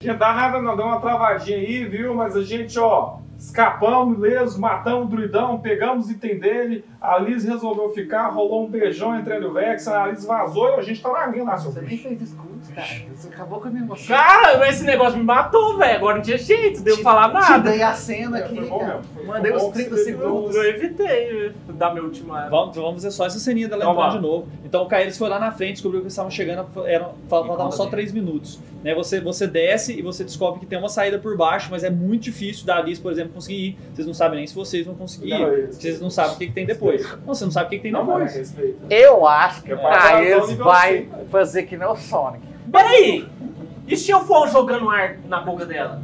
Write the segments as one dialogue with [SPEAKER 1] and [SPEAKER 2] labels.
[SPEAKER 1] Que dá nada não, deu uma travadinha aí, viu? Mas a gente, ó, escapamos ilesos, matamos o druidão, pegamos o item dele, a Liz resolveu ficar, rolou um beijão entre ele e o Vex, a Liz vazou e a gente tá na linha lá, seu
[SPEAKER 2] Você nem fez discurso, cara. Você acabou com a minha emoção.
[SPEAKER 3] Cara, esse negócio me matou, velho. Agora não tinha jeito de eu
[SPEAKER 2] Te-
[SPEAKER 3] falar
[SPEAKER 2] Te
[SPEAKER 3] nada.
[SPEAKER 2] dei a cena
[SPEAKER 1] É,
[SPEAKER 2] aqui,
[SPEAKER 1] foi bom
[SPEAKER 2] cara.
[SPEAKER 1] mesmo. Foi
[SPEAKER 2] Mandei
[SPEAKER 1] bom
[SPEAKER 2] os
[SPEAKER 1] que você
[SPEAKER 2] 30
[SPEAKER 1] teve
[SPEAKER 2] segundos.
[SPEAKER 3] Eu evitei de dar meu ultimato.
[SPEAKER 4] Vamos, vamos ver só essa ceninha dela
[SPEAKER 3] Então
[SPEAKER 4] entrando
[SPEAKER 3] vá.
[SPEAKER 4] de novo. Então o Caíris foi lá na frente, descobriu que eles estavam chegando, eram, faltavam
[SPEAKER 5] conta
[SPEAKER 4] só
[SPEAKER 5] dele.
[SPEAKER 4] três minutos. Né, você, você desce e você descobre que tem uma saída por baixo, mas é muito difícil da Alice, por exemplo, conseguir ir. Vocês não sabem nem se vocês vão conseguir
[SPEAKER 1] Não,
[SPEAKER 4] ir.
[SPEAKER 1] é isso.
[SPEAKER 4] Vocês não sabem o que, que tem depois. Não, você não sabe o que, que tem
[SPEAKER 1] Não, mas
[SPEAKER 4] depois.
[SPEAKER 1] respeita.
[SPEAKER 5] Eu acho que
[SPEAKER 1] É
[SPEAKER 5] o
[SPEAKER 1] pra dar
[SPEAKER 5] Caes
[SPEAKER 1] nível assim.
[SPEAKER 5] vai fazer que nem o Sonic.
[SPEAKER 3] Peraí! E se eu for jogando ar na boca dela?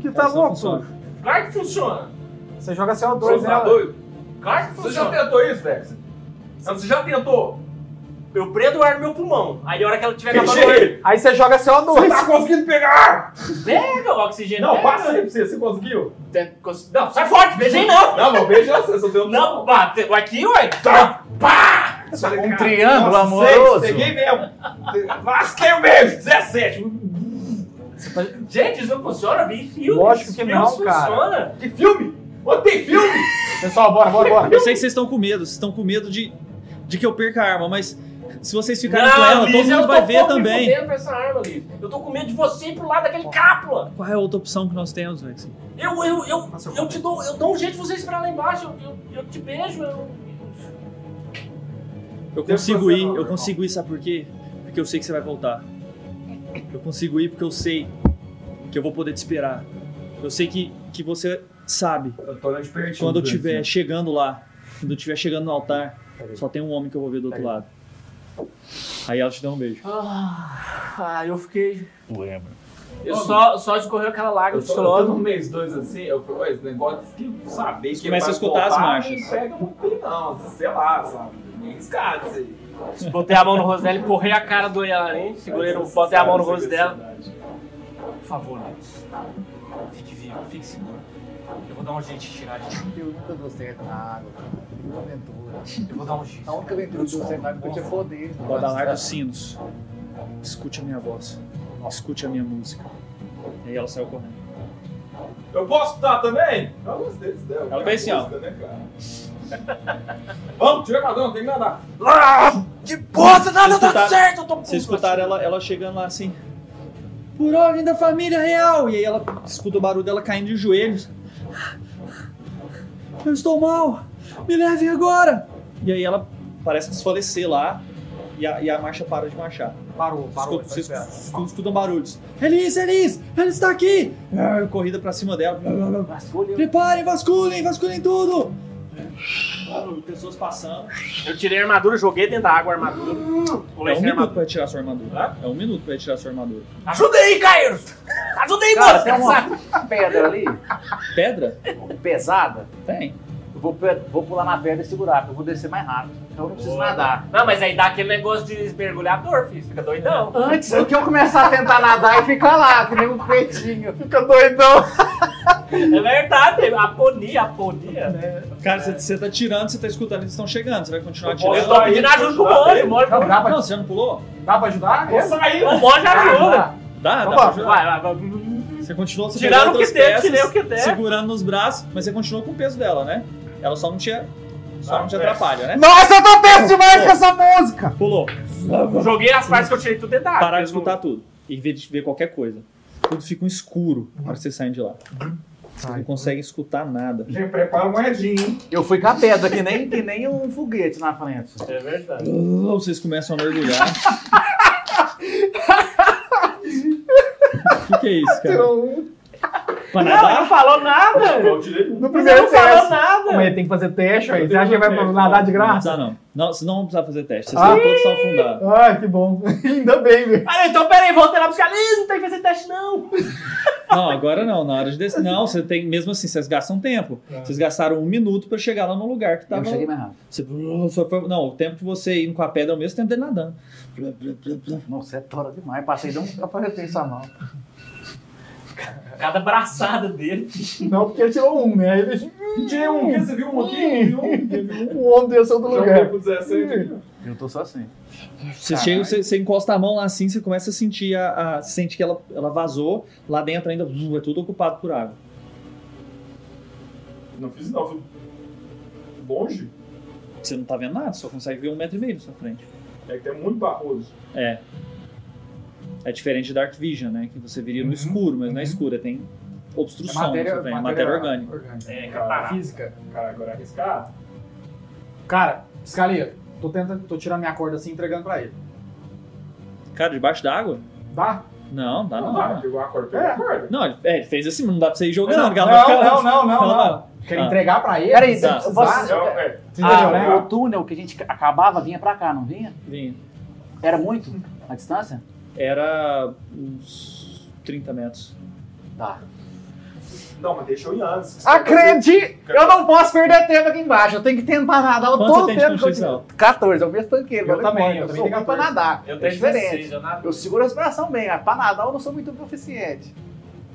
[SPEAKER 6] Que tá
[SPEAKER 4] Isso não
[SPEAKER 6] louco.
[SPEAKER 4] funciona.
[SPEAKER 3] Claro que funciona. um
[SPEAKER 6] Você joga CO2
[SPEAKER 1] Você tá
[SPEAKER 6] nela.
[SPEAKER 1] doido?
[SPEAKER 3] Claro que
[SPEAKER 1] Você já
[SPEAKER 3] funciona.
[SPEAKER 1] tentou isso, Vex? Você já tentou?
[SPEAKER 3] Eu prendo o ar no meu pulmão. Aí a hora que ela tiver acabando o ar,
[SPEAKER 1] Você
[SPEAKER 6] Aí você joga CO2.
[SPEAKER 1] tá conseguindo pegar?
[SPEAKER 3] pega o oxigênio.
[SPEAKER 1] Não,
[SPEAKER 3] pega.
[SPEAKER 1] passa aí pra você, você conseguiu?
[SPEAKER 3] Tem- cons- Não, sai forte, beijei não.
[SPEAKER 1] Não, não, beija você, só deu
[SPEAKER 3] Não, bate aqui, ué.
[SPEAKER 1] Tá.
[SPEAKER 3] Pá!
[SPEAKER 5] Um triângulo amoroso.
[SPEAKER 1] Seis, tá peguei mesmo. Lasquei o beijo, 17.
[SPEAKER 3] Gente, isso não funciona? Eu Vi filmes.
[SPEAKER 6] Lógico que
[SPEAKER 3] Filmes
[SPEAKER 6] não, cara.
[SPEAKER 3] Funciona.
[SPEAKER 1] Que filme? Onde tem filme?
[SPEAKER 6] Pessoal, bora, bora, bora.
[SPEAKER 4] Eu sei que vocês estão com medo, vocês estão com medo de, de que eu perca a arma, mas se vocês ficarem
[SPEAKER 3] não,
[SPEAKER 4] com ela,
[SPEAKER 3] Liz,
[SPEAKER 4] todo
[SPEAKER 3] eu
[SPEAKER 4] mundo
[SPEAKER 3] tô
[SPEAKER 4] vai ver
[SPEAKER 3] pouco me
[SPEAKER 4] também.
[SPEAKER 3] fudendo com essa arma, Liz. Eu tô com medo de você ir pro lado daquele cápula.
[SPEAKER 4] Qual é a outra opção que nós temos, Vex?
[SPEAKER 3] Eu, eu, eu,
[SPEAKER 6] Nossa, eu
[SPEAKER 3] eu te dou, eu dou um jeito de você esperar lá embaixo. Eu, eu, eu te beijo, eu...
[SPEAKER 4] Eu
[SPEAKER 1] Depois
[SPEAKER 4] consigo
[SPEAKER 1] você volta,
[SPEAKER 4] ir, eu
[SPEAKER 1] né, irmão.
[SPEAKER 4] consigo ir, sabe por quê? Porque eu sei que você vai voltar. Eu consigo ir porque eu sei que eu vou poder te esperar. Eu sei que, que você sabe.
[SPEAKER 1] Eu tô na assim. expectativa.
[SPEAKER 4] Quando eu estiver chegando lá, quando eu estiver chegando no altar,
[SPEAKER 1] Peraí.
[SPEAKER 4] só tem um homem que eu vou ver do outro lado. Aí ela te dá um beijo.
[SPEAKER 3] Ah, eu fiquei...
[SPEAKER 5] Lembra.
[SPEAKER 3] Eu só, só escorreu aquela lágrima
[SPEAKER 1] Eu
[SPEAKER 3] de
[SPEAKER 1] tô, eu tô
[SPEAKER 3] chororó.
[SPEAKER 1] no mês dois assim, eu falo, "Ué, esse negócio que saber que
[SPEAKER 4] Começa
[SPEAKER 1] vai
[SPEAKER 4] a escutar as
[SPEAKER 1] voltar,
[SPEAKER 4] marchas.
[SPEAKER 1] Não pega muito bem, não, sei lá, sabe? assim. Meio Arriscado isso aí.
[SPEAKER 3] Botei a mão no rosto dela e porrei a cara do Yaren. Segurei no... Botei a mão no rosto dela. Por favor, Liz. Fique vivo, fique seguro. Eu vou dar um jeito de tirar de ti.
[SPEAKER 2] Eu nunca dou certo na água, cara. Nenhuma aventura.
[SPEAKER 3] Eu vou dar um jeito.
[SPEAKER 2] A única aventura que deu certo na água foi eu tinha poder.
[SPEAKER 4] Badalar dos sinos. Escute a minha voz. Escute a minha música. E aí ela saiu correndo.
[SPEAKER 1] Eu posso dar também? Eu gostei disso dela.
[SPEAKER 4] Ela fez assim, ó.
[SPEAKER 1] Música, né, cara? Vamos, tira pra dentro, tem que nadar.
[SPEAKER 3] Que bosta, nada
[SPEAKER 4] Vocês escutaram-
[SPEAKER 3] tá certo, eu tô puto.
[SPEAKER 4] Vocês escutaram ela, ela chegando lá assim. Por ordem da família real! E aí ela escuta o barulho dela caindo de joelhos. Eu estou mal! Me levem agora! E aí ela parece desfalecer lá e a, e a marcha para de marchar.
[SPEAKER 6] Parou, parou.
[SPEAKER 4] Escuta, vocês escutam, escutam barulhos. Elis, Elis, ela está aqui! Ah, Corrida pra cima dela. Blá, blá, blá. Preparem, vasculhem, vasculhem tudo! Barulho, pessoas passando.
[SPEAKER 3] Eu tirei a armadura, joguei dentro da água a armadura.
[SPEAKER 1] Hum.
[SPEAKER 3] Pulei
[SPEAKER 4] É um
[SPEAKER 3] sem
[SPEAKER 4] minuto
[SPEAKER 3] armadura.
[SPEAKER 4] pra tirar sua armadura. É um minuto pra tirar sua armadura.
[SPEAKER 3] Ajuda aí, Caio! Ajuda aí, tá
[SPEAKER 5] Cara,
[SPEAKER 3] mano!
[SPEAKER 5] tem uma pedra ali,
[SPEAKER 4] Pedra?
[SPEAKER 5] pesada.
[SPEAKER 4] Tem.
[SPEAKER 5] Eu vou, pe- vou pular na pedra e segurar, porque eu vou descer mais rápido. Então eu não preciso
[SPEAKER 3] Boa.
[SPEAKER 5] nadar.
[SPEAKER 3] Não, mas aí dá aquele negócio de mergulhador, filho. Fica doidão.
[SPEAKER 5] Antes do que eu começar a tentar nadar e ficar lá, que nem um peitinho. Fica doidão.
[SPEAKER 3] É verdade, aponia, aponia. né?
[SPEAKER 4] Cara, você- você tá tirando, você tá escutando, eles estão chegando, você vai continuar
[SPEAKER 1] Eu posso
[SPEAKER 3] Eu
[SPEAKER 4] atirando.
[SPEAKER 3] tô pedindo ajuda pro Mônio, o Mônio.
[SPEAKER 6] Dá pra,
[SPEAKER 4] Não, você já não pulou?
[SPEAKER 6] dá pra ajudar?
[SPEAKER 1] Vou sair.
[SPEAKER 3] O Mônio já ajuda.
[SPEAKER 4] Dá, dá
[SPEAKER 6] Vamos
[SPEAKER 4] pra
[SPEAKER 6] lá.
[SPEAKER 3] Vai,
[SPEAKER 4] ajudar.
[SPEAKER 3] vai, vai.
[SPEAKER 4] Você continua você
[SPEAKER 3] Tiraram
[SPEAKER 4] pegou
[SPEAKER 3] o que
[SPEAKER 4] outras
[SPEAKER 3] der,
[SPEAKER 4] peças,
[SPEAKER 3] tirei o que der.
[SPEAKER 4] Segurando nos braços, mas você continua com o peso dela, né? Ela só não te, só
[SPEAKER 1] Ah,
[SPEAKER 4] não te
[SPEAKER 1] é.
[SPEAKER 4] atrapalha, né?
[SPEAKER 6] Nossa, eu tô tenso demais com essa música!
[SPEAKER 4] Pulou.
[SPEAKER 3] Joguei as partes que eu tirei tudo dentro da água.
[SPEAKER 4] Parar de escutar tudo. E ver, ver qualquer coisa. Tudo fica um escuro na hora que vocês saem de lá. Vocês não conseguem escutar nada.
[SPEAKER 1] Gente, prepara o moedinho, hein?
[SPEAKER 5] Eu fui com a pedra, que nem, que nem um foguete na frente.
[SPEAKER 3] É verdade.
[SPEAKER 4] Vocês começam a mergulhar. O que, que é isso, cara? Pra
[SPEAKER 3] Não, ele não
[SPEAKER 4] nadar?
[SPEAKER 3] falou nada.
[SPEAKER 1] Eu tirei um.
[SPEAKER 6] um No
[SPEAKER 3] Ele
[SPEAKER 6] primeiro
[SPEAKER 3] não
[SPEAKER 6] teste.
[SPEAKER 3] falou nada.
[SPEAKER 6] Mas ele tem que fazer teste aí. Você acha que vai pra nadar de
[SPEAKER 4] Não
[SPEAKER 6] graça?
[SPEAKER 4] precisa, não. não. Senão não precisa fazer teste. Vocês
[SPEAKER 6] Ah.
[SPEAKER 4] estão todos afundados.
[SPEAKER 6] Ah, que bom. Ainda bem, velho.
[SPEAKER 3] Ah, então peraí, voltei lá buscar. Ih, não tem que fazer teste, não.
[SPEAKER 4] Não, agora não. Na hora de descer. Não, você tem. Mesmo assim, vocês gastam tempo. Vocês gastaram um minuto pra chegar lá no lugar que
[SPEAKER 5] eu
[SPEAKER 4] tava.
[SPEAKER 5] cheguei mais rápido.
[SPEAKER 4] Você- só foi- Não, o tempo de você indo com a pedra é o mesmo tempo dele nadando.
[SPEAKER 5] Nossa, é tora demais. Passei de um capacete essa mão.
[SPEAKER 3] Cada braçada dele.
[SPEAKER 6] Não, porque ele tirou um, né? Ele...
[SPEAKER 1] é Tirei um aqui, você viu um aqui? Um,
[SPEAKER 6] O homem desceu do
[SPEAKER 7] É.
[SPEAKER 1] Joguei
[SPEAKER 6] lugar.
[SPEAKER 1] com 17.
[SPEAKER 5] Eu tô só assim.
[SPEAKER 4] Você chega, você, você encosta a mão lá assim, você começa a sentir a. a- você sente que ela, ela vazou, lá dentro ainda uh, é tudo ocupado por água.
[SPEAKER 1] Não fiz não, fui longe.
[SPEAKER 4] Você não tá vendo nada, só consegue ver um metro e meio na sua frente.
[SPEAKER 1] É que tem muito barroso.
[SPEAKER 4] É. É diferente de Dark Vision, né? Que você viria no
[SPEAKER 7] Uhum, É
[SPEAKER 4] escuro, mas não é escuro, é tem obstrução, É matéria, matéria, orgânica.
[SPEAKER 1] É,
[SPEAKER 7] A
[SPEAKER 1] cara,
[SPEAKER 7] física.
[SPEAKER 1] cara, agora é arriscar.
[SPEAKER 7] Cara, escalia. Tô tentando, tô tirando minha corda assim e entregando pra ele.
[SPEAKER 4] Cara, debaixo d'água?
[SPEAKER 7] Dá?
[SPEAKER 4] Não,
[SPEAKER 3] Ah.
[SPEAKER 4] dá não.
[SPEAKER 1] Não
[SPEAKER 4] Dá,
[SPEAKER 1] dá,
[SPEAKER 4] não.
[SPEAKER 1] pegou a corda,
[SPEAKER 7] É.
[SPEAKER 1] pegou a corda.
[SPEAKER 4] Não, ele, é, ele fez assim, não dá pra você ir jogando.
[SPEAKER 7] não,
[SPEAKER 4] porque ela vai ficar lá.
[SPEAKER 7] não, não, não,
[SPEAKER 4] Ela
[SPEAKER 7] não. Quero
[SPEAKER 4] Ah.
[SPEAKER 7] entregar pra ele.
[SPEAKER 5] Peraí,
[SPEAKER 4] Tá.
[SPEAKER 5] eu posso-
[SPEAKER 1] Não, é.
[SPEAKER 7] Você entendeu, né?
[SPEAKER 5] Ah, o túnel que a gente acabava vinha pra cá, não vinha?
[SPEAKER 4] Vinha.
[SPEAKER 5] Era muito a distância?
[SPEAKER 4] Era uns 30 metros.
[SPEAKER 5] Tá.
[SPEAKER 1] Não, mas deixa eu ir antes.
[SPEAKER 7] Ah,
[SPEAKER 5] Acredite! Eu não posso perder tempo aqui embaixo. Eu tenho que tentar nadar o
[SPEAKER 4] Quanto
[SPEAKER 5] todo
[SPEAKER 4] você tem de
[SPEAKER 5] tempo que eu
[SPEAKER 4] constituição?
[SPEAKER 5] 14, eu mesmo tanqueiro.
[SPEAKER 7] Eu
[SPEAKER 5] olha que
[SPEAKER 7] também,
[SPEAKER 5] bom,
[SPEAKER 7] eu
[SPEAKER 5] eu
[SPEAKER 7] também
[SPEAKER 5] sou
[SPEAKER 7] tenho
[SPEAKER 5] ruim pra
[SPEAKER 7] 14.
[SPEAKER 5] nadar.
[SPEAKER 3] Eu
[SPEAKER 5] é
[SPEAKER 3] tenho
[SPEAKER 5] diferente.
[SPEAKER 3] 16, eu nada.
[SPEAKER 5] Eu seguro a respiração bem, mas pra nadar eu não sou muito proficiente.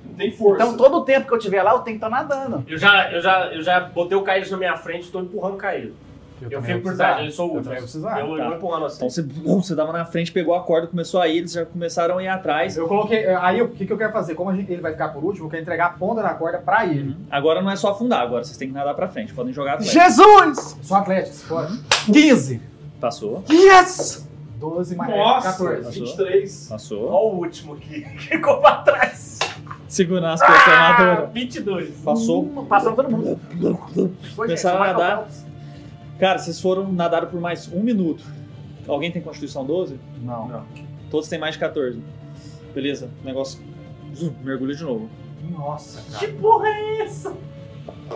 [SPEAKER 1] Não tem força.
[SPEAKER 5] Então todo o tempo que eu tiver lá, eu tenho que estar nadando.
[SPEAKER 3] Eu já, eu, já, eu já botei o Caíros na minha frente e tô empurrando o Caíros. Eu,
[SPEAKER 7] também
[SPEAKER 3] fico
[SPEAKER 7] vou
[SPEAKER 3] por
[SPEAKER 7] precisar.
[SPEAKER 3] trás, eu sou o
[SPEAKER 7] Eu
[SPEAKER 3] último.
[SPEAKER 7] também vou
[SPEAKER 6] ah,
[SPEAKER 7] precisar.
[SPEAKER 3] eu
[SPEAKER 4] tá.
[SPEAKER 3] vou empurrando assim.
[SPEAKER 4] Então você, bum, você dava na frente, pegou a corda, começou a ir, eles já começaram a ir atrás.
[SPEAKER 7] Eu coloquei. eh, Aí o que, que eu quero fazer? Como a gente- ele vai ficar por último, eu quero entregar a ponta da corda pra ele.
[SPEAKER 4] Agora não é só afundar, agora vocês têm que nadar pra frente. Podem jogar atrás.
[SPEAKER 5] Jesus!
[SPEAKER 3] Uhum.
[SPEAKER 7] Só Atlético, fora.
[SPEAKER 5] 15!
[SPEAKER 4] Passou,
[SPEAKER 5] Yes!
[SPEAKER 7] 12 mais
[SPEAKER 1] Nossa,
[SPEAKER 7] 14.
[SPEAKER 1] 23.
[SPEAKER 4] passou.
[SPEAKER 3] Olha o último que que ficou pra trás.
[SPEAKER 4] Segurar as pessoas na
[SPEAKER 3] Ah,
[SPEAKER 4] dura.
[SPEAKER 3] 22.
[SPEAKER 4] Passou.
[SPEAKER 5] Passamos todo mundo. Foi, gente,
[SPEAKER 4] Começaram a
[SPEAKER 5] é, vai
[SPEAKER 4] nadar.
[SPEAKER 5] calcular.
[SPEAKER 4] Cara, vocês foram nadar por mais um minuto. Alguém tem Constituição 12?
[SPEAKER 5] Não.
[SPEAKER 4] Todos têm mais de 14. Beleza, negócio. Zum, Mergulha de novo.
[SPEAKER 7] Nossa, cara.
[SPEAKER 3] Que porra é essa?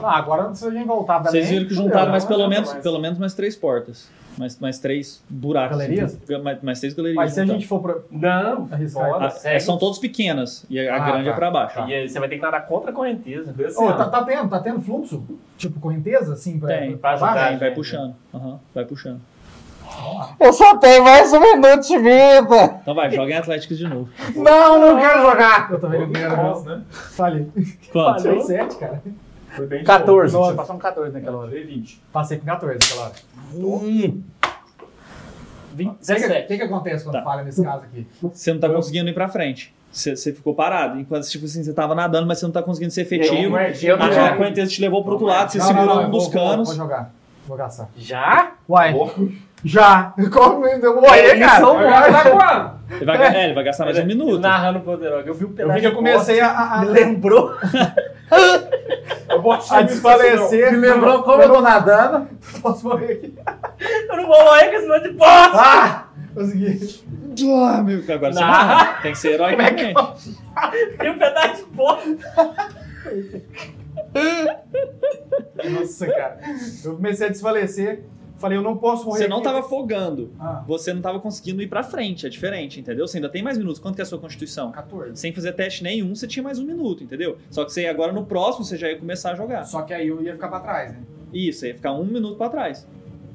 [SPEAKER 7] Ah, agora se a gente voltar tá também.
[SPEAKER 4] Vocês viram que
[SPEAKER 7] fudeu,
[SPEAKER 4] juntaram mais
[SPEAKER 7] né?
[SPEAKER 4] pelo
[SPEAKER 1] não,
[SPEAKER 4] menos,
[SPEAKER 1] mais.
[SPEAKER 4] pelo menos mais três portas. Mais, mais três buracos.
[SPEAKER 7] Galerias?
[SPEAKER 4] Ga- Mais, mais três galerias.
[SPEAKER 7] Mas se a
[SPEAKER 4] juntaram.
[SPEAKER 7] gente for pra
[SPEAKER 3] Não.
[SPEAKER 7] arriscar.
[SPEAKER 3] Bora.
[SPEAKER 7] Ô,
[SPEAKER 4] Ah, é, são todas pequenas e a, a
[SPEAKER 7] Ah,
[SPEAKER 4] grande
[SPEAKER 7] tá,
[SPEAKER 4] é pra baixo.
[SPEAKER 7] tá.
[SPEAKER 3] E aí você vai ter que nadar contra a correnteza. Vê
[SPEAKER 1] assim,
[SPEAKER 3] se
[SPEAKER 7] tá, tá tendo, tá tendo fluxo? Tipo, correnteza, assim, pra,
[SPEAKER 4] Tem,
[SPEAKER 3] pra ajudar,
[SPEAKER 7] baixo?
[SPEAKER 4] Vai, vai
[SPEAKER 3] gente.
[SPEAKER 4] puxando. Aham, vai puxando.
[SPEAKER 5] Eu só tenho mais um minuto de vida.
[SPEAKER 4] Então vai, joga em Atléticos de novo.
[SPEAKER 5] Não, não quero jogar.
[SPEAKER 7] Eu também não
[SPEAKER 1] Todos
[SPEAKER 7] quero.
[SPEAKER 1] nós,
[SPEAKER 7] não.
[SPEAKER 1] né?
[SPEAKER 7] Falei.
[SPEAKER 4] Quanto?
[SPEAKER 7] Falei 7, cara.
[SPEAKER 1] Foi bem de boa.
[SPEAKER 5] 14.
[SPEAKER 7] Nove.
[SPEAKER 5] Você passou um 14 naquela hora.
[SPEAKER 1] Tirei 20.
[SPEAKER 7] Passei com 14, claro. O que, que- o que que acontece quando
[SPEAKER 4] Tá.
[SPEAKER 7] falha nesse caso aqui?
[SPEAKER 4] Você não tá conseguindo ir pra frente. Você, você ficou parado. Enquanto, tipo assim, você tava nadando, mas você não tá conseguindo ser efetivo.
[SPEAKER 5] Eu não
[SPEAKER 4] A
[SPEAKER 5] jogo.
[SPEAKER 4] correnteza te levou pro outro lado, você
[SPEAKER 7] Não,
[SPEAKER 4] segurou
[SPEAKER 7] não, não,
[SPEAKER 4] um
[SPEAKER 7] eu
[SPEAKER 4] dos
[SPEAKER 7] vou- vou-
[SPEAKER 4] canos.
[SPEAKER 7] Vou jogar. Vou gastar.
[SPEAKER 3] Já?
[SPEAKER 7] Uai.
[SPEAKER 1] Boa.
[SPEAKER 7] Já. Como eu morri,
[SPEAKER 5] cara.
[SPEAKER 7] cara?
[SPEAKER 1] Vai dar quanto?
[SPEAKER 4] Ele vai, ga- é, ele vai gastar mais um minuto.
[SPEAKER 3] Narrando pro Poderoga. Eu
[SPEAKER 5] um
[SPEAKER 3] vi o
[SPEAKER 7] Eu
[SPEAKER 3] pedaço.
[SPEAKER 7] vi que eu
[SPEAKER 3] de
[SPEAKER 7] comecei a, a, a,
[SPEAKER 5] Lembrou?
[SPEAKER 1] Eu boto
[SPEAKER 7] a desfalecer.
[SPEAKER 5] Me lembrou como eu tô nadando.
[SPEAKER 7] Posso morrer aqui.
[SPEAKER 3] bosta. Eu não vou morrer com esse monte de bosta.
[SPEAKER 7] Ah! Consegui.
[SPEAKER 4] Ah, meu, agora você
[SPEAKER 3] Não.
[SPEAKER 4] narra. Tem que ser
[SPEAKER 7] é
[SPEAKER 4] heroicamente.
[SPEAKER 3] Vi um pedaço de bosta.
[SPEAKER 7] Nossa, cara. Eu comecei a desfalecer. Falei, eu não posso morrer
[SPEAKER 4] Você não
[SPEAKER 7] aqui.
[SPEAKER 4] tava afogando.
[SPEAKER 7] Ah,
[SPEAKER 4] Você não tava conseguindo ir pra frente. É diferente, entendeu? Você ainda tem mais minutos. Quanto que é a sua constituição?
[SPEAKER 7] 14.
[SPEAKER 4] Sem fazer teste nenhum, você tinha mais um minuto, entendeu? Só que você agora no próximo você já ia começar a jogar.
[SPEAKER 7] Só que aí eu ia ficar pra trás, né?
[SPEAKER 4] Isso, você ia ficar um minuto pra trás.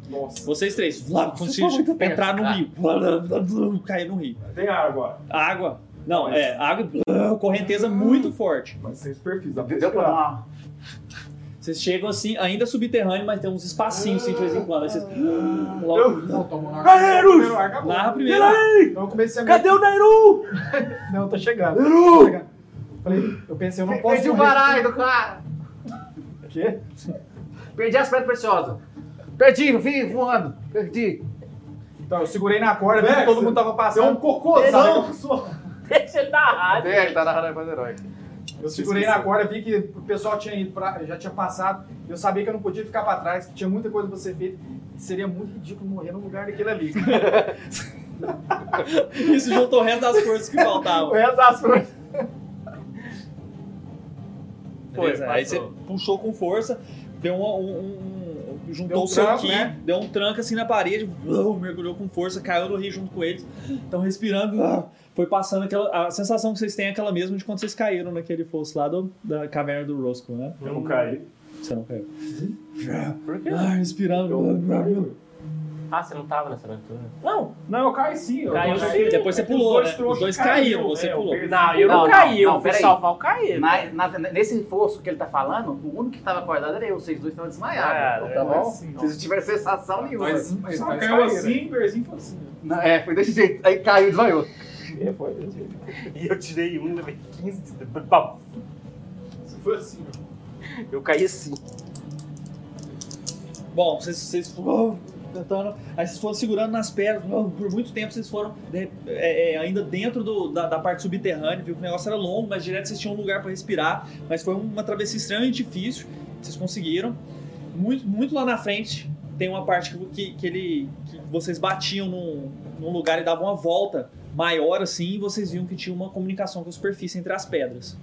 [SPEAKER 1] Nossa,
[SPEAKER 4] Vocês três, vlá, conseguiram
[SPEAKER 7] tá muito perto,
[SPEAKER 4] entrar no
[SPEAKER 3] tá?
[SPEAKER 4] rio. Vlá, vlá, vlá, Cair no rio.
[SPEAKER 1] tem ar agora.
[SPEAKER 4] Água. Não, é, água, vlá, correnteza muito forte.
[SPEAKER 1] Mas sem superfície, dá pra
[SPEAKER 5] Deu pra dar
[SPEAKER 1] respirar.
[SPEAKER 7] Ah.
[SPEAKER 5] uma...
[SPEAKER 4] Vocês chegam assim, ainda subterrâneo, mas tem uns espacinhos assim de vez em quando. Aí vocês. ah, Logo,
[SPEAKER 1] Eu-
[SPEAKER 7] Não, tomou na
[SPEAKER 1] Primeiro ar, acabou.
[SPEAKER 4] narra primeiro. né?
[SPEAKER 7] Então eu comecei a.
[SPEAKER 5] Cadê o Nairu?
[SPEAKER 7] Não, eu tô chegando. Eu tô chegando. Falei, eu pensei, eu não posso.
[SPEAKER 5] Perdi o
[SPEAKER 7] morrer.
[SPEAKER 5] baralho do cara.
[SPEAKER 7] O quê?
[SPEAKER 5] Perdi as pedras preciosas. Perdi, vi voando. Perdi.
[SPEAKER 7] Então eu segurei na corda, vi
[SPEAKER 1] É,
[SPEAKER 7] que todo
[SPEAKER 1] você-
[SPEAKER 7] mundo tava
[SPEAKER 1] Deu um
[SPEAKER 7] passando.
[SPEAKER 1] cocôzão na sua.
[SPEAKER 3] Deixa ele narrar.
[SPEAKER 5] Cadê? Ele tá narrando aí pra herói.
[SPEAKER 7] Eu segurei na corda, vi que o pessoal tinha ido pra, já tinha passado. Eu sabia que eu não podia ficar pra trás, que tinha muita coisa pra ser feita. E Seria muito ridículo morrer no lugar daquele ali.
[SPEAKER 4] Isso juntou o resto das forças que faltavam.
[SPEAKER 2] é
[SPEAKER 7] resto das coisas.
[SPEAKER 3] Foi,
[SPEAKER 4] Beleza, aí você
[SPEAKER 3] passou.
[SPEAKER 4] puxou com força, deu uma- um. um- um- juntou
[SPEAKER 7] Deu um
[SPEAKER 4] o seu
[SPEAKER 7] tranco,
[SPEAKER 4] ki,
[SPEAKER 7] né?
[SPEAKER 4] deu um tranco assim na parede, uau, mergulhou com força, caiu no rio junto com eles. Estão respirando, uau, foi passando aquela. A sensação que vocês têm é aquela mesma de quando vocês caíram naquele fosso lá do- da caverna do Roscoe, né?
[SPEAKER 1] Eu não caí.
[SPEAKER 4] Você não caiu.
[SPEAKER 5] Por quê?
[SPEAKER 4] Ah, respirando.
[SPEAKER 1] Eu não caí.
[SPEAKER 3] Ah, você não tava nessa aventura? Não.
[SPEAKER 1] Não, eu caí sim. Eu
[SPEAKER 3] Caiu
[SPEAKER 1] caí.
[SPEAKER 3] sim.
[SPEAKER 4] Depois você pulou,
[SPEAKER 1] Os dois
[SPEAKER 4] né?
[SPEAKER 1] trouxas
[SPEAKER 4] Os dois
[SPEAKER 1] caíram,
[SPEAKER 4] caíram, você
[SPEAKER 1] é,
[SPEAKER 4] pulou.
[SPEAKER 1] eu perdi.
[SPEAKER 3] Não, eu não,
[SPEAKER 5] Não, não,
[SPEAKER 3] caí.
[SPEAKER 5] não,
[SPEAKER 3] eu fui
[SPEAKER 5] peraí.
[SPEAKER 3] salvar o Caí.
[SPEAKER 5] Na- na- nesse fosso que ele tá falando, o único que estava acordado era eu, vocês dois estavam desmaiados,
[SPEAKER 3] Cara,
[SPEAKER 5] tá bom?
[SPEAKER 1] sim.
[SPEAKER 5] Vocês não tiveram sensação nenhuma.
[SPEAKER 2] Mas, É, mas,
[SPEAKER 1] Só
[SPEAKER 2] mas
[SPEAKER 1] caiu assim, o Berzinho foi assim.
[SPEAKER 5] Não, é, foi desse jeito. Aí caiu e desmaiou.
[SPEAKER 1] É, foi desse jeito.
[SPEAKER 3] E eu tirei um, levei 15 de... Bom,
[SPEAKER 1] Foi assim. ó.
[SPEAKER 3] Eu caí assim.
[SPEAKER 4] Bom, vocês, vocês oh, tentando. Aí vocês foram segurando nas pedras. oh, por muito tempo vocês foram de- é, é, ainda dentro do- da, da parte subterrânea, viu? Que o negócio era longo, mas direto vocês tinham um lugar para respirar. Mas foi uma travessia extremamente difícil. Vocês conseguiram. Muito, muito lá na frente tem uma parte que, que, que ele. que vocês batiam num, num lugar e davam uma volta maior assim, e vocês viam que tinha uma comunicação com a superfície entre as pedras.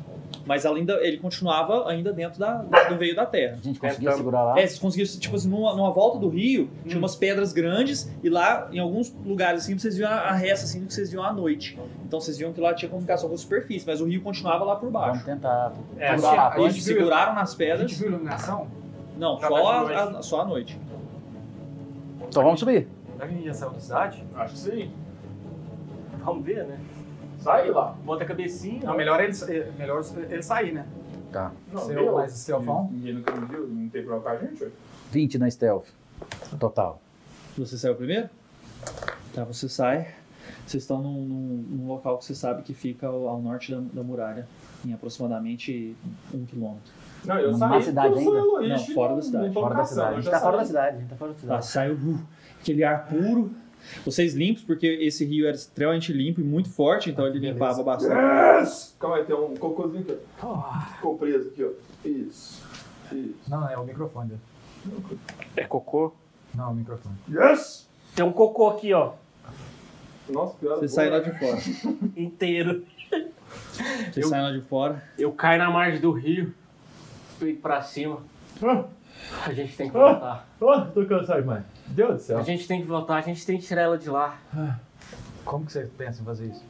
[SPEAKER 4] Mas ela ainda, ele continuava ainda dentro da- do veio da terra.
[SPEAKER 5] A gente
[SPEAKER 3] conseguiu
[SPEAKER 5] segurar
[SPEAKER 2] Tá?
[SPEAKER 5] lá?
[SPEAKER 4] É, vocês conseguiram, tipo assim, numa, numa volta do rio, tinha
[SPEAKER 2] Hum.
[SPEAKER 4] umas pedras grandes, e lá, em alguns lugares, assim, vocês viam a, a resta, assim, que vocês viam à noite. Então vocês viam que lá tinha comunicação com a superfície, mas o rio continuava lá por baixo.
[SPEAKER 5] tentar.
[SPEAKER 3] É,
[SPEAKER 5] Vamos lá,
[SPEAKER 4] Eles
[SPEAKER 2] Tá, então gente viu-
[SPEAKER 4] seguraram nas
[SPEAKER 2] A gente
[SPEAKER 4] pedras.
[SPEAKER 2] viu Tá, iluminação?
[SPEAKER 4] Não,
[SPEAKER 3] Não,
[SPEAKER 4] só,
[SPEAKER 3] mas de
[SPEAKER 2] é
[SPEAKER 4] a- a- só à noite.
[SPEAKER 5] Então vamos subir.
[SPEAKER 3] Será que a gente já saiu da cidade?
[SPEAKER 1] Acho que sim.
[SPEAKER 3] Vamos ver, né?
[SPEAKER 1] Sai lá.
[SPEAKER 3] Bota a cabecinha.
[SPEAKER 2] Não, melhor ele, sa- eh, melhor ele sair, né?
[SPEAKER 1] Não,
[SPEAKER 2] Seu-
[SPEAKER 1] deu.
[SPEAKER 2] mas o seu fã?
[SPEAKER 1] Ninguém nunca me viu, não tem problema com a gente, ué.
[SPEAKER 5] 20 na stealth. Total.
[SPEAKER 4] Você saiu primeiro? Tá, você sai. Vocês estão num, num- num local que você sabe que fica ao, ao norte da, da muralha, em aproximadamente um quilômetro.
[SPEAKER 1] Não, eu
[SPEAKER 5] Na
[SPEAKER 1] saí.
[SPEAKER 5] cidade
[SPEAKER 1] porque eu sou
[SPEAKER 5] ainda?
[SPEAKER 1] eloísta
[SPEAKER 4] Não,
[SPEAKER 1] e
[SPEAKER 4] fora da cidade.
[SPEAKER 1] não tô
[SPEAKER 5] Fora da
[SPEAKER 1] caçando,
[SPEAKER 5] cidade. A
[SPEAKER 1] eu
[SPEAKER 5] gente
[SPEAKER 1] já
[SPEAKER 5] tá
[SPEAKER 1] saí.
[SPEAKER 5] fora da cidade. A gente tá fora da
[SPEAKER 4] Tá,
[SPEAKER 5] cidade.
[SPEAKER 4] saiu uh, aquele ar puro. Vocês limpos, porque esse rio era extremamente limpo e muito forte, então
[SPEAKER 5] Ah,
[SPEAKER 4] ele limpava bastante.
[SPEAKER 1] Yes! Calma aí, tem um cocôzinho aqui, ó.
[SPEAKER 4] Ah.
[SPEAKER 1] Ficou preso aqui, ó. Isso. Isso.
[SPEAKER 2] Não, é o microfone. dele.
[SPEAKER 3] É cocô.
[SPEAKER 2] Não, é o microfone.
[SPEAKER 1] Yes!
[SPEAKER 3] Tem um cocô aqui, ó.
[SPEAKER 1] Nossa, piada.
[SPEAKER 4] Você
[SPEAKER 1] boa.
[SPEAKER 4] sai lá de fora.
[SPEAKER 3] Inteiro.
[SPEAKER 4] Você
[SPEAKER 3] Eu-
[SPEAKER 4] sai lá de fora.
[SPEAKER 3] Eu caio na margem do rio. Fico pra cima. A gente tem que voltar.
[SPEAKER 8] Oh, tô cansado demais. Deus do
[SPEAKER 3] A
[SPEAKER 8] céu.
[SPEAKER 3] gente tem que voltar. A gente tem que tirar ela de lá.
[SPEAKER 2] Como que você pensa em fazer isso?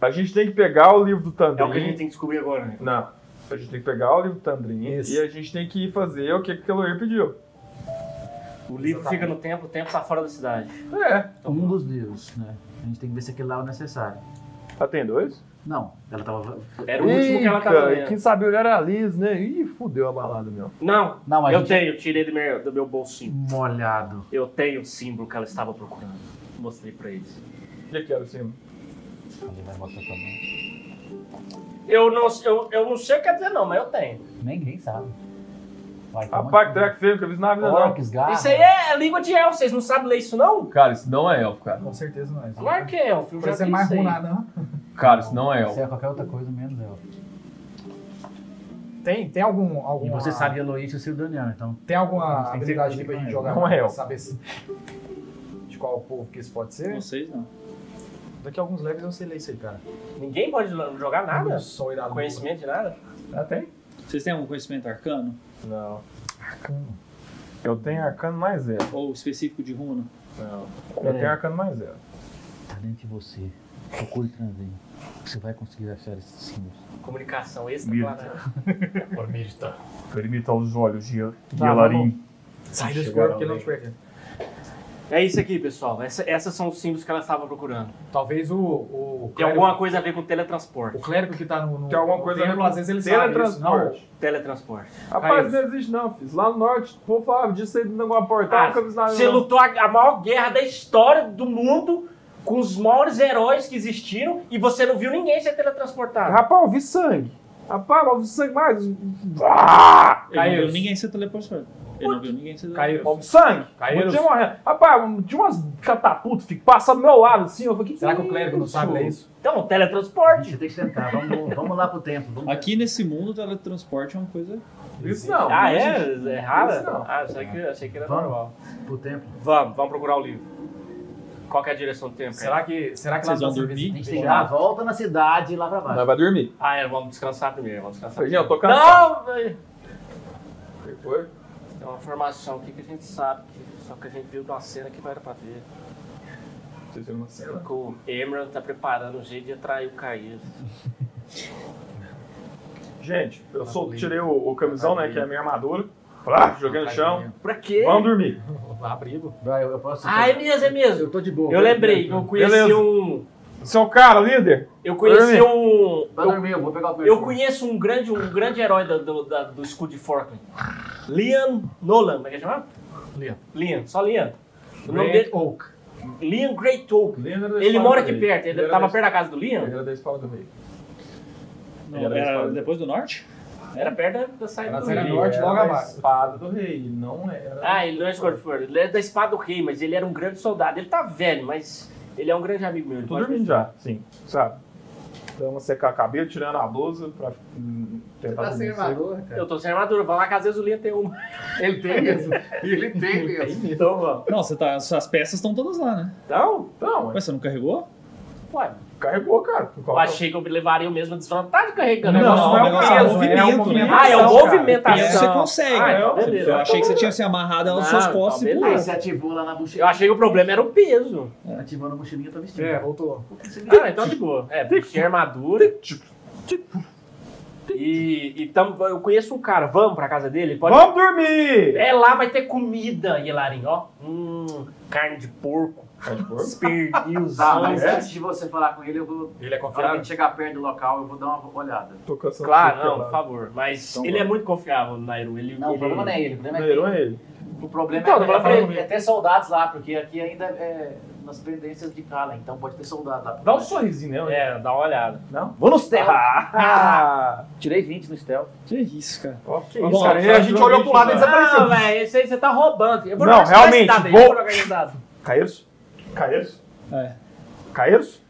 [SPEAKER 1] A gente tem que pegar o livro do
[SPEAKER 3] É o que a gente
[SPEAKER 1] Tandrin.
[SPEAKER 3] tem que descobrir agora, né?
[SPEAKER 1] Não. A gente tem que pegar o livro do Tandrin
[SPEAKER 8] Isso.
[SPEAKER 1] e a gente tem que fazer o que que o Eloir pediu.
[SPEAKER 3] O livro fica no templo, o templo tá fora da cidade.
[SPEAKER 1] É.
[SPEAKER 5] Um dos livros, né? A gente tem que ver se aquele lá é o necessário.
[SPEAKER 8] Tá
[SPEAKER 1] Ah, tem dois?
[SPEAKER 5] Não, ela tava.
[SPEAKER 3] Era o último que ela tava
[SPEAKER 8] Eita, e
[SPEAKER 3] lendo.
[SPEAKER 8] quem sabia olhar era a Liz, né? Ih, fudeu a balada, meu.
[SPEAKER 3] Não,
[SPEAKER 5] Não, a
[SPEAKER 3] eu
[SPEAKER 5] gente-
[SPEAKER 3] tenho. Tirei do meu, do meu bolsinho.
[SPEAKER 5] Molhado.
[SPEAKER 3] Eu tenho o símbolo que ela estava procurando. Mostrei pra eles.
[SPEAKER 1] E aqui era assim? o cima.
[SPEAKER 5] Ele vai mostrar também.
[SPEAKER 3] Eu não, eu, eu não sei o que quer dizer não, mas eu tenho.
[SPEAKER 5] Ninguém sabe. Vai,
[SPEAKER 8] Tá
[SPEAKER 1] Rapaz, que treco feio, que eu vi isso na vida não.
[SPEAKER 5] Orcs, garra.
[SPEAKER 3] Isso aí é língua de elfo, vocês não sabem ler isso não?
[SPEAKER 8] Cara, isso não é elfo, cara.
[SPEAKER 2] Com certeza não é.
[SPEAKER 3] Claro que é elfo, eu já
[SPEAKER 2] Parece ser
[SPEAKER 3] vi
[SPEAKER 2] mais
[SPEAKER 3] isso aí.
[SPEAKER 2] runado, né?
[SPEAKER 8] Cara, isso não é
[SPEAKER 5] Isso
[SPEAKER 8] elfo.
[SPEAKER 5] é qualquer outra coisa menos eu.
[SPEAKER 2] Tem, tem algum, algum.
[SPEAKER 5] E você sabe Eloísio e o Daniel, então.
[SPEAKER 2] Tem alguma
[SPEAKER 5] Tem que ser né?
[SPEAKER 2] habilidade
[SPEAKER 5] coisa
[SPEAKER 2] aqui pra
[SPEAKER 5] que
[SPEAKER 2] gente
[SPEAKER 5] não
[SPEAKER 1] é.
[SPEAKER 2] jogar?
[SPEAKER 1] Não é
[SPEAKER 2] pra
[SPEAKER 1] eu.
[SPEAKER 2] Saber se, de qual povo que isso pode ser?
[SPEAKER 4] Vocês não.
[SPEAKER 2] Daqui a alguns levels eu sei ler isso aí, cara.
[SPEAKER 3] Ninguém pode jogar nada,
[SPEAKER 2] Só irado.
[SPEAKER 3] conhecimento de nada.
[SPEAKER 1] Ah, tem?
[SPEAKER 4] Vocês têm algum conhecimento arcano?
[SPEAKER 1] Não. Eu tenho arcano mais zero.
[SPEAKER 4] Ou específico de runa?
[SPEAKER 1] Não. Eu
[SPEAKER 5] Pera aí.
[SPEAKER 1] tenho arcano mais zero.
[SPEAKER 5] Tá dentro de você. Procure transem. Você vai conseguir achar esses símbolos.
[SPEAKER 3] Comunicação extra,
[SPEAKER 1] Mito.
[SPEAKER 3] claro.
[SPEAKER 1] Quero imitar os olhos de
[SPEAKER 8] Tá,
[SPEAKER 2] Yelarim.
[SPEAKER 1] Sai
[SPEAKER 2] Desse corpo que ele não te pertence.
[SPEAKER 3] É isso aqui, pessoal. Essa- essas são os símbolos que ela estava procurando.
[SPEAKER 2] Talvez o. o
[SPEAKER 3] Tem alguma coisa a ver com teletransporte.
[SPEAKER 2] O clérigo que tá no. no
[SPEAKER 1] Tem alguma
[SPEAKER 2] no
[SPEAKER 1] coisa
[SPEAKER 2] templo,
[SPEAKER 1] a ver
[SPEAKER 2] às vezes ele sabe.
[SPEAKER 1] Teletransporte.
[SPEAKER 2] Isso,
[SPEAKER 3] Teletransporte.
[SPEAKER 1] Rapaz,
[SPEAKER 2] Raiz.
[SPEAKER 1] não existe não, fiz. Lá no norte, o povo falava disso aí dentro de alguma
[SPEAKER 3] Ah,
[SPEAKER 1] portal, ah, nunca
[SPEAKER 3] você lutou a, a maior guerra da história do mundo com os maiores heróis que existiram e você não viu ninguém ser teletransportado.
[SPEAKER 1] Rapaz, eu vi sangue. Rapaz, eu vi sangue mais. Ah!
[SPEAKER 4] Ele não viu
[SPEAKER 2] Caíros.
[SPEAKER 4] ninguém ser teleportado. Ele não viu ninguém ser
[SPEAKER 2] não.
[SPEAKER 4] teleportado.
[SPEAKER 2] Caíros.
[SPEAKER 1] Houve sangue.
[SPEAKER 2] Caíram.
[SPEAKER 1] Eu tinha morrendo. Rapaz, tinha umas catapultas, fica passando do meu lado assim. Eu falei, que
[SPEAKER 2] Será que o clérigo não sabe ler isso?
[SPEAKER 3] Então, teletransporte.
[SPEAKER 5] Você tem que sentar. Vamos, vamos lá pro templo. Vamos...
[SPEAKER 4] Aqui nesse mundo, teletransporte é uma coisa.
[SPEAKER 1] Isso não.
[SPEAKER 3] Ah,
[SPEAKER 1] não
[SPEAKER 3] é? É rara?
[SPEAKER 1] Isso não.
[SPEAKER 3] Ah, achei que, achei que era
[SPEAKER 5] Vamos.
[SPEAKER 3] normal.
[SPEAKER 5] Pro templo.
[SPEAKER 3] Vamos, vamos procurar o livro. Qual que é a direção do tempo? cara?
[SPEAKER 2] Será que. Será que lá
[SPEAKER 4] Vocês
[SPEAKER 2] no
[SPEAKER 4] vão dormir?
[SPEAKER 2] nosso
[SPEAKER 5] A gente tem que
[SPEAKER 2] Vamos
[SPEAKER 5] dar a
[SPEAKER 2] lá.
[SPEAKER 5] Ah, volta na cidade e ir lá pra baixo.
[SPEAKER 1] Mas vai dormir.
[SPEAKER 3] Ah, é, vamos descansar primeiro, vamos descansar
[SPEAKER 1] Serginho, eu
[SPEAKER 3] primeiro.
[SPEAKER 1] tô cansado.
[SPEAKER 3] Não, velho.
[SPEAKER 1] O que foi?
[SPEAKER 3] É uma formação aqui que a gente sabe, que- só que a gente viu de uma cena que não era pra ver.
[SPEAKER 1] Vocês viram uma cena?
[SPEAKER 3] Que o Emerald tá preparando um jeito de atrair o Caíro.
[SPEAKER 2] Tá
[SPEAKER 1] Gente, eu sou, tirei o, o camisão, né? Que é a minha armadura. Flá, joguei
[SPEAKER 2] Tá
[SPEAKER 1] no chão.
[SPEAKER 3] Pra quê?
[SPEAKER 1] Vamos dormir.
[SPEAKER 3] Abrigo.
[SPEAKER 8] Vai, eu eu posso.
[SPEAKER 3] Ah, é mesmo, é
[SPEAKER 5] Eu
[SPEAKER 3] mesmo.
[SPEAKER 5] tô de boa.
[SPEAKER 3] Eu lembrei, eu conheci
[SPEAKER 1] Beleza.
[SPEAKER 3] um.
[SPEAKER 1] Seu cara, líder.
[SPEAKER 3] Eu conheci
[SPEAKER 1] Dorme.
[SPEAKER 3] um.
[SPEAKER 5] Vai
[SPEAKER 3] eu-
[SPEAKER 5] dormir, eu vou pegar o
[SPEAKER 3] Eu
[SPEAKER 5] telefone.
[SPEAKER 3] conheço um grande, um grande herói do, do, da- do escudo de Forkland. Liam Nolan, como é que ele chama?
[SPEAKER 8] Liam.
[SPEAKER 3] Liam, só Liam. O nome
[SPEAKER 8] Great
[SPEAKER 3] dele
[SPEAKER 8] Oak.
[SPEAKER 3] Liam Great Oak.
[SPEAKER 8] Lembra da
[SPEAKER 3] Ele
[SPEAKER 8] escola
[SPEAKER 3] mora
[SPEAKER 8] do
[SPEAKER 3] aqui
[SPEAKER 8] rei.
[SPEAKER 3] perto, ele
[SPEAKER 8] Lembra
[SPEAKER 3] tava
[SPEAKER 8] da-
[SPEAKER 3] perto da casa do Liam.
[SPEAKER 8] Ele era da escola do rei.
[SPEAKER 4] Não,
[SPEAKER 8] Ele era
[SPEAKER 4] era
[SPEAKER 8] espada.
[SPEAKER 4] depois do norte?
[SPEAKER 3] Era perto da- da
[SPEAKER 2] É
[SPEAKER 3] saída
[SPEAKER 8] Era
[SPEAKER 3] do
[SPEAKER 8] da
[SPEAKER 3] Liam.
[SPEAKER 2] norte,
[SPEAKER 8] norte,
[SPEAKER 2] logo
[SPEAKER 8] logo a
[SPEAKER 2] abaixo.
[SPEAKER 8] espada do rei, não era.
[SPEAKER 3] Ah, ele não é escorpião, ele é da espada do rei, mas ele era um grande soldado. Ele tá velho, mas ele é um grande amigo meu. ele
[SPEAKER 1] Tô
[SPEAKER 3] pode-
[SPEAKER 1] dormindo já, sim, sabe? Então você secar a cabelo, tirando a blusa pra hum, tentar
[SPEAKER 5] Tá sem
[SPEAKER 1] dormir cedo.
[SPEAKER 5] armadura, cara.
[SPEAKER 3] Eu tô sem armadura, vai lá que às vezes o Liam tem um. uma.
[SPEAKER 5] Ele tem mesmo. Ele tem mesmo.
[SPEAKER 1] Então vamos.
[SPEAKER 4] Não, você tá, suas peças estão todas lá, né?
[SPEAKER 1] Então, então,
[SPEAKER 4] Mas você não carregou?
[SPEAKER 3] Ué,
[SPEAKER 1] carregou, cara. Por
[SPEAKER 3] eu
[SPEAKER 1] qual-
[SPEAKER 3] achei que eu levaria a mesma desvantagem carregando.
[SPEAKER 1] Não,
[SPEAKER 3] o negócio
[SPEAKER 1] não é o
[SPEAKER 3] peso.
[SPEAKER 1] peso,
[SPEAKER 4] movimento, né?
[SPEAKER 3] Ah, é o movimento.
[SPEAKER 4] Peso você consegue.
[SPEAKER 1] Ah, eu-
[SPEAKER 4] Eu achei que você tinha se amarrado ela nas suas
[SPEAKER 3] então Não,
[SPEAKER 4] costas e
[SPEAKER 3] então,
[SPEAKER 5] Aí
[SPEAKER 4] pulou.
[SPEAKER 3] beleza.
[SPEAKER 5] você ativou lá na mochilinha. É,
[SPEAKER 3] Eu achei que o problema era o peso.
[SPEAKER 5] Ativando a mochilinha, tá vestindo.
[SPEAKER 2] É, voltou.
[SPEAKER 3] Ah, então de boa. É, porque tinha armadura. E, e tam- eu conheço um cara, vamos pra casa dele? Pode...
[SPEAKER 1] Vamos dormir!
[SPEAKER 3] É, lá vai ter comida, Yelarin, ó. Hum, carne de porco, Ah,
[SPEAKER 5] Tá, mas
[SPEAKER 3] pernilzão.
[SPEAKER 5] antes de você falar com ele, eu vou.
[SPEAKER 3] Ele é
[SPEAKER 5] Na hora que a gente chegar perto do local, eu vou dar uma olhada.
[SPEAKER 1] Ah, Tô cansando.
[SPEAKER 3] Claro,
[SPEAKER 1] de
[SPEAKER 3] não,
[SPEAKER 1] ficar
[SPEAKER 3] por
[SPEAKER 1] lá.
[SPEAKER 3] favor. Mas
[SPEAKER 1] Então
[SPEAKER 3] ele é
[SPEAKER 1] vamos.
[SPEAKER 3] muito confiável, Nairu. Ele,
[SPEAKER 5] Não, o
[SPEAKER 3] ele-
[SPEAKER 5] problema não é ele, o problema é
[SPEAKER 1] Primeiro
[SPEAKER 5] que
[SPEAKER 1] é ele.
[SPEAKER 5] o problema
[SPEAKER 3] Então,
[SPEAKER 5] é,
[SPEAKER 3] eu vou lá
[SPEAKER 5] é,
[SPEAKER 3] falar
[SPEAKER 5] ter, é ter soldados lá, porque aqui ainda é nas pendências de Kala, então pode ter soldado lá.
[SPEAKER 8] Dá um sorrisinho, né?
[SPEAKER 3] É, dá uma olhada.
[SPEAKER 5] Vou no stealth!
[SPEAKER 1] Ah!
[SPEAKER 5] Tirei 20 no stealth.
[SPEAKER 4] Ah, Que isso, cara.
[SPEAKER 1] Ok,
[SPEAKER 4] Bom,
[SPEAKER 1] isso, cara.
[SPEAKER 2] a
[SPEAKER 1] Ele
[SPEAKER 2] gente
[SPEAKER 1] jogou
[SPEAKER 2] olhou pro lado e
[SPEAKER 1] 20, mano.
[SPEAKER 2] Desapareceu.
[SPEAKER 3] Não, velho, esse aí você tá roubando. Eu vou
[SPEAKER 1] Não,
[SPEAKER 3] organizar esse
[SPEAKER 1] realmente,
[SPEAKER 3] dado aí,
[SPEAKER 1] vou-
[SPEAKER 3] eu vou organizar.
[SPEAKER 1] Caeiros? Caeiros?
[SPEAKER 4] É.
[SPEAKER 1] Caeiros?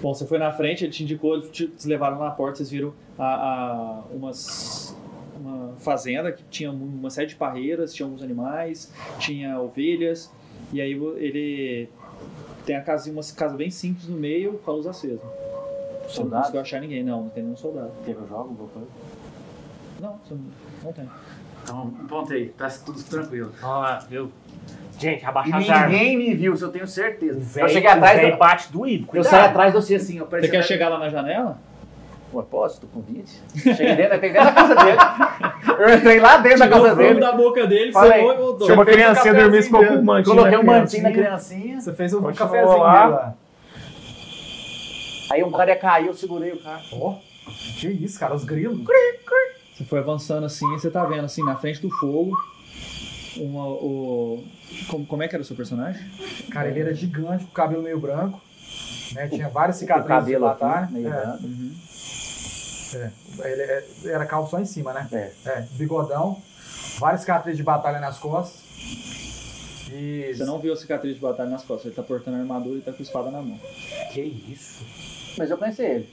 [SPEAKER 4] Bom, você foi na frente, ele te indicou, eles te, te levaram na porta, vocês viram a, a- umas, uma fazenda que tinha mu- uma série de parreiras, tinha alguns animais, tinha ovelhas, e aí vo- ele tem a casa, uma casa bem simples no meio, com a luz acesa. Você não
[SPEAKER 5] Soldado?
[SPEAKER 4] conseguiu achar ninguém, não, não tem nenhum soldado.
[SPEAKER 5] Teve o jogo, alguma coisa?
[SPEAKER 4] Não, você não, não tem.
[SPEAKER 5] Então, apontei, tá tudo tranquilo.
[SPEAKER 3] Ah, viu? Gente,
[SPEAKER 5] E
[SPEAKER 3] abaixar as armas.
[SPEAKER 5] ninguém me viu, isso eu tenho certeza.
[SPEAKER 3] Véi,
[SPEAKER 5] eu cheguei atrás,
[SPEAKER 3] véi
[SPEAKER 5] eu,
[SPEAKER 3] bate doído.
[SPEAKER 5] eu
[SPEAKER 3] Cuidado.
[SPEAKER 5] saí atrás de você assim, eu
[SPEAKER 4] Você
[SPEAKER 5] parei
[SPEAKER 4] quer chegar lá na janela?
[SPEAKER 5] Pô, posso? Tô com 20? Cheguei dentro, eu entrei dentro da casa dele. Eu entrei lá dentro da casa dele.
[SPEAKER 4] da boca dele,
[SPEAKER 5] Fala aí.
[SPEAKER 4] foi e voltou.
[SPEAKER 1] Se uma criancinha dormisse, ficou com um mantinho.
[SPEAKER 5] Coloquei
[SPEAKER 1] na
[SPEAKER 5] um mantinho na
[SPEAKER 1] criancinha.
[SPEAKER 5] criancinha.
[SPEAKER 2] Você fez um
[SPEAKER 1] Continuou
[SPEAKER 2] cafezinho
[SPEAKER 1] lá.
[SPEAKER 2] dele lá.
[SPEAKER 5] Aí um cara ia cair, eu segurei o cara.
[SPEAKER 2] Que isso, cara, os grilos.
[SPEAKER 4] Você foi avançando assim, você tá vendo assim, na frente do fogo, uma, o... Como, como é que era o seu personagem?
[SPEAKER 2] Cara, ele era gigante, com o cabelo meio branco. Né? Tinha várias
[SPEAKER 5] O
[SPEAKER 2] cicatrizes
[SPEAKER 5] cabelo
[SPEAKER 2] lá,
[SPEAKER 5] aqui, né?
[SPEAKER 2] tá?
[SPEAKER 5] meio uhum.
[SPEAKER 2] É.
[SPEAKER 5] grande.
[SPEAKER 2] Ele é- era calvo só em cima, né?
[SPEAKER 5] É.
[SPEAKER 2] bigodão, várias cicatrizes de batalha nas costas. E.
[SPEAKER 4] Você não viu a cicatriz de batalha nas costas, ele tá portando a armadura e tá com a espada na mão.
[SPEAKER 3] Que isso?
[SPEAKER 5] Mas eu conheci ele,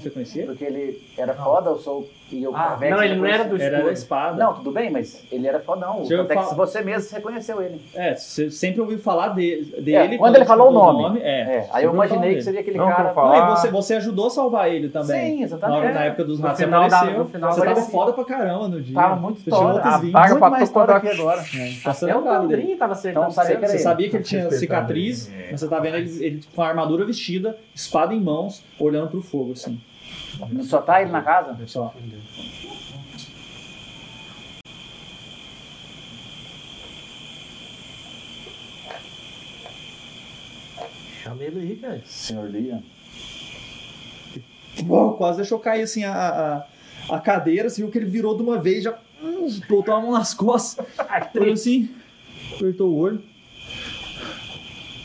[SPEAKER 4] Você conhecia? ele?
[SPEAKER 5] porque ele era foda, eu sou. E eu
[SPEAKER 2] Ah,
[SPEAKER 5] Vex,
[SPEAKER 3] não, ele
[SPEAKER 5] eu
[SPEAKER 3] não era
[SPEAKER 5] conheci.
[SPEAKER 3] do
[SPEAKER 4] Era a
[SPEAKER 3] escudo.
[SPEAKER 4] espada.
[SPEAKER 5] Não, tudo bem, mas ele era fodão.
[SPEAKER 4] Deixa eu
[SPEAKER 5] Até que
[SPEAKER 4] falar-
[SPEAKER 5] você mesmo reconheceu ele.
[SPEAKER 4] É, você sempre ouviu falar de- dele.
[SPEAKER 5] É, quando ele falou o
[SPEAKER 4] escutou
[SPEAKER 5] nome.
[SPEAKER 4] é,
[SPEAKER 5] É, aí
[SPEAKER 4] sempre
[SPEAKER 5] eu
[SPEAKER 4] ouviu falar
[SPEAKER 5] imaginei que
[SPEAKER 4] dele.
[SPEAKER 5] seria aquele
[SPEAKER 1] Não, que eu
[SPEAKER 5] cara.
[SPEAKER 1] falo.
[SPEAKER 4] Não,
[SPEAKER 1] falar.
[SPEAKER 4] e você, você ajudou a salvar ele também.
[SPEAKER 5] Sim,
[SPEAKER 4] na, hora-
[SPEAKER 5] exatamente. É,
[SPEAKER 4] na época dos
[SPEAKER 2] No
[SPEAKER 4] ratos, você
[SPEAKER 2] final da-
[SPEAKER 4] apareceu.
[SPEAKER 2] no final
[SPEAKER 4] você tava
[SPEAKER 2] apareceu.
[SPEAKER 4] foda pra caramba no dia.
[SPEAKER 5] Tava muito
[SPEAKER 4] Você tirou
[SPEAKER 5] história.
[SPEAKER 4] outras
[SPEAKER 5] Ah,
[SPEAKER 4] 20.
[SPEAKER 5] Paga
[SPEAKER 1] Paga
[SPEAKER 5] pra
[SPEAKER 1] pra
[SPEAKER 5] mais
[SPEAKER 1] tu
[SPEAKER 5] história
[SPEAKER 1] contar
[SPEAKER 5] aqui agora.
[SPEAKER 4] É, tá sendo
[SPEAKER 5] um
[SPEAKER 3] Até o
[SPEAKER 4] cara dele.
[SPEAKER 3] Tandrinho tava acertando.
[SPEAKER 5] Então, sabe-
[SPEAKER 4] Você
[SPEAKER 5] Peraí.
[SPEAKER 4] sabia que ele tinha
[SPEAKER 8] Respeitando
[SPEAKER 4] cicatriz, mas você tá vendo ele, ele com a armadura vestida, espada em mãos, olhando pro fogo, assim.
[SPEAKER 5] Só tá ele na casa?
[SPEAKER 4] Só.
[SPEAKER 3] Chama ele aí, cara.
[SPEAKER 5] Senhor Liam.
[SPEAKER 4] Uou, quase deixou cair assim a, a, a cadeira, você viu que ele virou de uma vez, já hum, botou a mão nas costas, olhou assim, apertou o olho.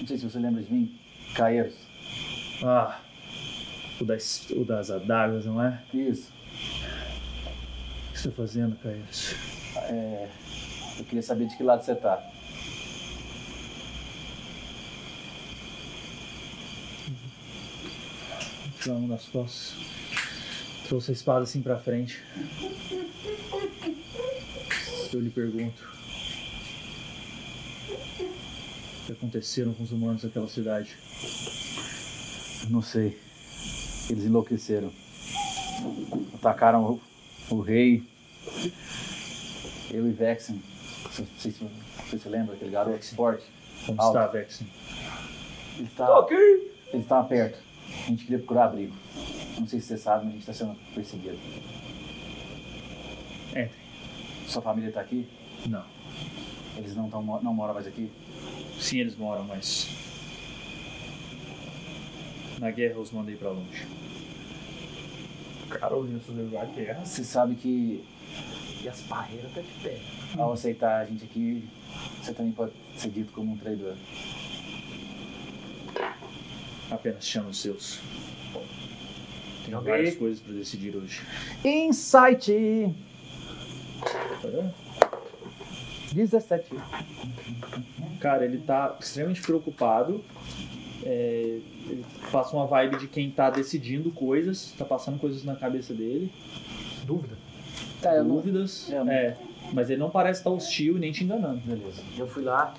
[SPEAKER 5] Não sei se você lembra de mim. Caeiros.
[SPEAKER 4] Ah, o das, o das adagas, não é?
[SPEAKER 5] Isso.
[SPEAKER 4] O que você tá fazendo, Caíros?
[SPEAKER 5] Eu queria saber de que lado você tá.
[SPEAKER 4] Tirou a mão nas costas, trouxe a espada assim pra frente. Eu lhe pergunto, o que aconteceram com os humanos daquela cidade?
[SPEAKER 5] Não sei. Eles enlouqueceram. Atacaram o, o rei. Eu e Vexen. Não sei se não sei se você lembra aquele garoto
[SPEAKER 4] Vexen.
[SPEAKER 5] forte.
[SPEAKER 4] Como
[SPEAKER 5] Alto.
[SPEAKER 4] está, Vexen?
[SPEAKER 5] Ele tá estava ele tava perto. A gente queria procurar abrigo. Não sei se você sabe, mas a gente está sendo perseguido.
[SPEAKER 4] Entre.
[SPEAKER 5] Sua família tá aqui?
[SPEAKER 4] Não.
[SPEAKER 5] Eles não, tão, mo- não moram mais aqui?
[SPEAKER 4] Sim, eles moram, mas. Na guerra eu os mandei pra longe.
[SPEAKER 1] Carolina sobreviveu à guerra.
[SPEAKER 5] Você sabe que
[SPEAKER 3] E as barreiras tá de pé.
[SPEAKER 4] Hum.
[SPEAKER 5] ao aceitar a gente aqui, você também pode ser dito como um traidor.
[SPEAKER 4] Apenas chama os seus. Tenho
[SPEAKER 3] Joga
[SPEAKER 4] várias
[SPEAKER 3] aí.
[SPEAKER 4] coisas pra decidir hoje.
[SPEAKER 5] Insight 17.
[SPEAKER 4] Cara, ele tá extremamente preocupado. É, ele passa uma vibe de quem tá decidindo coisas, tá passando coisas na cabeça dele,
[SPEAKER 7] Dúvida.
[SPEAKER 5] Tá, eu não...
[SPEAKER 4] dúvidas.
[SPEAKER 5] eu não-
[SPEAKER 4] É, mas ele não parece estar hostil e nem te enganando.
[SPEAKER 5] Beleza.
[SPEAKER 3] Eu fui lá.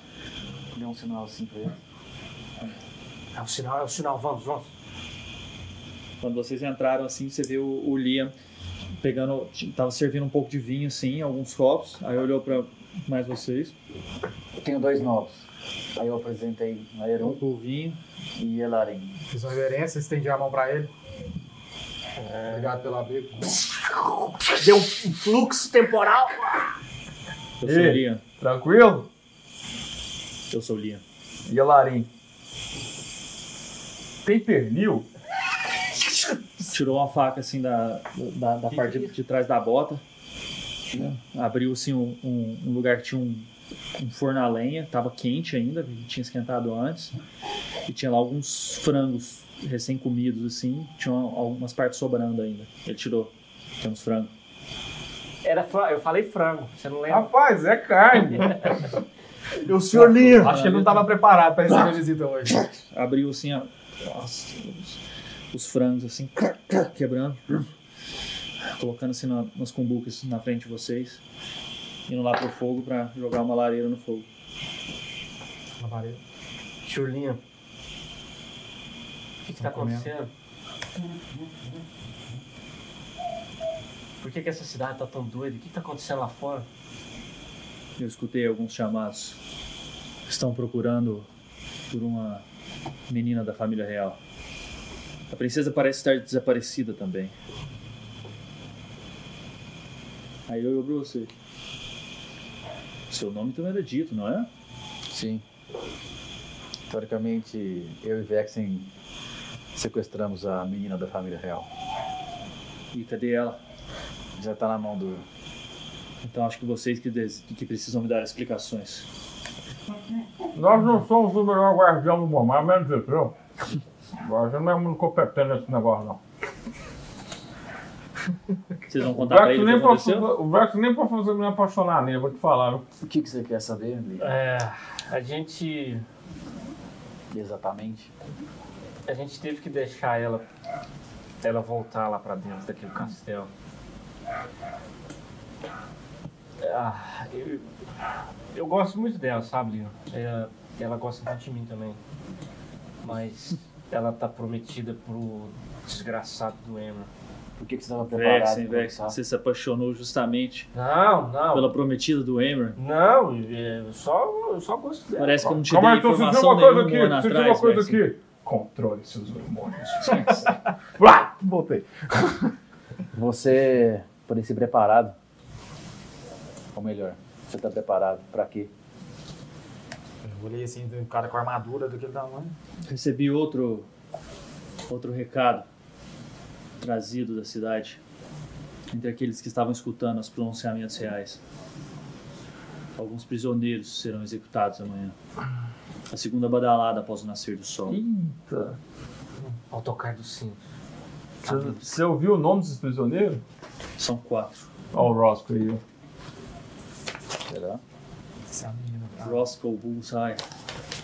[SPEAKER 5] Deu um sinal assim pra ele.
[SPEAKER 3] É
[SPEAKER 5] um
[SPEAKER 3] o sinal, é o sinal. Vamos, vamos.
[SPEAKER 4] Quando vocês entraram assim, você vê o, o Liam pegando, tava servindo um pouco de vinho assim, alguns copos. Aí olhou pra mais vocês,
[SPEAKER 5] Eu tenho dois novos. Aí eu apresentei a Heron
[SPEAKER 4] o vinho.
[SPEAKER 5] e Elaren.
[SPEAKER 7] Fiz uma reverência, estendi a mão pra ele. Obrigado pelo abrigo.
[SPEAKER 3] Deu um fluxo temporal.
[SPEAKER 4] Eu sou
[SPEAKER 1] Ei.
[SPEAKER 4] o Liam.
[SPEAKER 1] Tranquilo?
[SPEAKER 4] Eu sou o Liam.
[SPEAKER 1] E a Larim? Tem pernil?
[SPEAKER 4] Tirou uma faca assim da, da, da parte de, de trás da bota. Abriu assim um, um- um lugar que tinha um, um forno a lenha, tava quente ainda, porque tinha esquentado antes. E tinha lá alguns frangos recém-comidos assim, tinha algumas partes sobrando ainda. Ele tirou. Tem uns frangos.
[SPEAKER 3] Era fra- Eu falei frango. Você não lembra?
[SPEAKER 1] Rapaz, é carne.
[SPEAKER 9] O senhor Lear.
[SPEAKER 7] Acho que ele não tava preparado pra receber visita hoje.
[SPEAKER 4] Abriu assim a- nossa, os, os frangos assim, quebrando, colocando assim na, nas cumbucas na frente de vocês, indo lá pro fogo pra jogar uma lareira no fogo.
[SPEAKER 7] Na parede.
[SPEAKER 3] Chulinha. O que, que tá
[SPEAKER 7] Tão comendo.
[SPEAKER 3] acontecendo? Por que, que essa cidade tá tão doida? O que, que tá acontecendo lá fora?
[SPEAKER 4] Eu escutei alguns chamados. Estão procurando por uma menina da família real. A princesa parece estar desaparecida também. Aí eu olho pra você. Seu nome também era dito, não é?
[SPEAKER 5] Sim. Teoricamente, eu e Vexen sequestramos a menina da família real.
[SPEAKER 4] E cadê ela?
[SPEAKER 5] Já tá na mão do.
[SPEAKER 4] Então acho que vocês que, des- que precisam me dar explicações.
[SPEAKER 1] Nós não somos o melhor guardião do mundo, mas menos isso, viu? O guardião não é muito competente nesse negócio, não.
[SPEAKER 4] Vocês vão
[SPEAKER 1] O
[SPEAKER 4] contar pra
[SPEAKER 1] Vex
[SPEAKER 4] ele o que
[SPEAKER 1] nem, pra,
[SPEAKER 4] aconteceu?
[SPEAKER 1] o Vex nem pra fazer me apaixonar nele, vou te falar, viu?
[SPEAKER 5] O que, que você quer saber, Lee?
[SPEAKER 3] É, a gente.
[SPEAKER 5] Exatamente.
[SPEAKER 3] A gente teve que deixar ela. Ela voltar lá pra dentro daquele castelo. Ah, eu, eu gosto muito dela, sabe, Lino? É, ela gosta muito de mim também. Mas ela tá prometida pro desgraçado do Emma.
[SPEAKER 5] Por que, que você tava preparado?
[SPEAKER 4] Vexen,
[SPEAKER 5] pra
[SPEAKER 4] Vexen,
[SPEAKER 5] lutar?
[SPEAKER 4] você se apaixonou justamente
[SPEAKER 3] Não, não.
[SPEAKER 4] pela prometida do Emer.
[SPEAKER 3] Não, eu só, eu só gosto dela.
[SPEAKER 4] Parece que eu não te dei
[SPEAKER 1] Calma aí, tô sentindo
[SPEAKER 4] informação
[SPEAKER 1] uma coisa
[SPEAKER 4] nenhuma
[SPEAKER 1] aqui,
[SPEAKER 4] um ano
[SPEAKER 1] tô sentindo uma
[SPEAKER 4] atrás,
[SPEAKER 1] coisa
[SPEAKER 4] Vexen.
[SPEAKER 1] aqui. Controle seus hormônios.
[SPEAKER 9] Plá! Voltei.
[SPEAKER 5] Você poderia ser preparado. Ou melhor, você tá preparado pra quê?
[SPEAKER 7] Eu olhei assim, tem um cara com armadura daquele tamanho.
[SPEAKER 4] Recebi outro, outro recado trazido da cidade entre aqueles que estavam escutando os pronunciamentos reais. Alguns prisioneiros serão executados amanhã. A segunda badalada após o nascer do sol.
[SPEAKER 1] Eita.
[SPEAKER 3] Ao tocar do cinto.
[SPEAKER 1] Você- Você ouviu o nome desses prisioneiros?
[SPEAKER 4] São quatro.
[SPEAKER 1] Olha o Roscoe aí. ó.
[SPEAKER 5] Será?
[SPEAKER 7] Essa menina. cara.
[SPEAKER 4] Roscoe Bullseye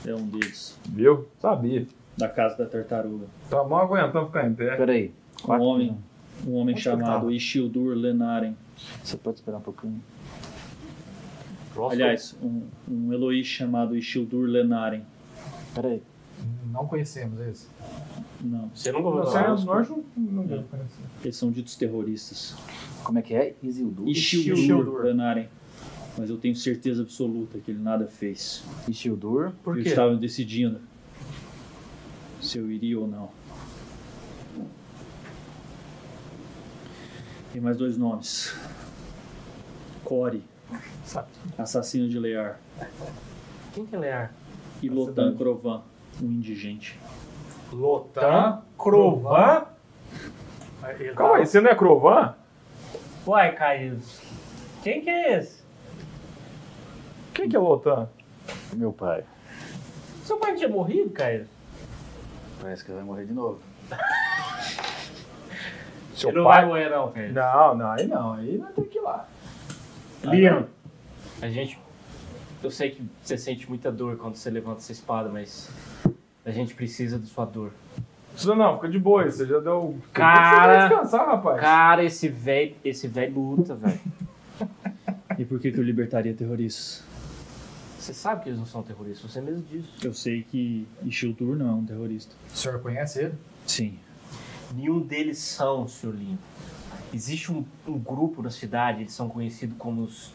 [SPEAKER 4] é um deles,
[SPEAKER 1] Viu? Sabia.
[SPEAKER 4] da casa da tartaruga.
[SPEAKER 1] Tá mal aguentando ficar em pé.
[SPEAKER 5] Peraí.
[SPEAKER 4] Um homem, um homem
[SPEAKER 7] Onde que ele
[SPEAKER 4] chamado
[SPEAKER 7] tava?
[SPEAKER 4] Isildur Lenaren.
[SPEAKER 5] Você pode esperar um pouquinho?
[SPEAKER 4] Aliás, um, um Eloís chamado Isildur Lenaren.
[SPEAKER 5] Peraí.
[SPEAKER 7] Não conhecemos esse.
[SPEAKER 4] Não,
[SPEAKER 3] Você não
[SPEAKER 1] Nós
[SPEAKER 3] gostou?
[SPEAKER 1] é, nós não, não deve parecer.
[SPEAKER 4] eles são ditos terroristas.
[SPEAKER 5] Como é que é? Isildur?
[SPEAKER 4] Isildur,
[SPEAKER 7] Isildur.
[SPEAKER 4] Lenaren. Mas eu tenho certeza absoluta que ele nada fez.
[SPEAKER 5] Isildur.
[SPEAKER 7] Por
[SPEAKER 4] Eles
[SPEAKER 7] quê?
[SPEAKER 4] estavam decidindo se eu iria ou não. Tem mais dois nomes. Core Assassino de Lear
[SPEAKER 3] Quem que é Lear?
[SPEAKER 4] e Lotan Crovan, um indigente.
[SPEAKER 3] Lotan Crovan? Ele tá-
[SPEAKER 1] Calma aí, você não é Crovan?
[SPEAKER 3] Uai, Caio. Quem que é esse?
[SPEAKER 1] Quem que é Lotan?
[SPEAKER 10] Meu pai.
[SPEAKER 3] Seu pai não tinha morrido, Caio?
[SPEAKER 10] Parece que vai morrer de novo.
[SPEAKER 1] Seu
[SPEAKER 3] Ele não vai
[SPEAKER 1] pai?
[SPEAKER 3] morrer, não, Caio.
[SPEAKER 1] Não, não, aí não, aí nós temos que ir lá.
[SPEAKER 3] Liam. A gente. Eu sei que você sente muita dor quando você levanta essa espada, mas. A gente precisa da sua dor.
[SPEAKER 1] Isso não, fica de boa, você já deu.
[SPEAKER 3] Cara.
[SPEAKER 1] Deixa eu descansar, rapaz.
[SPEAKER 3] Cara, esse velho. Esse velho luta, velho.
[SPEAKER 4] E por que, que eu libertaria terroristas?
[SPEAKER 3] Você sabe que eles não são terroristas, você mesmo disse.
[SPEAKER 4] Eu sei que Ishildur não é um terrorista.
[SPEAKER 7] O senhor conhece ele?
[SPEAKER 4] Sim.
[SPEAKER 3] Nenhum deles são, senhor Liam. Existe um, um grupo na cidade, eles são conhecidos como os.
[SPEAKER 10] O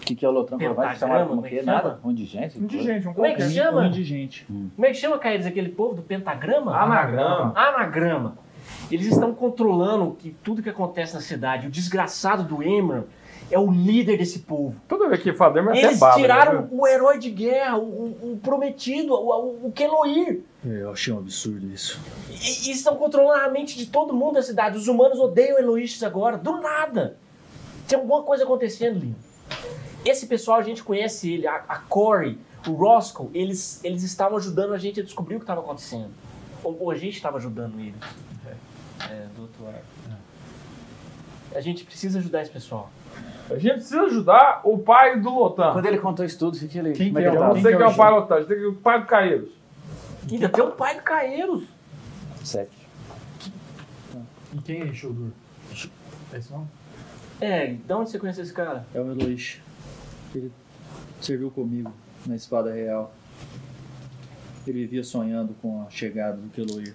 [SPEAKER 10] que, que é o Lotran? Vai
[SPEAKER 3] Pentagrama,
[SPEAKER 10] chamar como
[SPEAKER 3] como é
[SPEAKER 10] que?
[SPEAKER 3] que
[SPEAKER 10] Nada?
[SPEAKER 3] chama?
[SPEAKER 10] Indigente?
[SPEAKER 1] Indigente, um
[SPEAKER 3] Como é que
[SPEAKER 1] qualquer.
[SPEAKER 4] Um
[SPEAKER 3] chama?
[SPEAKER 4] indigente.
[SPEAKER 3] Como é que chama, Caídos, aquele povo do pentagrama?
[SPEAKER 7] Ah,
[SPEAKER 1] Anagrama.
[SPEAKER 3] Anagrama. Ah, Eles estão controlando que, tudo que acontece na cidade. O desgraçado do Emran é o líder desse povo.
[SPEAKER 1] Toda vez que fala dele, mas
[SPEAKER 3] Eles
[SPEAKER 1] é bárbaro.
[SPEAKER 3] tiraram
[SPEAKER 1] né?
[SPEAKER 3] o herói de guerra, o, o- o prometido, o, o, o Keloir.
[SPEAKER 4] Eu achei um absurdo isso.
[SPEAKER 3] E, e estão controlando a mente de todo mundo da cidade. Os humanos odeiam Eloístes agora, do nada. Tem alguma coisa acontecendo, Lino. Esse pessoal, a gente conhece ele, a, a Corey, o Roscoe, eles, eles estavam ajudando a gente a descobrir o que estava acontecendo. Ou, ou a gente estava ajudando ele. É, do outro lado. A gente precisa ajudar esse pessoal.
[SPEAKER 1] A gente precisa ajudar o pai do Lotan.
[SPEAKER 10] Quando ele contou isso tudo, o que que ele.
[SPEAKER 7] Quem
[SPEAKER 10] como
[SPEAKER 7] que é
[SPEAKER 10] ele
[SPEAKER 1] Eu
[SPEAKER 10] tava?
[SPEAKER 1] não
[SPEAKER 7] Quem
[SPEAKER 1] sei
[SPEAKER 7] que
[SPEAKER 1] quem é
[SPEAKER 7] é
[SPEAKER 1] o pai do Lotan, a gente tem que o pai do Caíros.
[SPEAKER 3] Ainda tem o pai do Caeiros.
[SPEAKER 10] Sete.
[SPEAKER 7] E quem é Ishildur? É esse nome?
[SPEAKER 3] É, de onde você conhece esse cara?
[SPEAKER 4] É o Eloish. Ele serviu comigo na espada real. Ele vivia sonhando com a chegada do Keloir.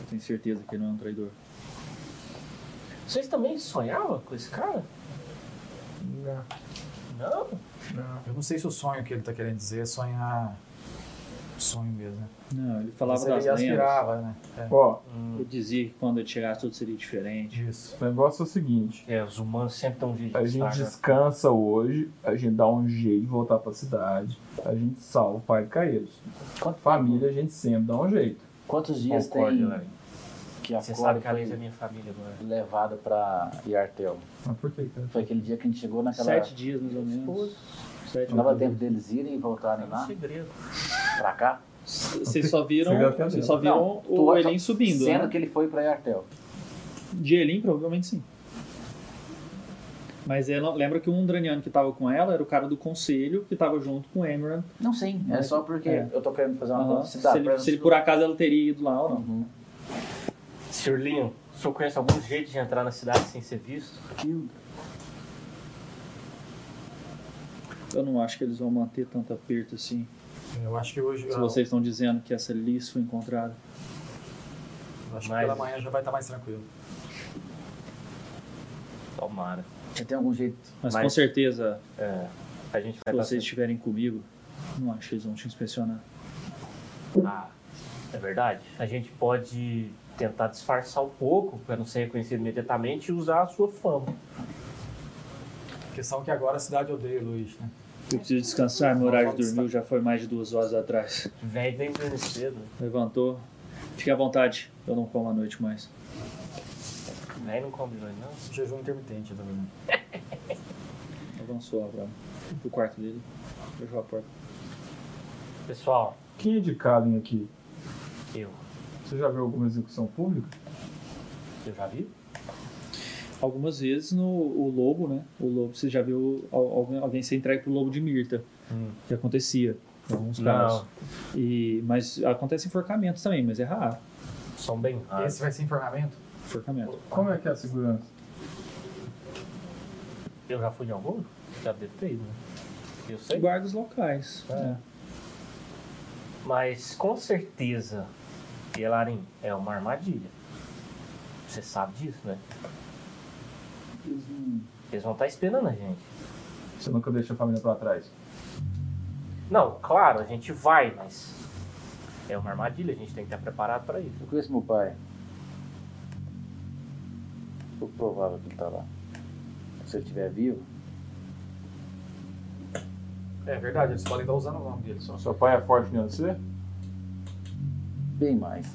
[SPEAKER 4] Eu tenho certeza que ele não é um traidor.
[SPEAKER 3] Vocês também sonhavam com esse cara? Não.
[SPEAKER 7] Eu não sei se o sonho que ele tá querendo dizer é sonhar. Sonho mesmo, né?
[SPEAKER 4] Não, ele falava
[SPEAKER 7] Mas ele
[SPEAKER 4] das lendas.
[SPEAKER 7] aspirava, né?
[SPEAKER 10] É.
[SPEAKER 1] Ó,
[SPEAKER 4] Ele dizia que quando ele chegasse tudo seria
[SPEAKER 7] É,
[SPEAKER 4] diferente.
[SPEAKER 7] Isso.
[SPEAKER 1] o negócio é o seguinte.
[SPEAKER 3] É, os humanos sempre dão um jeito
[SPEAKER 1] A
[SPEAKER 3] de
[SPEAKER 1] gente
[SPEAKER 3] estar, né?
[SPEAKER 1] descansa hoje, a gente dá um jeito de voltar pra cidade, a gente salva o pai do Caíros.
[SPEAKER 10] Quanto-
[SPEAKER 1] Família, a gente sempre dá um jeito.
[SPEAKER 10] Quantos dias
[SPEAKER 3] Concordo,
[SPEAKER 10] tem
[SPEAKER 3] Larry.
[SPEAKER 10] Hum. que a
[SPEAKER 3] Você
[SPEAKER 10] Cora
[SPEAKER 3] sabe que a Leis é
[SPEAKER 10] foi
[SPEAKER 3] minha família agora.
[SPEAKER 10] levada pra Iartel?
[SPEAKER 1] Mas por que, cara?
[SPEAKER 10] Foi aquele dia que a gente chegou naquela.
[SPEAKER 4] Sete dias mais ou menos. Sete
[SPEAKER 10] Não dava
[SPEAKER 4] dias.
[SPEAKER 10] tempo deles irem e voltarem lá
[SPEAKER 3] segredo.
[SPEAKER 10] pra cá?
[SPEAKER 4] Vocês só viram,
[SPEAKER 1] Chega até
[SPEAKER 4] vocês só
[SPEAKER 10] Não,
[SPEAKER 4] viram
[SPEAKER 10] tu- tá
[SPEAKER 4] o Elin subindo.
[SPEAKER 10] Sendo
[SPEAKER 4] Né?
[SPEAKER 10] que ele foi pra Iartel.
[SPEAKER 4] De Elin, provavelmente sim. Mas ela, lembra que o Undraniano que tava com ela era o cara do conselho que tava junto com o Emerald.
[SPEAKER 10] Não sei, é só porque
[SPEAKER 4] É.
[SPEAKER 10] eu tô querendo fazer uma
[SPEAKER 4] Aham.
[SPEAKER 10] uhum.
[SPEAKER 4] Se,
[SPEAKER 10] cidade.
[SPEAKER 4] ele, se ele por acaso ela teria ido lá ou não.
[SPEAKER 10] Uhum.
[SPEAKER 3] Sr. Leon, o senhor conhece algum jeito de entrar na cidade sem ser visto?
[SPEAKER 4] Eu não acho que eles vão manter tanto aperto assim.
[SPEAKER 7] Eu acho que hoje.
[SPEAKER 4] Se vocês estão dizendo que essa Liz foi encontrada.
[SPEAKER 7] eu acho que
[SPEAKER 3] Mas-
[SPEAKER 7] pela manhã já vai estar mais tranquilo.
[SPEAKER 3] Tomara.
[SPEAKER 10] Você tem algum jeito?
[SPEAKER 4] Mas,
[SPEAKER 3] Mas-
[SPEAKER 4] com certeza,
[SPEAKER 3] É, a gente
[SPEAKER 4] se
[SPEAKER 3] vai
[SPEAKER 4] vocês
[SPEAKER 3] estar...
[SPEAKER 4] estiverem comigo, não acho que eles vão te inspecionar.
[SPEAKER 3] sempre- Ah, é verdade. A gente pode tentar disfarçar um pouco, pra não ser reconhecido imediatamente, e usar a sua fama.
[SPEAKER 7] A questão é que agora a cidade odeia o Luiz, né?
[SPEAKER 4] Eu preciso descansar, meu horário de dormir já foi mais de duas horas atrás.
[SPEAKER 3] Velho vem dormir cedo.
[SPEAKER 4] Levantou. Fique à vontade, eu não como à noite mais.
[SPEAKER 3] Velho não come dois, não.
[SPEAKER 7] Jejum intermitente, tá vendo?
[SPEAKER 4] Avançou Abraão pro quarto dele, fechou a porta.
[SPEAKER 3] Pessoal,
[SPEAKER 1] Quem é de Kalin aqui?
[SPEAKER 3] eu.
[SPEAKER 1] Você já viu alguma execução pública?
[SPEAKER 3] Eu já vi?
[SPEAKER 4] Algumas vezes no o lobo, né? O lobo, você já viu al- alguém, alguém ser entregue pro lobo de Mirta, que acontecia em alguns casos. E, mas acontece enforcamentos também, mas é raro.
[SPEAKER 3] São bem raros.
[SPEAKER 7] Esse vai ser enforcamento?
[SPEAKER 4] Enforcamento.
[SPEAKER 1] Como é que é a segurança?
[SPEAKER 3] Eu já fui em algum? Já devo ter ido, né? Eu sei.
[SPEAKER 4] Guardas locais.
[SPEAKER 7] É,
[SPEAKER 4] né?
[SPEAKER 3] Mas com certeza, Elarim é uma armadilha. Você sabe disso, né? Eles vão estar esperando a gente.
[SPEAKER 1] Você nunca deixa a família pra trás.
[SPEAKER 3] Não, claro, a gente vai, mas é uma armadilha, a gente tem que estar preparado para isso.
[SPEAKER 10] Eu conheço meu pai. pouco provável que ele tá lá. Se ele estiver vivo,
[SPEAKER 7] É verdade, eles podem estar usando o nome dele só.
[SPEAKER 1] Seu pai é forte que nem você?
[SPEAKER 10] bem mais.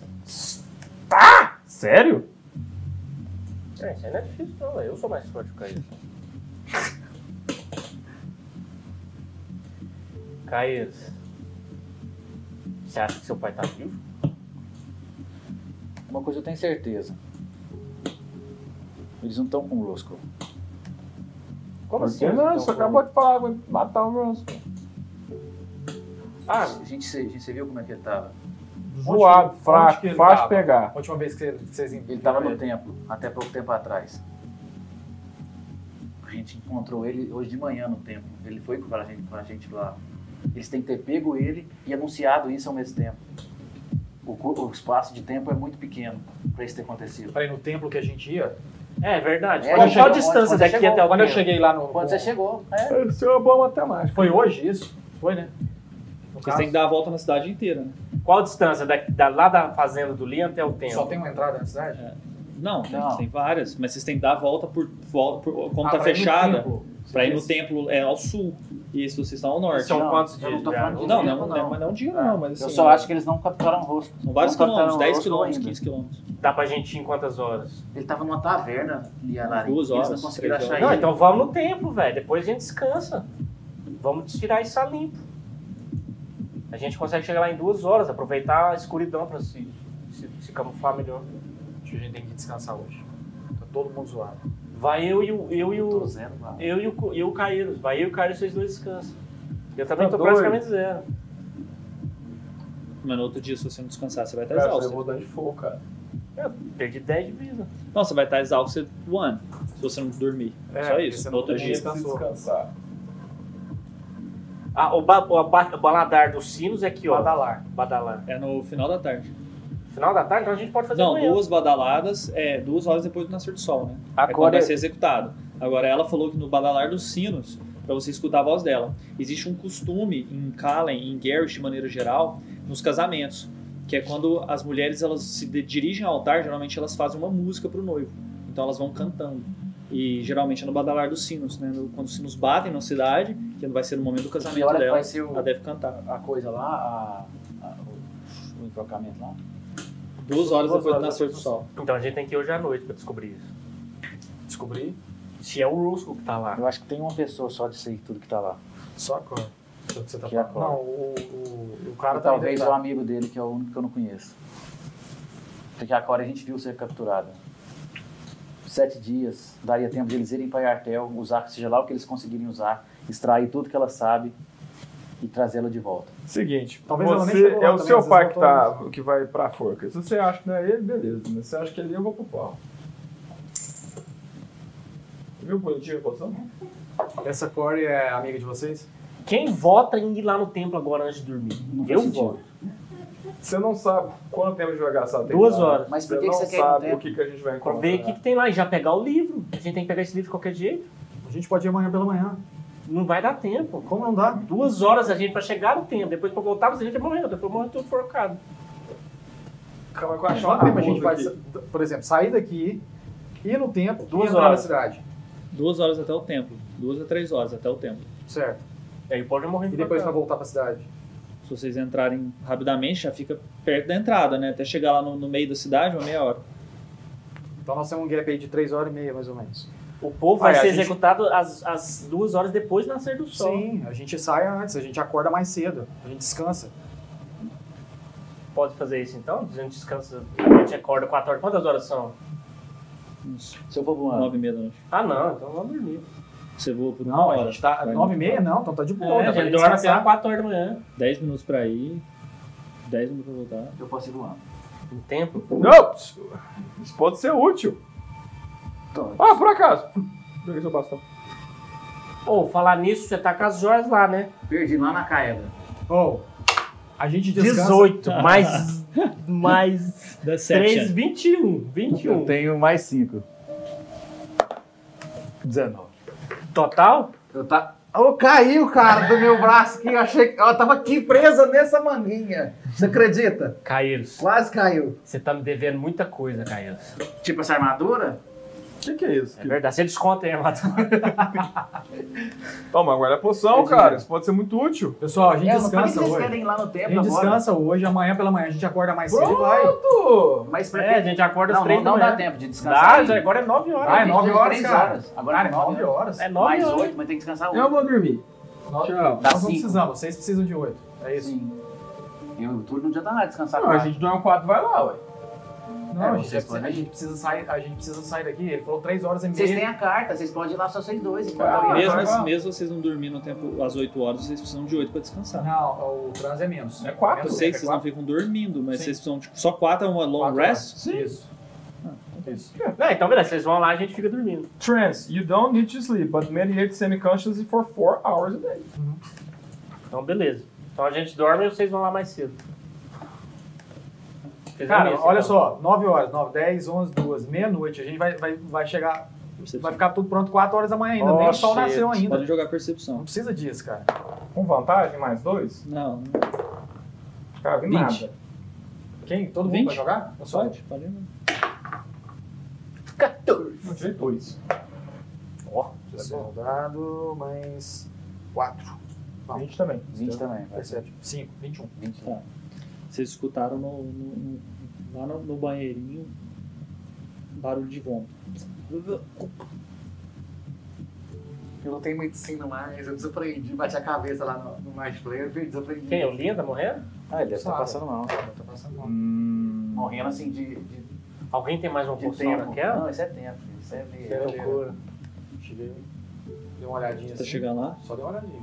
[SPEAKER 1] Sério?
[SPEAKER 3] É, isso aí não é difícil não, eu sou mais forte que o Caio. Caio, você acha que seu pai tá vivo?
[SPEAKER 10] Uma coisa eu tenho certeza. Eles não estão conosco.
[SPEAKER 3] Como
[SPEAKER 1] Por
[SPEAKER 3] assim?
[SPEAKER 1] que não?
[SPEAKER 3] Então,
[SPEAKER 1] Você
[SPEAKER 3] como-
[SPEAKER 1] acabou de falar, vai matar o Bronson.
[SPEAKER 10] Ah, gente, você gente, você viu como é que ele tava?
[SPEAKER 1] Zoado,
[SPEAKER 7] Onde que- onde
[SPEAKER 1] fraco,
[SPEAKER 7] que ele
[SPEAKER 1] fácil
[SPEAKER 7] tava?
[SPEAKER 1] pegar.
[SPEAKER 7] A última vez que vocês viram
[SPEAKER 10] Ele tava no
[SPEAKER 7] ele.
[SPEAKER 10] templo, até pouco tempo atrás. A gente encontrou ele hoje de manhã no templo. Ele foi com a gente, com a gente lá. Eles têm que ter pego ele e anunciado isso ao mesmo tempo. O, cu- o espaço de tempo é muito pequeno para isso ter acontecido.
[SPEAKER 7] Peraí, no templo que a gente ia.
[SPEAKER 3] É verdade.
[SPEAKER 10] É,
[SPEAKER 3] Qual
[SPEAKER 10] quando
[SPEAKER 3] qual a
[SPEAKER 10] chegou-
[SPEAKER 3] distância
[SPEAKER 10] quando
[SPEAKER 3] daqui
[SPEAKER 10] chegou-
[SPEAKER 3] até o
[SPEAKER 7] Quando eu
[SPEAKER 3] Pinheiro?
[SPEAKER 7] cheguei lá no.
[SPEAKER 10] Quando você chegou, é.
[SPEAKER 1] O senhor é bom matemática.
[SPEAKER 7] Foi hoje isso? Foi, né? No
[SPEAKER 4] Vocês têm que dar a volta na cidade inteira, né?
[SPEAKER 3] Qual a distância da, da- lá da fazenda do Liam até o templo?
[SPEAKER 7] Só tem uma entrada na cidade?
[SPEAKER 4] Não, tem-
[SPEAKER 10] Não.
[SPEAKER 4] tem várias, mas vocês têm que dar a volta por, vol- por- como
[SPEAKER 7] Ah,
[SPEAKER 4] tá
[SPEAKER 7] pra ir no
[SPEAKER 4] fechada,
[SPEAKER 7] templo.
[SPEAKER 4] pra ir no templo é ao sul. E isso vocês estão ao norte.
[SPEAKER 3] São
[SPEAKER 10] Não,
[SPEAKER 3] quantos
[SPEAKER 10] eu
[SPEAKER 3] dias?
[SPEAKER 10] não tô
[SPEAKER 3] de
[SPEAKER 10] falando
[SPEAKER 3] viagem?
[SPEAKER 10] é um de
[SPEAKER 4] Não,
[SPEAKER 10] tempo,
[SPEAKER 4] não, não, mas não diga não, mas assim.
[SPEAKER 10] Eu só acho que eles não capturaram o rosto.
[SPEAKER 4] São vários
[SPEAKER 10] não
[SPEAKER 4] quilômetros,
[SPEAKER 10] capturaram
[SPEAKER 4] 10
[SPEAKER 10] o rosto
[SPEAKER 4] quilômetros,
[SPEAKER 10] ainda.
[SPEAKER 4] 15 quilômetros.
[SPEAKER 3] Dá pra gente ir em quantas horas?
[SPEAKER 10] Ele tava numa taverna ali a Larim.
[SPEAKER 4] Duas
[SPEAKER 10] Eles
[SPEAKER 4] horas,
[SPEAKER 10] não conseguiram
[SPEAKER 4] três
[SPEAKER 10] achar
[SPEAKER 4] horas.
[SPEAKER 10] ele.
[SPEAKER 3] Não, então vamos no templo, velho. Depois a gente descansa. Vamos tirar isso a limpo. A gente consegue chegar lá em duas horas, aproveitar a escuridão pra se, se, se camuflar melhor.
[SPEAKER 7] Acho que a gente tem que descansar hoje. Tá todo mundo zoado.
[SPEAKER 3] Vai eu e o. Eu e
[SPEAKER 10] Tô
[SPEAKER 3] o.
[SPEAKER 10] zero, lá.
[SPEAKER 3] Eu e o, Cu- eu e o Caíros. Vai eu e o Caíros, vocês dois descansam. Eu também
[SPEAKER 1] Tá
[SPEAKER 3] tô
[SPEAKER 1] doido.
[SPEAKER 3] praticamente zero.
[SPEAKER 4] Mas no outro dia, se você não descansar, você vai estar
[SPEAKER 1] Cara, eu
[SPEAKER 4] exausto.
[SPEAKER 1] vou dar de fogo, cara.
[SPEAKER 3] Eu perdi 10 de vida.
[SPEAKER 4] Não, você vai estar exausto one, se você não dormir. Só
[SPEAKER 7] porque
[SPEAKER 4] isso.
[SPEAKER 7] você
[SPEAKER 4] No
[SPEAKER 7] não
[SPEAKER 4] outro
[SPEAKER 1] A gente
[SPEAKER 4] dia.
[SPEAKER 7] deixa-
[SPEAKER 1] precisa
[SPEAKER 7] descansou.
[SPEAKER 1] descansar.
[SPEAKER 3] Ah, o, ba, o, aba- o baladar dos sinos é que ó.
[SPEAKER 7] Badalar.
[SPEAKER 3] Badalar.
[SPEAKER 4] É no final da tarde.
[SPEAKER 3] Final da tarde, então a gente pode fazer
[SPEAKER 4] Não,
[SPEAKER 3] amanhã.
[SPEAKER 4] duas badaladas, é duas horas depois do nascer do sol, né? é quando
[SPEAKER 10] Agora
[SPEAKER 4] vai
[SPEAKER 10] eu-
[SPEAKER 4] ser executado. Agora, ela falou que no badalar dos sinos, pra você escutar a voz dela, existe um costume em Kallen, em Garrish de maneira geral, nos casamentos, que é quando as mulheres elas se de- dirigem ao altar, geralmente elas fazem uma música pro noivo. Então elas vão cantando. E geralmente é no badalar dos sinos, né? No- quando os sinos batem na cidade, que vai ser no momento do
[SPEAKER 10] que
[SPEAKER 4] casamento
[SPEAKER 10] hora que
[SPEAKER 4] dela,
[SPEAKER 10] vai ser o-
[SPEAKER 4] ela deve cantar.
[SPEAKER 10] a coisa lá, a- a- o, o enforcamento lá?
[SPEAKER 4] Duas horas
[SPEAKER 7] Duas
[SPEAKER 4] depois do
[SPEAKER 7] horas
[SPEAKER 4] nascer do
[SPEAKER 7] depois do
[SPEAKER 4] sol.
[SPEAKER 3] Então a gente tem que ir hoje à noite pra descobrir isso.
[SPEAKER 7] Descobri.
[SPEAKER 3] Se é o Russo que tá lá.
[SPEAKER 10] Eu acho que tem uma pessoa só de sei tudo que tá lá.
[SPEAKER 7] Só a cor. Só que você tá
[SPEAKER 10] Que é a
[SPEAKER 7] falando.
[SPEAKER 10] cor.
[SPEAKER 7] Não, o, o, o cara
[SPEAKER 10] E
[SPEAKER 7] tá
[SPEAKER 10] talvez o
[SPEAKER 7] lá.
[SPEAKER 10] amigo dele, que é o único que eu não conheço. Porque agora a gente viu ser capturada. Sete dias, daria tempo de eles irem para Artel, usar seja lá o que eles conseguirem usar, extrair tudo que ela sabe e trazê-la de volta.
[SPEAKER 1] Seguinte,
[SPEAKER 7] Talvez ela nem
[SPEAKER 1] você
[SPEAKER 7] chegou lá
[SPEAKER 1] é o
[SPEAKER 7] também,
[SPEAKER 1] seu
[SPEAKER 7] às
[SPEAKER 1] pai
[SPEAKER 7] vezes
[SPEAKER 1] que,
[SPEAKER 7] ela
[SPEAKER 1] tá, que vai pra forca. Se você acha que não é ele, beleza. Mas se você acha que é ele, eu vou pro pau. Viu bonitinho a poção?
[SPEAKER 7] Essa Corey é amiga de vocês?
[SPEAKER 3] Quem vota em ir lá no templo agora antes de dormir?
[SPEAKER 10] Não faz
[SPEAKER 3] Eu
[SPEAKER 10] sentido.
[SPEAKER 3] voto.
[SPEAKER 1] Você não sabe quanto tempo a gente vai gastar. até
[SPEAKER 3] Duas
[SPEAKER 1] lá.
[SPEAKER 3] horas.
[SPEAKER 10] Mas
[SPEAKER 1] Você
[SPEAKER 10] por que,
[SPEAKER 1] não
[SPEAKER 10] que você quer ir no
[SPEAKER 1] sabe o
[SPEAKER 10] tempo?
[SPEAKER 1] que, que a gente vai
[SPEAKER 3] Pra
[SPEAKER 1] encontrar.
[SPEAKER 3] ver o que, que tem lá e já pegar o livro. A gente tem que pegar esse livro de qualquer jeito.
[SPEAKER 7] A gente pode ir amanhã pela manhã.
[SPEAKER 3] Não vai dar tempo.
[SPEAKER 7] Como não dá?
[SPEAKER 3] Duas horas a gente pra chegar no tempo. Depois pra voltar, a gente morreu. Depois morre tudo forcado.
[SPEAKER 1] Calma
[SPEAKER 10] é
[SPEAKER 1] que eu
[SPEAKER 7] Acho
[SPEAKER 1] acho
[SPEAKER 7] que
[SPEAKER 1] uma
[SPEAKER 7] a gente
[SPEAKER 1] música
[SPEAKER 7] vai,
[SPEAKER 1] aqui.
[SPEAKER 7] por exemplo, sair daqui, ir no tempo,
[SPEAKER 3] Duas
[SPEAKER 7] duas horas na
[SPEAKER 3] horas.
[SPEAKER 7] cidade.
[SPEAKER 4] Duas horas até o templo. Duas a três horas até o templo.
[SPEAKER 7] Certo.
[SPEAKER 3] Aí pode morrer
[SPEAKER 7] E depois pra
[SPEAKER 3] enforcado.
[SPEAKER 7] voltar pra cidade.
[SPEAKER 4] Se vocês entrarem rapidamente, já fica perto da entrada, né? Até chegar lá no, no meio da cidade, uma meia hora.
[SPEAKER 7] Então nós temos um gap aí de três horas e meia, mais ou menos.
[SPEAKER 3] O povo
[SPEAKER 7] Vai,
[SPEAKER 3] vai
[SPEAKER 7] Ah, a
[SPEAKER 3] ser
[SPEAKER 7] gente-
[SPEAKER 3] executado às, às duas horas depois do nascer do sol.
[SPEAKER 7] Sim, a gente sai antes, a gente acorda mais cedo, a gente descansa.
[SPEAKER 3] Pode fazer isso então? A gente descansa, a gente acorda quatro horas. Quantas horas são?
[SPEAKER 4] Uns
[SPEAKER 10] Se eu for pra
[SPEAKER 7] Um
[SPEAKER 10] uma-
[SPEAKER 4] nove e meia da noite.
[SPEAKER 3] Ah não, então vamos dormir.
[SPEAKER 4] Você voa por uma
[SPEAKER 7] Não,
[SPEAKER 4] hora.
[SPEAKER 7] a gente tá
[SPEAKER 4] Vai
[SPEAKER 7] nove e
[SPEAKER 4] no-
[SPEAKER 7] meia, não, então tá de boa.
[SPEAKER 3] É,
[SPEAKER 7] dá
[SPEAKER 3] a
[SPEAKER 7] pra
[SPEAKER 3] gente dorme até
[SPEAKER 7] descansar.
[SPEAKER 3] quatro horas da manhã.
[SPEAKER 4] Dez minutos pra ir, dez minutos pra voltar.
[SPEAKER 10] Eu posso ir voando.
[SPEAKER 3] No tempo.
[SPEAKER 1] Não! Isso pode ser útil.
[SPEAKER 10] Então,
[SPEAKER 1] Ah, por acaso. Joguei seu bastão.
[SPEAKER 3] Ou falar nisso, você tá com as joias lá, né?
[SPEAKER 10] perdi lá na Caela.
[SPEAKER 7] Ou, a gente descansa.
[SPEAKER 3] 18, mais. mais.
[SPEAKER 4] Deception.
[SPEAKER 3] 3, 21. 21.
[SPEAKER 5] Eu tenho mais 5. 19.
[SPEAKER 3] Total?
[SPEAKER 10] Eu tá.
[SPEAKER 5] Ô, caiu, cara, do meu braço aqui. Eu achei que ela tava aqui presa nessa manguinha. Você acredita?
[SPEAKER 3] Caíros,
[SPEAKER 5] Quase caiu.
[SPEAKER 3] você tá me devendo muita coisa, Caíros.
[SPEAKER 10] Tipo essa armadura?
[SPEAKER 1] O que, que é isso?
[SPEAKER 3] É verdade. Você desconta aí, Mato.
[SPEAKER 1] Toma, agora é poção, cara. Isso pode ser muito útil.
[SPEAKER 7] Pessoal, a gente
[SPEAKER 10] É, mas pra que
[SPEAKER 7] descansa
[SPEAKER 10] vocês
[SPEAKER 7] hoje.
[SPEAKER 10] querem ir lá no
[SPEAKER 7] A
[SPEAKER 10] templo
[SPEAKER 7] gente
[SPEAKER 10] agora?
[SPEAKER 7] descansa hoje, amanhã pela manhã a gente acorda mais cedo e vai.
[SPEAKER 10] Pronto! Mas pra
[SPEAKER 3] É, a
[SPEAKER 10] que...
[SPEAKER 3] gente acorda às
[SPEAKER 10] Não,
[SPEAKER 3] três
[SPEAKER 10] não,
[SPEAKER 3] da
[SPEAKER 10] não
[SPEAKER 3] manhã.
[SPEAKER 10] dá tempo de
[SPEAKER 3] Dá,
[SPEAKER 10] descansar.
[SPEAKER 3] já agora é nove horas.
[SPEAKER 7] Ah, é nove horas,
[SPEAKER 10] três
[SPEAKER 7] cara.
[SPEAKER 10] horas. Agora é
[SPEAKER 7] Cara, nove
[SPEAKER 10] 9 horas.
[SPEAKER 7] horas.
[SPEAKER 3] É nove
[SPEAKER 10] Mais
[SPEAKER 3] horas.
[SPEAKER 10] 8, mas tem que descansar
[SPEAKER 7] Eu
[SPEAKER 10] 8.
[SPEAKER 7] vou dormir. Nós,
[SPEAKER 10] Dá
[SPEAKER 7] nós não
[SPEAKER 10] cinco.
[SPEAKER 7] precisamos, vocês precisam de oito. É isso.
[SPEAKER 10] Sim. assim. E o turno tá não adianta nada descansar.
[SPEAKER 11] Não, a gente não é um quatro, vai lá, ué.
[SPEAKER 7] Não,
[SPEAKER 10] É,
[SPEAKER 7] a,
[SPEAKER 10] vocês
[SPEAKER 7] gente,
[SPEAKER 10] podem
[SPEAKER 7] a
[SPEAKER 10] ir.
[SPEAKER 7] gente precisa sair, a gente precisa sair daqui. Ele falou três horas e meia.
[SPEAKER 10] Vocês têm a carta, vocês podem ir lá só vocês dois. enquanto
[SPEAKER 11] Ah,
[SPEAKER 10] alguém-
[SPEAKER 4] mesmo,
[SPEAKER 11] vai lá.
[SPEAKER 4] mesmo vocês não dormindo no tempo às 8 horas, vocês precisam de 8 pra descansar.
[SPEAKER 7] Não, o trans é menos.
[SPEAKER 11] É quatro.
[SPEAKER 4] Eu sei que
[SPEAKER 7] é
[SPEAKER 4] vocês não ficam dormindo, mas
[SPEAKER 7] Sim.
[SPEAKER 4] vocês precisam, tipo, só 4 é uma long
[SPEAKER 7] Quatro horas.
[SPEAKER 4] rest?
[SPEAKER 7] Isso. Isso.
[SPEAKER 1] assim.
[SPEAKER 3] Não, então, beleza. Vocês vão lá e a gente fica dormindo.
[SPEAKER 1] Trance, you don't need to sleep, but meditate semi-conscious for 4 hours a day.
[SPEAKER 3] Então, beleza. Então a gente dorme e vocês vão lá mais cedo. Vocês
[SPEAKER 7] Cara,
[SPEAKER 3] dormem,
[SPEAKER 7] olha
[SPEAKER 3] então.
[SPEAKER 7] só, 9 horas, 9, 10, 11, 2, meia-noite, a gente vai, vai, vai chegar, vai ficar tudo pronto 4 horas da manhã ainda, nem
[SPEAKER 1] Oh,
[SPEAKER 7] o sol
[SPEAKER 1] shit.
[SPEAKER 7] nasceu
[SPEAKER 4] Vocês
[SPEAKER 7] ainda.
[SPEAKER 4] podem jogar
[SPEAKER 7] Não
[SPEAKER 4] percepção.
[SPEAKER 7] precisa disso, cara.
[SPEAKER 1] Com vantagem, mais 2?
[SPEAKER 4] Não,
[SPEAKER 1] Cara, vi
[SPEAKER 4] 20.
[SPEAKER 1] nada.
[SPEAKER 7] Quem? Todo mundo
[SPEAKER 4] 20?
[SPEAKER 7] vai jogar? Eu sou?
[SPEAKER 4] pode, pode. não.
[SPEAKER 1] Eu tirei 2.
[SPEAKER 7] Deixa eu ver o dado, mais 4,
[SPEAKER 1] 20 também.
[SPEAKER 10] 20 também. vai.
[SPEAKER 7] 17, 5, 21.
[SPEAKER 10] 20.
[SPEAKER 4] Vocês escutaram no, no- no- lá no, no banheirinho barulho de vômito.
[SPEAKER 10] Eu não tenho muito ensino mais, eu desaprendi, bati a cabeça lá no, no mais player, eu desaprendi.
[SPEAKER 3] Quem? é O Linda morrendo?
[SPEAKER 5] Ah, ele deve estar
[SPEAKER 7] Sabe.
[SPEAKER 5] passando mal.
[SPEAKER 7] Tá passando mal.
[SPEAKER 1] Hum,
[SPEAKER 10] Morrendo assim de, de, de
[SPEAKER 3] Alguém tem mais uma poção
[SPEAKER 10] tempo.
[SPEAKER 3] naquela?
[SPEAKER 10] Não, isso é tempo, isso é meio.
[SPEAKER 7] É loucura. Cheguei, dei uma olhadinha
[SPEAKER 4] Tá
[SPEAKER 7] assim.
[SPEAKER 4] chegando lá?
[SPEAKER 7] Só dei uma olhadinha.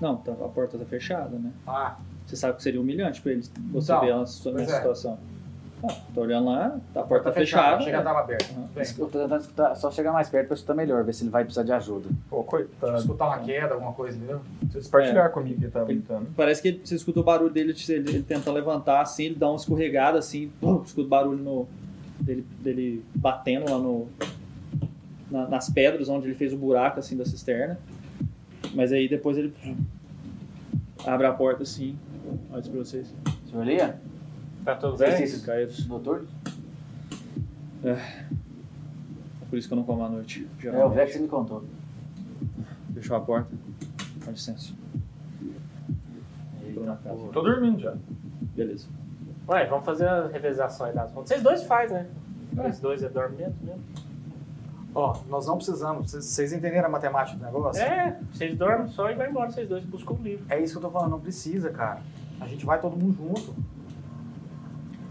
[SPEAKER 4] Não, tá- a porta tá fechada, né?
[SPEAKER 7] Ah,
[SPEAKER 4] Você sabe que seria humilhante pra eles você
[SPEAKER 7] Então,
[SPEAKER 4] ver a sua
[SPEAKER 7] pois
[SPEAKER 4] minha
[SPEAKER 7] é.
[SPEAKER 4] situação. Ah, tô olhando lá, a porta tá
[SPEAKER 7] fechado,
[SPEAKER 4] fechada.
[SPEAKER 7] Chega, tava aberto.
[SPEAKER 4] Uhum.
[SPEAKER 7] Bem,
[SPEAKER 10] Eu tô tentando escutar, só chegar mais perto pra escutar melhor, ver se ele vai precisar de ajuda.
[SPEAKER 1] pô, coitado.
[SPEAKER 7] escutar uma queda, alguma coisa, entendeu?
[SPEAKER 1] Vocês partilharam comigo
[SPEAKER 7] tá
[SPEAKER 1] que ele tava gritando.
[SPEAKER 4] Parece que ele- você escuta o barulho dele, ele, ele tenta levantar assim, ele dá uma escorregada assim, pum, escuta o barulho no- dele, dele batendo lá no, na- nas pedras onde ele fez o buraco assim da cisterna. Mas aí depois ele abre a porta assim, olha isso pra vocês.
[SPEAKER 10] Senhor Lia,
[SPEAKER 3] Tá tudo
[SPEAKER 10] os
[SPEAKER 3] bem?
[SPEAKER 10] exercícios
[SPEAKER 4] Caiu. É.
[SPEAKER 10] noturnos?
[SPEAKER 4] Por isso que eu não como à noite.
[SPEAKER 10] É, o
[SPEAKER 4] geralmente.
[SPEAKER 10] Vex me contou.
[SPEAKER 4] Fechou a porta. Com licença. Entrou na casa.
[SPEAKER 1] Tô dormindo já.
[SPEAKER 4] Então, Beleza.
[SPEAKER 3] Ué, vamos fazer a revezação aí das contas. Vocês dois fazem, né? Vocês dois é dorme dentro mesmo.
[SPEAKER 7] Ó, nós não precisamos. Vocês- Vocês entenderam a matemática do negócio?
[SPEAKER 3] É, vocês dormem só e vai embora, vocês dois buscam o livro.
[SPEAKER 7] É isso que eu tô falando, não precisa, cara. A gente vai todo mundo junto.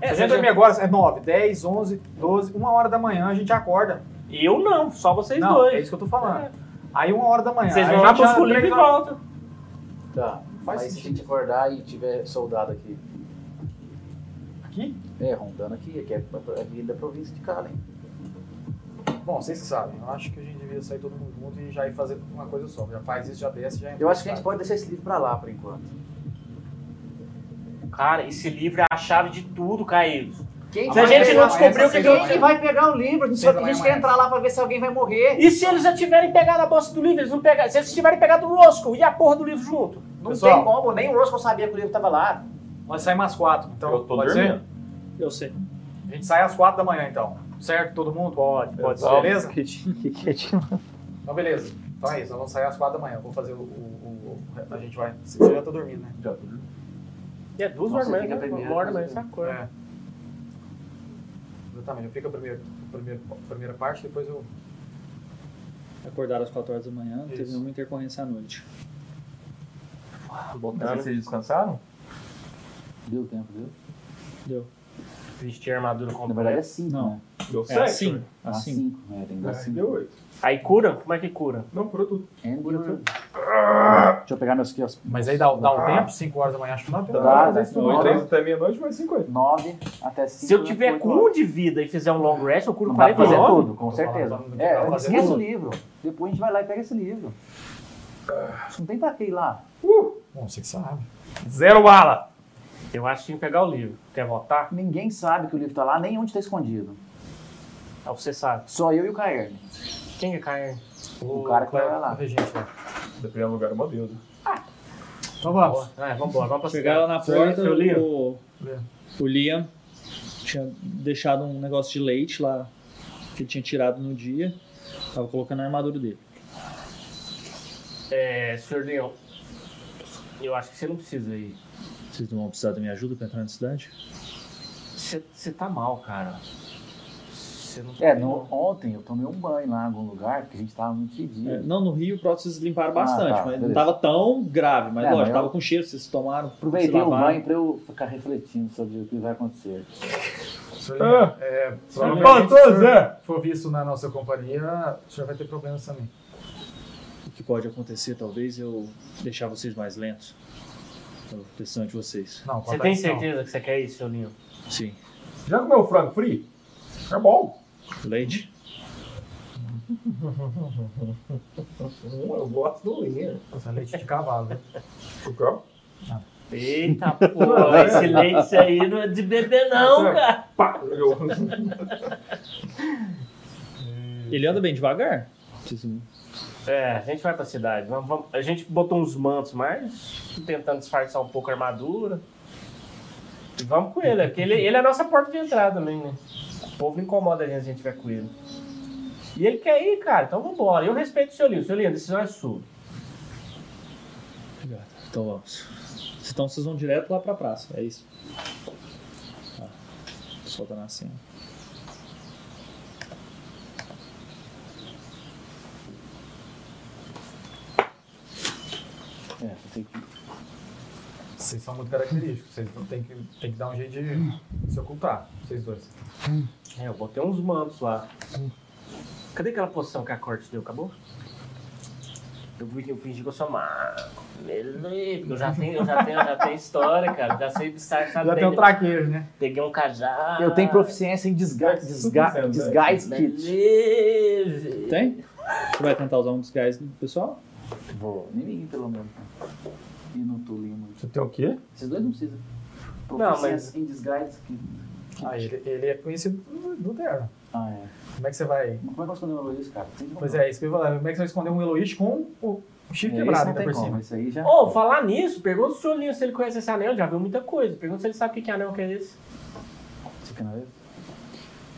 [SPEAKER 3] É,
[SPEAKER 7] a
[SPEAKER 3] vocês
[SPEAKER 7] gente dormir agora é 9, 10, 11, 12, uma hora da manhã a gente acorda.
[SPEAKER 3] Eu não, só vocês
[SPEAKER 7] não,
[SPEAKER 3] dois.
[SPEAKER 7] é isso que eu tô falando.
[SPEAKER 3] É.
[SPEAKER 7] Aí uma hora da manhã.
[SPEAKER 3] Vocês
[SPEAKER 7] aí
[SPEAKER 3] vão
[SPEAKER 7] já
[SPEAKER 3] lá, buscam o
[SPEAKER 7] três
[SPEAKER 3] livro e
[SPEAKER 7] horas-
[SPEAKER 3] voltam.
[SPEAKER 10] Tá,
[SPEAKER 7] Faz
[SPEAKER 10] mas se a
[SPEAKER 7] sentido.
[SPEAKER 10] gente acordar e tiver soldado aqui?
[SPEAKER 7] Aqui?
[SPEAKER 10] É, rondando aqui, aqui é a vida da província de Calen.
[SPEAKER 7] Bom, vocês que sabem. Eu acho que a gente devia sair todo mundo junto e já ir fazer uma coisa só. Já faz isso, já desce, já entra.
[SPEAKER 10] Eu acho que a gente pode deixar esse livro pra lá por enquanto.
[SPEAKER 3] Cara, esse livro é a chave de tudo, Caio.
[SPEAKER 10] Quem
[SPEAKER 3] Se a
[SPEAKER 7] Amanhã
[SPEAKER 3] gente
[SPEAKER 7] vai
[SPEAKER 3] não
[SPEAKER 7] lá,
[SPEAKER 3] descobriu o que
[SPEAKER 7] essa
[SPEAKER 3] que eu...
[SPEAKER 7] seis da manhã.
[SPEAKER 10] vai pegar o livro? A gente, só-
[SPEAKER 7] Seis da
[SPEAKER 10] a gente
[SPEAKER 7] manhã,
[SPEAKER 10] quer entrar lá pra ver se alguém vai morrer.
[SPEAKER 3] E se eles já tiverem pegado a bosta do livro? Eles não pegaram. Se eles tiverem pegado o rosco e a porra do livro junto?
[SPEAKER 10] Não
[SPEAKER 7] Pessoal.
[SPEAKER 10] tem como, nem o Roscoe sabia que o livro tava lá.
[SPEAKER 7] Nós saímos às quatro, então.
[SPEAKER 1] Eu tô
[SPEAKER 7] pode
[SPEAKER 1] dormindo.
[SPEAKER 7] ser?
[SPEAKER 4] Eu sei.
[SPEAKER 7] A gente sai às quatro da manhã, então. Certo? Todo mundo? Pode, pode ser. Beleza? Então, beleza. Então é isso, nós vamos sair às quatro da manhã. Eu Vou fazer o. o- o- a gente vai. Você já tá dormindo, né?
[SPEAKER 1] Já tô dormindo.
[SPEAKER 3] É duas
[SPEAKER 10] Nossa,
[SPEAKER 3] horas
[SPEAKER 10] fica
[SPEAKER 3] né?
[SPEAKER 10] primeiro,
[SPEAKER 3] Uma hora
[SPEAKER 10] depois
[SPEAKER 3] mais, essa coisa.
[SPEAKER 7] É. Exatamente, eu fico a primeira, a primeira, a primeira parte, depois eu.
[SPEAKER 4] Acordaram às 4 horas da manhã, teve
[SPEAKER 7] Isso.
[SPEAKER 4] nenhuma intercorrência à noite.
[SPEAKER 1] Mas
[SPEAKER 3] Botando,
[SPEAKER 1] vocês descansaram?
[SPEAKER 5] Deu tempo, deu?
[SPEAKER 3] vestir a armadura
[SPEAKER 10] Na verdade é
[SPEAKER 3] completa.
[SPEAKER 10] 5.
[SPEAKER 4] Não.
[SPEAKER 1] Deu
[SPEAKER 4] É
[SPEAKER 1] sete,
[SPEAKER 4] assim.
[SPEAKER 12] né?
[SPEAKER 1] ué.
[SPEAKER 5] Ah,
[SPEAKER 4] Assim.
[SPEAKER 5] cinco.
[SPEAKER 10] né?
[SPEAKER 5] É, tem que dar
[SPEAKER 1] Ah,
[SPEAKER 5] cinco.
[SPEAKER 1] Deu 8.
[SPEAKER 3] Aí cura? Como é que cura?
[SPEAKER 1] Não, por tudo.
[SPEAKER 10] Endure. Deixa eu pegar meus kills.
[SPEAKER 7] Mas aí dá, dá um tempo, 5 horas da manhã, acho que não dá tempo.
[SPEAKER 10] Dá,
[SPEAKER 1] Mas
[SPEAKER 10] dá.
[SPEAKER 1] isso tudo,
[SPEAKER 10] Não, é
[SPEAKER 1] três
[SPEAKER 10] não.
[SPEAKER 1] até meia-noite, mais 5 8.
[SPEAKER 10] 9 até né? 5.
[SPEAKER 3] Se eu tiver com um de vida e fizer um long rest, eu curo
[SPEAKER 10] Não dá pra fazer
[SPEAKER 3] 49.
[SPEAKER 10] tudo, com
[SPEAKER 7] Tô
[SPEAKER 10] certeza.
[SPEAKER 7] falando, dá pra
[SPEAKER 10] É,
[SPEAKER 7] fazer
[SPEAKER 10] esquece
[SPEAKER 7] tudo.
[SPEAKER 10] o livro. Depois a gente vai lá e pega esse livro. Não tem pra que ir lá.
[SPEAKER 7] Bom, você que sabe.
[SPEAKER 1] Zero bala.
[SPEAKER 3] Eu acho que tinha que pegar o livro. Quer voltar?
[SPEAKER 10] Ninguém sabe que o livro tá lá, nem onde tá escondido.
[SPEAKER 3] É o que você sabe.
[SPEAKER 10] Só eu e o Caerne.
[SPEAKER 3] Quem é que cai?
[SPEAKER 10] O cara que vai
[SPEAKER 7] Cleo-
[SPEAKER 10] lá.
[SPEAKER 7] Regente lá.
[SPEAKER 1] Dependendo do lugar, é uma deusa.
[SPEAKER 7] Então vamos.
[SPEAKER 3] Ah, vamos embora, vamos pra
[SPEAKER 4] Chegaram na
[SPEAKER 3] Seu-
[SPEAKER 4] porta,
[SPEAKER 3] seu livro?
[SPEAKER 4] o, o Liam tinha deixado um negócio de leite lá que ele tinha tirado no dia. Tava colocando a armadura dele.
[SPEAKER 3] É, senhor Leão, eu acho que você não precisa ir.
[SPEAKER 4] Vocês não vão precisar da minha ajuda pra entrar na cidade?
[SPEAKER 3] Você você tá mal, cara. Você não
[SPEAKER 10] É, no- ontem eu tomei um banho lá em algum lugar, porque a gente tava muito
[SPEAKER 4] É,
[SPEAKER 10] fedido.
[SPEAKER 4] não, no Rio, pronto, vocês limparam
[SPEAKER 10] Ah,
[SPEAKER 4] bastante,
[SPEAKER 10] tá,
[SPEAKER 4] mas não
[SPEAKER 10] beleza.
[SPEAKER 4] tava tão grave. Mas
[SPEAKER 10] É,
[SPEAKER 4] lógico,
[SPEAKER 10] mas eu-
[SPEAKER 4] tava com cheiro, vocês tomaram.
[SPEAKER 10] Aproveitei
[SPEAKER 4] se
[SPEAKER 10] o
[SPEAKER 4] lavaram.
[SPEAKER 10] banho pra eu ficar refletindo sobre o que vai acontecer.
[SPEAKER 12] É.
[SPEAKER 1] Provavelmente,
[SPEAKER 12] Ô,
[SPEAKER 1] Ah, se o senhor
[SPEAKER 12] Zé!
[SPEAKER 1] for visto na nossa companhia, o senhor vai ter problemas também.
[SPEAKER 4] O que pode acontecer, talvez, eu deixar vocês mais lentos. Então, Eu pressão é de vocês.
[SPEAKER 1] Não,
[SPEAKER 3] Você
[SPEAKER 1] quanto a
[SPEAKER 3] tem
[SPEAKER 1] isso, não.
[SPEAKER 3] certeza que você quer isso, senhor Leão?
[SPEAKER 4] Sim.
[SPEAKER 12] Já comeu frango free? É bom.
[SPEAKER 4] Leite?
[SPEAKER 12] eu gosto do linha.
[SPEAKER 1] Isso é leite de cavalo. né?
[SPEAKER 3] Eita porra, esse leite aí não é de bebê é. não, cara.
[SPEAKER 4] Ele anda bem devagar. Vocês não-
[SPEAKER 3] É, a gente vai pra cidade. Vamos, vamos- A gente botou uns mantos mais, tentando disfarçar um pouco a armadura. E vamos com ele, porque ele, ele é a nossa porta de entrada também, né? O povo incomoda a gente se a gente vai com ele. E ele quer ir, cara, então vambora. Eu respeito o seu Lino. Seu Lino, a decisão é sua.
[SPEAKER 4] Obrigado. Então vamos. Então vocês vão direto lá pra praça, é isso. Tá. O sol tá nascendo.
[SPEAKER 10] É, eu sei que-
[SPEAKER 1] Vocês são muito característicos. Vocês não tem que, tem que dar um jeito de se ocultar, vocês dois.
[SPEAKER 3] É, eu botei uns mantos lá. Cadê aquela poção que a corte deu? Acabou? Eu, vi- eu fingi que eu sou mago. Beleza, eu já tenho, eu já tenho, eu já tenho história, cara. Já sei disfarçar
[SPEAKER 1] Já tem um
[SPEAKER 3] bem.
[SPEAKER 1] traqueiro, né?
[SPEAKER 3] Peguei um cajado.
[SPEAKER 10] Eu tenho proficiência em disga disga disguise kit.
[SPEAKER 3] Beleza.
[SPEAKER 4] Tem? Você vai tentar usar um disguise do pessoal?
[SPEAKER 10] Vou. Ninguém, pelo menos. E não tô muito.
[SPEAKER 12] Você tem o quê?
[SPEAKER 10] Vocês dois não precisam.
[SPEAKER 3] Não,
[SPEAKER 10] Proficiência
[SPEAKER 3] mas-
[SPEAKER 10] em disguise kit.
[SPEAKER 1] Ah, ele, ele é conhecido do- do Terra.
[SPEAKER 10] Ah, é.
[SPEAKER 1] Como é que você vai.
[SPEAKER 10] Mas Como é que eu esconder o Luiz, cara? Tem que
[SPEAKER 1] Pois
[SPEAKER 10] comprar.
[SPEAKER 1] é, isso que eu ia falar. Como é que você vai esconder um Eloís com o chifre
[SPEAKER 10] É, isso
[SPEAKER 1] quebrado
[SPEAKER 10] não
[SPEAKER 1] ainda
[SPEAKER 10] tem
[SPEAKER 1] por
[SPEAKER 10] como,
[SPEAKER 1] cima?
[SPEAKER 10] Isso aí já.
[SPEAKER 3] Ô, falar nisso, pergunta pro senhor Linho se ele conhece esse anel, já viu muita coisa. Pergunta se ele sabe o que que anel que é esse.
[SPEAKER 10] Você quer ver?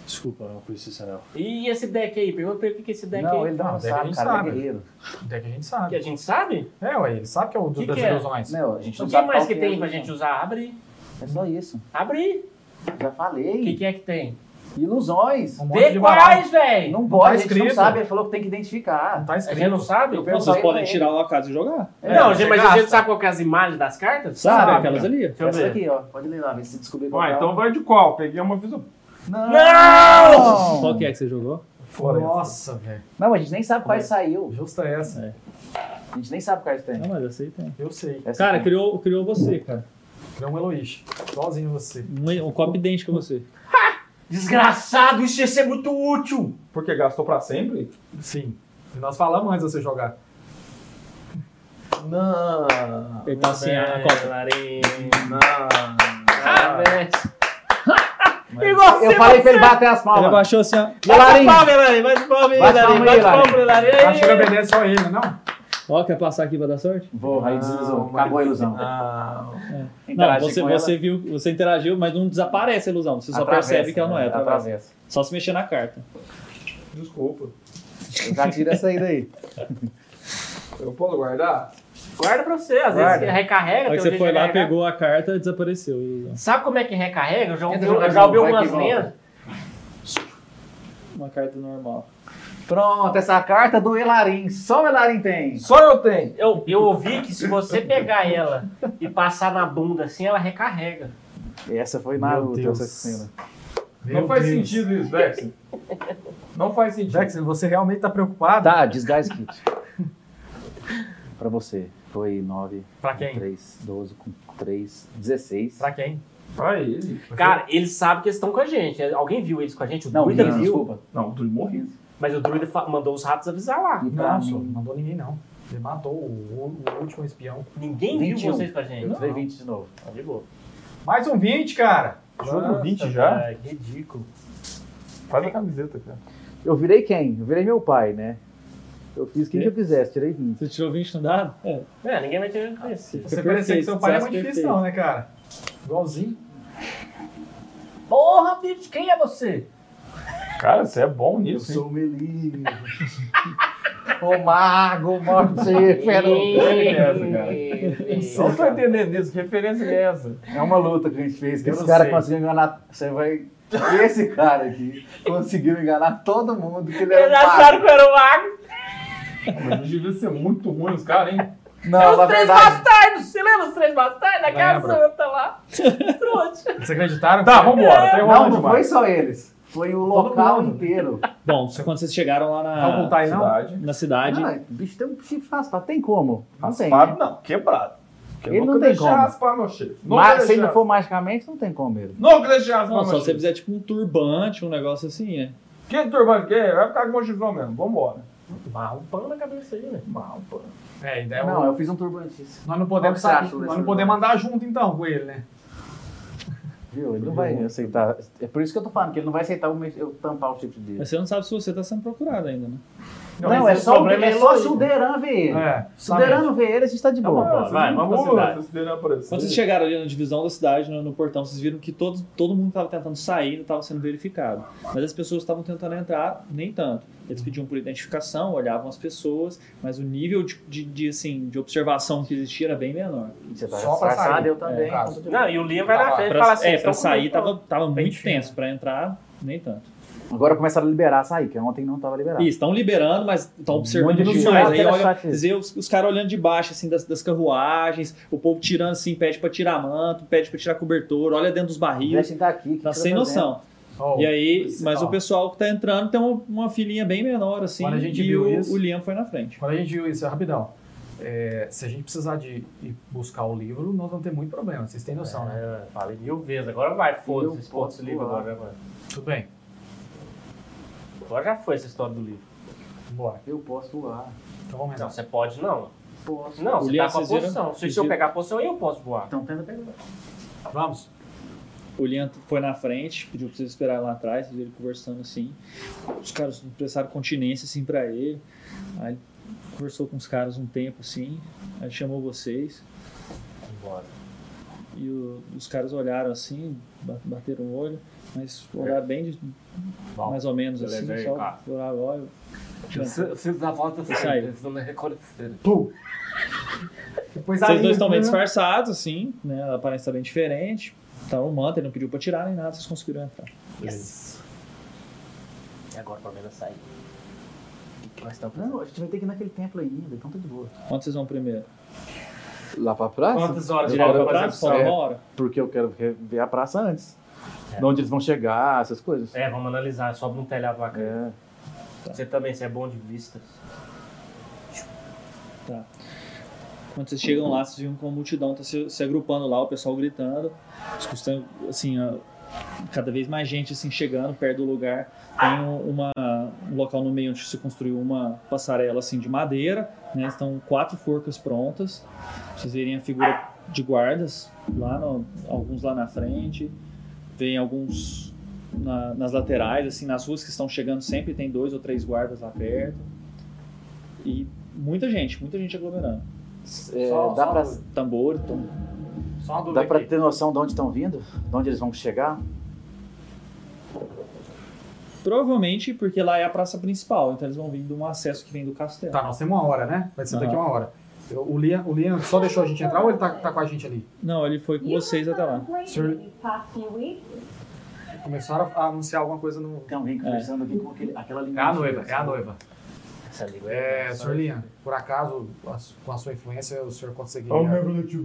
[SPEAKER 4] Desculpa, eu não conheci esse anel.
[SPEAKER 3] E esse deck aí? Pergunta pra ele o que que é esse deck
[SPEAKER 10] Não,
[SPEAKER 3] aí.
[SPEAKER 10] ele não,
[SPEAKER 1] Não, daí a
[SPEAKER 10] sabe,
[SPEAKER 1] gente
[SPEAKER 10] cara. Ele
[SPEAKER 1] sabe.
[SPEAKER 10] é guerreiro.
[SPEAKER 1] Até que a gente
[SPEAKER 3] Que
[SPEAKER 1] sabe.
[SPEAKER 3] a gente sabe?
[SPEAKER 1] É, ué, ele sabe que é o do,
[SPEAKER 3] Que
[SPEAKER 1] das
[SPEAKER 3] que é?
[SPEAKER 1] ilusões.
[SPEAKER 10] Não, a gente não
[SPEAKER 3] o que
[SPEAKER 10] sabe
[SPEAKER 3] mais
[SPEAKER 10] qual
[SPEAKER 3] que
[SPEAKER 10] é
[SPEAKER 3] tem
[SPEAKER 10] a
[SPEAKER 3] pra
[SPEAKER 10] ilusão.
[SPEAKER 3] gente usar? Abre.
[SPEAKER 10] É só isso.
[SPEAKER 3] Abre.
[SPEAKER 10] Já
[SPEAKER 3] O que,
[SPEAKER 10] falei.
[SPEAKER 3] que é que tem?
[SPEAKER 10] Ilusões.
[SPEAKER 1] Um monte
[SPEAKER 3] Vê
[SPEAKER 1] de baralho.
[SPEAKER 3] quais, velho!
[SPEAKER 10] Não pode, a gente não
[SPEAKER 1] escrito.
[SPEAKER 10] sabe. Ele falou que tem que
[SPEAKER 1] Não
[SPEAKER 10] identificar.
[SPEAKER 1] tá
[SPEAKER 3] é A gente
[SPEAKER 1] escrito.
[SPEAKER 3] não sabe?
[SPEAKER 10] Eu
[SPEAKER 4] Não,
[SPEAKER 10] penso
[SPEAKER 4] vocês
[SPEAKER 10] aí
[SPEAKER 4] podem
[SPEAKER 10] pra ele.
[SPEAKER 4] tirar uma casa e jogar.
[SPEAKER 10] É,
[SPEAKER 3] não,
[SPEAKER 1] você
[SPEAKER 3] gente, mas a gente
[SPEAKER 1] gasta.
[SPEAKER 3] sabe qual que é as imagens das cartas?
[SPEAKER 4] Sabe,
[SPEAKER 1] Sabe,
[SPEAKER 4] aquelas ali.
[SPEAKER 3] Deixa eu
[SPEAKER 10] Essa
[SPEAKER 3] ver.
[SPEAKER 10] aqui, ó. Pode ler lá, ver se descobrir qual
[SPEAKER 7] Ué,
[SPEAKER 10] é.
[SPEAKER 7] então vai de qual? Peguei uma visão.
[SPEAKER 10] Não!
[SPEAKER 3] Não!
[SPEAKER 4] Qual que é que você jogou?
[SPEAKER 12] Fora
[SPEAKER 1] Nossa, velho.
[SPEAKER 10] Não, a gente nem sabe quais saiu.
[SPEAKER 1] Justa essa.
[SPEAKER 10] A gente nem sabe quais tem.
[SPEAKER 4] Não, mas essa aí tem.
[SPEAKER 1] Eu sei.
[SPEAKER 10] Essa
[SPEAKER 4] Cara,
[SPEAKER 10] aqui.
[SPEAKER 4] criou, criou você, cara.
[SPEAKER 1] Ele é um Eloís. Igualzinho você.
[SPEAKER 4] Um, um copo idêntico a você.
[SPEAKER 3] Desgraçado, isso ia ser muito útil!
[SPEAKER 7] Porque gastou pra sempre?
[SPEAKER 1] Sim. E nós falamos antes de você jogar. Não.
[SPEAKER 4] Ele tá assim, a a copa.
[SPEAKER 3] Ah, velho.
[SPEAKER 10] Eu falei pra ele bater as
[SPEAKER 4] Ele
[SPEAKER 10] palmas.
[SPEAKER 4] abaixou assim, ó.
[SPEAKER 10] Ilarim, Bate palma aí, Larinho.
[SPEAKER 3] Acho
[SPEAKER 1] Acho que obedece só ele, não?
[SPEAKER 4] Ó, quer passar aqui pra dar sorte?
[SPEAKER 10] Vou, aí desilusão. Acabou a ilusão.
[SPEAKER 1] Não.
[SPEAKER 10] Interagir
[SPEAKER 4] não, você,
[SPEAKER 10] com ela,
[SPEAKER 4] você viu, você interagiu, mas não desaparece a ilusão. Você só
[SPEAKER 10] atravessa,
[SPEAKER 4] percebe que ela não é.
[SPEAKER 10] né?
[SPEAKER 4] atravessa.
[SPEAKER 10] Atravessa.
[SPEAKER 4] Só se mexer na carta.
[SPEAKER 7] Desculpa.
[SPEAKER 10] Eu já tiro essa aí daí.
[SPEAKER 7] Eu posso guardar?
[SPEAKER 3] Guarda pra você, às
[SPEAKER 10] Guarda.
[SPEAKER 3] vezes
[SPEAKER 10] É,
[SPEAKER 3] recarrega.
[SPEAKER 4] Aí
[SPEAKER 3] tem um
[SPEAKER 4] você
[SPEAKER 3] jeito
[SPEAKER 4] foi
[SPEAKER 3] de
[SPEAKER 4] lá,
[SPEAKER 3] recarregar.
[SPEAKER 4] pegou a carta e desapareceu. a ilusão.
[SPEAKER 3] Sabe como é que recarrega? Eu já ouvi,
[SPEAKER 10] Tenta jogar
[SPEAKER 3] eu
[SPEAKER 10] de
[SPEAKER 3] já ouvi
[SPEAKER 10] novo, vai
[SPEAKER 3] umas
[SPEAKER 10] que volta.
[SPEAKER 3] lendas.
[SPEAKER 4] Uma carta normal.
[SPEAKER 10] Pronto, essa carta do Elarim. Só o Elarim tem.
[SPEAKER 7] Só eu tenho.
[SPEAKER 3] Eu, eu ouvi que se você pegar ela e passar na bunda assim, ela recarrega.
[SPEAKER 10] Essa foi
[SPEAKER 1] Meu
[SPEAKER 10] Naruto,
[SPEAKER 1] Deus.
[SPEAKER 10] essa cena.
[SPEAKER 7] não faz
[SPEAKER 1] Deus.
[SPEAKER 7] sentido isso, Dex. Não faz sentido.
[SPEAKER 1] Jackson, você realmente tá preocupado?
[SPEAKER 10] Tá, disguise kit. pra você, foi 9,
[SPEAKER 1] Pra quem?
[SPEAKER 10] 3, 12, com 3, 16.
[SPEAKER 1] Pra quem?
[SPEAKER 7] Pra ele.
[SPEAKER 3] Cara, eles sabem que eles estão com a gente. Alguém viu eles com a gente? O
[SPEAKER 10] Não,
[SPEAKER 3] Druida
[SPEAKER 10] Guido,
[SPEAKER 3] viu.
[SPEAKER 10] desculpa.
[SPEAKER 7] Não, tu morreu.
[SPEAKER 3] Mas o Druida fa- mandou os ratos avisar lá.
[SPEAKER 10] E pra
[SPEAKER 1] Não, senhor, não
[SPEAKER 10] mim,
[SPEAKER 1] mandou ninguém, não. Ele matou o, o último espião.
[SPEAKER 3] Ninguém
[SPEAKER 10] 21.
[SPEAKER 3] viu vocês com a gente.
[SPEAKER 10] eu tirei 20 de novo.
[SPEAKER 3] Tá de boa.
[SPEAKER 1] Mais um 20, cara!
[SPEAKER 7] Jogo
[SPEAKER 3] Nossa,
[SPEAKER 7] 20 já?
[SPEAKER 3] cara, que É, ridículo.
[SPEAKER 7] Faz a camiseta, cara.
[SPEAKER 10] Eu virei quem? Eu virei meu pai, né? Eu fiz quem que eu quisesse, tirei 20.
[SPEAKER 4] Você tirou 20 no dado? É.
[SPEAKER 3] É, ninguém vai te reconhecer.
[SPEAKER 1] Você parecer
[SPEAKER 4] Fica
[SPEAKER 1] que
[SPEAKER 4] perfeito,
[SPEAKER 1] seu pai é
[SPEAKER 4] sucesso
[SPEAKER 1] muito difícil,
[SPEAKER 4] perfeito.
[SPEAKER 1] não, né, cara? Igualzinho.
[SPEAKER 3] Porra, bicho, quem é você?
[SPEAKER 1] Cara, você é bom
[SPEAKER 5] Eu
[SPEAKER 1] nisso, hein?
[SPEAKER 5] sou o Melino.
[SPEAKER 6] O mago, o
[SPEAKER 13] É.
[SPEAKER 6] mortífero.
[SPEAKER 1] é Não tô entendendo isso. Que referência é essa?
[SPEAKER 5] É uma luta que a gente fez. Que
[SPEAKER 1] Eu
[SPEAKER 5] esse
[SPEAKER 1] não
[SPEAKER 5] cara
[SPEAKER 1] sei.
[SPEAKER 5] conseguiu enganar. Você vai. Esse cara aqui conseguiu enganar todo mundo que ele era um mago.
[SPEAKER 13] que era o mago.
[SPEAKER 1] Mas devia ser muito ruim os caras, hein?
[SPEAKER 5] Não, na
[SPEAKER 13] os três
[SPEAKER 5] verdade.
[SPEAKER 13] bastardos. Você lembra os três bastardos? Da Casa
[SPEAKER 1] Lembro.
[SPEAKER 13] Santa lá. Trouxa.
[SPEAKER 2] Vocês acreditaram?
[SPEAKER 1] Tá, vambora. Tá
[SPEAKER 5] Não,
[SPEAKER 1] enrolando
[SPEAKER 5] não foi
[SPEAKER 1] demais.
[SPEAKER 5] só eles. Foi o local inteiro.
[SPEAKER 4] Bom, isso é quando vocês chegaram lá
[SPEAKER 2] Não vão
[SPEAKER 1] tá.
[SPEAKER 4] na,
[SPEAKER 2] contar aí, não?
[SPEAKER 1] Cidade.
[SPEAKER 4] na cidade.
[SPEAKER 5] Ah, o bicho tem um chifre raspado. Tem como? Não tem. né?
[SPEAKER 1] Raspado, não. Quebrado. Porque eu
[SPEAKER 5] Ele
[SPEAKER 1] nunca
[SPEAKER 5] não tem
[SPEAKER 1] deixei
[SPEAKER 5] como.
[SPEAKER 1] raspar meu chefe.
[SPEAKER 5] Mas, se ele não for magicamente, não tem como ele.
[SPEAKER 1] Nunca deixei raspar
[SPEAKER 4] Não, só
[SPEAKER 1] meu
[SPEAKER 4] se você
[SPEAKER 1] chefe.
[SPEAKER 4] fizer tipo um turbante, um negócio assim, né?
[SPEAKER 1] Que turbante que é? Vai ficar com meu chifrão mesmo. Vambora. um
[SPEAKER 3] Barra um pano na cabeça aí, né?
[SPEAKER 1] Mal, pô.
[SPEAKER 2] É, ideia
[SPEAKER 5] Não, eu fiz um turbante.
[SPEAKER 2] Nós não podemos,
[SPEAKER 5] Qual que você
[SPEAKER 2] sair-
[SPEAKER 5] acha
[SPEAKER 2] nós
[SPEAKER 5] desse
[SPEAKER 2] não podemos andar junto então com ele, né?
[SPEAKER 5] Viu? Ele não vai aceitar. É por isso que eu tô falando, que ele não vai aceitar o meu- eu tampar o chifre dele.
[SPEAKER 4] Mas você não sabe se você tá sendo procurado ainda, né?
[SPEAKER 5] Não,
[SPEAKER 3] mas
[SPEAKER 5] é
[SPEAKER 3] o
[SPEAKER 5] só, o-
[SPEAKER 3] problema
[SPEAKER 5] é
[SPEAKER 3] é
[SPEAKER 5] só
[SPEAKER 3] só
[SPEAKER 5] se o Deran ver ele.
[SPEAKER 2] É,
[SPEAKER 5] Se o Deran não ver ele, a gente tá de boa.
[SPEAKER 1] Ah,
[SPEAKER 5] vai,
[SPEAKER 1] vocês
[SPEAKER 5] vamos
[SPEAKER 1] não
[SPEAKER 5] pra
[SPEAKER 1] pulam,
[SPEAKER 5] cidade.
[SPEAKER 1] vocês deram aparecer.
[SPEAKER 4] Quando vocês chegaram ali na divisão da cidade, no, no portão, vocês viram que todo, todo mundo estava tentando sair, estava sendo verificado. Mas as pessoas estavam tentando entrar, nem tanto. Eles pediam por identificação, olhavam as pessoas, mas o nível de, de, de, assim, de observação que existia era bem menor.
[SPEAKER 5] Você tá
[SPEAKER 2] Só pra
[SPEAKER 5] disfarçado,
[SPEAKER 2] sair.
[SPEAKER 5] eu também.
[SPEAKER 4] É,
[SPEAKER 5] Então, tudo
[SPEAKER 1] né?
[SPEAKER 3] Não,
[SPEAKER 5] bem.
[SPEAKER 3] e o Liam vai na frente e fala
[SPEAKER 4] Pra,
[SPEAKER 3] assim.
[SPEAKER 4] é,
[SPEAKER 3] "Vocês
[SPEAKER 4] pra
[SPEAKER 3] tão
[SPEAKER 4] sair
[SPEAKER 3] muito-
[SPEAKER 4] tava, tava
[SPEAKER 3] Bem
[SPEAKER 4] muito
[SPEAKER 3] fino.
[SPEAKER 4] tenso, pra entrar, nem tanto.
[SPEAKER 5] Agora começaram a liberar a sair, que ontem não tava liberado. Um
[SPEAKER 4] E estão liberando, mas estão observando
[SPEAKER 5] monte de
[SPEAKER 4] os
[SPEAKER 5] gente.
[SPEAKER 4] mais.
[SPEAKER 5] Ah,
[SPEAKER 4] Aí
[SPEAKER 5] era
[SPEAKER 4] olha,
[SPEAKER 5] chato isso.
[SPEAKER 4] vocês vê os, os caras olhando de baixo, assim, das, das carruagens, o povo tirando, assim, pede pra tirar manto, pede pra tirar cobertor, olha dentro dos
[SPEAKER 5] O
[SPEAKER 4] barris.
[SPEAKER 5] Justin tá aqui. que
[SPEAKER 4] Tá
[SPEAKER 5] que
[SPEAKER 4] sem
[SPEAKER 5] tá
[SPEAKER 4] noção.
[SPEAKER 2] Oh,
[SPEAKER 4] E aí, mas
[SPEAKER 2] tá.
[SPEAKER 4] o pessoal que tá entrando tem uma, uma filinha bem menor, assim,
[SPEAKER 2] Quando a gente
[SPEAKER 4] e
[SPEAKER 2] viu
[SPEAKER 4] o,
[SPEAKER 2] isso-
[SPEAKER 4] o Liam foi na frente.
[SPEAKER 2] Quando a gente viu isso, é rapidão. É, se a gente precisar de ir buscar o livro, nós vamos ter muito problema. Vocês têm noção, né?
[SPEAKER 3] É, falei mil vezes. Agora vai,
[SPEAKER 5] Eu
[SPEAKER 3] foda-se esse ponto
[SPEAKER 5] posso
[SPEAKER 3] do livro
[SPEAKER 5] pular.
[SPEAKER 3] agora, né, mano?
[SPEAKER 2] Tudo bem,
[SPEAKER 3] Agora já foi essa história do livro.
[SPEAKER 2] bora.
[SPEAKER 5] vendo? Eu posso pular.
[SPEAKER 2] Então vamos
[SPEAKER 3] Não,
[SPEAKER 2] entrar.
[SPEAKER 3] você pode não.
[SPEAKER 5] Posso.
[SPEAKER 3] Não, você
[SPEAKER 4] Juliano,
[SPEAKER 3] tá com a
[SPEAKER 4] vocês viram?
[SPEAKER 3] poção. Se,
[SPEAKER 4] Vocês
[SPEAKER 3] se eu
[SPEAKER 4] viram?
[SPEAKER 3] pegar a poção, eu posso voar.
[SPEAKER 5] Então tenta pegar.
[SPEAKER 2] Vamos.
[SPEAKER 4] O Liam foi na frente, pediu pra vocês esperarem lá atrás, vocês viram ele conversando assim. Os caras prestaram continência, assim, pra ele. Aí ele conversou com os caras um tempo, assim, aí chamou vocês.
[SPEAKER 3] Bora.
[SPEAKER 4] E o- os caras olharam assim, ba- bateram o olho, mas olharam bem, de-
[SPEAKER 3] Bom,
[SPEAKER 4] mais ou menos
[SPEAKER 3] beleza
[SPEAKER 4] assim,
[SPEAKER 3] aí,
[SPEAKER 4] só
[SPEAKER 3] cara.
[SPEAKER 4] olharam o olho.
[SPEAKER 3] Vocês da volta
[SPEAKER 4] Sai.
[SPEAKER 3] eles não me reconheceram.
[SPEAKER 6] Depois
[SPEAKER 4] Vocês
[SPEAKER 6] aí,
[SPEAKER 4] dois estão bem
[SPEAKER 6] né?
[SPEAKER 4] disfarçados, assim, né? A aparência tá bem diferente. Tá o manto, ele não pediu pra tirar nem nada, vocês conseguiram entrar.
[SPEAKER 3] E agora, pelo menos, sair. O que, que nós estamos fazendo?
[SPEAKER 5] Não, a gente vai ter que ir naquele templo ainda, então tá de boa.
[SPEAKER 4] Onde vocês vão primeiro?
[SPEAKER 5] Lá pra praça?
[SPEAKER 3] Quantas horas de
[SPEAKER 5] Direto
[SPEAKER 3] volta
[SPEAKER 5] pra
[SPEAKER 3] fazer
[SPEAKER 4] Pra
[SPEAKER 5] trás?
[SPEAKER 3] isso?
[SPEAKER 4] fora,
[SPEAKER 5] é.
[SPEAKER 4] uma hora.
[SPEAKER 5] Porque eu quero ver ver a praça antes. De onde eles vão chegar, essas coisas.
[SPEAKER 3] É, vamos analisar. Sobe no telhado lá. cara.
[SPEAKER 5] É.
[SPEAKER 3] Você também, você é bom de vistas.
[SPEAKER 4] Quando vocês chegam lá, vocês viram como a multidão tá se, se agrupando lá, o pessoal gritando. Escutando, assim, a- cada vez mais gente, assim, chegando perto do lugar. Tem um- uma, um local no meio onde se construiu uma passarela, assim, de madeira, né? Estão quatro forcas prontas. Vocês verem a figura de guardas lá, no- alguns lá na frente. Vem alguns na- nas laterais, assim, nas ruas que estão chegando sempre tem dois ou três guardas lá perto. E muita gente, muita gente aglomerando
[SPEAKER 5] É,
[SPEAKER 2] Só-
[SPEAKER 5] dá,
[SPEAKER 2] só
[SPEAKER 5] pra,
[SPEAKER 2] uma
[SPEAKER 4] tambor, tom-
[SPEAKER 2] Só uma dúvida
[SPEAKER 5] dá pra
[SPEAKER 2] aqui.
[SPEAKER 5] ter noção de onde estão vindo? De onde eles vão chegar?
[SPEAKER 4] Provavelmente porque lá é a praça principal, então eles vão vir de um acesso que vem do castelo.
[SPEAKER 2] Tá, nós temos uma hora, né? Vai ser daqui
[SPEAKER 4] Aham.
[SPEAKER 2] uma hora. Eu- o, Liam, o Liam só deixou a gente entrar ou ele tá, tá com a gente ali?
[SPEAKER 4] Não, ele foi com vocês até lá.
[SPEAKER 2] Senhor- Começaram a anunciar alguma coisa no.
[SPEAKER 5] Tem alguém conversando aqui com aquele, aquela
[SPEAKER 2] É a
[SPEAKER 5] linguagem.
[SPEAKER 2] noiva, é a noiva.
[SPEAKER 3] Essa língua
[SPEAKER 2] É, senhor Liam, por acaso, a su- com a sua influência, o senhor conseguiria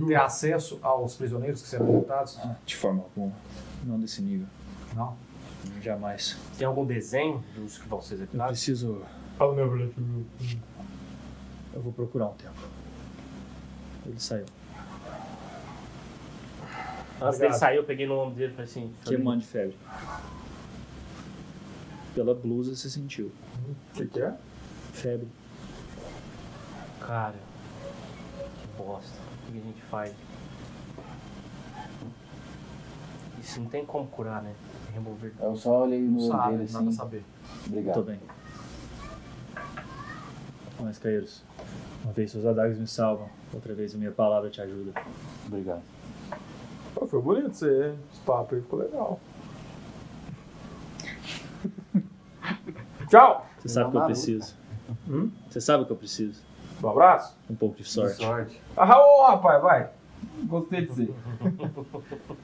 [SPEAKER 2] ter acesso aos prisioneiros que serão libertados?
[SPEAKER 4] De forma alguma. Não desse nível.
[SPEAKER 2] Não?
[SPEAKER 4] Jamais.
[SPEAKER 3] Tem algum desenho dos que vão ser
[SPEAKER 4] Eu
[SPEAKER 3] executados?
[SPEAKER 4] preciso.
[SPEAKER 1] Fala meu objetivo.
[SPEAKER 4] Eu vou procurar um tempo. Ele saiu.
[SPEAKER 14] Ah,
[SPEAKER 3] Antes dele sair, eu peguei no ombro dele e falei assim... senhor Liam,
[SPEAKER 4] Queimando de febre. Pela blusa você sentiu.
[SPEAKER 1] O que, que é?
[SPEAKER 4] Febre.
[SPEAKER 3] Cara, que bosta. O que a gente faz? Isso não tem como curar, né? Remover.
[SPEAKER 5] Eu só olhei no
[SPEAKER 2] Não
[SPEAKER 5] olho dele
[SPEAKER 2] sabe,
[SPEAKER 10] tá
[SPEAKER 2] nada a
[SPEAKER 5] assim.
[SPEAKER 2] saber.
[SPEAKER 4] Tô
[SPEAKER 5] Obrigado.
[SPEAKER 4] bem. Mas, Caeiros, uma vez suas adagas me salvam, outra vez a minha palavra te ajuda.
[SPEAKER 5] Obrigado.
[SPEAKER 1] Pô, foi bonito você, hein? Esse papo aí ficou legal. Tchau.
[SPEAKER 14] Você sabe o que eu preciso.
[SPEAKER 2] Hum?
[SPEAKER 14] Você sabe o que eu preciso.
[SPEAKER 1] Um abraço.
[SPEAKER 14] Um pouco de sorte.
[SPEAKER 1] Ah, ô, rapaz, vai. Gostei de você.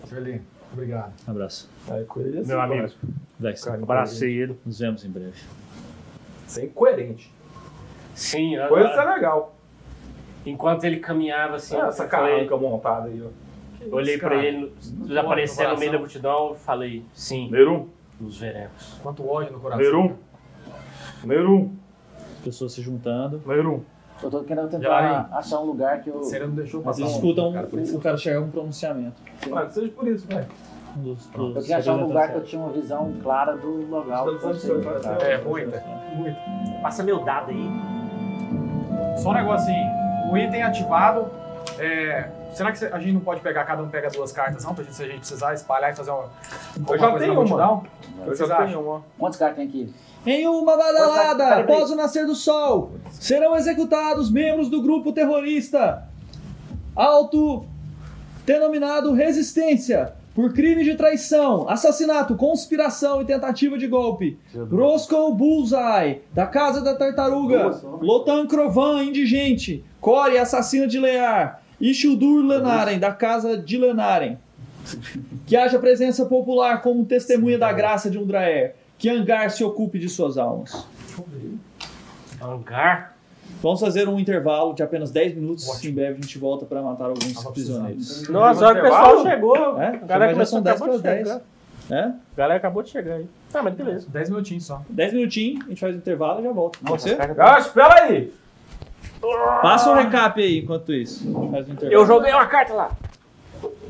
[SPEAKER 10] Felipe, obrigado.
[SPEAKER 14] Um abraço.
[SPEAKER 1] Aí, com ele, assim,
[SPEAKER 3] Meu amigo,
[SPEAKER 14] Vex,
[SPEAKER 3] abracei ele.
[SPEAKER 14] nos vemos em breve.
[SPEAKER 1] Isso é incoerente.
[SPEAKER 3] Sim, a-
[SPEAKER 1] Coisa isso é legal.
[SPEAKER 3] enquanto ele caminhava assim,
[SPEAKER 1] Ah,
[SPEAKER 3] eu
[SPEAKER 1] essa
[SPEAKER 3] falei-
[SPEAKER 1] carranca montada aí, ó.
[SPEAKER 3] olhei pra
[SPEAKER 10] cara?
[SPEAKER 3] ele desaparecer no meio da multidão e falei, sim,
[SPEAKER 1] Nerum,
[SPEAKER 3] nos veremos.
[SPEAKER 10] Quanto ódio no coração.
[SPEAKER 1] Nerum. Nerum,
[SPEAKER 14] As pessoas se juntando.
[SPEAKER 1] Nerum.
[SPEAKER 5] Eu tô querendo
[SPEAKER 3] Já
[SPEAKER 5] tentar achar um lugar que eu.
[SPEAKER 10] Você não deixou
[SPEAKER 4] Mas
[SPEAKER 10] passar
[SPEAKER 4] eles
[SPEAKER 10] um-
[SPEAKER 4] escutam
[SPEAKER 10] cara, por
[SPEAKER 4] o-
[SPEAKER 10] isso.
[SPEAKER 4] o cara chegar um pronunciamento.
[SPEAKER 1] Mano, seja por isso, né? velho.
[SPEAKER 14] Um dos- dos
[SPEAKER 5] Eu queria
[SPEAKER 10] tá
[SPEAKER 5] achar um lugar que eu
[SPEAKER 14] representantes.
[SPEAKER 5] tinha uma visão clara do local. que eu sei, tá?
[SPEAKER 10] É, muita.
[SPEAKER 3] Passa meu dado aí.
[SPEAKER 10] Só um negócio assim, o item ativado. é, Será que a gente não pode pegar, cada um pega duas cartas, não? Pra gente, se a gente precisar espalhar e fazer uma. alguma
[SPEAKER 1] já
[SPEAKER 10] coisa na
[SPEAKER 1] tenho
[SPEAKER 10] multidão?
[SPEAKER 1] Eu
[SPEAKER 10] Vocês
[SPEAKER 1] já
[SPEAKER 10] acham?
[SPEAKER 1] tenho uma.
[SPEAKER 5] Quantos caras tem aqui?
[SPEAKER 4] Em uma
[SPEAKER 5] Pode sair,
[SPEAKER 4] badalada,
[SPEAKER 5] peraí, peraí.
[SPEAKER 4] após o nascer do sol, serão executados membros do grupo terrorista auto denominado Resistência por crime de traição, assassinato, conspiração e tentativa de golpe. Roscoe Bullseye, da Casa da Tartaruga, Lotan Crovan, indigente, Core, assassina de Lear, e Shildur Lenaren, da Casa de Lenaren. Que haja presença popular como testemunha da graça de Undraer. Que Angar se ocupe de suas almas.
[SPEAKER 10] É um
[SPEAKER 3] Hangar.
[SPEAKER 4] Vamos fazer um intervalo de apenas 10 minutos. Em breve a gente volta para matar alguns
[SPEAKER 10] Tava
[SPEAKER 4] prisioneiros.
[SPEAKER 1] Nossa,
[SPEAKER 14] olha
[SPEAKER 1] olha
[SPEAKER 14] que
[SPEAKER 1] que
[SPEAKER 14] o
[SPEAKER 1] pessoal
[SPEAKER 14] chegou.
[SPEAKER 4] É?
[SPEAKER 14] galera
[SPEAKER 4] Mas já
[SPEAKER 14] começou-
[SPEAKER 4] são 10
[SPEAKER 14] acabou
[SPEAKER 4] para
[SPEAKER 14] de
[SPEAKER 4] 10.
[SPEAKER 14] chegar.
[SPEAKER 4] É?
[SPEAKER 14] A galera acabou de chegar aí. Tá, mas beleza.
[SPEAKER 10] 10 minutinhos só.
[SPEAKER 4] 10 minutinhos, a gente faz o intervalo e já volta. Pode ser?
[SPEAKER 1] Ah, espera aí.
[SPEAKER 14] tá
[SPEAKER 4] Passa o recap aí enquanto isso. A gente faz o intervalo.
[SPEAKER 3] Eu joguei uma carta lá.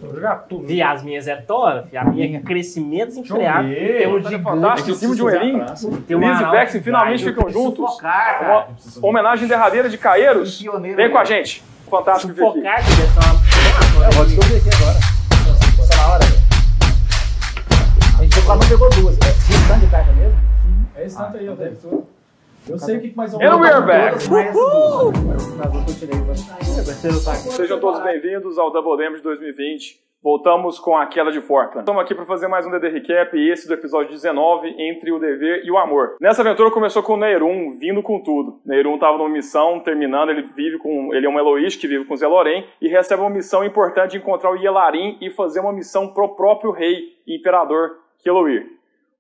[SPEAKER 1] Vou jogar tudo.
[SPEAKER 3] Vi as minhas é tora, fi, a minha é crescimento desenfreado.
[SPEAKER 1] Joguei.
[SPEAKER 3] Tem um
[SPEAKER 1] É
[SPEAKER 3] gigante,
[SPEAKER 15] Em cima de um Elim,
[SPEAKER 3] tem uma
[SPEAKER 1] Liz e
[SPEAKER 3] arauca.
[SPEAKER 1] Vexen finalmente um
[SPEAKER 3] Ah, eu
[SPEAKER 1] ficam
[SPEAKER 3] preciso
[SPEAKER 1] juntos.
[SPEAKER 3] Focar, cara.
[SPEAKER 1] Uma homenagem derradeira de Caeiros.
[SPEAKER 5] Pioneiro.
[SPEAKER 1] Vem com a gente. Fantástico ver aqui.
[SPEAKER 3] Focar, que deve ser né? uma-
[SPEAKER 5] Eu vou descobrir É, aqui agora. Tá na hora. velho. A gente lá não pegou duas. É tinha um tanto de carta mesmo?
[SPEAKER 10] É esse
[SPEAKER 1] Ah,
[SPEAKER 10] tanto aí, eu Eu sei o que mais eu
[SPEAKER 1] And we're back.
[SPEAKER 5] Mas Uhul! Nas duas que eu tirei. mas- tá
[SPEAKER 1] Sejam todos bem-vindos ao Double Damage 2020. Voltamos com a queda de Forkland. Estamos aqui para fazer mais um DD Recap e esse do episódio 19, Entre o Dever e o Amor. Nessa aventura começou com o Neirun vindo com tudo. Neirun estava numa missão, terminando, ele vive com. Ele é um Eloís que vive com Zeloren e recebe uma missão importante de encontrar o Yelarin e fazer uma missão pro próprio rei e imperador Keloir.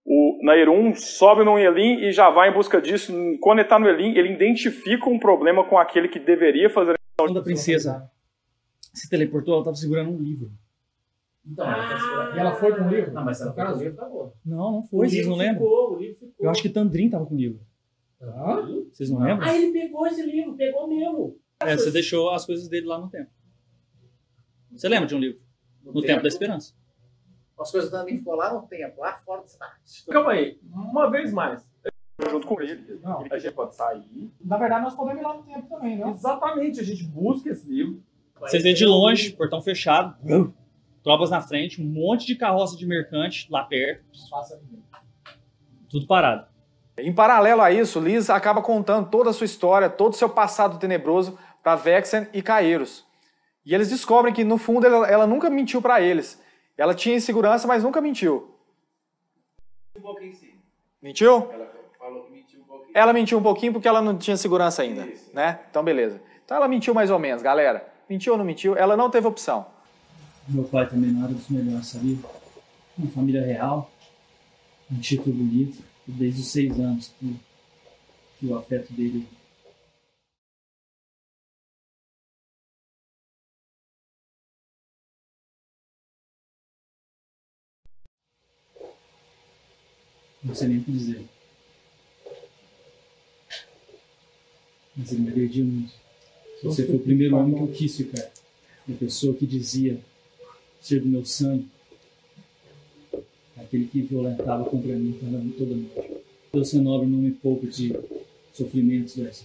[SPEAKER 1] O Nairun sobe no Elim e já vai em busca disso. Quando ele tá no Elim, ele identifica um problema com aquele que deveria fazer
[SPEAKER 4] Quando a princesa se teleportou, ela estava segurando um livro.
[SPEAKER 10] Então,
[SPEAKER 7] Ah!
[SPEAKER 10] e ela foi com o livro? Não, mas ela foi com o livro. tá
[SPEAKER 4] Não, não foi. Vocês não lembram? Eu acho que Tandrin tava com o livro. Vocês não lembram?
[SPEAKER 16] Ah, ele pegou esse livro, pegou mesmo.
[SPEAKER 4] É, você deixou as coisas dele lá no tempo. Você lembra de um livro? No Tempo da Esperança.
[SPEAKER 5] As coisas também ficou lá no tempo, lá fora tá. do cidade.
[SPEAKER 1] Calma aí, uma vez mais. Junto com ele.
[SPEAKER 10] Não.
[SPEAKER 1] Ele quer pode sair.
[SPEAKER 10] Na verdade, nós podemos ir lá no tempo também, não?
[SPEAKER 1] Exatamente, a gente busca esse livro.
[SPEAKER 4] Vocês vêem de longe, portão fechado, tropas na frente, um monte de carroça de mercante lá perto, tudo parado.
[SPEAKER 7] Em paralelo a isso, Liz acaba contando toda a sua história, todo o seu passado tenebroso para Vexen e Caeiros. E eles descobrem que, no fundo, ela, ela nunca mentiu para eles. Ela tinha insegurança, mas nunca mentiu. um Mentiu? Ela mentiu um pouquinho porque ela não tinha segurança ainda, né? Então, beleza. Então, ela mentiu mais ou menos, galera. Mentiu ou não mentiu? Ela não teve opção.
[SPEAKER 4] Meu pai também não era dos melhores, sabia? Uma família real, um título bonito, e desde os seis anos que, que o afeto dele Não sei nem o que dizer. Mas ele me agrediu muito. Você foi o primeiro homem que eu quis ficar. Uma pessoa que dizia ser do meu sangue. Aquele que violentava contra mim toda toda noite. Deus ser nobre não me poupa de sofrimentos dessa.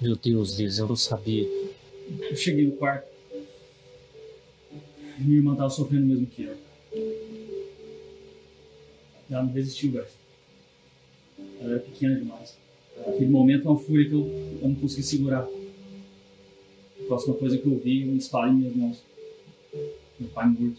[SPEAKER 14] Meu Deus, Liz, eu não sabia.
[SPEAKER 4] Eu cheguei no quarto. E minha irmã estava sofrendo o mesmo que eu. Ela não resistiu, velho. Ela era pequena demais. Naquele momento, é uma fúria que eu, eu não consegui segurar. A próxima coisa que eu vi, eu espalho em minhas mãos. Meu pai morto.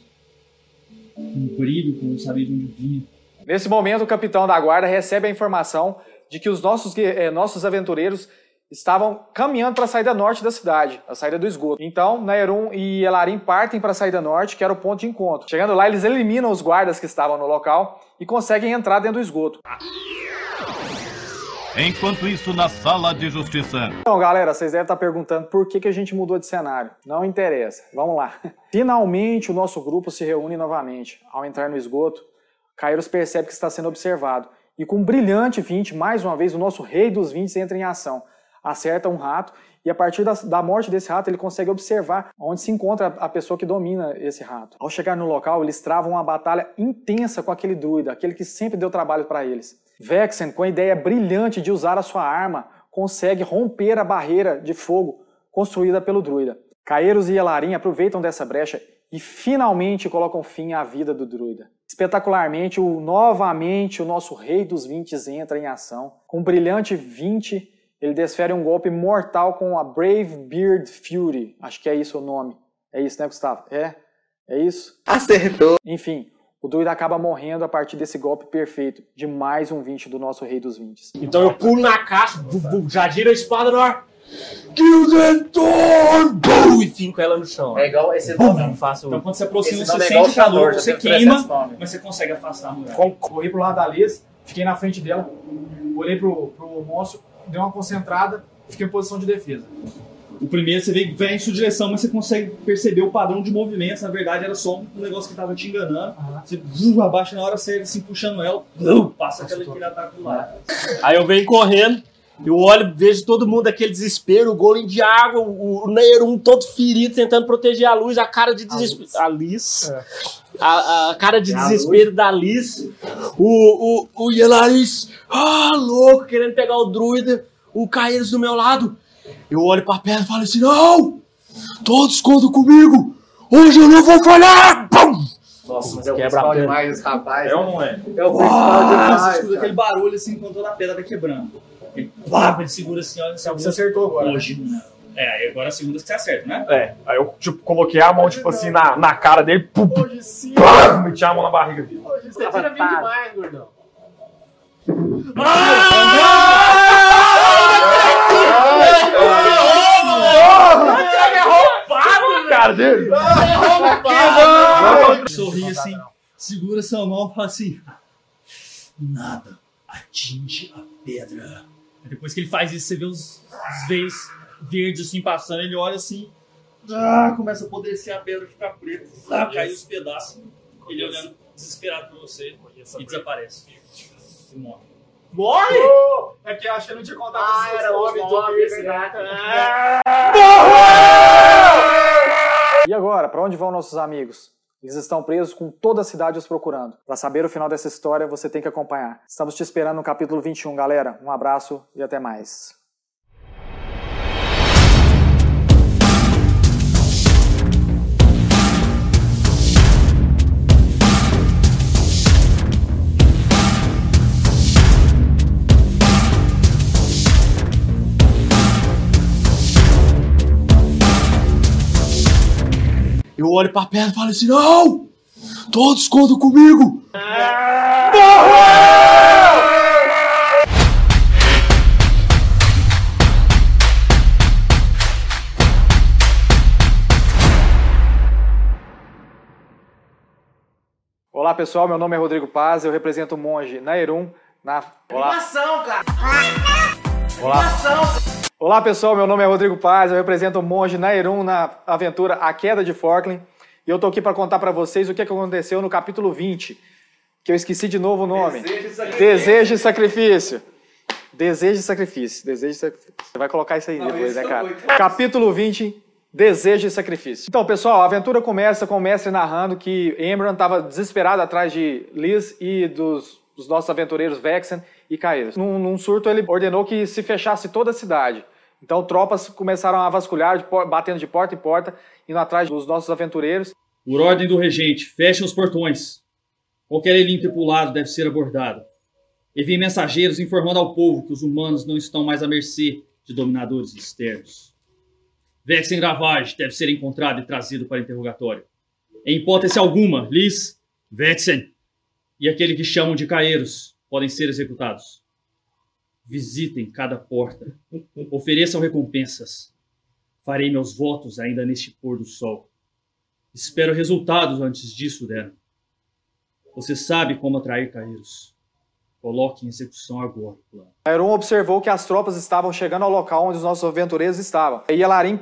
[SPEAKER 4] Um brilho que eu não sabia de onde vinha.
[SPEAKER 7] Nesse momento, o capitão da guarda recebe a informação de que os nossos, eh, nossos aventureiros estavam caminhando para a saída norte da cidade, a saída do esgoto. Então, Nairun e Elarim partem para a saída norte, que era o ponto de encontro. Chegando lá, eles eliminam os guardas que estavam no local e conseguem entrar dentro do esgoto.
[SPEAKER 17] Enquanto isso, na sala de justiça.
[SPEAKER 7] Então, galera, vocês devem estar perguntando por que, que a gente mudou de cenário. Não interessa. Vamos lá. Finalmente, o nosso grupo se reúne novamente. Ao entrar no esgoto, Kairos percebe que está sendo observado. E com um brilhante 20, mais uma vez, o nosso rei dos 20 entra em ação. Acerta um rato e a partir da, da morte desse rato ele consegue observar onde se encontra a, a pessoa que domina esse rato. Ao chegar no local, eles travam uma batalha intensa com aquele druida, aquele que sempre deu trabalho para eles. Vexen, com a ideia brilhante de usar a sua arma, consegue romper a barreira de fogo construída pelo druida. Caeiros e Elarim aproveitam dessa brecha e finalmente colocam fim à vida do druida. Espetacularmente, o- novamente o nosso rei dos 20 entra em ação. Com um brilhante 20, ele desfere um golpe mortal com a Brave Beard Fury. Acho que é isso o nome. É isso, né, Gustavo? É? É isso? Acertou! Enfim, o druida acaba morrendo a partir desse golpe perfeito de mais um 20 do nosso rei dos 20.
[SPEAKER 18] Então eu pulo na caixa, bum, bum, já gira a espada no ar. Kill the Thorn! Bum, E finco ela no chão.
[SPEAKER 10] É igual esse
[SPEAKER 18] Bum.
[SPEAKER 10] nome, eu não faço.
[SPEAKER 18] Então quando você aproxima,
[SPEAKER 10] Esse
[SPEAKER 18] você
[SPEAKER 10] nome é
[SPEAKER 18] sente
[SPEAKER 10] igual
[SPEAKER 18] o calor,
[SPEAKER 10] calor,
[SPEAKER 18] você
[SPEAKER 10] eu tenho que
[SPEAKER 18] queima,
[SPEAKER 10] prestar esse nome.
[SPEAKER 18] mas você consegue afastar a mulher.
[SPEAKER 19] Com- Corri pro lado da Liz, fiquei na frente dela, olhei pro, pro monstro, dei uma concentrada, fiquei em posição de defesa.
[SPEAKER 5] O primeiro você vê que vem em sua direção, mas você consegue perceber o padrão de movimentos. Na verdade, era só um negócio que tava te enganando. Você uh, abaixa na hora, você assim puxando ela, uh, passa aquele, aquele ataque do lado.
[SPEAKER 18] Aí eu venho correndo, eu olho, vejo todo mundo aquele desespero, o golem de água, o, o Neyrum todo ferido, tentando proteger a luz, a cara de desespero. A Liz. A, a cara de
[SPEAKER 10] É a
[SPEAKER 18] desespero da Liz. O, o, o Yelaris, ah, louco, querendo pegar o druida, o Caeiros do meu lado. Eu olho pra perna e falo assim: não! Todos contam comigo! Hoje eu não vou falhar! Pum!
[SPEAKER 10] Nossa, mas é o
[SPEAKER 18] Quebra
[SPEAKER 10] principal
[SPEAKER 18] a perna.
[SPEAKER 10] demais esse rapaz.
[SPEAKER 18] É ou não é?
[SPEAKER 10] É o principal
[SPEAKER 5] Ah, você
[SPEAKER 10] demais.
[SPEAKER 5] escuta
[SPEAKER 10] cara.
[SPEAKER 5] aquele barulho assim quando toda a pedra tá quebrando. Ele, pá, ele segura assim, olha assim. Você
[SPEAKER 19] acertou agora.
[SPEAKER 5] Hoje não. É, aí agora a segunda que você acerta, né?
[SPEAKER 1] É, aí eu tipo, coloquei a mão tipo assim na, na cara dele, pum, pum, pá, meti a mão na barriga dele.
[SPEAKER 18] Você tira bem demais, gordão.
[SPEAKER 1] Cara dele.
[SPEAKER 5] Ele Sorri assim, segura sua mão e fala assim: Nada atinge a pedra. Depois que ele faz isso, você vê os, os veios verdes assim passando, ele olha assim, ah, começa a apodrecer a pedra, fica preta, ah, cai os pedaços. Ele olhando desesperado pra você e desaparece. E morre.
[SPEAKER 19] Morre! É que eu achei que não tinha contado ah, era homem então, do
[SPEAKER 7] E agora, para onde vão nossos amigos? Eles estão presos com toda a cidade os procurando. Para saber o final dessa história, você tem que acompanhar. Estamos te esperando no capítulo 21, galera. Um abraço e até mais.
[SPEAKER 18] Eu olho pra perna e falo assim: não! Todos contam comigo!
[SPEAKER 7] Olá pessoal, meu nome é Rodrigo Paz, eu represento o monge Naerum na. Olá.
[SPEAKER 10] Animação, cara.
[SPEAKER 7] Olá. Olá pessoal, meu nome é Rodrigo Paz, eu represento o monge Naerum na aventura A Queda de Forklin e eu tô aqui para contar para vocês o que aconteceu no capítulo 20, que eu esqueci de novo o nome. Desejo e sacrifício. Desejo e sacrifício. Desejo e sacrifício. Você vai colocar isso aí depois, né, cara? Capítulo 20. Desejo e sacrifício. Então, pessoal, a aventura começa com o mestre narrando que Emran estava desesperado atrás de Liz e dos, dos nossos aventureiros Vexen e Caeiros. Num, num surto, ele ordenou que se fechasse toda a cidade. Então, tropas começaram a vasculhar, de por- batendo de porta em porta, indo atrás dos nossos aventureiros.
[SPEAKER 4] Por ordem do regente, fechem os portões. Qualquer elhinho tripulado deve ser abordado. Enviem mensageiros informando ao povo que os humanos não estão mais à mercê de dominadores externos. Vexen Gravage deve ser encontrado e trazido para interrogatório. Em hipótese alguma, Liz, Vexen e aquele que chamam de Caeiros podem ser executados. Visitem cada porta. Ofereçam recompensas. Farei meus votos ainda neste pôr do sol. Espero resultados antes disso, Dera. Você sabe como atrair Caíros. Coloque em execução agora o plano.
[SPEAKER 7] Aeron observou que as tropas estavam chegando ao local onde os nossos aventureiros estavam. E Alarim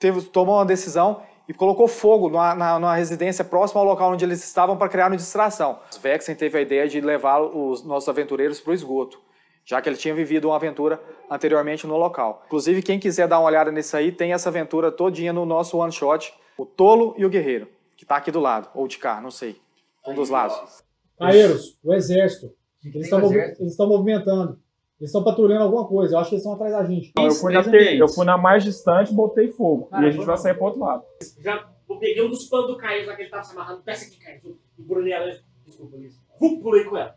[SPEAKER 7] teve, tomou uma decisão e colocou fogo na, na, numa residência próxima ao local onde eles estavam para criar uma distração. Vexen teve a ideia de levar os nossos aventureiros para o esgoto, já que ele tinha vivido uma aventura anteriormente no local. Inclusive, quem quiser dar uma olhada nisso aí, tem essa aventura todinha no nosso one shot, o Tolo e o Guerreiro, que está aqui do lado, ou de cá, não sei. Um dos lados.
[SPEAKER 18] Caeiros, o exército. Eles estão
[SPEAKER 7] o
[SPEAKER 18] movi-
[SPEAKER 7] exército?
[SPEAKER 18] eles estão movimentando. Eles estão patrulhando alguma coisa. Eu acho que eles estão atrás da gente.
[SPEAKER 1] Não, eu, fui na, ter- eu fui na mais distante, botei fogo. e a gente vai sair pro outro lado.
[SPEAKER 20] Já eu peguei um dos panos do Caio, lá que ele tava se amarrando. Peça aqui, Caio. E Brunei ela. Desculpa, Luiz. Vum, pulei com ela.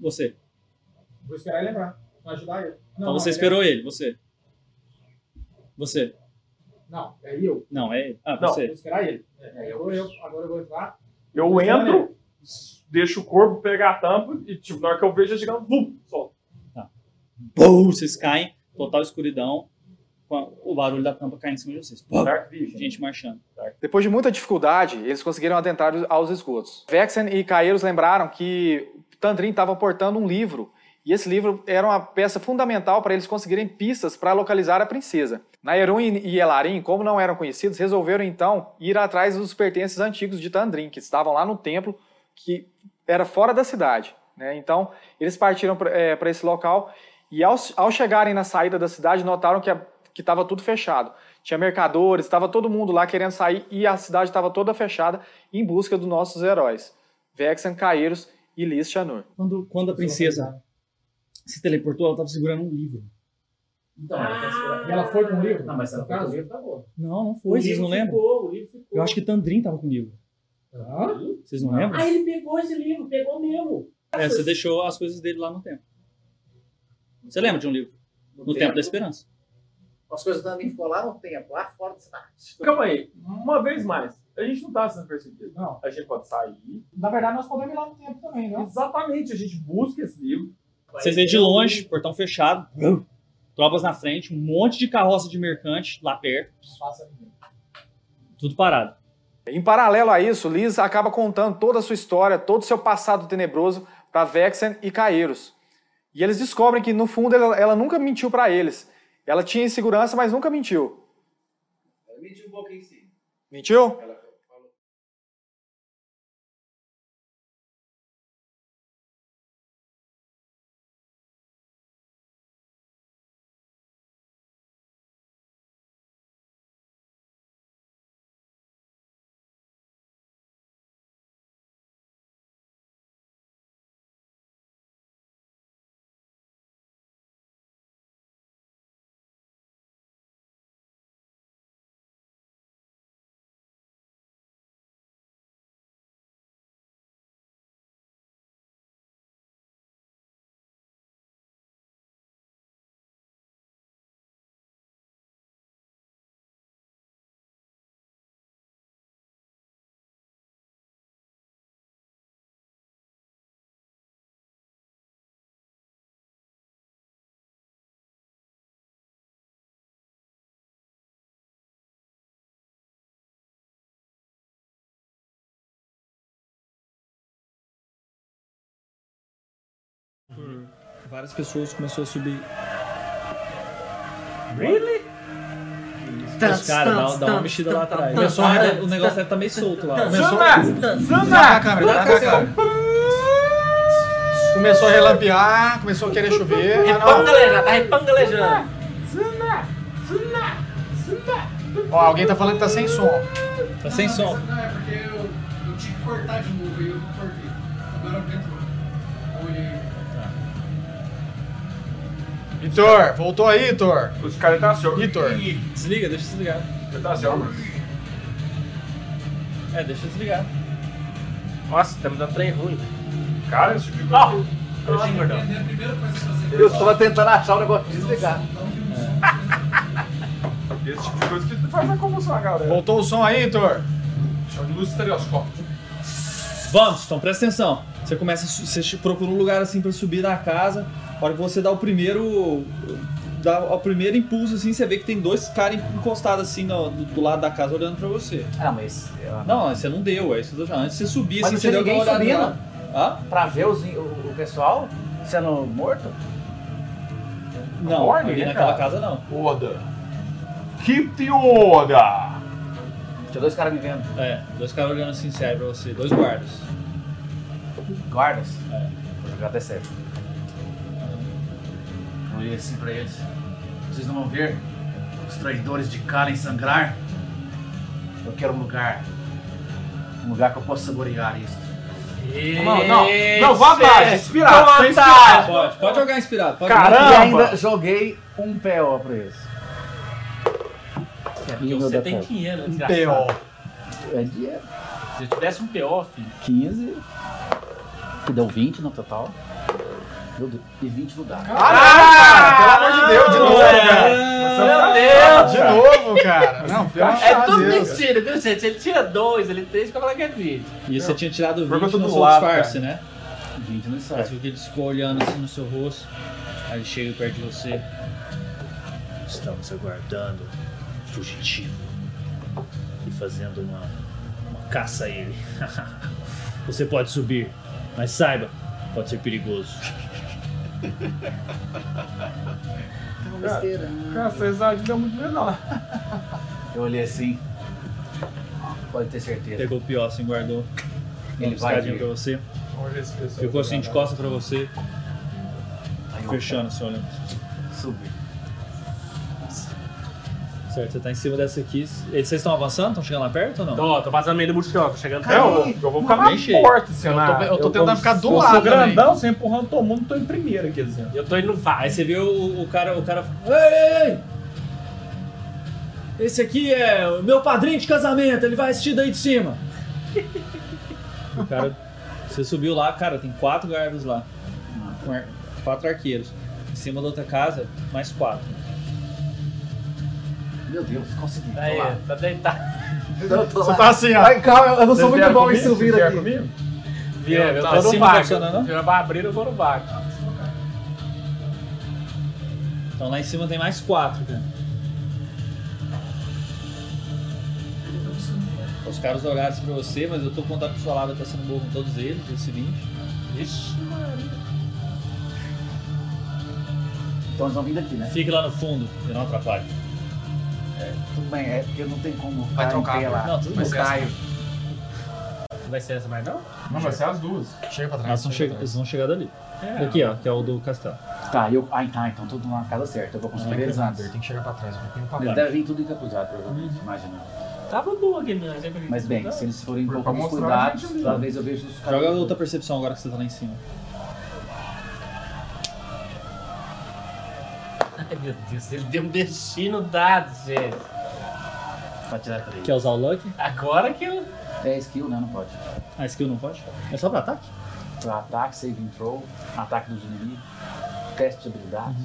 [SPEAKER 4] Você.
[SPEAKER 18] Vou esperar ele lembrar. Vai ajudar ele.
[SPEAKER 4] então você esperou ele, você. Você.
[SPEAKER 18] Não, é eu.
[SPEAKER 4] Não, é ele. Ah,
[SPEAKER 18] Não.
[SPEAKER 4] você.
[SPEAKER 18] Vou esperar ele. É, agora, eu, agora eu vou entrar.
[SPEAKER 1] Eu entro, deixo o corpo pegar a tampa e, tipo, na hora que eu vejo, ele chegando, bum, solto.
[SPEAKER 4] Pum, vocês caem, total escuridão, com a- o barulho da tampa caindo em cima de vocês. Pum, gente marchando.
[SPEAKER 7] Depois de muita dificuldade, eles conseguiram adentrar aos esgotos. Vexen e Caeiros lembraram que Tandrin estava portando um livro, e esse livro era uma peça fundamental para eles conseguirem pistas para localizar a princesa. Naerun e Elarim, como não eram conhecidos, resolveram então ir atrás dos pertences antigos de Tandrin, que estavam lá no templo, que era fora da cidade. né? Então, eles partiram para é, esse local e ao, ao chegarem na saída da cidade, notaram que a- que estava tudo fechado. Tinha mercadores, estava todo mundo lá querendo sair e a cidade estava toda fechada em busca dos nossos heróis. Vexen, Caeiros e Liz Chanur.
[SPEAKER 4] Quando, quando a princesa se teleportou, ela estava segurando um livro.
[SPEAKER 18] Então, ela
[SPEAKER 20] Ah.
[SPEAKER 18] tá segurando. E ela foi com o livro?
[SPEAKER 4] Não, mas ela foi com o livro,
[SPEAKER 18] tá bom.
[SPEAKER 4] Não, não
[SPEAKER 18] O
[SPEAKER 4] foi, vocês
[SPEAKER 18] livro
[SPEAKER 4] não lembram?
[SPEAKER 20] Ficou, o livro ficou.
[SPEAKER 4] Eu acho que Tandrin tava com o livro. Vocês não lembram?
[SPEAKER 20] Ah, ele pegou esse livro, pegou mesmo.
[SPEAKER 4] É, você deixou as coisas dele lá no templo. Você lembra de um livro? No,
[SPEAKER 20] templo.
[SPEAKER 4] Templo da Esperança.
[SPEAKER 5] As coisas também ficou lá no tempo, lá fora da cidade.
[SPEAKER 1] Calma aí, uma vez mais. A gente não tá sendo perseguido. Não. A gente pode sair.
[SPEAKER 18] Na verdade, nós podemos ir lá no tempo também, não?
[SPEAKER 1] Exatamente, a gente busca esse livro.
[SPEAKER 4] Vocês veem de longe, portão fechado, tropas na frente, um monte de carroça de mercante lá perto, tudo parado.
[SPEAKER 7] Em paralelo a isso, Liz acaba contando toda a sua história, todo o seu passado tenebroso para Vexen e Caeiros. E eles descobrem que, no fundo, ela, ela nunca mentiu para eles. Ela tinha insegurança, mas nunca mentiu.
[SPEAKER 5] Medi um pouquinho sim.
[SPEAKER 7] Mentiu?
[SPEAKER 4] Várias pessoas começaram a subir.
[SPEAKER 5] Really?
[SPEAKER 4] Os caras, dá, dá uma mexida lá atrás.
[SPEAKER 21] Começou
[SPEAKER 4] a-
[SPEAKER 21] a-
[SPEAKER 4] o negócio deve estar meio solto lá.
[SPEAKER 21] Começou-
[SPEAKER 4] Dá pra câmera, dá pra câmera.
[SPEAKER 7] Começou a relampear, começou a querer chover. mas não.
[SPEAKER 20] Repangalejando, tá repangalejando.
[SPEAKER 7] Ó, alguém tá falando que tá sem som.
[SPEAKER 4] Tá sem som.
[SPEAKER 18] Não, é porque eu, eu tinha que cortar de novo e eu não cortei. Agora eu entro. Olhei.
[SPEAKER 7] Vitor, voltou aí, Vitor.
[SPEAKER 1] Os caras tá assim,
[SPEAKER 7] Vitor.
[SPEAKER 4] Desliga, deixa desligar.
[SPEAKER 1] Tá assim, ó.
[SPEAKER 4] É, deixa desligar.
[SPEAKER 3] Nossa, tá me dando trem ruim.
[SPEAKER 1] Cara, esse tipo
[SPEAKER 5] Eu tava tentando achar o negócio de desligar.
[SPEAKER 1] Esse tipo de coisa que faz a comoção, galera.
[SPEAKER 7] Voltou o som aí, Heitor?
[SPEAKER 1] Chama de luz estereoscópica.
[SPEAKER 4] Vamos, então presta atenção. Você começa, a su- você ch- procura um lugar assim pra subir na casa. A hora que você dá o primeiro. Dá o primeiro impulso assim, você vê que tem dois caras encostados assim no- do, do lado da casa olhando pra você.
[SPEAKER 10] Ah, mas.
[SPEAKER 4] Não, você não deu, é isso que eu tô falando. Antes de você subir, assim,
[SPEAKER 10] Mas não
[SPEAKER 4] você deu
[SPEAKER 10] tinha ninguém
[SPEAKER 4] aquela olhada
[SPEAKER 10] subindo?
[SPEAKER 4] lá. Hã?
[SPEAKER 10] Pra ver os- o, o pessoal sendo morto?
[SPEAKER 4] Não,
[SPEAKER 10] Ordem,
[SPEAKER 4] ali
[SPEAKER 10] né,
[SPEAKER 4] naquela
[SPEAKER 10] cara?
[SPEAKER 4] casa não.
[SPEAKER 10] Order.
[SPEAKER 22] Keep the order!
[SPEAKER 10] Tinha dois caras me vendo.
[SPEAKER 4] É, dois caras olhando assim sério pra você, dois guardas.
[SPEAKER 10] Guardas? É. Vou jogar até certo. Eu olhei assim pra eles. Vocês não vão ver os traidores de Kalen sangrar? Eu quero um lugar. Um lugar que eu possa saborear isso.
[SPEAKER 4] Não, não, não,
[SPEAKER 10] vá
[SPEAKER 4] vá atrás, inspirado, tem inspirado. Pode, pode jogar inspirado, pode jogar.
[SPEAKER 10] E
[SPEAKER 4] Caramba!
[SPEAKER 10] ainda joguei um PO pra eles.
[SPEAKER 3] É porque você tem dinheiro, né,
[SPEAKER 10] Um
[SPEAKER 3] desgraçado.
[SPEAKER 10] É dinheiro.
[SPEAKER 3] Se eu tivesse um PO, filho.
[SPEAKER 10] 15. Que deu 20 no total. Meu Deus. E 20 no dado.
[SPEAKER 1] Ah, Pelo amor de Deus, de novo, cara. De novo, cara. Não, pelo amor de
[SPEAKER 3] É tudo
[SPEAKER 1] Deus.
[SPEAKER 3] mentira, viu, gente? Ele tira dois, ele três, fica falando que é vídeo.
[SPEAKER 4] E você tinha tirado
[SPEAKER 3] Porque eu
[SPEAKER 4] 20
[SPEAKER 3] tô
[SPEAKER 4] no
[SPEAKER 3] do
[SPEAKER 4] seu
[SPEAKER 3] lado,
[SPEAKER 4] disfarce,
[SPEAKER 3] cara.
[SPEAKER 4] né?
[SPEAKER 10] 20 no disfarce.
[SPEAKER 4] Mas porque ele ficou olhando assim no seu rosto. Aí ele chega perto de você.
[SPEAKER 3] Estamos aguardando o fugitivo e fazendo uma, uma caça a ele. Você pode subir, mas saiba, pode ser perigoso.
[SPEAKER 18] Cara, cara, vocês ajudam muito menor.
[SPEAKER 10] Eu olhei assim. Pode ter certeza.
[SPEAKER 4] Pegou o pior assim, guardou. Dá
[SPEAKER 10] Ele
[SPEAKER 4] uma
[SPEAKER 10] vai
[SPEAKER 4] piscadinha
[SPEAKER 10] vir.
[SPEAKER 4] pra você.
[SPEAKER 18] Onde esse pessoal
[SPEAKER 4] Ficou assim de
[SPEAKER 18] trabalha?
[SPEAKER 4] costas pra você.
[SPEAKER 10] Aí eu-
[SPEAKER 4] Fechando assim, olhando.
[SPEAKER 10] Subi.
[SPEAKER 4] Certo, você tá em cima dessa aqui. E Vocês estão avançando? Estão chegando lá perto ou não?
[SPEAKER 3] Tô, tô passando meio do multichão, tô chegando
[SPEAKER 4] Não,
[SPEAKER 18] eu vou ficar bem cheio. Ah,
[SPEAKER 3] Eu tô, eu tô tentando ficar do
[SPEAKER 18] eu
[SPEAKER 3] lado.
[SPEAKER 18] sou grandão,
[SPEAKER 3] também.
[SPEAKER 18] você empurrando todo mundo, tô em primeiro aqui, assim.
[SPEAKER 3] Eu tô indo no VAR.
[SPEAKER 4] Tá, Aí você vê o, o cara, o cara. Ei, ei, ei! Esse aqui é o meu padrinho de casamento, ele vai assistir daí de cima. o cara. Você subiu lá, cara, tem quatro guardas lá. Com ar- Quatro arqueiros. Em cima da outra casa, mais quatro.
[SPEAKER 10] Meu Deus, consegui.
[SPEAKER 3] Aí, tá deitado.
[SPEAKER 10] Você tá assim, ó. Ai, calma, eu não sou Vocês muito vieram bom em comigo? subir Vocês aqui. vieram comigo?
[SPEAKER 3] Vira,
[SPEAKER 4] Eu
[SPEAKER 7] Tá,
[SPEAKER 3] eu
[SPEAKER 4] tô
[SPEAKER 5] tá.
[SPEAKER 3] tô no
[SPEAKER 4] acima
[SPEAKER 3] VAR.
[SPEAKER 4] funcionando,
[SPEAKER 5] né?
[SPEAKER 4] não?
[SPEAKER 3] Vira barbeiro, eu vou no VAR.
[SPEAKER 4] Então lá em cima tem mais quatro, cara. Os caras olharam assim pra você, mas eu tô contando que sua lábia tá sendo boa com todos eles, esse né? 20.
[SPEAKER 3] Ixi, mano.
[SPEAKER 10] Então eles vão vir daqui, né?
[SPEAKER 4] Fique lá no fundo e não atrapalhe.
[SPEAKER 10] É, tudo bem, é porque não tem como
[SPEAKER 3] Vai
[SPEAKER 10] ficar em
[SPEAKER 3] trocar.
[SPEAKER 10] pé lá.
[SPEAKER 3] Não, tudo
[SPEAKER 10] Eu
[SPEAKER 3] bem.
[SPEAKER 10] caio.
[SPEAKER 3] Não vai ser essa mais, não?
[SPEAKER 18] Não, vai ser as duas.
[SPEAKER 3] Chega
[SPEAKER 18] Tá,
[SPEAKER 3] pra
[SPEAKER 4] Elas vão chegar, eles vão chegar dali.
[SPEAKER 3] É.
[SPEAKER 4] Aqui, ó, que é o do castelo.
[SPEAKER 10] Tá, eu. Ah, tá, então tudo na casa certa. Eu vou construir eles antes.
[SPEAKER 3] que chegar pra trás, um pouquinho
[SPEAKER 10] Eles devem vir tudo encapuzado, provavelmente, imagina.
[SPEAKER 3] Tava boa a game, né? Sempre que
[SPEAKER 10] Mas bem, se eles forem com
[SPEAKER 4] Pra
[SPEAKER 10] alguns
[SPEAKER 4] mostrar,
[SPEAKER 10] cuidados,
[SPEAKER 4] a gente vê.
[SPEAKER 10] talvez eu veja os caras.
[SPEAKER 4] Joga outra percepção agora que você tá lá em cima.
[SPEAKER 3] Ai, meu Deus, ele deu um destino dado, gente.
[SPEAKER 10] Pra tirar três.
[SPEAKER 4] Quer usar o Luck?
[SPEAKER 3] Agora que eu...
[SPEAKER 10] É skill, né? Não pode.
[SPEAKER 4] Ah, skill não pode? É só pra ataque?
[SPEAKER 10] Pra ataque, saving throw, ataque dos inimigos, teste de habilidade.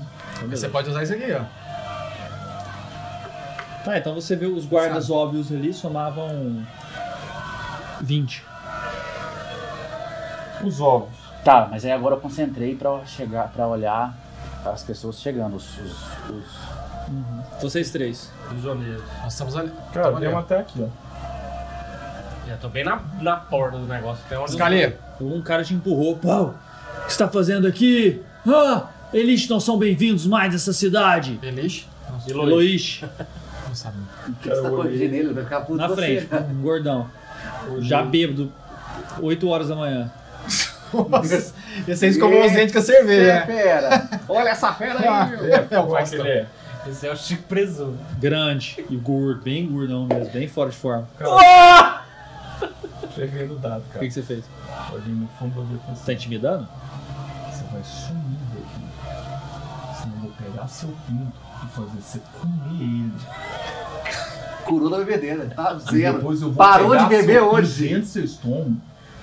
[SPEAKER 7] Você pode usar isso aqui, ó.
[SPEAKER 4] Tá, então você vê os guardas óbvios ali somavam 20.
[SPEAKER 18] Os ovos.
[SPEAKER 10] Tá, mas aí agora eu concentrei pra chegar, para olhar as pessoas chegando, os, os, os-
[SPEAKER 4] Vocês três.
[SPEAKER 3] Prisioneiros.
[SPEAKER 7] Nós estamos ali.
[SPEAKER 18] Cara,
[SPEAKER 7] estamos
[SPEAKER 18] tem uma
[SPEAKER 7] ali.
[SPEAKER 18] até aqui, ó.
[SPEAKER 3] Já tô bem na, na porta do negócio. Até onde
[SPEAKER 7] Escalê.
[SPEAKER 4] Um cara te empurrou. Pau! O que você tá fazendo aqui? Ah! Eles não são bem-vindos mais nessa cidade!
[SPEAKER 7] Elis?
[SPEAKER 4] Eloís.
[SPEAKER 7] Não sabe.
[SPEAKER 10] Você tá corrigindo ele, vai ficar puto
[SPEAKER 4] Na
[SPEAKER 10] com você.
[SPEAKER 4] frente, um gordão. Já bêbado. 8 horas da manhã.
[SPEAKER 7] Nossa, e você escovou os dentes com a
[SPEAKER 10] é
[SPEAKER 7] cerveja, né?
[SPEAKER 10] Pera.
[SPEAKER 7] Olha essa fera
[SPEAKER 10] Ah.
[SPEAKER 3] aí,
[SPEAKER 7] meu. É o Faustão.
[SPEAKER 3] ele é? Esse é o Chico Presunto.
[SPEAKER 4] Grande e gordo, bem gordão mesmo, bem fora de forma. Ah!
[SPEAKER 18] Cheguei no dado,
[SPEAKER 4] O
[SPEAKER 18] cara.
[SPEAKER 4] que, que você fez?
[SPEAKER 18] Olhei no fundo ali e falei assim,
[SPEAKER 4] Tá intimidando?
[SPEAKER 18] Você vai sumir daqui. Senão eu vou pegar seu pinto e fazer você comer ele.
[SPEAKER 10] Curou da bebedeira, tá
[SPEAKER 18] E
[SPEAKER 10] zero.
[SPEAKER 18] depois eu vou
[SPEAKER 10] Parou de
[SPEAKER 18] pegar
[SPEAKER 10] beber
[SPEAKER 18] seu
[SPEAKER 10] hoje.
[SPEAKER 18] pinto dentro do seu estômago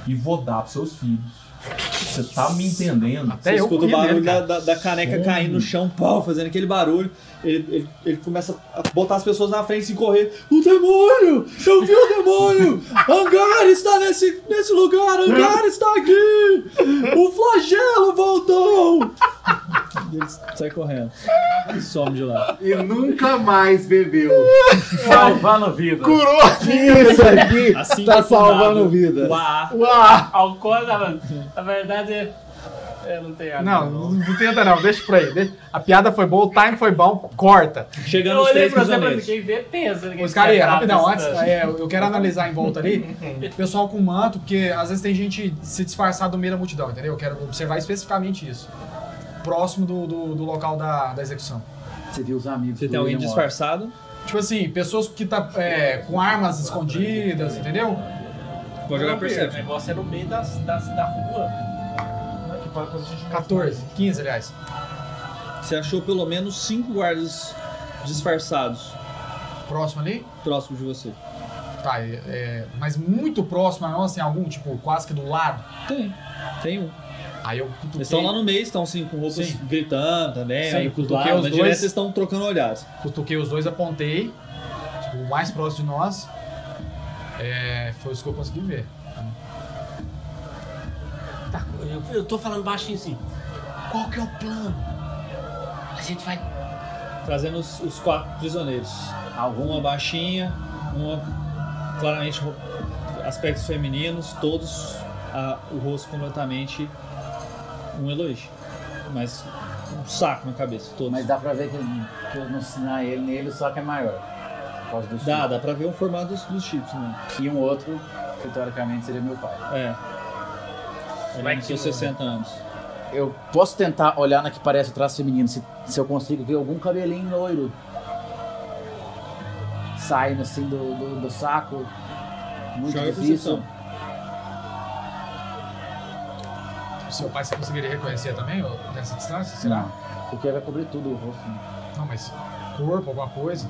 [SPEAKER 18] e vou dar pros seus filhos. Você tá me entendendo?
[SPEAKER 4] você escuta o barulho da, da- da caneca caindo no chão, pau, fazendo aquele barulho. Ele, ele- ele começa a botar as pessoas na frente e correr. O demônio! Eu vi o demônio! Angar está nesse, nesse lugar! Angar está aqui! O flagelo voltou! sai correndo. E some de lá.
[SPEAKER 23] E nunca mais bebeu.
[SPEAKER 4] Salvando vida.
[SPEAKER 23] Curou a vida.
[SPEAKER 4] Isso aqui tá salvando
[SPEAKER 23] vidas.
[SPEAKER 4] Uá.
[SPEAKER 23] Uá.
[SPEAKER 2] Alcoólatra, na verdade, é- é, não
[SPEAKER 10] Ah,
[SPEAKER 2] tem a
[SPEAKER 7] Não, não, não tenta não, deixa por aí. deixa- A piada foi boa, o time foi bom, corta.
[SPEAKER 2] eu olhei pra você pra fiquei ver tenso. né, que
[SPEAKER 7] Os caras, aí,
[SPEAKER 2] esse
[SPEAKER 7] rapidão,
[SPEAKER 2] tá
[SPEAKER 7] antes,
[SPEAKER 2] pensando.
[SPEAKER 7] é, eu quero analisar em volta ali,
[SPEAKER 10] Uhum.
[SPEAKER 7] pessoal com manto, porque às vezes tem gente se disfarçar do meio da multidão, entendeu? Eu quero observar especificamente isso. Próximo do, do, do local da, da execução.
[SPEAKER 5] Você viu os amigos.
[SPEAKER 4] Você tem alguém disfarçado?
[SPEAKER 7] Tipo assim, pessoas que tá é, com armas escondidas, entendeu?
[SPEAKER 4] Pode jogar
[SPEAKER 7] percepção.
[SPEAKER 4] perception.
[SPEAKER 2] O negócio é no meio das, das, da rua.
[SPEAKER 7] 14, 15, aliás.
[SPEAKER 4] Você achou pelo menos cinco guardas disfarçados.
[SPEAKER 7] Próximo ali?
[SPEAKER 4] Próximo de você.
[SPEAKER 7] Tá, é, é, mas muito próximo a nós tem algum, tipo, quase que do lado?
[SPEAKER 4] Tem, tem um.
[SPEAKER 7] Aí eu cutuquei-
[SPEAKER 4] Eles estão lá no meio, estão assim, com roupas
[SPEAKER 7] Sim.
[SPEAKER 4] gritando também,
[SPEAKER 7] Sim,
[SPEAKER 4] olhando pros
[SPEAKER 7] cutuquei
[SPEAKER 4] lados,
[SPEAKER 7] os
[SPEAKER 4] mas
[SPEAKER 7] dois.
[SPEAKER 4] direto vocês estão trocando olhares.
[SPEAKER 7] Cutuquei os dois, apontei, tipo, o mais próximo de nós. É, foi isso que eu consegui ver.
[SPEAKER 24] Tá, eu, eu tô falando baixinho assim. Qual que é o plano? A gente vai.
[SPEAKER 4] Trazendo os, os quatro prisioneiros. Uma baixinha, uma claramente ro- aspectos femininos, todos a- o rosto completamente um elogio. Mas um saco na cabeça, todos.
[SPEAKER 5] Mas dá pra ver que, que eu não sinal ele nele, só que é maior. Por causa dos
[SPEAKER 4] Dá, dá pra ver o formato dos, dos chips, né?
[SPEAKER 5] E um outro, que teoricamente seria meu pai.
[SPEAKER 4] É. Ele é 60 anos.
[SPEAKER 5] Eu posso tentar olhar na que parece o traço feminino, se, se eu consigo ver algum cabelinho loiro saindo assim do, do, do saco. Muito
[SPEAKER 4] Joga
[SPEAKER 5] difícil.
[SPEAKER 7] Seu pai você conseguiria reconhecer também ô, nessa distância? Será?
[SPEAKER 5] Porque vai cobrir tudo o rosto. né?
[SPEAKER 7] Não, mas corpo, alguma coisa?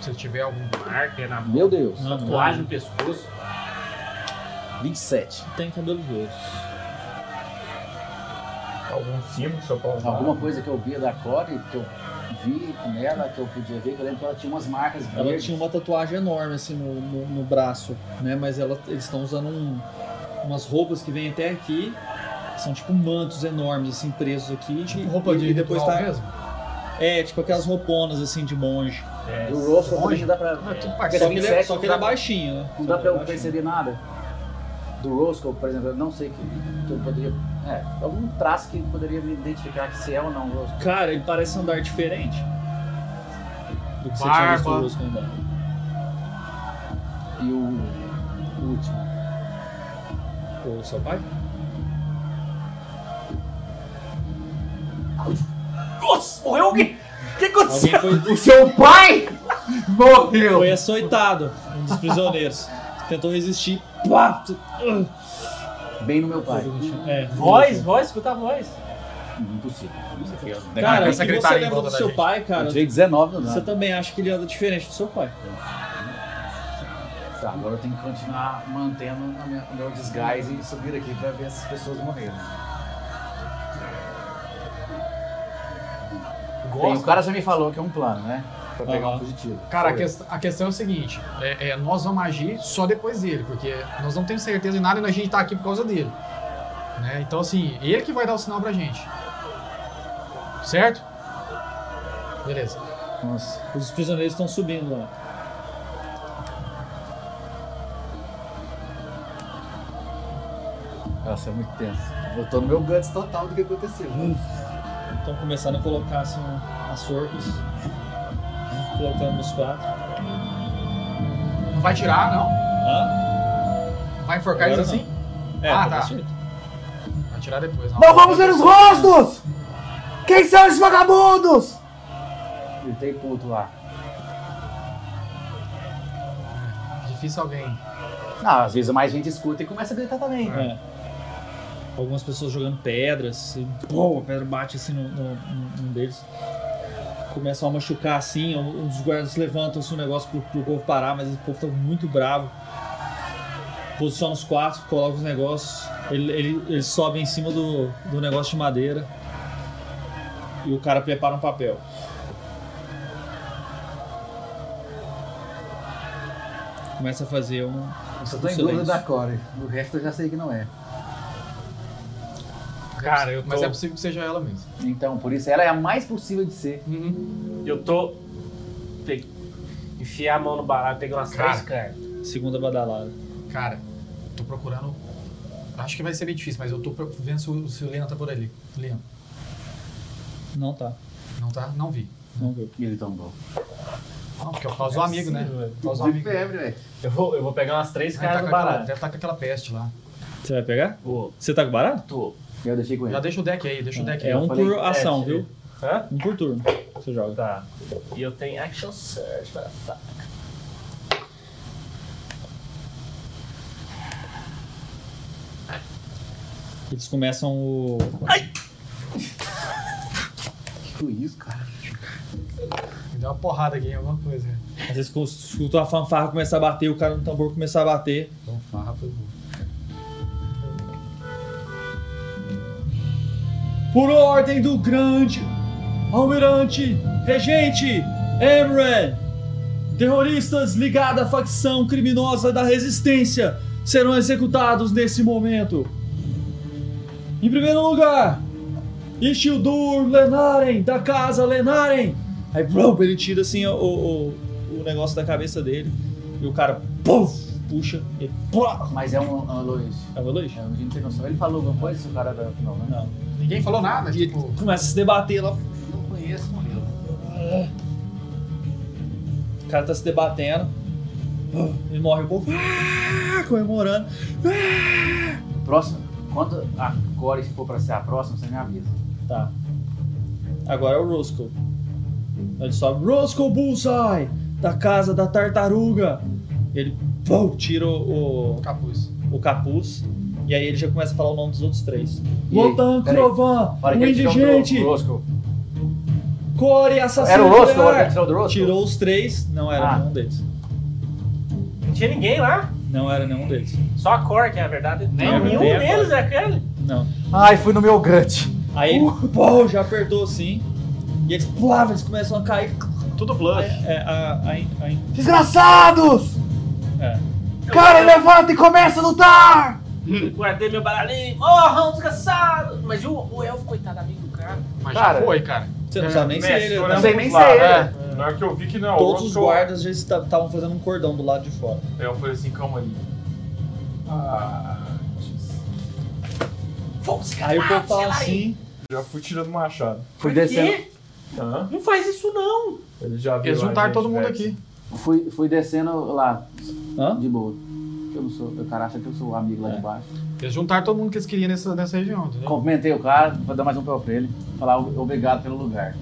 [SPEAKER 7] Se tiver algum
[SPEAKER 2] marca na
[SPEAKER 5] Meu Deus.
[SPEAKER 2] tatuagem no pescoço.
[SPEAKER 5] 27.
[SPEAKER 4] Tem cabelo grosso.
[SPEAKER 5] Algum símbolo que seu pai
[SPEAKER 8] usava?
[SPEAKER 5] Alguma coisa que eu via da Core, que eu vi com ela, que eu podia ver, que eu lembro que ela tinha umas marcas
[SPEAKER 4] Ela
[SPEAKER 5] verdes.
[SPEAKER 4] tinha uma tatuagem enorme assim no, no, no braço, né? Mas ela, eles estão usando um- umas roupas que vêm até aqui, que são tipo mantos enormes assim presos aqui. Tipo
[SPEAKER 7] roupa de ritual mesmo?
[SPEAKER 4] É, tipo aquelas rouponas assim de monge.
[SPEAKER 5] E o rosto também dá pra.
[SPEAKER 4] Só que ele é, só que ele é baixinho, né?
[SPEAKER 5] Não
[SPEAKER 4] Só
[SPEAKER 5] dá
[SPEAKER 4] que ele é
[SPEAKER 5] pra eu
[SPEAKER 4] baixinho.
[SPEAKER 5] perceber nada. Do Roscoe, por exemplo, eu não sei que, que eu poderia. É, algum traço que poderia me identificar que se é ou não o Roscoe.
[SPEAKER 4] Cara, ele parece andar diferente. Do que você tinha visto o
[SPEAKER 5] Barba.
[SPEAKER 4] Roscoe andar.
[SPEAKER 5] E o, o último.
[SPEAKER 4] O seu pai?
[SPEAKER 24] Nossa, morreu alguém! O que aconteceu?
[SPEAKER 4] Alguém foi-
[SPEAKER 24] O seu pai?
[SPEAKER 4] Morreu! Foi açoitado, um dos prisioneiros. Tentou resistir. Pá!
[SPEAKER 5] Bem no meu pai.
[SPEAKER 4] É.
[SPEAKER 2] Voz, voz, escuta a voz.
[SPEAKER 5] Impossível.
[SPEAKER 4] Cara, o que você lembra do seu pai, cara?
[SPEAKER 5] Eu tirei 19 no
[SPEAKER 4] Você
[SPEAKER 5] dado.
[SPEAKER 4] também acha que ele anda diferente do seu pai.
[SPEAKER 5] Tá, agora eu tenho que continuar mantendo a minha- o meu desgaste e subir aqui pra ver essas pessoas morrerem. Tem, o cara já me falou que é um plano, né? Pra pegar um fugitivo.
[SPEAKER 7] Cara, a,
[SPEAKER 5] Foi.
[SPEAKER 7] quest- a questão é o seguinte: é- é, nós vamos agir só depois dele, porque nós não temos certeza de nada e a gente tá aqui por causa dele. Né? Então, assim, ele que vai dar o sinal pra gente. Certo? Beleza.
[SPEAKER 5] Nossa.
[SPEAKER 4] Os prisioneiros estão subindo lá.
[SPEAKER 5] Nossa, é muito tenso. Eu tô no meu guts total do que aconteceu.
[SPEAKER 4] Estão começando a colocar assim, as forcas. Colocando os quatro.
[SPEAKER 7] Não vai tirar, não?
[SPEAKER 4] Hã?
[SPEAKER 7] Vai enforcar eles
[SPEAKER 4] Agora
[SPEAKER 7] assim?
[SPEAKER 4] não. Ah? É,
[SPEAKER 7] ah,
[SPEAKER 4] tá
[SPEAKER 7] tá.
[SPEAKER 4] desse
[SPEAKER 7] Vai tirar depois.
[SPEAKER 13] Não vamos ver os rostos! Quem são esses vagabundos?
[SPEAKER 5] Gritei puto lá.
[SPEAKER 7] Difícil alguém.
[SPEAKER 5] Não, às vezes mais gente escuta e começa a gritar também.
[SPEAKER 4] É. Algumas pessoas jogando pedras. E, pô, a pedra bate assim no, no- no- num deles. Começam a machucar assim. Um dos guardas levantam assim, o negócio pro, pro povo parar, mas o povo tá muito bravo. Posiciona os quatro, coloca os negócios. Ele, ele, ele sobe em cima do, do negócio de madeira. E o cara prepara um papel. Começa a fazer um.
[SPEAKER 5] Eu só
[SPEAKER 4] um
[SPEAKER 5] tô em
[SPEAKER 4] silêncio.
[SPEAKER 5] dúvida da Core. O resto eu já sei que não é.
[SPEAKER 1] Cara,
[SPEAKER 5] eu
[SPEAKER 1] Mas
[SPEAKER 5] tô-
[SPEAKER 1] é possível que seja ela mesmo.
[SPEAKER 5] Então, por isso ela é a mais possível de ser.
[SPEAKER 3] Eu tô. Pe- Enfiar a mão no baralho, peguei umas
[SPEAKER 1] Cara.
[SPEAKER 3] três cartas.
[SPEAKER 4] Segunda badalada.
[SPEAKER 1] Cara, tô procurando. Acho que vai ser meio difícil, mas eu tô pro- vendo se o, se o Lena tá por ali. Lena,
[SPEAKER 4] Não tá.
[SPEAKER 1] não tá? Não vi.
[SPEAKER 4] Não viu.
[SPEAKER 5] Ele tombou.
[SPEAKER 1] Não, porque é por causa do amigo, né? Por causa do
[SPEAKER 3] De
[SPEAKER 1] amigo.
[SPEAKER 3] febre,
[SPEAKER 1] velho.
[SPEAKER 3] Eu vou, eu vou pegar umas três
[SPEAKER 1] Deve tá
[SPEAKER 3] cartas
[SPEAKER 1] com
[SPEAKER 3] do
[SPEAKER 1] aquela-
[SPEAKER 3] baralho.
[SPEAKER 1] deve estar com aquela peste lá.
[SPEAKER 4] Você vai pegar?
[SPEAKER 3] Vou.
[SPEAKER 4] Você tá com barato?
[SPEAKER 3] Tô.
[SPEAKER 5] Eu deixei com ele.
[SPEAKER 1] Já deixa o deck aí, deixa o deck aí.
[SPEAKER 4] É um
[SPEAKER 1] Eu falei-
[SPEAKER 4] por ação,
[SPEAKER 1] É,
[SPEAKER 4] viu?
[SPEAKER 3] Hã?
[SPEAKER 4] Um por turno. Você joga.
[SPEAKER 3] Tá. E eu tenho Action Search para saca.
[SPEAKER 4] Eles começam o.
[SPEAKER 5] Que isso, cara?
[SPEAKER 1] Me deu uma porrada aqui em alguma coisa. né?
[SPEAKER 4] Às vezes quando escuta a fanfarra começar a bater, o cara no tambor começar a bater.
[SPEAKER 5] Fanfarra foi bom.
[SPEAKER 4] Por ordem do grande almirante, regente Emran, terroristas ligados à facção criminosa da resistência serão executados nesse momento. Em primeiro lugar, Ishildur Lenaren, da casa Lenaren. Aí, brum, ele tira assim o, o, o negócio da cabeça dele e o cara, puf, puxa e pá.
[SPEAKER 5] Mas é um, um Luiz.
[SPEAKER 4] É o Luiz?
[SPEAKER 5] É, a gente tem noção. Ele falou alguma coisa, o cara da final, né?
[SPEAKER 4] Não.
[SPEAKER 1] Ninguém falou nada, tipo...
[SPEAKER 4] Tá, Começa a se debater lá.
[SPEAKER 5] Não conheço, Murilo.
[SPEAKER 4] O cara tá se debatendo. E morre o povo. Ah, comemorando. Ah.
[SPEAKER 5] Próximo, quando agora se for pra ser a próxima, você me avisa.
[SPEAKER 4] Tá. Agora é o Roscoe. Ele sobe. Roscoe Bullseye! Da casa da tartaruga! Ele pum, tira o, o.
[SPEAKER 1] capuz.
[SPEAKER 4] O capuz. E aí ele já começa a falar o nome dos outros três.
[SPEAKER 5] E aí,
[SPEAKER 4] Lotan
[SPEAKER 5] peraí,
[SPEAKER 4] Crovan,
[SPEAKER 5] hora
[SPEAKER 4] o
[SPEAKER 5] que ele tirou do-
[SPEAKER 4] indigente,
[SPEAKER 5] do Roscoe.
[SPEAKER 4] Core assassino.
[SPEAKER 5] Era o Roscoe,
[SPEAKER 4] nuclear.
[SPEAKER 5] a hora que ele tirou do Roscoe?
[SPEAKER 4] Tirou os três, não era
[SPEAKER 3] Ah.
[SPEAKER 4] nenhum deles.
[SPEAKER 3] Não tinha ninguém lá?
[SPEAKER 4] Não era nenhum deles.
[SPEAKER 3] Só a cor, que é a verdade.
[SPEAKER 4] Nem
[SPEAKER 3] Nenhum
[SPEAKER 4] a cor.
[SPEAKER 3] deles é aquele.
[SPEAKER 4] Não.
[SPEAKER 5] Ai, fui no meu grande.
[SPEAKER 4] Aí ele
[SPEAKER 5] Uh.
[SPEAKER 4] pô, já apertou assim. E eles, plá, eles começam a cair.
[SPEAKER 3] Tudo bluff.
[SPEAKER 4] É, é, a- a- a-
[SPEAKER 7] Desgraçados!
[SPEAKER 4] É.
[SPEAKER 7] Cara, levanta e começa a lutar!
[SPEAKER 10] Guardei meu baralhinho. Morram, desgraçado! Mas e o, o elfo, coitado, amigo do cara.
[SPEAKER 1] Mas
[SPEAKER 10] Cara,
[SPEAKER 1] já foi, cara.
[SPEAKER 4] Você não sabe
[SPEAKER 3] É,
[SPEAKER 4] nem se
[SPEAKER 1] Mestre,
[SPEAKER 4] ele.
[SPEAKER 3] né?
[SPEAKER 1] olhamos lá, né?
[SPEAKER 25] Na hora que eu vi que não,
[SPEAKER 4] Todos
[SPEAKER 25] o
[SPEAKER 4] os
[SPEAKER 25] Roscoe-
[SPEAKER 4] guardas já esta- estavam fazendo um cordão do lado de fora.
[SPEAKER 25] Eu falei assim, calma aí. Ah,
[SPEAKER 10] Vamos
[SPEAKER 4] Aí o povo fala assim.
[SPEAKER 25] Já fui tirando o machado.
[SPEAKER 5] Fui
[SPEAKER 10] Por quê?
[SPEAKER 5] descendo.
[SPEAKER 25] Hã?
[SPEAKER 10] Não faz isso, não.
[SPEAKER 25] Ele já viu
[SPEAKER 5] Eles
[SPEAKER 25] a
[SPEAKER 5] juntaram
[SPEAKER 25] gente,
[SPEAKER 5] todo mundo
[SPEAKER 25] velho.
[SPEAKER 5] aqui. Fui, fui descendo lá.
[SPEAKER 4] Hã?
[SPEAKER 5] De boa. Eu não sou. O cara acha que eu sou o amigo lá de baixo.
[SPEAKER 1] Eles juntaram todo mundo que eles queriam nessa, nessa região, entendeu?
[SPEAKER 5] Cumprimentei o cara, vou dar mais um papel pra ele. Falar o- obrigado pelo lugar.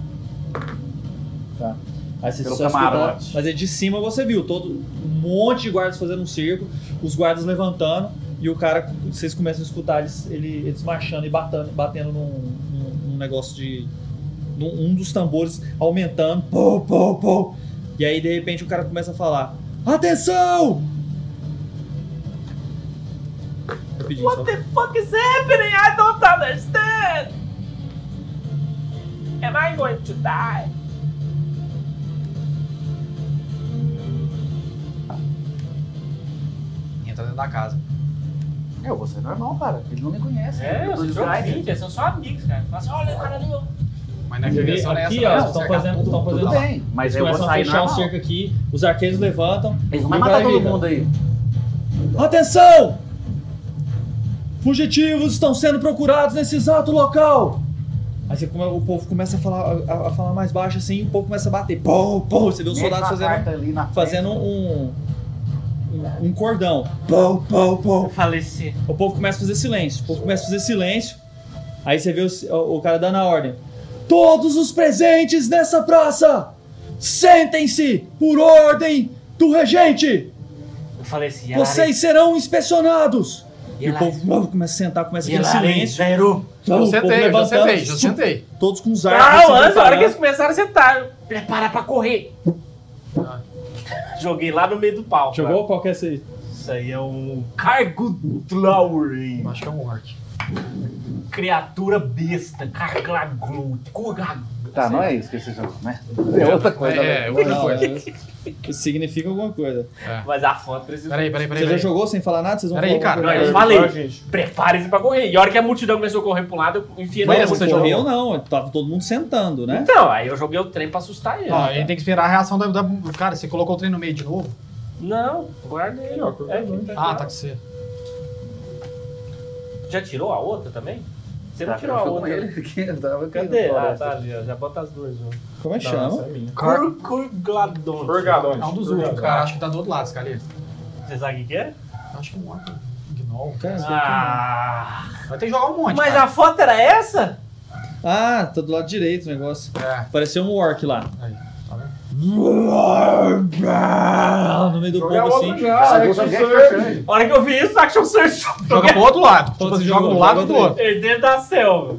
[SPEAKER 4] Tá. Aí você
[SPEAKER 5] Pelo
[SPEAKER 4] só escuta-
[SPEAKER 5] camarote.
[SPEAKER 4] Mas aí de cima você viu todo um monte de guardas fazendo um circo, os guardas levantando e o cara, vocês começam a escutar eles, ele- eles marchando e batendo, batendo num, num- num negócio de. Num, um dos tambores aumentando. Pô, pô, pô. E aí de repente o cara começa a falar: Atenção! Rapidinho, só.
[SPEAKER 10] What the fuck is happening? I don't understand. Am I going to die?
[SPEAKER 1] Entra dentro da casa.
[SPEAKER 5] Eu, você é normal, cara. Ele não me conhece.
[SPEAKER 10] É,
[SPEAKER 5] eu tô
[SPEAKER 10] eu
[SPEAKER 5] de
[SPEAKER 10] sou
[SPEAKER 5] trás.
[SPEAKER 10] ouvinte, eles são só amigos, cara. Fala assim, olha o cara ali, ó.
[SPEAKER 1] Mas
[SPEAKER 4] Aqui, aqui, ó, estão fazendo, estão fazendo.
[SPEAKER 5] Tudo bem, mas eu vou
[SPEAKER 4] Começam a
[SPEAKER 5] sair
[SPEAKER 4] fechar um
[SPEAKER 5] normal.
[SPEAKER 4] cerco aqui, os arqueiros levantam.
[SPEAKER 5] Eles
[SPEAKER 4] e
[SPEAKER 5] vão
[SPEAKER 4] o
[SPEAKER 5] matar
[SPEAKER 4] cara
[SPEAKER 5] todo
[SPEAKER 4] grita,
[SPEAKER 5] mundo aí.
[SPEAKER 4] Atenção! Fugitivos estão sendo procurados nesse exato local! Aí você come- o povo começa a falar, a, a falar mais baixo assim, e o povo começa a bater. Pum, pum, você vê os
[SPEAKER 5] Mete
[SPEAKER 4] soldados
[SPEAKER 5] uma carta
[SPEAKER 4] fazendo,
[SPEAKER 5] ali na frente.
[SPEAKER 4] fazendo um, um- um cordão. Pum, pum, pum.
[SPEAKER 10] Faleci.
[SPEAKER 4] O povo começa a fazer silêncio. O povo começa a fazer silêncio. Aí você vê o, o cara dando a ordem. Todos os presentes nessa praça, sentem-se por ordem do regente!
[SPEAKER 10] Eu falei assim,
[SPEAKER 4] Vocês serão inspecionados! E o
[SPEAKER 10] Yelari.
[SPEAKER 4] povo novo começa a sentar, começa aquele
[SPEAKER 10] Yelari,
[SPEAKER 4] silêncio.
[SPEAKER 10] zero.
[SPEAKER 4] Então,
[SPEAKER 10] Eu
[SPEAKER 4] o povo
[SPEAKER 10] sentei, eu
[SPEAKER 4] levantando,
[SPEAKER 10] sentei, eu sentei.
[SPEAKER 4] Todos com os arcos. se
[SPEAKER 10] Não, antes, a hora
[SPEAKER 4] preparando.
[SPEAKER 10] que eles começaram a sentar, eu prepara pra correr. Joguei lá no meio do pau.
[SPEAKER 4] Jogou? Qual que é esse aí?
[SPEAKER 10] cara.
[SPEAKER 3] Isso aí é um cargo Tlaurin.
[SPEAKER 7] Acho que é um orc.
[SPEAKER 3] Criatura besta, carglaglu, curgaglu.
[SPEAKER 5] Tá, não é isso que esse jogo, né? É outra coisa. né?
[SPEAKER 4] Não, é- Significa alguma coisa.
[SPEAKER 3] Mas a foto precisa.
[SPEAKER 4] Peraí, peraí, peraí, Você já peraí. jogou sem falar nada? Vocês vão
[SPEAKER 3] Peraí,
[SPEAKER 4] falar
[SPEAKER 3] cara.
[SPEAKER 4] alguma
[SPEAKER 3] Não,
[SPEAKER 1] é
[SPEAKER 4] coisa?
[SPEAKER 3] eu falei. Preparem-se pra correr. E a hora que a multidão começou a correr pra um lado, eu enfiei
[SPEAKER 4] Não,
[SPEAKER 3] na
[SPEAKER 4] você
[SPEAKER 3] mão.
[SPEAKER 4] correu não, tava todo mundo sentando, né? Ah,
[SPEAKER 3] Então, aí eu joguei o trem pra assustar ele.
[SPEAKER 7] Ó, ele tem que esperar a reação da, da- Cara, você colocou o trem no meio de novo?
[SPEAKER 3] Não, guarda ele. É,
[SPEAKER 7] Ah, tá com você.
[SPEAKER 3] Já tirou a outra também? Você não
[SPEAKER 5] Ah,
[SPEAKER 7] Tá,
[SPEAKER 3] tirou
[SPEAKER 7] eu
[SPEAKER 3] a
[SPEAKER 7] tô com
[SPEAKER 3] outra.
[SPEAKER 7] ele
[SPEAKER 3] Cadê? Ah, tá ali, ó. Já bota as duas juntas.
[SPEAKER 4] Como é que
[SPEAKER 3] Não,
[SPEAKER 4] chama?
[SPEAKER 3] essa é minha. Cor- Curgladon.
[SPEAKER 7] É um dos últimos, cara. Acho que tá do outro lado, esse cara ali.
[SPEAKER 3] Você sabe o que é?
[SPEAKER 7] Acho que é um orc. Gnoll.
[SPEAKER 3] Ah.
[SPEAKER 7] Vai ter que jogar um monte.
[SPEAKER 3] Mas
[SPEAKER 7] cara.
[SPEAKER 3] a foto era essa?
[SPEAKER 4] Ah, tá do lado direito o negócio. Pareceu um orc lá.
[SPEAKER 7] É. Aí, tá
[SPEAKER 4] vendo? No meio do
[SPEAKER 7] Jogar
[SPEAKER 4] povo
[SPEAKER 7] outro
[SPEAKER 4] assim.
[SPEAKER 7] já,
[SPEAKER 4] Sabe,
[SPEAKER 25] é
[SPEAKER 7] action
[SPEAKER 4] sabe,
[SPEAKER 7] search.
[SPEAKER 4] sabe.
[SPEAKER 3] A hora que eu vi isso, Action Search.
[SPEAKER 7] Joga pro outro lado. Tipo,
[SPEAKER 3] Todo
[SPEAKER 7] você joga do lado e do outro.
[SPEAKER 3] Dentro da selva.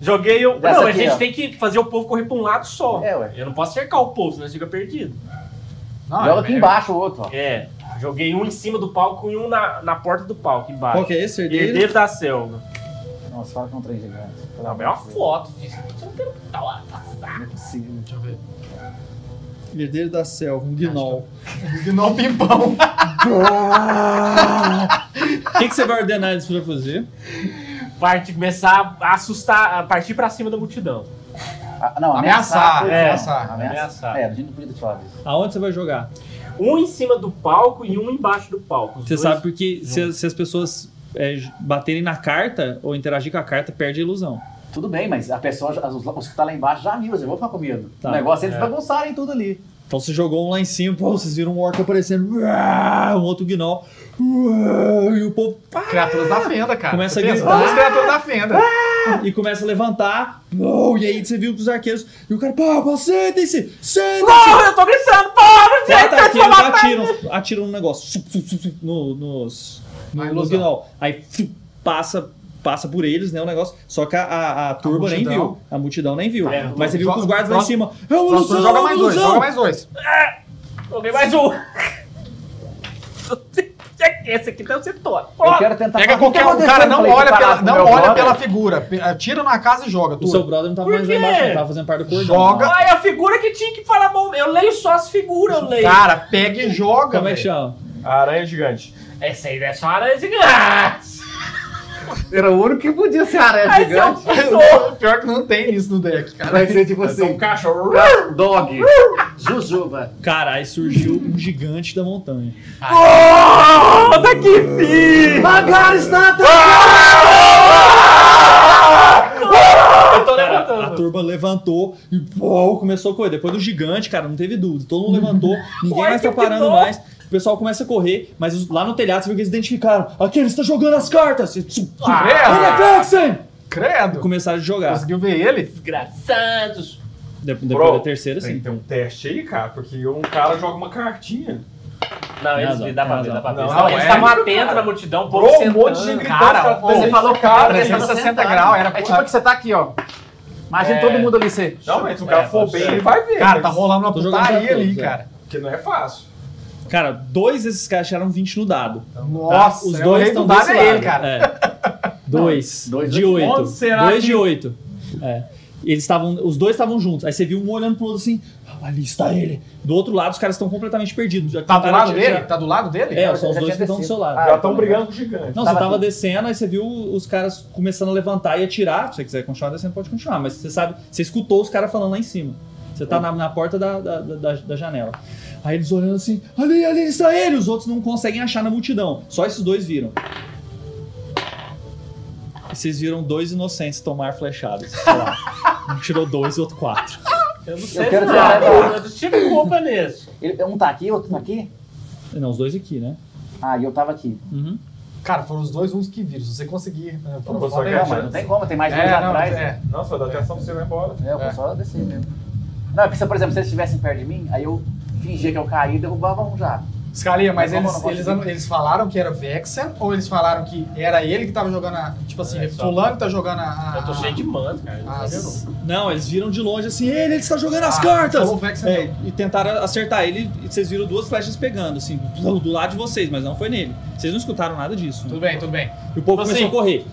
[SPEAKER 3] Joguei o.
[SPEAKER 7] Dessa
[SPEAKER 3] não,
[SPEAKER 7] aqui,
[SPEAKER 3] a gente
[SPEAKER 7] ó.
[SPEAKER 3] tem que fazer o povo correr pra um lado só. É, ué. Eu não posso cercar o povo, senão a gente fica perdido.
[SPEAKER 4] Ah,
[SPEAKER 7] Não, Joga é aqui melhor. embaixo
[SPEAKER 3] o outro, ó. É. Joguei um em cima do palco e um na, na porta do palco, embaixo.
[SPEAKER 5] Qual que é esse, herdeiro?
[SPEAKER 3] Herdeiro da selva.
[SPEAKER 5] Nossa, fala que é um trem gigante.
[SPEAKER 3] Não, é uma foto, filho. Você não tem que tá lá, tá saco.
[SPEAKER 7] Deixa eu ver.
[SPEAKER 4] Herdeiro da selva, um gnoll.
[SPEAKER 7] é. Gnoll pimpão.
[SPEAKER 4] O que, que você vai ordenar eles pra fazer?
[SPEAKER 3] Parte, começar a assustar, a partir pra cima da multidão.
[SPEAKER 5] não,
[SPEAKER 3] ameaçar. É,
[SPEAKER 5] ameaçar.
[SPEAKER 3] ameaçar.
[SPEAKER 5] É, a gente não podia te falar disso.
[SPEAKER 4] Aonde você vai jogar?
[SPEAKER 3] Um em cima do palco e um embaixo do palco. Os
[SPEAKER 4] Você
[SPEAKER 3] dois-
[SPEAKER 4] sabe porque se, as- se as pessoas é, j- baterem na carta ou interagir com a carta, perde a ilusão.
[SPEAKER 5] Tudo bem, mas a pessoa, já- os, os que tá lá embaixo já viu, já vão ficar com medo.
[SPEAKER 4] Tá.
[SPEAKER 5] O negócio é eles
[SPEAKER 4] É.
[SPEAKER 5] bagunçarem tudo ali.
[SPEAKER 4] Então você jogou um lá em cima, pô, vocês viram um orc aparecendo, uá, um outro gnoll, uá, e o povo...
[SPEAKER 7] Criaturas da fenda, cara.
[SPEAKER 4] Começa a
[SPEAKER 7] Você pensa,
[SPEAKER 4] gritar.
[SPEAKER 7] "Vamos, criaturas da fenda."
[SPEAKER 4] Ah! E começa a levantar. Não, e aí você viu os arqueiros. E o cara, pá, pá, sentem-se! Sentem-se!
[SPEAKER 3] Porra, eu tô gritando, porra! não sei,
[SPEAKER 4] Quatro
[SPEAKER 3] tá
[SPEAKER 4] arqueiros
[SPEAKER 3] desformatado.
[SPEAKER 4] atiram, atiram um negócio. sup, sup, sup, sup, no, nos. No, no gnoll. Aí sup, passa. Passa por eles, né? O negócio. Só que a, a, a turba nem
[SPEAKER 7] multidão.
[SPEAKER 4] viu. A multidão nem viu.
[SPEAKER 7] É,
[SPEAKER 4] Mas você viu que os
[SPEAKER 7] jo-
[SPEAKER 4] guardas lá em
[SPEAKER 7] jo-
[SPEAKER 4] cima. É uma
[SPEAKER 7] Próximo,
[SPEAKER 4] ilusão!
[SPEAKER 7] joga
[SPEAKER 4] é uma
[SPEAKER 7] mais dois,
[SPEAKER 4] ilusão!"
[SPEAKER 7] joga mais dois.
[SPEAKER 3] Joguei mais um. Esse aqui tá você todo.
[SPEAKER 4] Tá
[SPEAKER 7] Pega qualquer um, cara, não olha pela, não olha pela figura. Pe- Tira na casa e joga.
[SPEAKER 4] O seu brother não tava
[SPEAKER 3] Por
[SPEAKER 4] mais lá
[SPEAKER 3] quê?
[SPEAKER 4] embaixo, não tava fazendo parte do cordão.
[SPEAKER 7] Joga.
[SPEAKER 4] Não.
[SPEAKER 3] Ah, é a figura que tinha que falar bom. Eu leio só as figuras, eu leio.
[SPEAKER 7] Cara, pega e joga.
[SPEAKER 4] Como é que
[SPEAKER 7] velho.
[SPEAKER 4] chama?
[SPEAKER 3] Aranha gigante. Essa aí é só aranha gigante.
[SPEAKER 7] Era o único que podia
[SPEAKER 3] ser aranha Mas gigante. eu sou.
[SPEAKER 7] Pior que não tem isso no deck, cara.
[SPEAKER 4] Vai ser tipo
[SPEAKER 7] Vai ser
[SPEAKER 4] assim,
[SPEAKER 7] um cachorro.
[SPEAKER 4] Dog. Jujuba. Cara, aí surgiu um gigante da montanha.
[SPEAKER 3] Volta que filho!
[SPEAKER 26] Agora está
[SPEAKER 7] Ah!
[SPEAKER 3] Eu tô levantando.
[SPEAKER 4] A turba levantou e pô, começou a correr. Depois do gigante, cara, não teve dúvida. Todo mundo levantou, ninguém mais tá parando mais. O pessoal começa a correr, mas os- lá no telhado você viu que eles identificaram. Aqui, ele está jogando as cartas!
[SPEAKER 3] Ah!
[SPEAKER 4] Olha, Vexen!
[SPEAKER 7] Credo!
[SPEAKER 4] Começaram a jogar.
[SPEAKER 7] Conseguiu ver ele?
[SPEAKER 3] Desgraçados.
[SPEAKER 4] De- Depois
[SPEAKER 1] Bro,
[SPEAKER 4] da terceira,
[SPEAKER 1] tem
[SPEAKER 4] sim.
[SPEAKER 1] que ter um teste aí, cara, porque um cara joga uma cartinha.
[SPEAKER 3] Não,
[SPEAKER 4] eles-
[SPEAKER 1] Nada,
[SPEAKER 3] dá pra ver,
[SPEAKER 1] nada.
[SPEAKER 3] dá pra ver.
[SPEAKER 1] Não,
[SPEAKER 3] Não,
[SPEAKER 1] não,
[SPEAKER 3] eles
[SPEAKER 1] é.
[SPEAKER 3] estavam atentos na multidão, o povo
[SPEAKER 1] Bro, um
[SPEAKER 3] sentando.
[SPEAKER 1] monte de gente gritando,
[SPEAKER 3] cara,
[SPEAKER 1] cara,
[SPEAKER 3] pô, você
[SPEAKER 1] pô,
[SPEAKER 3] falou
[SPEAKER 1] cara, assim,
[SPEAKER 3] cara,
[SPEAKER 1] 360 era
[SPEAKER 3] graus, era
[SPEAKER 1] pra-
[SPEAKER 3] pra...
[SPEAKER 5] É tipo que você tá aqui, ó. Imagina
[SPEAKER 1] É.
[SPEAKER 5] todo mundo ali, você.
[SPEAKER 1] Não, mas se o cara for bem, ele vai ver.
[SPEAKER 7] É, Cara,
[SPEAKER 1] mas-
[SPEAKER 7] tá rolando uma
[SPEAKER 1] Tô jogando
[SPEAKER 7] putaria
[SPEAKER 1] pra todos,
[SPEAKER 7] ali,
[SPEAKER 1] é.
[SPEAKER 7] cara.
[SPEAKER 1] Porque não é fácil.
[SPEAKER 4] Cara, dois desses caras tiraram 20 no dado.
[SPEAKER 7] Nossa,
[SPEAKER 4] os
[SPEAKER 7] é, o
[SPEAKER 4] dois
[SPEAKER 7] rei do
[SPEAKER 4] estão
[SPEAKER 7] dado
[SPEAKER 4] desse
[SPEAKER 7] é ele,
[SPEAKER 4] lado.
[SPEAKER 7] cara.
[SPEAKER 4] É. Dois,
[SPEAKER 7] Dois
[SPEAKER 4] de
[SPEAKER 7] de
[SPEAKER 4] oito.
[SPEAKER 7] onde será
[SPEAKER 4] dois
[SPEAKER 7] que-
[SPEAKER 4] de oito. É. Eles estavam, os dois estavam juntos. Aí você viu um olhando pro outro assim, ali está ele. Do outro lado os caras estão completamente perdidos. Já
[SPEAKER 7] Tá do
[SPEAKER 4] tentaram
[SPEAKER 7] lado
[SPEAKER 4] atirar-
[SPEAKER 7] dele? Tá do lado dele?
[SPEAKER 4] É, são os dois que estão do seu lado.
[SPEAKER 7] Ah,
[SPEAKER 1] Ah,
[SPEAKER 4] Não, você tava descendo, aí você viu os caras começando a levantar e atirar. Se você quiser continuar descendo, pode continuar. Mas você sabe, você escutou os caras falando lá em cima. Você tá na, na porta da, da, da, da janela. Aí eles olhando assim, ali, ali está ele! Os outros não conseguem achar na multidão. Só esses dois viram. E vocês viram dois inocentes tomar flechadas. sei lá. Um tirou dois e outro quatro.
[SPEAKER 3] Eu não
[SPEAKER 5] Eu
[SPEAKER 3] sei é
[SPEAKER 5] quero
[SPEAKER 3] nada,
[SPEAKER 5] tirar.
[SPEAKER 3] eu não tive culpa nisso.
[SPEAKER 5] Ele- Um tá aqui, outro tá aqui?
[SPEAKER 4] Não, os dois aqui, né?
[SPEAKER 5] Ah, e eu tava aqui.
[SPEAKER 7] Cara, foram os dois uns que viram. Se você conseguir. né, pra
[SPEAKER 5] Não,
[SPEAKER 7] fora, é,
[SPEAKER 5] mas não tem como, tem mais
[SPEAKER 7] É,
[SPEAKER 5] dois
[SPEAKER 7] não,
[SPEAKER 5] atrás.
[SPEAKER 7] é.
[SPEAKER 1] Nossa, vai dar atenção pra você ir embora.
[SPEAKER 5] É, eu vou só descer mesmo. Não, é porque, se, por exemplo, se eles estivessem perto de mim, aí eu fingia que eu caí e derrubava um já.
[SPEAKER 7] Scalia, mas
[SPEAKER 2] Mas
[SPEAKER 7] eles,
[SPEAKER 2] como eu não
[SPEAKER 7] eles,
[SPEAKER 2] gosto de-
[SPEAKER 7] eles falaram que era Vexen ou eles falaram que era ele que tava jogando a. Tipo assim,
[SPEAKER 2] É, só-
[SPEAKER 7] fulano que tá jogando a.
[SPEAKER 10] Eu tô cheio de mano, cara.
[SPEAKER 7] as-
[SPEAKER 4] Não, eles viram de longe assim, ele, ele está jogando as
[SPEAKER 7] Ah,
[SPEAKER 4] cartas!
[SPEAKER 7] então o Vex
[SPEAKER 4] É, e tentaram acertar ele e vocês viram duas flechas pegando, assim, do, do lado de vocês, mas não foi nele. Vocês não escutaram nada disso. Tudo
[SPEAKER 7] bem, tudo bem.
[SPEAKER 4] E o
[SPEAKER 7] Tipo
[SPEAKER 4] povo começou
[SPEAKER 7] assim,
[SPEAKER 4] a correr.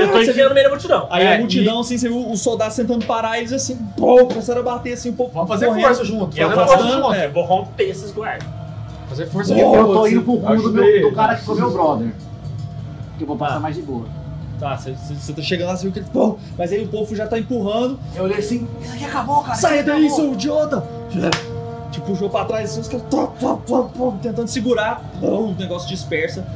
[SPEAKER 7] eu tô
[SPEAKER 4] você
[SPEAKER 7] enfiando
[SPEAKER 4] viu-
[SPEAKER 7] no meio da multidão.
[SPEAKER 4] Aí
[SPEAKER 7] É,
[SPEAKER 4] a multidão, assim, você viu os soldados tentando parar, eles assim, pô, começaram a bater assim, um pouco. Vamos
[SPEAKER 7] fazer força junto,
[SPEAKER 4] Eu
[SPEAKER 7] fazer força junto.
[SPEAKER 4] É.
[SPEAKER 10] Vou romper esses guardas.
[SPEAKER 7] Fazer
[SPEAKER 4] força
[SPEAKER 7] de
[SPEAKER 4] boa,
[SPEAKER 6] Eu tô
[SPEAKER 4] assim.
[SPEAKER 6] indo pro rumo do,
[SPEAKER 4] Ajudei.
[SPEAKER 6] meu, do cara que foi meu brother. Que eu vou
[SPEAKER 5] Ah,
[SPEAKER 6] passar mais de boa.
[SPEAKER 4] Tá, você- você você tá chegando lá, você viu que ele. Pô, mas aí o povo já tá empurrando. Eu olhei assim,
[SPEAKER 6] Isso aqui acabou, cara. Isso
[SPEAKER 4] sai
[SPEAKER 6] aqui
[SPEAKER 4] daí,
[SPEAKER 6] acabou.
[SPEAKER 4] seu idiota! é Te puxou pra trás, assim, os caras pô, pô, pô, pô, tentando segurar. Pô, O negócio dispersa.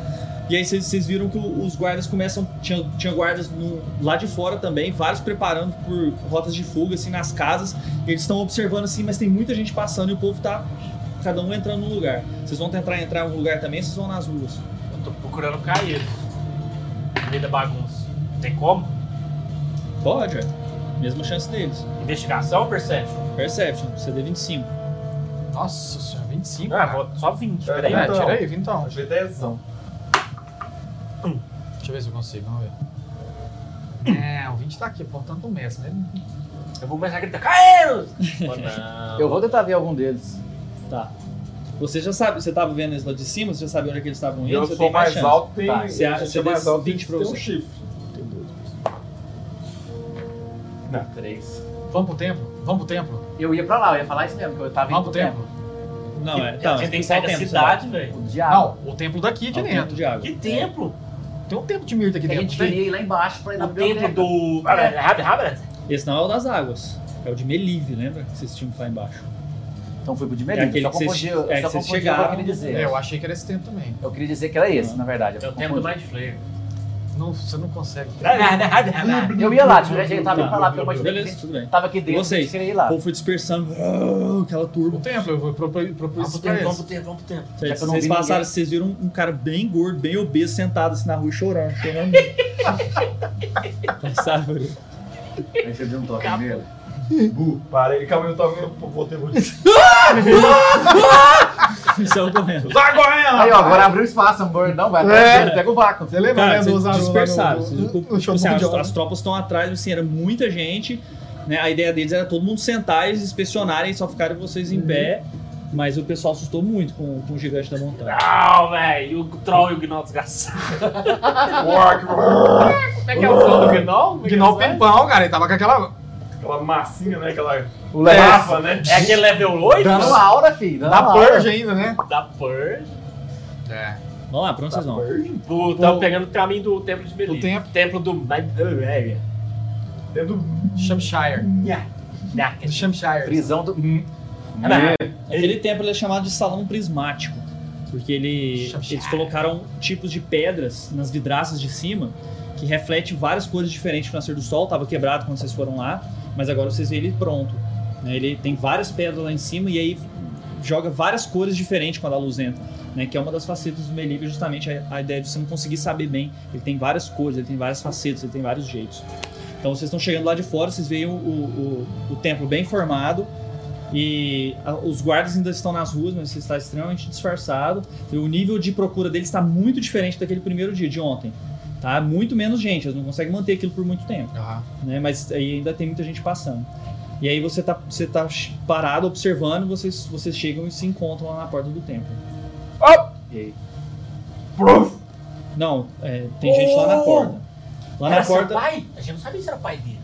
[SPEAKER 4] E aí vocês- vocês viram que o- os guardas começam. Tinha, tinha guardas no- lá de fora também, vários preparando por rotas de fuga, assim, nas casas. E eles estão observando assim, mas tem muita gente passando e o povo tá. Cada um entrando num lugar. Vocês vão tentar entrar em um lugar também, vocês vão nas ruas.
[SPEAKER 10] Eu tô procurando cair. No meio da bagunça. Tem como?
[SPEAKER 4] Pode, ué. Mesma chance deles.
[SPEAKER 10] Investigação ou Perception?
[SPEAKER 4] Perception, CD 25.
[SPEAKER 7] Nossa senhora, 25.
[SPEAKER 10] Ah, vou só 20.
[SPEAKER 7] É,
[SPEAKER 10] Peraí,
[SPEAKER 7] é, tira aí, 20 aonde?
[SPEAKER 1] G10zão.
[SPEAKER 7] Deixa eu ver se eu consigo, vamos ver. É, o 20 tá aqui, apontando pro mestre, né?
[SPEAKER 10] Eu vou começar a gritar, Caelos!
[SPEAKER 5] Eu vou tentar ver algum deles.
[SPEAKER 4] Tá. Você já sabe, você tava vendo eles lá de cima, você já sabe onde é que eles estavam indo,
[SPEAKER 1] Eu
[SPEAKER 4] você
[SPEAKER 1] sou
[SPEAKER 4] tem mais,
[SPEAKER 1] mais
[SPEAKER 4] chance.
[SPEAKER 1] alto, tem-
[SPEAKER 4] Tá, Você
[SPEAKER 1] eu
[SPEAKER 4] acha
[SPEAKER 1] sou
[SPEAKER 4] você
[SPEAKER 1] mais
[SPEAKER 4] deu
[SPEAKER 1] alto, tem
[SPEAKER 4] 20
[SPEAKER 1] que
[SPEAKER 4] pra
[SPEAKER 1] ter
[SPEAKER 4] você.
[SPEAKER 1] um chifre.
[SPEAKER 4] Tem 12.
[SPEAKER 1] Não, três.
[SPEAKER 7] Vamos pro templo? Vamos pro templo?
[SPEAKER 6] Eu ia pra lá, eu ia falar isso mesmo, que eu tava
[SPEAKER 7] Vamos pro templo.
[SPEAKER 4] Não, é.
[SPEAKER 7] tá,
[SPEAKER 10] a gente tem que
[SPEAKER 7] qual
[SPEAKER 10] sair da
[SPEAKER 7] templo você
[SPEAKER 10] cidade,
[SPEAKER 7] vai?
[SPEAKER 10] velho.
[SPEAKER 7] Não, o templo daqui de
[SPEAKER 10] Ah, o templo
[SPEAKER 7] dentro.
[SPEAKER 10] de água. Que templo?
[SPEAKER 7] Tem um templo de Mirta
[SPEAKER 5] É
[SPEAKER 7] aqui
[SPEAKER 6] A
[SPEAKER 7] dentro.
[SPEAKER 6] gente
[SPEAKER 7] tem?
[SPEAKER 6] queria ir lá embaixo pra ir na
[SPEAKER 10] O templo
[SPEAKER 6] biblioteca.
[SPEAKER 10] do.
[SPEAKER 3] Ah,
[SPEAKER 6] É.
[SPEAKER 10] Rab- Rabrat?
[SPEAKER 4] Esse não é o das águas. É o de Melive, lembra? Que vocês tinham lá embaixo.
[SPEAKER 5] Então foi pro de
[SPEAKER 4] É
[SPEAKER 5] Melive,
[SPEAKER 4] aquele
[SPEAKER 5] só
[SPEAKER 4] que vocês-
[SPEAKER 5] confundi, eu
[SPEAKER 4] é
[SPEAKER 5] só
[SPEAKER 4] que vocês
[SPEAKER 5] confundi o que eu
[SPEAKER 4] chegaram.
[SPEAKER 5] queria dizer.
[SPEAKER 7] É, eu achei que era esse templo também.
[SPEAKER 5] Eu queria dizer que era esse, na verdade. É o
[SPEAKER 10] templo do Mind Flayer.
[SPEAKER 7] Não, você não consegue.
[SPEAKER 6] É, né?
[SPEAKER 7] Tá.
[SPEAKER 5] Eu ia lá, tipo, eu tava indo pra lá, porque eu imaginei que
[SPEAKER 4] Tá, Beleza, tudo bem.
[SPEAKER 5] tava aqui dentro,
[SPEAKER 4] Vocês,
[SPEAKER 5] eu queria ir lá.
[SPEAKER 4] O povo foi dispersando, ah, aquela turma.
[SPEAKER 7] O templo, eu vou propor, propor
[SPEAKER 4] Vamos
[SPEAKER 7] isso
[SPEAKER 4] pro
[SPEAKER 6] Ah,
[SPEAKER 7] pra
[SPEAKER 4] templo,
[SPEAKER 7] eles.
[SPEAKER 4] vamos pro
[SPEAKER 10] templo, vamos pro templo.
[SPEAKER 4] Vocês, vocês passaram, vocês viram um cara bem gordo, bem obeso, sentado assim na rua chorando, chorando. Passaram.
[SPEAKER 6] Aí você deu um toque nele. um
[SPEAKER 1] Bu, para ele, calma aí, eu tô vendo pro poder
[SPEAKER 4] Saiu correndo.
[SPEAKER 1] Sai correndo!
[SPEAKER 6] Aí, ó, agora abriu espaço,
[SPEAKER 7] um
[SPEAKER 6] amor. Não, vai,
[SPEAKER 1] É.
[SPEAKER 6] pega o vácuo. Você lembra,
[SPEAKER 4] Cara,
[SPEAKER 6] né, do
[SPEAKER 4] vocês
[SPEAKER 6] Zaru lá no-
[SPEAKER 4] dispersaram.
[SPEAKER 6] no-
[SPEAKER 4] vocês-
[SPEAKER 6] no-
[SPEAKER 4] tipo
[SPEAKER 6] no
[SPEAKER 4] assim,
[SPEAKER 6] shopping de
[SPEAKER 4] as,
[SPEAKER 6] obra.
[SPEAKER 4] as tropas estão atrás, assim, era muita gente. Né? A ideia deles era todo mundo sentar e eles inspecionarem, só ficarem vocês em pé. Mas o pessoal assustou muito com, com o gigante da montanha.
[SPEAKER 10] Não, velho. E o troll e o Gnoll desgraçado.
[SPEAKER 1] Como
[SPEAKER 10] é que é o som do Gnoll?
[SPEAKER 7] Gnol pimpão, cara, ele tava com aquela.
[SPEAKER 1] Aquela massinha, né?
[SPEAKER 6] É.
[SPEAKER 1] Aquela
[SPEAKER 7] Leve.
[SPEAKER 1] lava, né?
[SPEAKER 10] É aquele level 8?
[SPEAKER 7] Dando aura, filho, dando Da aura. Purge ainda, né?
[SPEAKER 10] Da Purge.
[SPEAKER 7] É.
[SPEAKER 4] Vamos lá, pra onde vocês vão?
[SPEAKER 10] Do, tava pegando o caminho do templo de Belém.
[SPEAKER 7] Do templo.
[SPEAKER 10] Templo do.
[SPEAKER 1] Templo do.
[SPEAKER 7] Shamshire.
[SPEAKER 10] Do
[SPEAKER 7] Shamshire.
[SPEAKER 5] Prisão do.
[SPEAKER 4] Aquele templo ele é chamado de salão prismático, porque ele, eles colocaram tipos de pedras nas vidraças de cima que reflete várias cores diferentes do nascer do sol. Tava quebrado quando vocês foram lá, mas agora vocês veem ele pronto. né? Ele tem várias pedras lá em cima e aí joga várias cores diferentes quando a luz entra, né? Que é uma das facetas do Melibe, justamente a, a ideia de você não conseguir saber bem. Ele tem várias cores, ele tem várias facetas, ele tem vários jeitos. Então vocês estão chegando lá de fora, vocês veem o, o, o- o templo bem formado. E a- os guardas ainda estão nas ruas, mas você está extremamente disfarçado. E o nível de procura deles está muito diferente daquele primeiro dia de ontem. Tá? Muito menos gente, eles não conseguem manter aquilo por muito tempo. Né? Mas aí ainda tem muita gente passando. E aí você tá, você tá ch- parado observando, vocês, vocês chegam e se encontram lá na porta do templo.
[SPEAKER 5] E aí?
[SPEAKER 4] Não, é, tem gente lá na porta. Lá na
[SPEAKER 10] Era seu
[SPEAKER 4] porta.
[SPEAKER 10] pai? A gente não sabia se era o pai dele.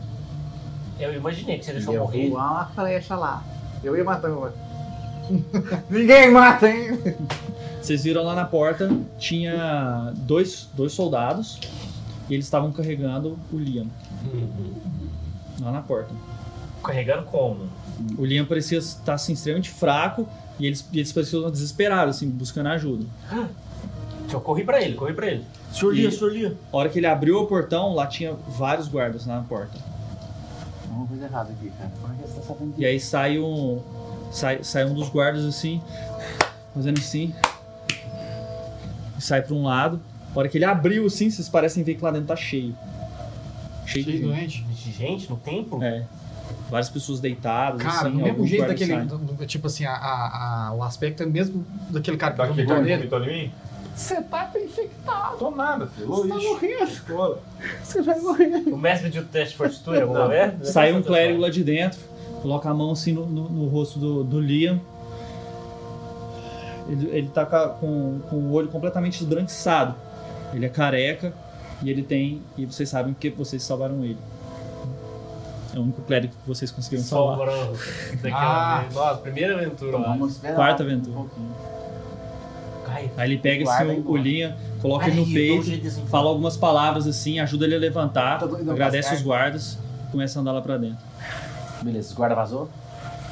[SPEAKER 10] Eu imaginei que você deixou morrer.
[SPEAKER 6] voar uma flecha lá. Eu ia matar uma. Ninguém mata, hein?
[SPEAKER 4] Vocês viram lá na porta, tinha dois, dois soldados e eles estavam carregando o Liam. Lá na porta.
[SPEAKER 10] Carregando como?
[SPEAKER 4] O Liam parecia estar assim, extremamente fraco e eles, e eles pareciam desesperados, assim, buscando ajuda.
[SPEAKER 10] Eu corri pra ele, corri pra ele.
[SPEAKER 4] Senhor
[SPEAKER 10] Lia,
[SPEAKER 4] senhor Liam. A hora que ele abriu o portão, lá tinha vários guardas lá na porta.
[SPEAKER 6] Alguma coisa errada aqui, cara. Como é que você tá sabendo
[SPEAKER 4] E aí sai um. Sai, sai um dos guardas assim, fazendo assim. E sai pra um lado. A hora que ele abriu assim,
[SPEAKER 3] um
[SPEAKER 4] vocês parecem ver que lá dentro tá cheio. Cheio, de gente.
[SPEAKER 10] De gente no templo?
[SPEAKER 4] É. Várias pessoas deitadas,
[SPEAKER 7] Cara,
[SPEAKER 4] assim,
[SPEAKER 7] do mesmo
[SPEAKER 4] alguns
[SPEAKER 7] jeito
[SPEAKER 4] guardas
[SPEAKER 7] daquele.
[SPEAKER 4] saem.
[SPEAKER 7] do- do- tipo assim, a, a- a- o aspecto é mesmo daquele cara que
[SPEAKER 1] Daquele
[SPEAKER 7] vomitou
[SPEAKER 1] cara que
[SPEAKER 7] nele.
[SPEAKER 1] vomitou em mim?
[SPEAKER 7] Você tá infectado.
[SPEAKER 1] Tô nada, filho. Você
[SPEAKER 7] tá
[SPEAKER 1] morrendo.
[SPEAKER 7] Você vai morrer.
[SPEAKER 3] O mestre
[SPEAKER 6] um
[SPEAKER 3] pediu teste de fortitude,
[SPEAKER 4] Não.
[SPEAKER 3] não é?
[SPEAKER 4] Sai um clérigo lá de dentro, coloca a mão assim no, no- no rosto do, do Liam. Ele, ele tá ca- com, com o olho completamente esbranquiçado. Ele é careca e ele tem. E vocês sabem porque vocês salvaram ele. É o único clérigo que vocês conseguiram salvar.
[SPEAKER 3] Sobrou daquela
[SPEAKER 4] Ah.
[SPEAKER 3] vez. Nossa, primeira aventura.
[SPEAKER 4] Então vamos
[SPEAKER 3] mano.
[SPEAKER 4] esperar Quarta aventura. um Aí ele pega
[SPEAKER 3] Guarda
[SPEAKER 4] assim,
[SPEAKER 3] aí,
[SPEAKER 4] o, o Liam, coloca ele no
[SPEAKER 3] Aí, eu dou um
[SPEAKER 4] peito,
[SPEAKER 3] jeito assim.
[SPEAKER 4] fala algumas palavras assim, ajuda ele a
[SPEAKER 3] Tá
[SPEAKER 4] levantar,
[SPEAKER 18] não,
[SPEAKER 4] agradece
[SPEAKER 18] Pascal.
[SPEAKER 4] os guardas, começa a andar lá pra dentro.
[SPEAKER 18] Beleza, os guarda vazou?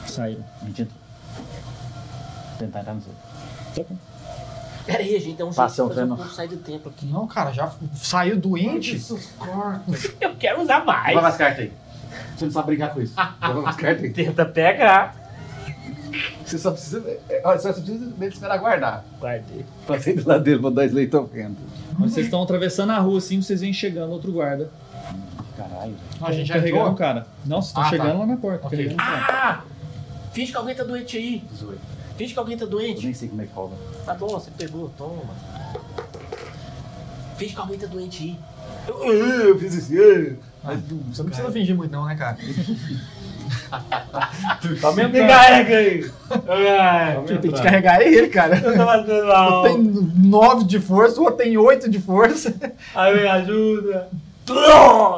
[SPEAKER 4] Saíram.
[SPEAKER 18] Mentira. Tentar entrar no seu.
[SPEAKER 3] Pera aí, gente, é
[SPEAKER 10] então,
[SPEAKER 3] um
[SPEAKER 18] Passei um
[SPEAKER 3] jeito de fazer
[SPEAKER 18] treino.
[SPEAKER 3] o povo sair do templo aqui.
[SPEAKER 7] Não, cara, já saiu doente.
[SPEAKER 3] Eu quero usar mais.
[SPEAKER 5] Leva as cartas aí. Você não sabe brincar com isso. Leva as cartas aí.
[SPEAKER 3] Tenta pegar.
[SPEAKER 5] Você só precisa. é, olha, Você só precisa mesmo esperar guardar.
[SPEAKER 3] Guardei.
[SPEAKER 4] Passei do lado dele, vou dar leite ao vento.
[SPEAKER 3] Uhum.
[SPEAKER 4] Vocês estão atravessando a rua assim, vocês vêm chegando outro guarda.
[SPEAKER 18] Caralho.
[SPEAKER 4] Não, a gente já Carregando entrou? o cara. Não, vocês estão Ah, chegando tá. lá na porta,
[SPEAKER 3] Ok.
[SPEAKER 4] carregando o
[SPEAKER 3] Ah! Finge que alguém tá doente aí. 18. Finge que alguém tá doente.
[SPEAKER 18] Eu nem sei como é que rola.
[SPEAKER 3] Tá bom, você pegou, toma. Finge que alguém tá doente aí. Eu, eu, eu fiz isso. eu.
[SPEAKER 7] Você não precisa fingir muito, não, né, cara?
[SPEAKER 1] Tá
[SPEAKER 7] me
[SPEAKER 1] aumentando.
[SPEAKER 7] carrega aí.
[SPEAKER 1] Quem
[SPEAKER 7] tem que carregar é ele, cara.
[SPEAKER 3] Eu tô fazendo mal.
[SPEAKER 7] Tem 9 de força, o outro tem 8 de força.
[SPEAKER 3] Aí me ajuda.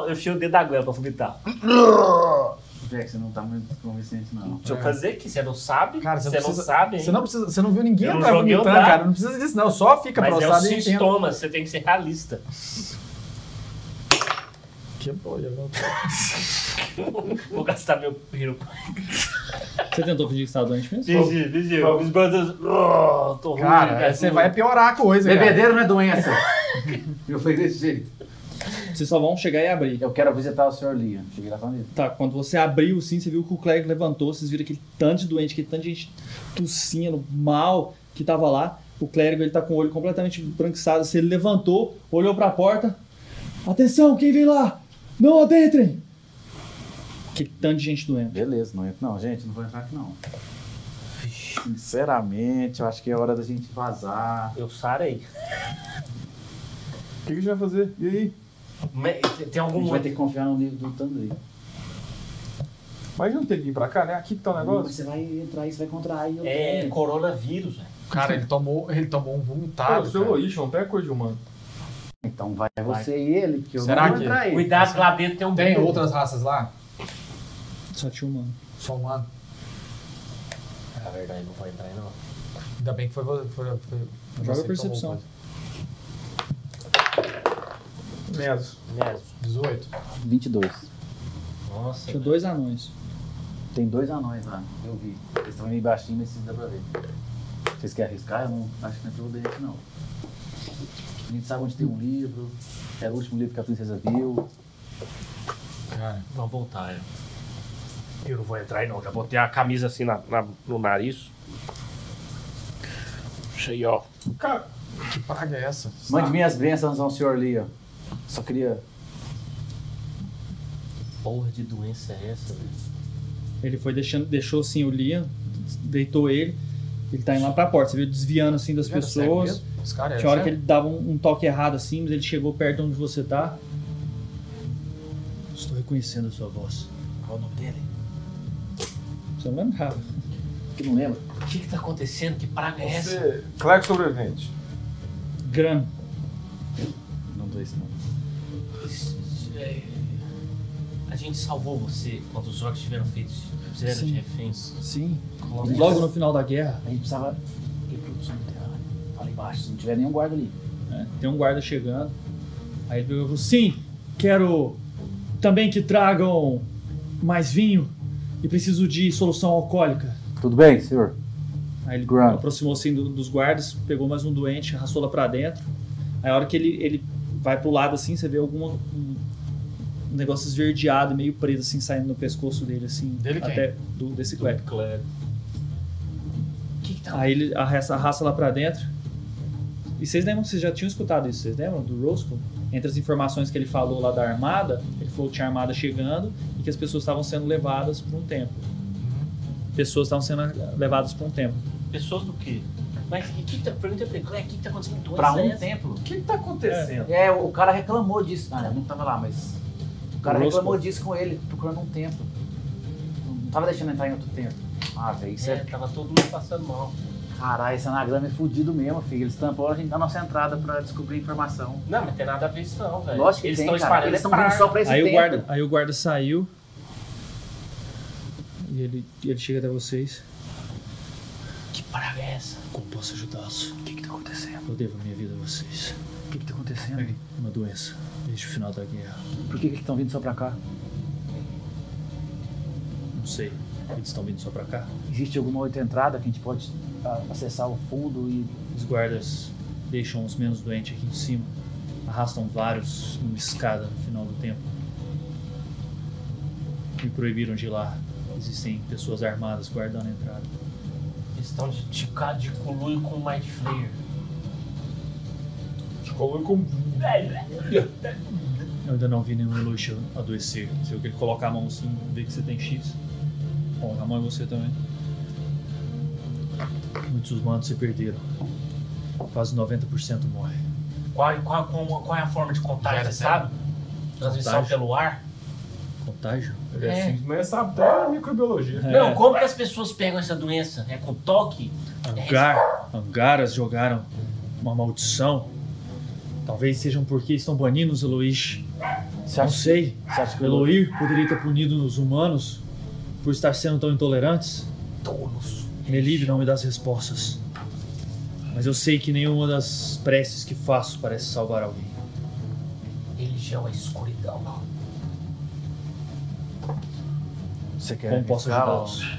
[SPEAKER 3] Eu cheio o dedo da goela pra vomitar.
[SPEAKER 18] tá? Jack, você não tá muito convincente, não. É.
[SPEAKER 3] Deixa eu fazer aqui, você não sabe?
[SPEAKER 7] Cara,
[SPEAKER 3] você
[SPEAKER 7] você,
[SPEAKER 3] não
[SPEAKER 7] precisa-
[SPEAKER 3] sabe, hein?
[SPEAKER 7] Você não, precisa, você não viu ninguém
[SPEAKER 3] Eu não
[SPEAKER 7] entrar
[SPEAKER 3] joguei o
[SPEAKER 7] vomitando,
[SPEAKER 3] dado.
[SPEAKER 7] cara. Não precisa disso, não. Só fica
[SPEAKER 3] Mas é o
[SPEAKER 7] prostrado e
[SPEAKER 3] sintoma, você tem que ser realista.
[SPEAKER 7] Que bolha, meu
[SPEAKER 3] Vou gastar meu piro.
[SPEAKER 4] Você tentou fingir que estava doente mesmo?
[SPEAKER 3] Fingi, fingi. Os brothers. Tô ruim,
[SPEAKER 7] Cara, você vai piorar a coisa, cara.
[SPEAKER 18] Bebedeiro não é doença.
[SPEAKER 4] Eu falei desse jeito. Vocês só vão chegar e abrir.
[SPEAKER 18] Eu quero visitar o Sr. Liam. Cheguei lá com ele.
[SPEAKER 4] Tá, quando você abriu sim, você viu que o clérigo levantou, vocês viram aquele tanto de doente, aquele tanto de gente tossindo, mal que tava lá. O clérigo ele tá com o olho completamente branquiçado, assim, ele levantou, olhou pra porta. Atenção, quem vem lá? Não adentrem! Que tanto de gente doente.
[SPEAKER 18] Beleza, não entro não, gente, não vou entrar aqui não. Sinceramente, eu acho que é hora da gente vazar.
[SPEAKER 3] Eu sarei.
[SPEAKER 18] O que, que a gente vai fazer? E aí?
[SPEAKER 3] Tem algum
[SPEAKER 18] A gente vai
[SPEAKER 3] outro-
[SPEAKER 18] ter que confiar no livro do Tandrei.
[SPEAKER 1] Mas não tem que vir pra cá, né? Aqui que tá o negócio.
[SPEAKER 18] Você vai entrar aí, você vai contrair. eu
[SPEAKER 3] É,
[SPEAKER 18] tenho.
[SPEAKER 3] coronavírus, velho.
[SPEAKER 7] Cara, ele tomou, ele tomou um
[SPEAKER 1] Cara,
[SPEAKER 7] vomitado.
[SPEAKER 1] o seu Loish não tem coisa de humano.
[SPEAKER 18] Então vai você e ele, que eu
[SPEAKER 7] Será
[SPEAKER 18] não vou
[SPEAKER 7] que-
[SPEAKER 18] entrar aí.
[SPEAKER 3] Cuidado que lá dentro tem um
[SPEAKER 7] Tem
[SPEAKER 3] bicho.
[SPEAKER 7] outras raças lá?
[SPEAKER 4] Só tinha humano.
[SPEAKER 7] Só humano.
[SPEAKER 3] Na Ah, verdade, não vou entrar aí, não.
[SPEAKER 7] Ainda bem que foi, vo- foi, foi, foi
[SPEAKER 4] Joga
[SPEAKER 7] você que
[SPEAKER 4] percepção.
[SPEAKER 7] tomou o coisa.
[SPEAKER 1] Meso.
[SPEAKER 3] Meso.
[SPEAKER 7] 18.
[SPEAKER 18] 22.
[SPEAKER 3] Nossa.
[SPEAKER 4] Tinha dois anões.
[SPEAKER 18] Tem dois anões lá, eu vi. Eles estão meio baixinhos, mas dá pra ver. Vocês querem arriscar? Eu não acho que não é pelo dente, não. A gente sabe onde tem um livro. Era o último livro que a princesa viu.
[SPEAKER 7] Cara,
[SPEAKER 3] vamos voltar. Eu. eu não vou entrar aí, não. Já botei a camisa assim na, na- no nariz. Deixa aí, ó.
[SPEAKER 1] Cara,
[SPEAKER 7] que praga é essa?
[SPEAKER 18] Mande minhas bênçãos ao senhor Leon. Só queria.
[SPEAKER 3] Porra de doença é essa, velho?
[SPEAKER 4] Ele foi deixando, deixou assim o Liam, deitou ele. Ele tá indo lá pra porta, você viu desviando assim das
[SPEAKER 7] Ele era cego
[SPEAKER 4] pessoas.
[SPEAKER 7] mesmo? Esse
[SPEAKER 1] É,
[SPEAKER 7] cara era
[SPEAKER 4] Tinha hora que
[SPEAKER 7] cego?
[SPEAKER 4] ele dava um, um toque errado assim, mas ele chegou perto de onde você tá. Estou reconhecendo a sua voz. é
[SPEAKER 3] Qual o nome dele?
[SPEAKER 4] Você não lembrava.
[SPEAKER 18] Que não lembra?
[SPEAKER 3] O que que tá acontecendo? Que praga é essa?
[SPEAKER 1] Você, Clérigo sobrevivente.
[SPEAKER 4] Gran.
[SPEAKER 18] Não dou isso, não.
[SPEAKER 3] É, A gente salvou você quando os orcs tiveram feitos. Fizeram
[SPEAKER 4] Sim.
[SPEAKER 3] de reféns.
[SPEAKER 4] Sim.
[SPEAKER 3] Coloca-
[SPEAKER 4] Logo no final da guerra.
[SPEAKER 18] A gente precisava ir pro subterrâneo. Fala embaixo, se não tiver nenhum guarda ali.
[SPEAKER 4] né? Tem um guarda chegando. Aí ele pegou e falou: Sim, quero também que tragam mais vinho e preciso de solução alcoólica.
[SPEAKER 18] Tudo bem, senhor?
[SPEAKER 4] Aí ele
[SPEAKER 18] Grant.
[SPEAKER 4] aproximou-se assim, do- dos guardas, pegou mais um doente, arrastou lá pra dentro. Aí a hora que ele, ele vai pro lado assim, você vê alguma, um, um negócio esverdeado, meio preto assim, saindo no pescoço dele assim.
[SPEAKER 7] Dele quem?
[SPEAKER 4] até do, desse clérigo.
[SPEAKER 3] Que que tá...
[SPEAKER 4] Aí ele arrasta, arrasta lá pra dentro. E vocês lembram que vocês já tinham escutado isso? Vocês lembram do Roscoe?
[SPEAKER 18] entre as informações que ele falou lá da armada, ele falou que tinha armada chegando e que as pessoas estavam sendo levadas para um templo. Pessoas estavam sendo levadas para um templo.
[SPEAKER 3] Pessoas do quê? Mas o que tá, pergunta pra ele, o que tá acontecendo com
[SPEAKER 18] Pra um
[SPEAKER 3] templo?
[SPEAKER 4] O que que tá acontecendo?
[SPEAKER 7] É, o cara reclamou disso. Ah, eu não tava lá, mas. O cara
[SPEAKER 4] Rosco.
[SPEAKER 7] reclamou disso com ele, procurando um templo. Não tava deixando entrar em outro templo. Ah, velho, isso é.
[SPEAKER 3] tava todo mundo passando mal.
[SPEAKER 7] Caralho, esse anagrama é fudido mesmo, filho. Eles tamparam a gente da nossa entrada pra descobrir informação.
[SPEAKER 3] Não, mas tem nada a ver isso não, velho.
[SPEAKER 7] Lógico que
[SPEAKER 3] eles
[SPEAKER 7] tem,
[SPEAKER 3] estão
[SPEAKER 7] cara.
[SPEAKER 3] espalhando
[SPEAKER 7] Eles tão
[SPEAKER 3] é
[SPEAKER 7] vindo só pra
[SPEAKER 3] praga.
[SPEAKER 18] Aí o, guarda, aí o guarda saiu. E ele, ele chega até vocês.
[SPEAKER 7] Que praga é essa? Como posso ajudá-los? O que que tá acontecendo?
[SPEAKER 18] Eu devo a minha vida a vocês.
[SPEAKER 7] O que que tá acontecendo?
[SPEAKER 18] Uma doença. Desde o final da guerra.
[SPEAKER 7] Por que que estão vindo só pra cá?
[SPEAKER 18] Não sei. Eles estão vindo só pra cá.
[SPEAKER 7] Existe alguma outra entrada que a gente pode ah, acessar o fundo e.
[SPEAKER 18] Os guardas deixam os menos doentes aqui em cima. Arrastam vários numa escada no final do tempo. Me proibiram de ir lá. Existem pessoas armadas guardando a entrada.
[SPEAKER 3] Eles estão de, de, ca- de coluio com o Mind Flayer.
[SPEAKER 27] De coluio com...
[SPEAKER 18] Eu ainda não vi nenhum Eloy adoecer. Se eu colocar a mão assim, ver que você tem X. Coloca a mão em você também. Muitos humanos se perderam. Quase 90% morre.
[SPEAKER 3] Qual, qual, qual, qual é a forma de contágio,
[SPEAKER 18] Cara,
[SPEAKER 3] você
[SPEAKER 18] sério?
[SPEAKER 3] sabe? Transmissão
[SPEAKER 18] Contágio?
[SPEAKER 3] pelo ar?
[SPEAKER 18] Contágio?
[SPEAKER 3] Ele é simples,
[SPEAKER 27] mas sabe até microbiologia.
[SPEAKER 3] Não, como que as pessoas pegam essa doença? É com toque?
[SPEAKER 18] Angar, Angaras jogaram uma maldição. Talvez sejam porque estão banindo os Eloís. Não sei.
[SPEAKER 7] que o
[SPEAKER 18] Eloir poderia ter punido os humanos por estar sendo tão intolerantes?
[SPEAKER 3] Tolos.
[SPEAKER 18] Me livre não me das respostas. Mas eu sei que nenhuma das preces que faço parece salvar alguém.
[SPEAKER 3] Religião é escuridão.
[SPEAKER 7] Você quer
[SPEAKER 18] Como posso
[SPEAKER 7] arriscar
[SPEAKER 18] ajudá-los?
[SPEAKER 7] ou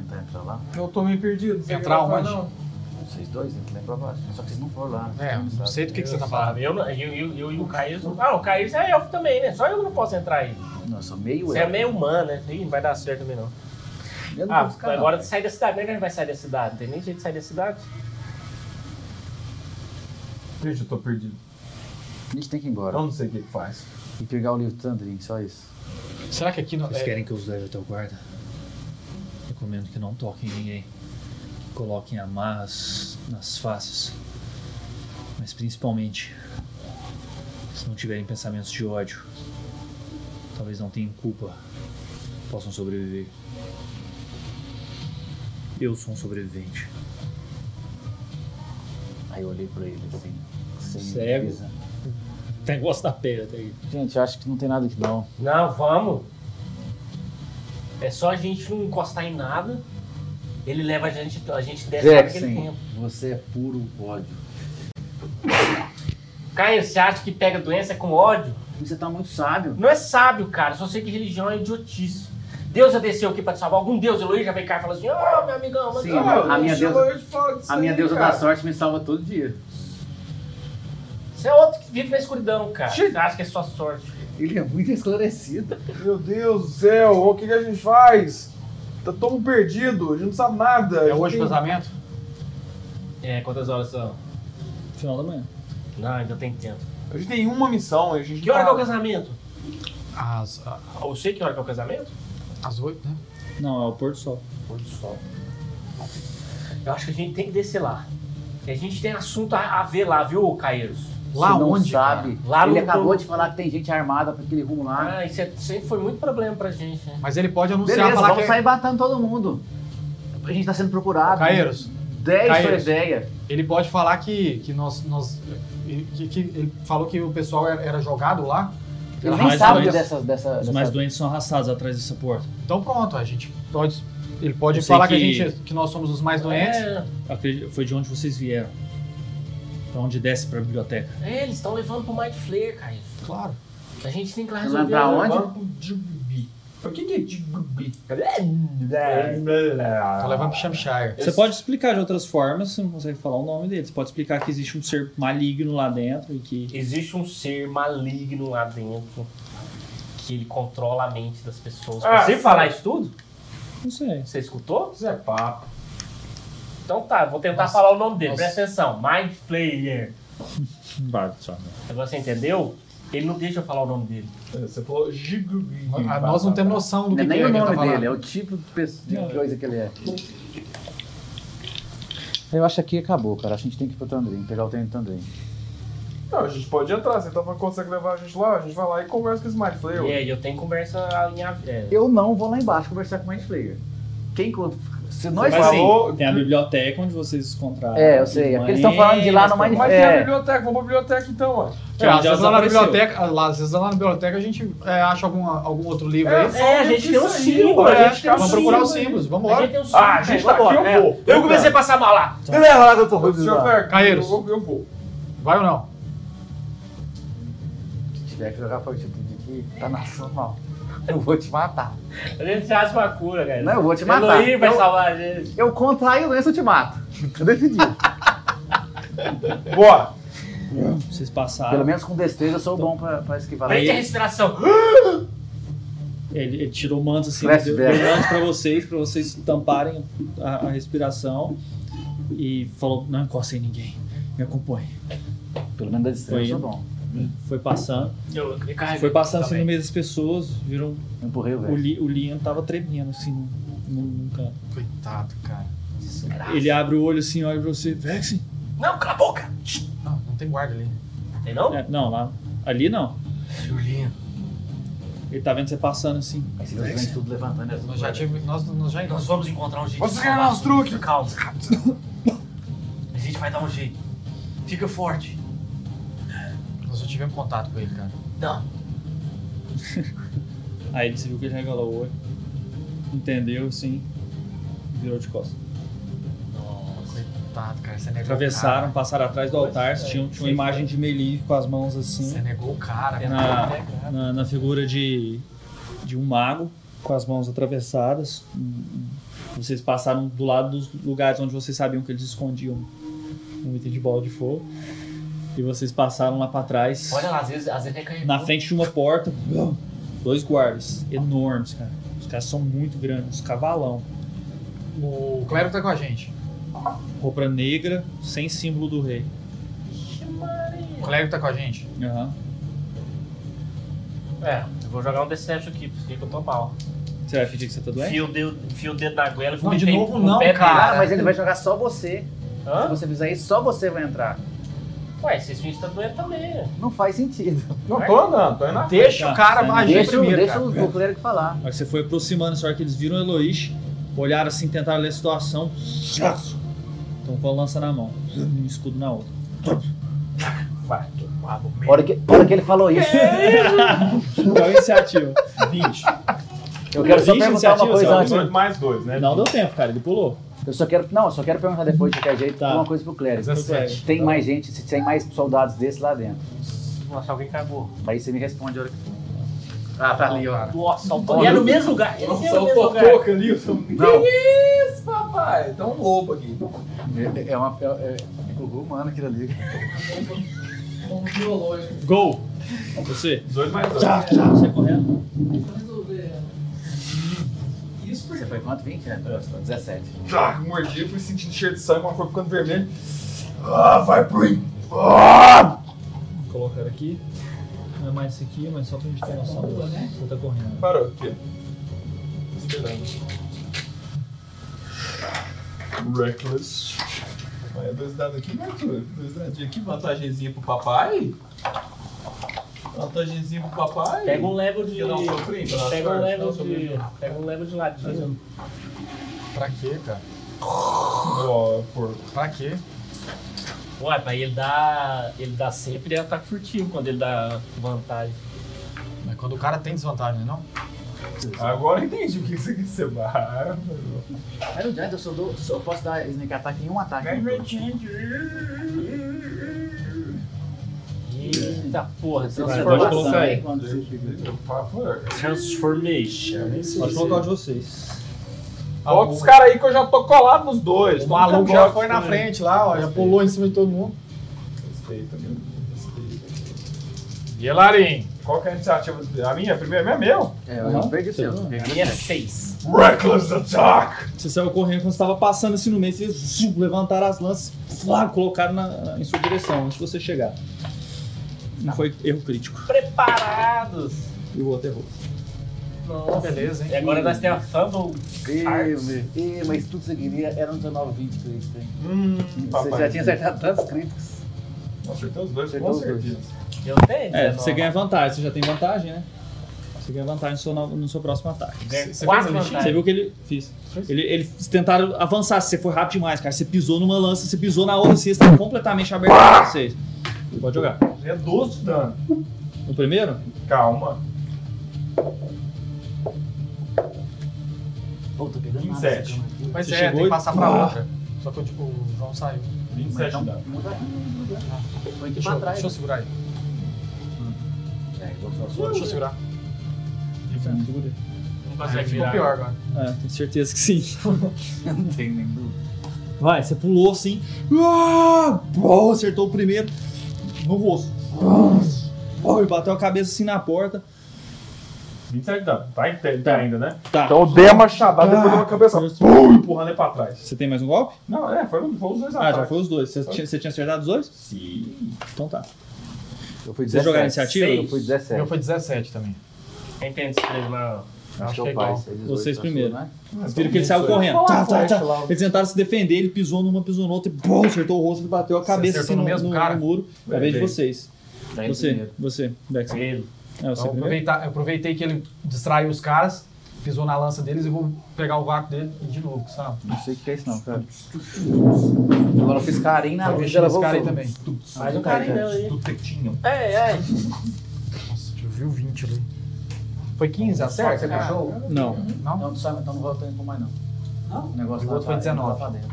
[SPEAKER 7] Tentar entrar lá?
[SPEAKER 5] Eu tô meio perdido.
[SPEAKER 7] Você
[SPEAKER 5] Entrar
[SPEAKER 7] quer gravar,
[SPEAKER 5] onde?
[SPEAKER 7] não? Vocês dois entram lá pra baixo. Só que vocês não foram lá.
[SPEAKER 5] É, não sei do que, que você tá falando.
[SPEAKER 3] Ah, Eu, não- eu, eu, eu e o Caís. não- Ah, o Caís é elfo também, né? Só eu não posso entrar aí.
[SPEAKER 7] Não, eu sou meio
[SPEAKER 3] Você é
[SPEAKER 7] elfo.
[SPEAKER 3] meio humano, né? Ih, não vai dar certo também não.
[SPEAKER 7] Eu não
[SPEAKER 3] ah,
[SPEAKER 7] vou buscar, não,
[SPEAKER 3] agora
[SPEAKER 7] velho.
[SPEAKER 3] sai da cidade. Como é que a gente vai sair da cidade? Não tem nem jeito de sair da cidade.
[SPEAKER 27] Gente, eu tô perdido.
[SPEAKER 7] A gente tem que ir embora.
[SPEAKER 27] Eu não sei o que que faz.
[SPEAKER 7] E pegar o livro Tandrin, só isso.
[SPEAKER 5] Será que aqui não
[SPEAKER 18] Vocês querem que eu os leve até o guarda? Recomendo que não toquem em ninguém. Que coloquem amarras nas faces. Mas principalmente, se não tiverem pensamentos de ódio, talvez não tenham culpa, possam sobreviver. Eu sou um sobrevivente.
[SPEAKER 7] Aí eu olhei pra ele assim. sem
[SPEAKER 18] Cego.
[SPEAKER 7] brisa.
[SPEAKER 18] Tem gosto da pera até aí.
[SPEAKER 7] Gente, eu acho que não tem nada que não.
[SPEAKER 3] Não, vamos. É só a gente não encostar em nada. Ele leva a gente, a gente desce lá naquele
[SPEAKER 7] Jackson,
[SPEAKER 3] tempo.
[SPEAKER 7] você é puro ódio.
[SPEAKER 3] Caio, você acha que pega doença com ódio?
[SPEAKER 7] Você tá muito sábio.
[SPEAKER 3] Não é sábio, cara. Só sei que religião é idiotice. Deus já desceu aqui pra te salvar. Algum Deus, Eloy, já vem cá e fala assim, ah, meu amigão, mas
[SPEAKER 7] Sim,
[SPEAKER 3] não,
[SPEAKER 7] a,
[SPEAKER 3] não
[SPEAKER 7] minha
[SPEAKER 3] chama
[SPEAKER 7] deusa,
[SPEAKER 3] eu te falo disso
[SPEAKER 7] a minha
[SPEAKER 3] aí,
[SPEAKER 7] deusa
[SPEAKER 3] cara."
[SPEAKER 7] da sorte me salva todo dia.
[SPEAKER 3] Você é outro que vive na escuridão, cara. Você acha que é sua sorte.
[SPEAKER 7] Ele é muito esclarecido.
[SPEAKER 1] Meu Deus do céu, o que, que a gente faz? Tá todo perdido, a gente não sabe nada. É
[SPEAKER 5] hoje o
[SPEAKER 1] casamento?
[SPEAKER 3] É, quantas horas são?
[SPEAKER 18] Final da manhã.
[SPEAKER 3] Não, ainda tem tempo.
[SPEAKER 1] A gente tem uma missão, a gente
[SPEAKER 3] Que hora que é o
[SPEAKER 1] tá-
[SPEAKER 3] casamento?
[SPEAKER 5] As,
[SPEAKER 3] Ah, Eu sei que hora que é o casamento?
[SPEAKER 5] as oito, né?
[SPEAKER 18] Não, é o pôr do sol.
[SPEAKER 3] Pôr do sol. Eu acho que a gente tem que descer lá. E a gente tem assunto a, a ver lá, viu, Caeiros?
[SPEAKER 7] Você não sabe.
[SPEAKER 3] cara? Lá
[SPEAKER 7] ele
[SPEAKER 3] no-
[SPEAKER 7] acabou de falar que tem gente armada pra aquele rumo lá.
[SPEAKER 3] Ah, isso é- sempre foi muito problema pra gente, né?
[SPEAKER 5] Mas ele pode anunciar,
[SPEAKER 7] Beleza,
[SPEAKER 5] falar
[SPEAKER 7] vamos
[SPEAKER 5] que é-
[SPEAKER 7] sair batendo todo mundo. A gente tá sendo procurado.
[SPEAKER 5] Caeiros.
[SPEAKER 7] 10 sua
[SPEAKER 5] Caeiros.
[SPEAKER 7] ideia.
[SPEAKER 5] Ele pode falar que, que nós. nós que, que ele falou que o pessoal era, era jogado lá.
[SPEAKER 18] Os mais doentes- Os mais doentes são arrastados atrás dessa porta.
[SPEAKER 5] Então pronto, a gente pode. Ele pode
[SPEAKER 18] Eu sei
[SPEAKER 5] falar que...
[SPEAKER 18] que-
[SPEAKER 5] a gente que nós somos os mais doentes.
[SPEAKER 18] É. Acredito- Foi de onde vocês vieram. Pra onde desce pra biblioteca.
[SPEAKER 3] É, eles estão levando pro Mind Flayer, Caeiros.
[SPEAKER 5] Claro.
[SPEAKER 3] A gente tem que ir lá
[SPEAKER 18] Tá
[SPEAKER 3] resolver.
[SPEAKER 18] lá pra
[SPEAKER 3] né?
[SPEAKER 18] onde?
[SPEAKER 27] Por que que é de bebê?
[SPEAKER 5] Tô levando pro Shamshire.
[SPEAKER 18] Você pode explicar de outras formas, você não consegue falar o nome dele. Você pode explicar que existe um ser maligno lá dentro e que.
[SPEAKER 3] Existe um ser maligno lá dentro que ele controla a mente das pessoas.
[SPEAKER 18] Ah,
[SPEAKER 3] Você
[SPEAKER 18] sim.
[SPEAKER 3] falar isso tudo?
[SPEAKER 18] Não sei.
[SPEAKER 3] Você escutou?
[SPEAKER 27] Isso é papo.
[SPEAKER 3] Então tá, vou tentar falar o nome dele,
[SPEAKER 5] Nossa.
[SPEAKER 3] presta atenção. Mind Flayer.
[SPEAKER 4] Vai, só. né?
[SPEAKER 3] Agora você entendeu? Ele não deixa eu falar o nome dele.
[SPEAKER 1] Você falou Gigo.
[SPEAKER 10] Ah, nós não temos noção do
[SPEAKER 18] Não é
[SPEAKER 10] que,
[SPEAKER 18] nem
[SPEAKER 10] que
[SPEAKER 18] o
[SPEAKER 10] ele tá
[SPEAKER 18] nome
[SPEAKER 10] falando.
[SPEAKER 18] dele, é o tipo de pessoa- de coisa que ele é.
[SPEAKER 5] Eu acho que aqui acabou, cara. Acho que a gente tem que ir pro Tandrin, pegar o treino do Tandrin.
[SPEAKER 1] Não, a gente pode entrar. Você tá falando que consegue levar a gente lá? A gente vai lá e conversa com esse Smart Flayer.
[SPEAKER 3] É, eu tenho conversa alinhada. É.
[SPEAKER 5] Eu não vou lá embaixo conversar com o Mindflayer. Quem conta? Se nós
[SPEAKER 4] Mas, assim,
[SPEAKER 5] falou,
[SPEAKER 4] tem a biblioteca onde vocês encontraram.
[SPEAKER 5] É, eu sei. É porque eles estão falando de lá no Mind-
[SPEAKER 1] Mas
[SPEAKER 5] é.
[SPEAKER 1] tem a biblioteca, vamos pra biblioteca então, ó.
[SPEAKER 10] É, às
[SPEAKER 4] já
[SPEAKER 10] vezes lá na
[SPEAKER 4] desapareceu.
[SPEAKER 10] biblioteca, ah, lá, às vezes lá na biblioteca a gente é, acha alguma, algum outro livro
[SPEAKER 1] É,
[SPEAKER 10] aí.
[SPEAKER 1] só É, a gente isso tem um
[SPEAKER 10] um
[SPEAKER 1] aí, símbolo, ó, a gente tem um
[SPEAKER 10] Vamos procurar os
[SPEAKER 1] símbolo aí.
[SPEAKER 10] símbolos, vamos embora.
[SPEAKER 1] A gente tem um símbolo, Ah, a gente cara, tá vambora, aqui, eu né? vou. Eu comecei a
[SPEAKER 3] passar mal lá.
[SPEAKER 1] Me leva lá,
[SPEAKER 10] doutor
[SPEAKER 1] Rubens, Senhor lá. Clerc,
[SPEAKER 10] Caeiros.
[SPEAKER 1] eu- eu vou.
[SPEAKER 10] Vai ou não?
[SPEAKER 5] Se tiver que jogar fortitude aqui, tá na sua mão. Eu vou te matar.
[SPEAKER 3] A gente acha uma cura, cara.
[SPEAKER 5] Não, eu vou te matar.
[SPEAKER 3] Elohim vai
[SPEAKER 5] Eu-
[SPEAKER 3] salvar a gente.
[SPEAKER 5] Eu contraio doença, eu te mato. Eu decidi.
[SPEAKER 1] Bora.
[SPEAKER 4] Vocês passaram.
[SPEAKER 5] Pelo menos com destreza eu sou bom pra, pra esquivar.
[SPEAKER 4] Prende a
[SPEAKER 3] respiração.
[SPEAKER 4] Ele, ele tirou o manto assim,
[SPEAKER 5] Flash
[SPEAKER 4] deu, deu
[SPEAKER 5] back.
[SPEAKER 4] o manto pra vocês, pra vocês tamparem a, a respiração. E falou, não encosta em ninguém, me acompanhe.
[SPEAKER 5] Pelo menos da destreza eu sou bom.
[SPEAKER 4] Foi passando.
[SPEAKER 3] Eu, eu carreguei
[SPEAKER 4] Foi passando assim
[SPEAKER 3] também.
[SPEAKER 4] no meio das pessoas, viram.
[SPEAKER 5] Empurrei o
[SPEAKER 4] velho. Li, o Liam tava tremendo assim num, num canto.
[SPEAKER 10] Coitado, cara.
[SPEAKER 4] Ele abre o olho assim, olha pra você, Vexen.
[SPEAKER 3] Não, cala a boca!
[SPEAKER 10] Não, não tem guarda ali.
[SPEAKER 3] Tem não?
[SPEAKER 4] É, não, lá. Ali não.
[SPEAKER 10] Julinho.
[SPEAKER 4] Ele tá vendo você passando assim.
[SPEAKER 5] Mas você vem tudo levantando as
[SPEAKER 10] Nós já tive, nós, nós já
[SPEAKER 3] Nós vamos encontrar um jeito.
[SPEAKER 10] Vocês
[SPEAKER 3] de
[SPEAKER 10] ganharam
[SPEAKER 3] salvar
[SPEAKER 10] os
[SPEAKER 3] todo mundo.
[SPEAKER 10] truques.
[SPEAKER 3] Calma. A gente vai dar um jeito. Fica forte.
[SPEAKER 10] Nós já tivemos contato com ele, cara.
[SPEAKER 3] Não.
[SPEAKER 4] Aí ele se viu que ele regalou o olho. Entendeu, sim. Virou de costas.
[SPEAKER 10] Coitado, cara. Você negou
[SPEAKER 4] Atravessaram,
[SPEAKER 10] o cara.
[SPEAKER 4] passaram atrás do altar. Tinha, tinha uma imagem de Meli com as mãos assim. Você
[SPEAKER 10] negou o cara.
[SPEAKER 4] Na, na, na figura de, de um mago, com as mãos atravessadas. Vocês passaram do lado dos lugares onde vocês sabiam que eles escondiam um item de bola de fogo. E vocês passaram lá pra trás.
[SPEAKER 3] Olha lá, às vezes, às vezes recarregou.
[SPEAKER 4] Na frente de uma porta, dois guardas enormes, cara. Os caras são muito grandes, cavalão.
[SPEAKER 10] O clero tá com a gente.
[SPEAKER 4] Roupa negra, sem símbolo do rei.
[SPEAKER 10] O clérigo tá com a gente.
[SPEAKER 4] Aham.
[SPEAKER 3] É, eu vou jogar um Deception aqui, porque eu tô mal.
[SPEAKER 4] Você vai fingir que você tá doente?
[SPEAKER 3] Fio o dedo, fio o dedo na goela e
[SPEAKER 4] Não,
[SPEAKER 3] vou
[SPEAKER 4] de
[SPEAKER 3] meter
[SPEAKER 4] novo
[SPEAKER 3] no
[SPEAKER 4] não,
[SPEAKER 3] pé
[SPEAKER 4] cara.
[SPEAKER 3] dele.
[SPEAKER 5] mas ele vai jogar só você. Se você fizer isso, só você vai entrar.
[SPEAKER 3] Ué, vocês fingem que tá doendo também. né?
[SPEAKER 5] Não faz sentido.
[SPEAKER 1] Não tô, não. Tô indo na
[SPEAKER 4] Deixa o cara agir
[SPEAKER 5] deixa,
[SPEAKER 4] primeiro,
[SPEAKER 5] Deixa
[SPEAKER 4] cara.
[SPEAKER 5] o, o clérigo falar.
[SPEAKER 4] Na hora que você foi aproximando, só que eles viram o Eloís, olharam assim, tentaram ler a situação. Estão com a lança Então, na mão, um escudo na outra.
[SPEAKER 3] Vai, tomar no meio.
[SPEAKER 5] Hora que, hora que ele falou isso.
[SPEAKER 4] Qual é a iniciativa? 20.
[SPEAKER 5] Eu quero só
[SPEAKER 4] 20
[SPEAKER 5] perguntar uma
[SPEAKER 4] iniciativa,
[SPEAKER 5] coisa
[SPEAKER 4] Celso?
[SPEAKER 5] antes.
[SPEAKER 1] Mais dois, né?
[SPEAKER 4] Não deu tempo, cara, ele pulou.
[SPEAKER 5] Eu só quero. Não, eu só quero perguntar depois de qualquer jeito uma coisa pro clérigo.
[SPEAKER 4] 17.
[SPEAKER 5] Tem
[SPEAKER 4] Tá.
[SPEAKER 5] mais gente, se tem mais soldados desses lá dentro.
[SPEAKER 3] Nossa, alguém cagou.
[SPEAKER 5] Aí você me responde a hora que for.
[SPEAKER 10] Ah, tá ali, ó.
[SPEAKER 3] Nossa, saltou. E é no mesmo lugar. Ele é no mesmo
[SPEAKER 1] Saltou a
[SPEAKER 3] lugar.
[SPEAKER 1] touca ali. eu sou-
[SPEAKER 5] Não.
[SPEAKER 1] Que isso, papai? Então um roubo aqui.
[SPEAKER 5] É, é uma. É, é, é cocô humano aquilo ali.
[SPEAKER 28] Como biológico.
[SPEAKER 4] Gol! Você?
[SPEAKER 1] Dois mais dois.
[SPEAKER 4] Tchá, tchá, você correndo.
[SPEAKER 28] Vamos resolver. Isso porque.
[SPEAKER 5] Você foi quanto? 20, né? Eu sou 17.
[SPEAKER 1] Tá, mordi, fui sentindo cheiro de sangue, mas foi ficando vermelho. Ah, vai pro
[SPEAKER 4] Vou colocar aqui. Não é mais esse aqui, mas só pra gente ter noção. Você tá correndo.
[SPEAKER 1] Parou aqui. Esperando. Reckless. Vai, dois dados aqui, né, Arthur? Dois dadinhos aqui, vantagenzinha pro papai. Vantagenzinha pro papai.
[SPEAKER 3] Pega um level de.
[SPEAKER 1] Eu não sofri, pra dar
[SPEAKER 3] Pega um
[SPEAKER 1] sorte,
[SPEAKER 3] level
[SPEAKER 1] não sofri.
[SPEAKER 3] de. Pega um level de ladinho.
[SPEAKER 10] Pra quê, cara?
[SPEAKER 1] Ó, por...
[SPEAKER 10] Pra quê?
[SPEAKER 3] Ué, pai, ele dá. Ele dá sempre ataque furtivo quando ele dá vantagem.
[SPEAKER 10] Mas quando o cara tem desvantagem, não?
[SPEAKER 1] Agora eu entendi o que que você quer ser bárbaro.
[SPEAKER 5] Mas não adianta, eu só dou. só posso dar sneak attack em um ataque.
[SPEAKER 7] É
[SPEAKER 3] Eita porra,
[SPEAKER 5] Você
[SPEAKER 3] transformação.
[SPEAKER 5] pode colocar aí.
[SPEAKER 3] Transformation.
[SPEAKER 4] Pode colocar o de vocês.
[SPEAKER 1] Coloca os caras aí que eu já tô colado nos dois.
[SPEAKER 10] O
[SPEAKER 1] Tô
[SPEAKER 10] maluco
[SPEAKER 1] com
[SPEAKER 10] já
[SPEAKER 1] jogos
[SPEAKER 18] né?
[SPEAKER 10] foi na
[SPEAKER 1] também.
[SPEAKER 10] frente lá, ó. Já pulou em cima de todo mundo.
[SPEAKER 1] Respeita, meu. Respeita.
[SPEAKER 10] Yelarim.
[SPEAKER 1] Qual que é a iniciativa? do- A minha? Primeiro? A minha é meu?
[SPEAKER 5] É, eu não perdi o seu.
[SPEAKER 1] A
[SPEAKER 5] minha é
[SPEAKER 1] seis. Reckless Attack!
[SPEAKER 4] Você saiu correndo quando você estava passando assim no meio, vocês zum, levantaram as lanças, flá, colocaram na- na- em sua direção antes de você chegar. Não foi erro crítico.
[SPEAKER 10] Preparados!
[SPEAKER 4] E o outro errou.
[SPEAKER 10] Nossa,
[SPEAKER 4] beleza, hein?
[SPEAKER 10] E agora nós temos a Fumble.
[SPEAKER 18] Ih, mas tudo que você queria era um 1920 crítico, hein?
[SPEAKER 1] Hum,
[SPEAKER 18] você já tinha acertado tantos críticos.
[SPEAKER 1] Acertou os dois,
[SPEAKER 18] Acertou
[SPEAKER 1] com
[SPEAKER 18] os dois.
[SPEAKER 1] certeza.
[SPEAKER 10] Eu tenho.
[SPEAKER 4] É, você ganha vantagem, você já tem vantagem, né? Você ganha vantagem no seu, no- no seu próximo ataque.
[SPEAKER 10] Ganha
[SPEAKER 4] Você
[SPEAKER 10] quatro
[SPEAKER 4] fez a lixinha?
[SPEAKER 10] vantagens.
[SPEAKER 4] Você viu que ele. Fiz. Ele, eles tentaram avançar, você foi rápido demais, cara. Você pisou numa lança, você pisou na outra, você está completamente aberto pra vocês. Pode jogar.
[SPEAKER 1] É 12 de dano.
[SPEAKER 4] No primeiro?
[SPEAKER 1] Calma.
[SPEAKER 18] Pô, tô pegando nada
[SPEAKER 1] 27.
[SPEAKER 18] essa câmera aqui.
[SPEAKER 7] Mas
[SPEAKER 18] Você
[SPEAKER 7] é,
[SPEAKER 18] chegou
[SPEAKER 7] tem que
[SPEAKER 18] e-
[SPEAKER 7] passar pra
[SPEAKER 18] Ah.
[SPEAKER 7] outra. Só que o, tipo, o João saiu.
[SPEAKER 1] 27 de dano.
[SPEAKER 18] Põe aqui
[SPEAKER 7] Deixa,
[SPEAKER 18] pra
[SPEAKER 7] eu-
[SPEAKER 18] trás.
[SPEAKER 7] deixa eu segurar aí.
[SPEAKER 18] É, eu
[SPEAKER 7] Deixa eu segurar.
[SPEAKER 4] Segura.
[SPEAKER 7] Não
[SPEAKER 4] consegue
[SPEAKER 7] Ficou
[SPEAKER 4] virar.
[SPEAKER 7] pior agora.
[SPEAKER 4] É, tenho certeza que sim.
[SPEAKER 18] Não tem nem dúvida.
[SPEAKER 4] Vai, você pulou assim. Ah, bom, acertou o primeiro no rosto. Bom, e bateu a cabeça assim na porta.
[SPEAKER 1] 27 de dano. Tá, inte- tá ainda, né?
[SPEAKER 4] Tá.
[SPEAKER 1] Então eu dei a machadada e depois
[SPEAKER 4] Ah,
[SPEAKER 1] deu uma cabeça.
[SPEAKER 4] assim.
[SPEAKER 1] Pum, empurrando ele pra trás.
[SPEAKER 4] Você tem mais um golpe?
[SPEAKER 1] Não, é, foi, foi os dois
[SPEAKER 4] Ah,
[SPEAKER 1] ataques.
[SPEAKER 4] já foi os dois. Você tinha, você tinha acertado os dois?
[SPEAKER 1] Sim.
[SPEAKER 4] Então tá.
[SPEAKER 5] Eu fui
[SPEAKER 4] Você
[SPEAKER 5] 17.
[SPEAKER 4] jogar a iniciativa?
[SPEAKER 5] Eu fui 17.
[SPEAKER 7] Eu fui 17 também.
[SPEAKER 10] Quem tem esses três maiores?
[SPEAKER 5] Acho que é
[SPEAKER 7] igual.
[SPEAKER 5] pai, você é 18,
[SPEAKER 4] Vocês
[SPEAKER 5] tá
[SPEAKER 4] primeiro.
[SPEAKER 5] sua, né?
[SPEAKER 4] Vocês viram que ele saiu correndo. Tá, tá, tá. Eles tentaram se defender, ele pisou numa, pisou na outra, e bom, acertou o rosto, ele bateu a
[SPEAKER 7] Você
[SPEAKER 4] cabeça
[SPEAKER 7] acertou
[SPEAKER 4] assim no,
[SPEAKER 7] no mesmo
[SPEAKER 4] no-
[SPEAKER 7] cara?
[SPEAKER 4] no muro. É a vez de
[SPEAKER 7] Bem.
[SPEAKER 4] vocês.
[SPEAKER 7] Bem
[SPEAKER 4] Você,
[SPEAKER 7] primeiro.
[SPEAKER 4] você, Dex. É,
[SPEAKER 7] Então,
[SPEAKER 4] você
[SPEAKER 7] eu,
[SPEAKER 4] primeiro.
[SPEAKER 7] aproveitar- eu aproveitei que ele distraiu os caras, pisou na lança deles e vou pegar o vácuo dele e de novo, sabe?
[SPEAKER 5] Não sei o que é isso não, cara.
[SPEAKER 18] Agora eu fiz carinho na
[SPEAKER 7] Eu
[SPEAKER 18] luz,
[SPEAKER 7] mexi
[SPEAKER 18] ela
[SPEAKER 7] nesse cara aí
[SPEAKER 18] voltou.
[SPEAKER 7] também.
[SPEAKER 18] Faz um carinho nela aí.
[SPEAKER 1] Do tetinho.
[SPEAKER 10] É, é.
[SPEAKER 7] Eu vi o 20 ali. Foi 15, acerta?
[SPEAKER 18] Você puxou?
[SPEAKER 4] Não.
[SPEAKER 18] Não? Ah, Não, tu sabe, então não volta nem com mais, não. Não? O negócio
[SPEAKER 7] O outro foi
[SPEAKER 18] lá tá-
[SPEAKER 7] 19.
[SPEAKER 18] lá dentro.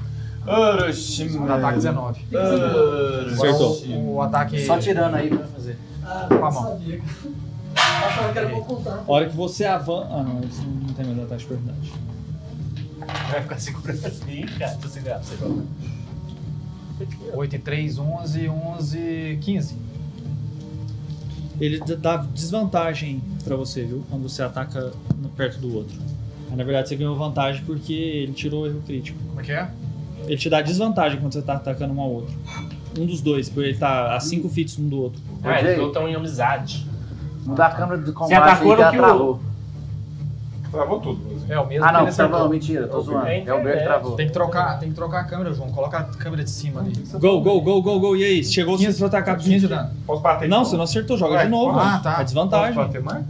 [SPEAKER 1] Orochi,
[SPEAKER 7] Segundo ataque 19.
[SPEAKER 1] Orochi.
[SPEAKER 7] Acertou. O, ataque.
[SPEAKER 18] Só tirando aí pra fazer.
[SPEAKER 29] Ah,
[SPEAKER 7] Com a mão.
[SPEAKER 29] sabia. Achava que era pra ocultar.
[SPEAKER 4] A hora que você avança. Ah, não, isso não tem mais ataque de oportunidade.
[SPEAKER 10] Vai ficar segurando assim, cara. Tô sem graça.
[SPEAKER 7] 8 e 3, 11, 11, 15.
[SPEAKER 4] Ele d- dá desvantagem pra você, viu? Quando você ataca no- perto do outro. Mas, na verdade, você ganhou vantagem porque ele tirou o erro crítico.
[SPEAKER 7] Como é que é?
[SPEAKER 4] Ele te dá desvantagem quando você tá atacando um ao outro. Um dos dois, porque ele tá a 5 fits um do outro.
[SPEAKER 10] Ah, eles lutam em amizade.
[SPEAKER 18] Mudar a câmera de
[SPEAKER 10] Você atacou
[SPEAKER 18] combate
[SPEAKER 10] no
[SPEAKER 18] já
[SPEAKER 10] que
[SPEAKER 18] travou.
[SPEAKER 1] Travou tudo.
[SPEAKER 7] É o mesmo
[SPEAKER 18] Ah,
[SPEAKER 7] que
[SPEAKER 18] não,
[SPEAKER 7] ele acertou.
[SPEAKER 18] travou, mentira, tô zoando. É o Bert que travou.
[SPEAKER 7] Tem que trocar, tem que trocar a câmera, João. Coloca a câmera de cima ali.
[SPEAKER 4] Gol, gol, gol, gol, gol. E aí? Chegou sem seu atacar
[SPEAKER 7] 15 de dano.
[SPEAKER 1] Posso bater?
[SPEAKER 4] Não, você não acertou, joga
[SPEAKER 7] Ué,
[SPEAKER 4] de novo.
[SPEAKER 7] ah,
[SPEAKER 4] mano.
[SPEAKER 7] tá. então-
[SPEAKER 4] É desvantagem.
[SPEAKER 1] Posso bater mais?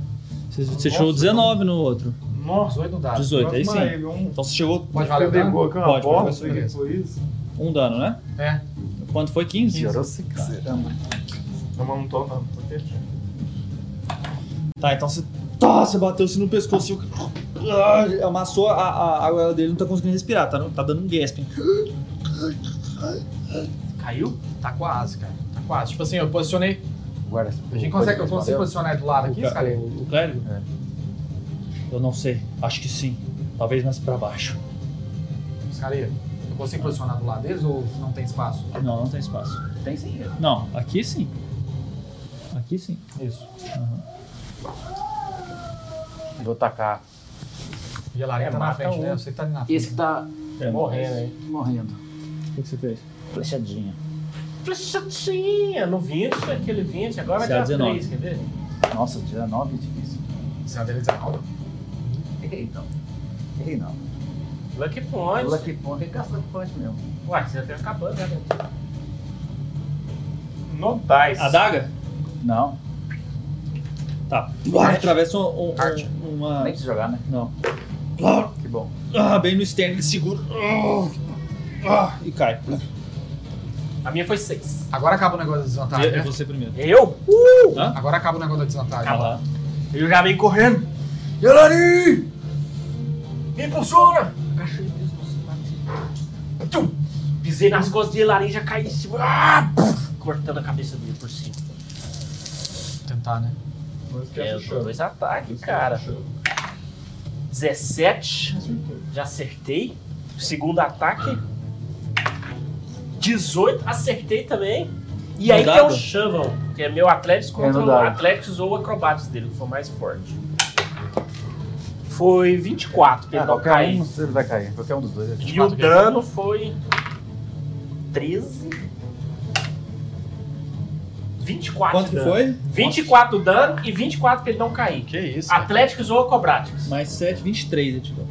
[SPEAKER 4] Você, você tirou 19 no outro.
[SPEAKER 1] Nossa,
[SPEAKER 7] 18 não dá.
[SPEAKER 4] 18, aí
[SPEAKER 1] Mas,
[SPEAKER 4] sim.
[SPEAKER 1] ele, um-
[SPEAKER 4] Então você chegou.
[SPEAKER 7] Pode valer o
[SPEAKER 4] Pode,
[SPEAKER 7] dano?
[SPEAKER 4] pode,
[SPEAKER 1] Pode,
[SPEAKER 4] pode,
[SPEAKER 1] pode.
[SPEAKER 4] beleza.
[SPEAKER 1] Foi isso?
[SPEAKER 4] Um dano, né?
[SPEAKER 7] É.
[SPEAKER 4] Quanto foi? 15?
[SPEAKER 1] Tirou cinco. Não, mas não tô, não. Tô quietinho.
[SPEAKER 4] Tá, então você. Tá, você bateu-se no pescoço. Você... Ah, Amassou a, a, a goela dele, não tá conseguindo respirar, tá, tá dando um gasp. hein?
[SPEAKER 7] Caiu? Tá quase, cara. Tá quase. Tipo assim, eu posicionei.
[SPEAKER 5] Guarda.
[SPEAKER 7] A gente consegue, eu consigo posicionar ele do lado aqui,
[SPEAKER 4] ca-
[SPEAKER 7] Scalene?
[SPEAKER 4] o, o clérigo?
[SPEAKER 7] É.
[SPEAKER 4] Eu não sei, acho que sim. Talvez mais pra baixo.
[SPEAKER 7] Scalene, eu consigo posicionar do lado deles ou não tem espaço?
[SPEAKER 4] Não, não tem espaço.
[SPEAKER 18] Tem sim.
[SPEAKER 4] Não, aqui sim. Aqui sim.
[SPEAKER 7] Isso.
[SPEAKER 5] Vou tacar.
[SPEAKER 7] E a Larinha
[SPEAKER 18] É,
[SPEAKER 7] tá na
[SPEAKER 18] mata
[SPEAKER 7] frente,
[SPEAKER 18] um.
[SPEAKER 7] né? Você que tá ali na frente.
[SPEAKER 18] Esse que tá
[SPEAKER 4] É,
[SPEAKER 18] morrendo aí. Morrendo.
[SPEAKER 4] O que que você fez?
[SPEAKER 18] Flechadinha.
[SPEAKER 10] Flechadinha, Tá no 20, aquele 20, agora vai
[SPEAKER 4] é
[SPEAKER 18] Será
[SPEAKER 10] tirar
[SPEAKER 18] 19.
[SPEAKER 10] 3, quer ver?
[SPEAKER 5] Nossa, 19 é difícil.
[SPEAKER 7] Esse é dele 19.
[SPEAKER 18] Errei não. Errei não.
[SPEAKER 10] Lucky Point.
[SPEAKER 18] Lucky Point. Gasta Lucky Point mesmo.
[SPEAKER 10] Uai, você já
[SPEAKER 3] tá
[SPEAKER 10] tem acabando, né? velho?
[SPEAKER 1] No dice.
[SPEAKER 4] A daga?
[SPEAKER 5] Não.
[SPEAKER 4] Tá. Atravessa um, um- uma.
[SPEAKER 5] Nem se jogar, né?
[SPEAKER 4] Não.
[SPEAKER 5] Que bom.
[SPEAKER 4] Ah, bem no externo, ele segura. Ah, e cai.
[SPEAKER 10] A minha foi 6.
[SPEAKER 7] Agora acaba o negócio da desvantagem.
[SPEAKER 4] E-
[SPEAKER 7] né?
[SPEAKER 4] e você primeiro.
[SPEAKER 10] Eu?
[SPEAKER 7] Uh! Agora acaba o negócio da desvantagem.
[SPEAKER 4] Acaba.
[SPEAKER 10] Ele já vem correndo.
[SPEAKER 7] Yolari!
[SPEAKER 10] Me impulsiona! Agachei mesmo, assim, bati. Tum! Pisei nas costas dele, Larinha já caiu em cima. Ah! Puf! Cortando a cabeça dele por cima.
[SPEAKER 7] Tentar, né?
[SPEAKER 10] É, dois ataques, cara. 17. Já acertei. Segundo ataque. 18, acertei também. E aí
[SPEAKER 4] Não
[SPEAKER 10] tem
[SPEAKER 4] dá,
[SPEAKER 10] um
[SPEAKER 4] Dan?
[SPEAKER 10] shovel. Que é meu Atlético
[SPEAKER 18] É,
[SPEAKER 10] contra
[SPEAKER 18] no
[SPEAKER 10] o
[SPEAKER 18] dado.
[SPEAKER 10] Atlético ou Acrobates dele, que foi mais forte. Foi 24 pra
[SPEAKER 5] Ah,
[SPEAKER 10] ele não
[SPEAKER 5] qualquer
[SPEAKER 10] cair.
[SPEAKER 5] um ele vai cair. Qualquer um dos dois.
[SPEAKER 10] E o dano foi 13. 24
[SPEAKER 4] Quanto que
[SPEAKER 10] dano.
[SPEAKER 4] foi?
[SPEAKER 10] 24 dano e 24 pra ele não cair.
[SPEAKER 7] Que isso?
[SPEAKER 10] Atléticos ou Acrobates.
[SPEAKER 4] Mais 7, 23, ele te dou.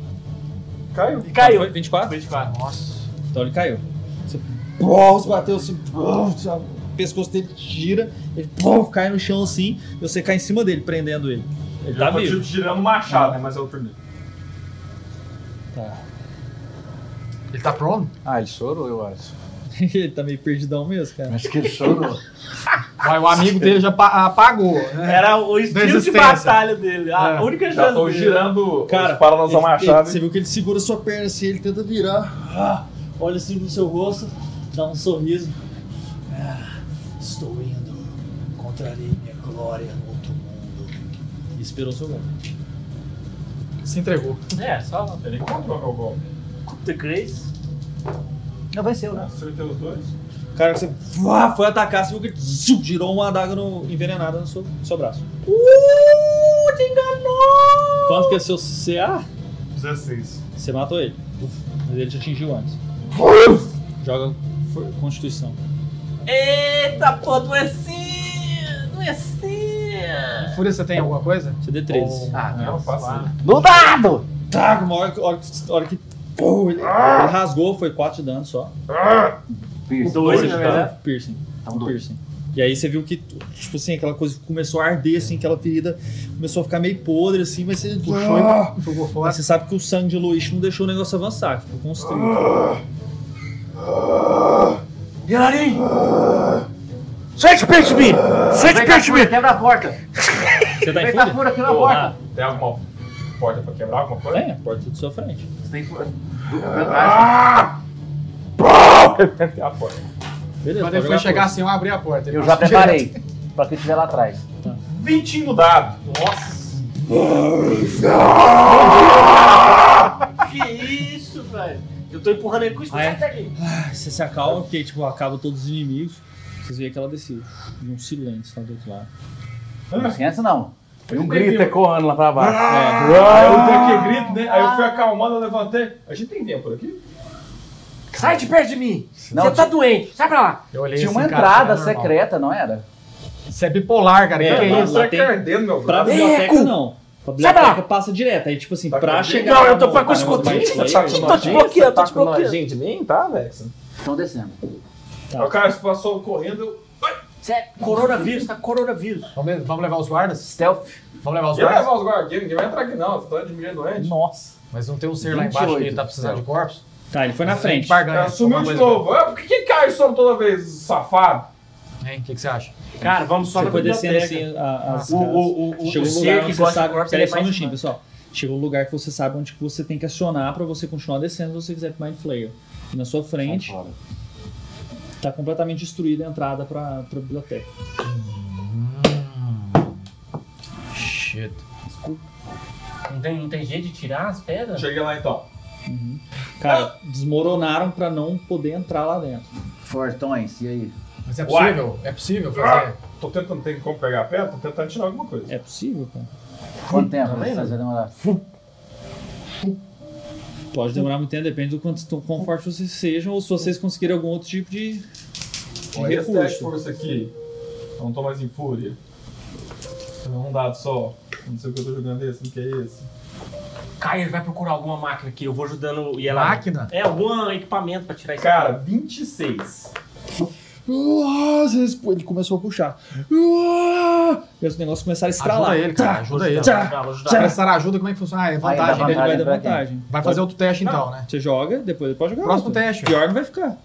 [SPEAKER 10] Caiu.
[SPEAKER 4] E
[SPEAKER 10] caiu.
[SPEAKER 4] Foi 24?
[SPEAKER 10] 24.
[SPEAKER 4] Nossa. Então ele caiu. Você brrr, bateu assim, brrr, já- o pescoço dele gira, ele brrr, cai no chão assim, e você cai em cima dele, prendendo ele. Ele tá
[SPEAKER 1] eu tô
[SPEAKER 4] vivo.
[SPEAKER 1] tirando o machado, né? Mas eu perdi.
[SPEAKER 7] Ele tá pronto?
[SPEAKER 5] Ah, ele chorou, eu acho.
[SPEAKER 4] ele tá meio perdidão mesmo, cara.
[SPEAKER 5] Acho que ele chorou.
[SPEAKER 7] Mas o amigo dele já pa- apagou. né?
[SPEAKER 10] Era o
[SPEAKER 7] Da
[SPEAKER 10] estilo de
[SPEAKER 7] existência.
[SPEAKER 10] batalha dele. A
[SPEAKER 7] É.
[SPEAKER 10] única
[SPEAKER 7] Já
[SPEAKER 10] chance
[SPEAKER 7] tô
[SPEAKER 1] um
[SPEAKER 10] dele.
[SPEAKER 7] girando
[SPEAKER 4] Cara,
[SPEAKER 7] Paralamas
[SPEAKER 4] ele-
[SPEAKER 7] ao machado,
[SPEAKER 4] ele-
[SPEAKER 7] hein?
[SPEAKER 4] Você viu que ele segura sua perna assim, ele tenta virar. Ah, olha assim pro seu rosto, dá um sorriso. Ah, estou indo. Encontrarei minha glória no outro mundo. E esperou seu gol.
[SPEAKER 7] Se entregou.
[SPEAKER 10] É, só.
[SPEAKER 1] Ele encontrou meu gol.
[SPEAKER 10] The Grace.
[SPEAKER 4] Não vai ser, né?
[SPEAKER 1] Acertei os dois.
[SPEAKER 4] Cara, você vá, foi atacar, você viu que ele zup, girou uma adaga no- envenenada no seu, seu braço.
[SPEAKER 10] Uh, te enganou!
[SPEAKER 4] Quanto que é seu CA?
[SPEAKER 1] 16.
[SPEAKER 4] Você matou ele. Mas ele te atingiu antes. Joga for- Constituição.
[SPEAKER 10] Eita, pô, não é assim! Não é assim!
[SPEAKER 7] Fúria, você tem alguma coisa?
[SPEAKER 4] CD 13.
[SPEAKER 7] ah, não, faço.
[SPEAKER 4] No dado! Tá, uma hora, que- hora que. Hora que pô, ele,
[SPEAKER 1] Ah!
[SPEAKER 4] ele rasgou, foi 4 de dano só.
[SPEAKER 5] Piercing.
[SPEAKER 4] Dois,
[SPEAKER 5] Dois,
[SPEAKER 4] né?
[SPEAKER 7] É.
[SPEAKER 5] tá?
[SPEAKER 4] Piercing. Um piercing. E aí você viu que, tipo assim, aquela coisa começou a arder, assim, aquela ferida começou a ficar meio podre, assim, mas você
[SPEAKER 7] Puxou e
[SPEAKER 4] Ah!
[SPEAKER 7] jogou fora.
[SPEAKER 4] Mas você sabe que o sangue de Luiz não deixou o negócio avançar, ficou um constrito.
[SPEAKER 13] Yelari! Sai de perto de mim! Sai de perto de mim!
[SPEAKER 18] Quebra a porta.
[SPEAKER 4] Você tá em
[SPEAKER 18] Vem pra
[SPEAKER 4] fúria?
[SPEAKER 18] fora, quebra a
[SPEAKER 1] Porra,
[SPEAKER 18] porta.
[SPEAKER 1] Tem alguma porta pra quebrar? Alguma coisa?
[SPEAKER 4] Tem, a porta de sua frente.
[SPEAKER 18] Você tem fúria.
[SPEAKER 1] Ah! Tem a porta.
[SPEAKER 4] Beleza,
[SPEAKER 7] Quando ele foi chegar assim, eu abri a porta. Ele
[SPEAKER 18] Eu já
[SPEAKER 7] passou
[SPEAKER 18] preparei.
[SPEAKER 7] direto.
[SPEAKER 18] Pra quem estiver lá atrás.
[SPEAKER 1] 20 no dado. Nossa.
[SPEAKER 10] Que isso, velho? Eu tô empurrando ele com isso,
[SPEAKER 4] Ah, é?
[SPEAKER 10] mas sai daqui.
[SPEAKER 4] Ah, Você se acalma, porque, tipo, acaba todos os inimigos. Vocês veem aquela descida. E um silêncio lá do outro lado.
[SPEAKER 5] Não esquece, não.
[SPEAKER 1] Foi
[SPEAKER 5] um grito ecoando lá pra baixo.
[SPEAKER 1] Ah!
[SPEAKER 5] É.
[SPEAKER 1] Aí eu dei aquele grito, né? Aí eu fui acalmando, eu levantei. A gente tem tempo por aqui?
[SPEAKER 18] Sai de perto de mim!
[SPEAKER 5] Não,
[SPEAKER 18] Você tá doente, sai pra lá!
[SPEAKER 7] Eu olhei
[SPEAKER 5] Tinha
[SPEAKER 7] assim,
[SPEAKER 5] uma
[SPEAKER 7] cara,
[SPEAKER 5] entrada
[SPEAKER 7] isso não é normal.
[SPEAKER 5] secreta, não era?
[SPEAKER 7] Isso é bipolar, cara.
[SPEAKER 4] É,
[SPEAKER 7] que
[SPEAKER 4] lá-
[SPEAKER 7] que é isso?
[SPEAKER 4] lá tem- Pra biblioteca, não. Pra biblioteca passa direto. Aí, tipo assim, pra chegar.
[SPEAKER 10] Não, eu tô
[SPEAKER 4] no-
[SPEAKER 10] pra- com
[SPEAKER 4] no-
[SPEAKER 10] esse
[SPEAKER 4] no-
[SPEAKER 10] contato.
[SPEAKER 4] no-
[SPEAKER 10] Tá com
[SPEAKER 4] no-
[SPEAKER 10] Tô te bloqueando, tô te
[SPEAKER 1] Tá com
[SPEAKER 10] bloqueando.
[SPEAKER 1] nojinho de mim, tá, Vex?
[SPEAKER 18] Estão descendo.
[SPEAKER 1] O cara passou correndo, eu...
[SPEAKER 10] Coronavírus, tá coronavírus.
[SPEAKER 7] Vamos, le- vamos levar os guardas?
[SPEAKER 18] Stealth.
[SPEAKER 7] Vamos levar os
[SPEAKER 1] Ninguém vai
[SPEAKER 7] guardas?
[SPEAKER 1] levar os guardas aqui, ninguém vai entrar aqui não, você tá de mulher doente.
[SPEAKER 5] Nossa.
[SPEAKER 7] Mas não tem um ser lá embaixo que
[SPEAKER 1] 28.
[SPEAKER 7] tá precisando de corpos?
[SPEAKER 4] Tá, ele foi na frente.
[SPEAKER 7] Barganha.
[SPEAKER 1] Sumiu de
[SPEAKER 7] Alguma né? coisa.
[SPEAKER 1] novo. Ah, por que, que cai o som toda vez, safado?
[SPEAKER 7] Hein, o que, que você acha?
[SPEAKER 10] Cara, vamos só
[SPEAKER 4] Você
[SPEAKER 10] na
[SPEAKER 4] foi descendo
[SPEAKER 10] biblioteca.
[SPEAKER 4] assim a- as
[SPEAKER 10] O-
[SPEAKER 4] casas.
[SPEAKER 10] o- o- o-
[SPEAKER 4] Chegou
[SPEAKER 10] o
[SPEAKER 4] um
[SPEAKER 10] ser
[SPEAKER 4] lugar onde
[SPEAKER 10] que gosta
[SPEAKER 4] você sabe.
[SPEAKER 10] agora
[SPEAKER 4] Peraí,
[SPEAKER 10] tem
[SPEAKER 4] só um
[SPEAKER 10] mais
[SPEAKER 4] minutinho,
[SPEAKER 10] uma.
[SPEAKER 4] pessoal. Chegou um lugar que você sabe onde que você tem que acionar pra você continuar descendo se você quiser pro Mind Flayer. E na sua frente. Tá completamente destruída a entrada pra, pra biblioteca.
[SPEAKER 7] Shit.
[SPEAKER 10] Não tem, não tem jeito de tirar as pedras?
[SPEAKER 1] Cheguei lá então.
[SPEAKER 4] Cara, desmoronaram pra não poder entrar lá dentro.
[SPEAKER 5] Fortões, e aí?
[SPEAKER 7] Mas é possível? É possível
[SPEAKER 18] Tá
[SPEAKER 7] fazer?
[SPEAKER 1] Ah, Tô tentando, tem como pegar a pedra, tô tentando tirar alguma coisa.
[SPEAKER 4] É possível, cara.
[SPEAKER 5] Quanto tempo
[SPEAKER 1] Também,
[SPEAKER 5] vocês
[SPEAKER 1] né?
[SPEAKER 5] vai demorar?
[SPEAKER 4] Pode demorar muito tempo, depende do quanto tão- quão forte vocês sejam ou se vocês conseguirem algum outro tipo de, de
[SPEAKER 1] Olha esse teste de
[SPEAKER 4] recurso.
[SPEAKER 1] força aqui. Eu não tô mais em fúria. Um dado só. Não sei o que eu tô jogando esse, não que é esse.
[SPEAKER 10] Caio, ele vai procurar alguma máquina aqui. Eu vou ajudando e ela.
[SPEAKER 7] Máquina?
[SPEAKER 10] É, algum equipamento pra tirar isso.
[SPEAKER 1] Cara, 26.
[SPEAKER 4] Nossa, ele começou a puxar. Ah! E os negócios começaram a estralar.
[SPEAKER 7] Ajuda ele, cara.
[SPEAKER 4] Tá,
[SPEAKER 7] Ajuda ele.
[SPEAKER 4] tá, tá.
[SPEAKER 7] Prestar ajuda, como é que funciona? Ah, é
[SPEAKER 4] Aí dá
[SPEAKER 7] vantagem.
[SPEAKER 4] vantagem
[SPEAKER 7] dele.
[SPEAKER 4] vai dar vantagem.
[SPEAKER 7] Vai fazer outro teste então, né?
[SPEAKER 4] Você joga, depois ele pode jogar.
[SPEAKER 7] Próximo
[SPEAKER 4] outro.
[SPEAKER 7] teste.
[SPEAKER 4] Pior não vai ficar.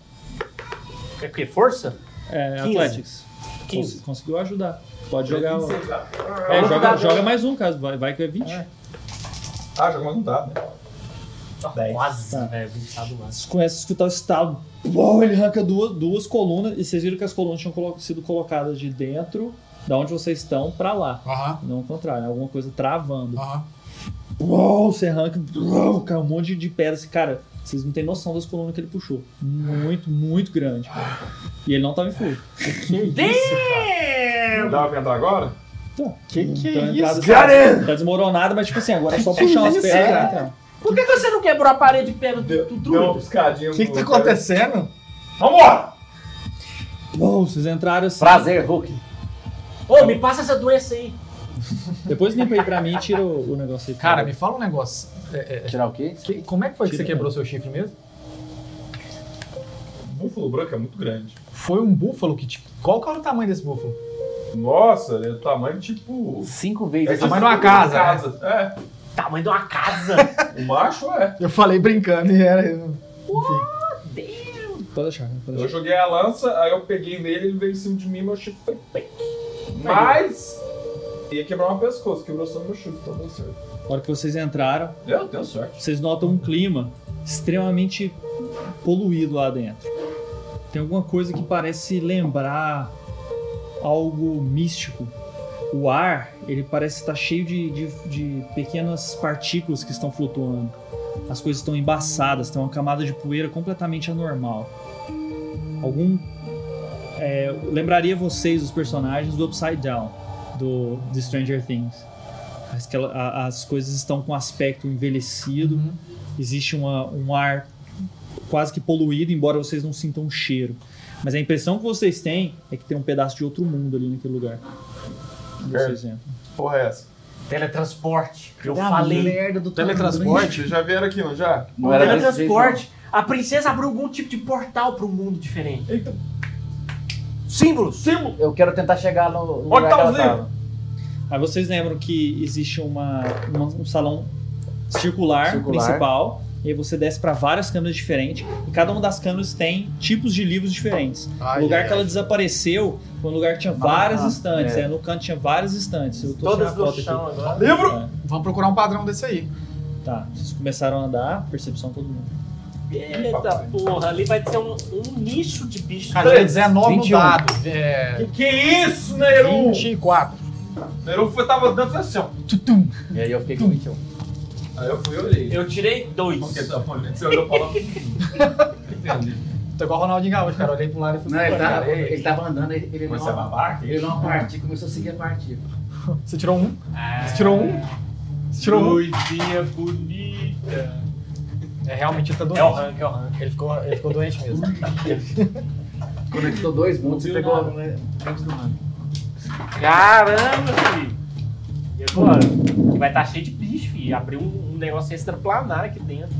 [SPEAKER 10] É porque força?
[SPEAKER 4] É,
[SPEAKER 10] 15.
[SPEAKER 4] Athletics.
[SPEAKER 10] 15.
[SPEAKER 4] Cons- Conseguiu ajudar. Pode jogar. o-
[SPEAKER 1] 26 dado.
[SPEAKER 4] É, joga, joga mais um, caso. Vai, vai que é 20.
[SPEAKER 1] Ah, joga mais um dado, né?
[SPEAKER 10] Quase, velho. Vintado lá.
[SPEAKER 4] Vocês começam a escutar o estalo. Uou, ele arranca duas, duas colunas. E vocês viram que as colunas tinham colo- sido colocadas de dentro, da onde vocês estão, pra lá. Não o contrário, né? alguma coisa travando. Uou, você arranca, uou, cai um monte de pedra. Assim, cara, vocês não têm noção das colunas que ele puxou.
[SPEAKER 1] é
[SPEAKER 4] Então, Muito, muito grande. E ele não tava em fúria.
[SPEAKER 10] Damn!
[SPEAKER 1] Dá pra entrar agora?
[SPEAKER 4] Que que
[SPEAKER 7] Então,
[SPEAKER 1] é isso?
[SPEAKER 4] Tá, tá desmoronado, mas tipo assim, agora é só puxar umas
[SPEAKER 1] Isso,
[SPEAKER 4] pernas.
[SPEAKER 1] cara.
[SPEAKER 4] né?
[SPEAKER 10] Por que, que você não quebrou a parede de pedra do, do
[SPEAKER 1] Deu uma
[SPEAKER 7] então,
[SPEAKER 1] piscadinha.
[SPEAKER 4] Que que tá
[SPEAKER 1] no cara.
[SPEAKER 4] acontecendo?
[SPEAKER 1] Vambora!
[SPEAKER 4] Bom, vocês entraram assim.
[SPEAKER 10] Prazer,
[SPEAKER 4] Hulk.
[SPEAKER 10] Ô, me passa essa doença aí.
[SPEAKER 4] Depois limpa aí pra mim e tira o, o negócio aí.
[SPEAKER 7] Cara, me fala um negócio.
[SPEAKER 5] Tirar o quê?
[SPEAKER 7] como é que foi que
[SPEAKER 4] Tira.
[SPEAKER 7] você quebrou seu chifre mesmo?
[SPEAKER 1] Búfalo branco é muito grande.
[SPEAKER 7] Foi um búfalo que, tipo, qual que era o tamanho desse búfalo?
[SPEAKER 1] Nossa, ele é do tamanho tipo.
[SPEAKER 18] Cinco
[SPEAKER 1] É
[SPEAKER 18] vezes.
[SPEAKER 1] tipo
[SPEAKER 7] tamanho de uma casa,
[SPEAKER 1] É.
[SPEAKER 10] Tamanho de uma casa.
[SPEAKER 1] O macho é.
[SPEAKER 7] Eu falei brincando e era. Enfim.
[SPEAKER 4] Pode deixar, pode
[SPEAKER 1] Eu
[SPEAKER 4] deixar.
[SPEAKER 1] joguei a lança, aí eu peguei nele, ele veio em cima de mim, meu chute foi. pim. Mas. ia quebrar meu pescoço, quebrou só meu chute, então deu certo.
[SPEAKER 4] Na hora que vocês entraram,
[SPEAKER 1] Deu, deu sorte.
[SPEAKER 4] vocês notam um clima extremamente poluído lá dentro. Tem alguma coisa que parece lembrar algo místico. O ar, ele parece estar cheio de, de, de pequenas partículas que estão flutuando. As coisas estão embaçadas, tem uma camada de poeira completamente anormal. Algum. é, lembraria vocês, os personagens, do Upside Down, do, do Stranger Things. As, que ela- a- as coisas estão com aspecto envelhecido,
[SPEAKER 7] Uhum.
[SPEAKER 4] existe uma- um ar quase que poluído, embora vocês não sintam um cheiro. Mas a impressão que vocês têm é que tem um pedaço de outro mundo ali naquele lugar. Vocês entram.
[SPEAKER 1] Porra, é essa?
[SPEAKER 10] Teletransporte. Eu
[SPEAKER 1] Cadê a
[SPEAKER 10] falei.
[SPEAKER 1] merda do Teletransporte? Já vieram aqui, não já?
[SPEAKER 10] Não era teletransporte. A princesa abriu algum tipo de portal para um mundo diferente.
[SPEAKER 18] Símbolo, símbolo. Eu quero tentar chegar no. no lugar que ela tava.
[SPEAKER 4] Aí vocês lembram que existe uma, uma- um salão circular,
[SPEAKER 18] Circular.
[SPEAKER 4] principal. E aí você desce para várias câmeras diferentes. E cada uma das câmeras tem tipos de livros diferentes. o lugar
[SPEAKER 18] ai,
[SPEAKER 4] que ela desapareceu foi um lugar que tinha várias
[SPEAKER 7] Ah,
[SPEAKER 4] estantes.
[SPEAKER 7] é.
[SPEAKER 4] É. No canto tinha várias estantes. Eu tô
[SPEAKER 7] Todas
[SPEAKER 4] tirando a
[SPEAKER 7] no
[SPEAKER 4] foto
[SPEAKER 7] chão
[SPEAKER 4] aqui.
[SPEAKER 7] agora. Livro!
[SPEAKER 4] É.
[SPEAKER 7] Vamos procurar um padrão desse aí.
[SPEAKER 4] Tá, vocês começaram a andar, percepção todo mundo.
[SPEAKER 10] Eita é, porra, ali vai ter um, um nicho de bicho.
[SPEAKER 7] Cara, já é 19 no dado. É...
[SPEAKER 1] um. Que, que isso, Neru?
[SPEAKER 7] 24.
[SPEAKER 1] Neru foi, tava dando assim, ó.
[SPEAKER 18] E um. aí eu fiquei com 21.
[SPEAKER 1] Aí eu fui e olhei.
[SPEAKER 10] Eu tirei dois.
[SPEAKER 1] Porque tá olhando, você olhou "Hum, pra lá.
[SPEAKER 7] Tô igual o Ronaldinho Gaúcho, cara. Olhei pro lado e fui
[SPEAKER 18] Não, ele
[SPEAKER 7] pra cá.
[SPEAKER 18] tava, ele tava andando, ele, ele
[SPEAKER 7] Mas
[SPEAKER 18] não.
[SPEAKER 7] você é babaca?
[SPEAKER 18] Ele não partiu, começou a seguir a partida.
[SPEAKER 7] Você tirou um? Você tirou um? Você tirou um?
[SPEAKER 10] Coisinha bonita.
[SPEAKER 7] É, realmente ele tá doente.
[SPEAKER 10] É o rank, é o rank.
[SPEAKER 7] Ele ficou, ele ficou doente mesmo.
[SPEAKER 18] Conectou dois mundos e
[SPEAKER 7] Viu
[SPEAKER 18] pegou
[SPEAKER 7] nada.
[SPEAKER 18] um, né? Vamos no ano.
[SPEAKER 10] Caramba, filho. E agora? Que vai estar cheio de bicho, filho. Abriu um, um negócio extraplanar aqui dentro.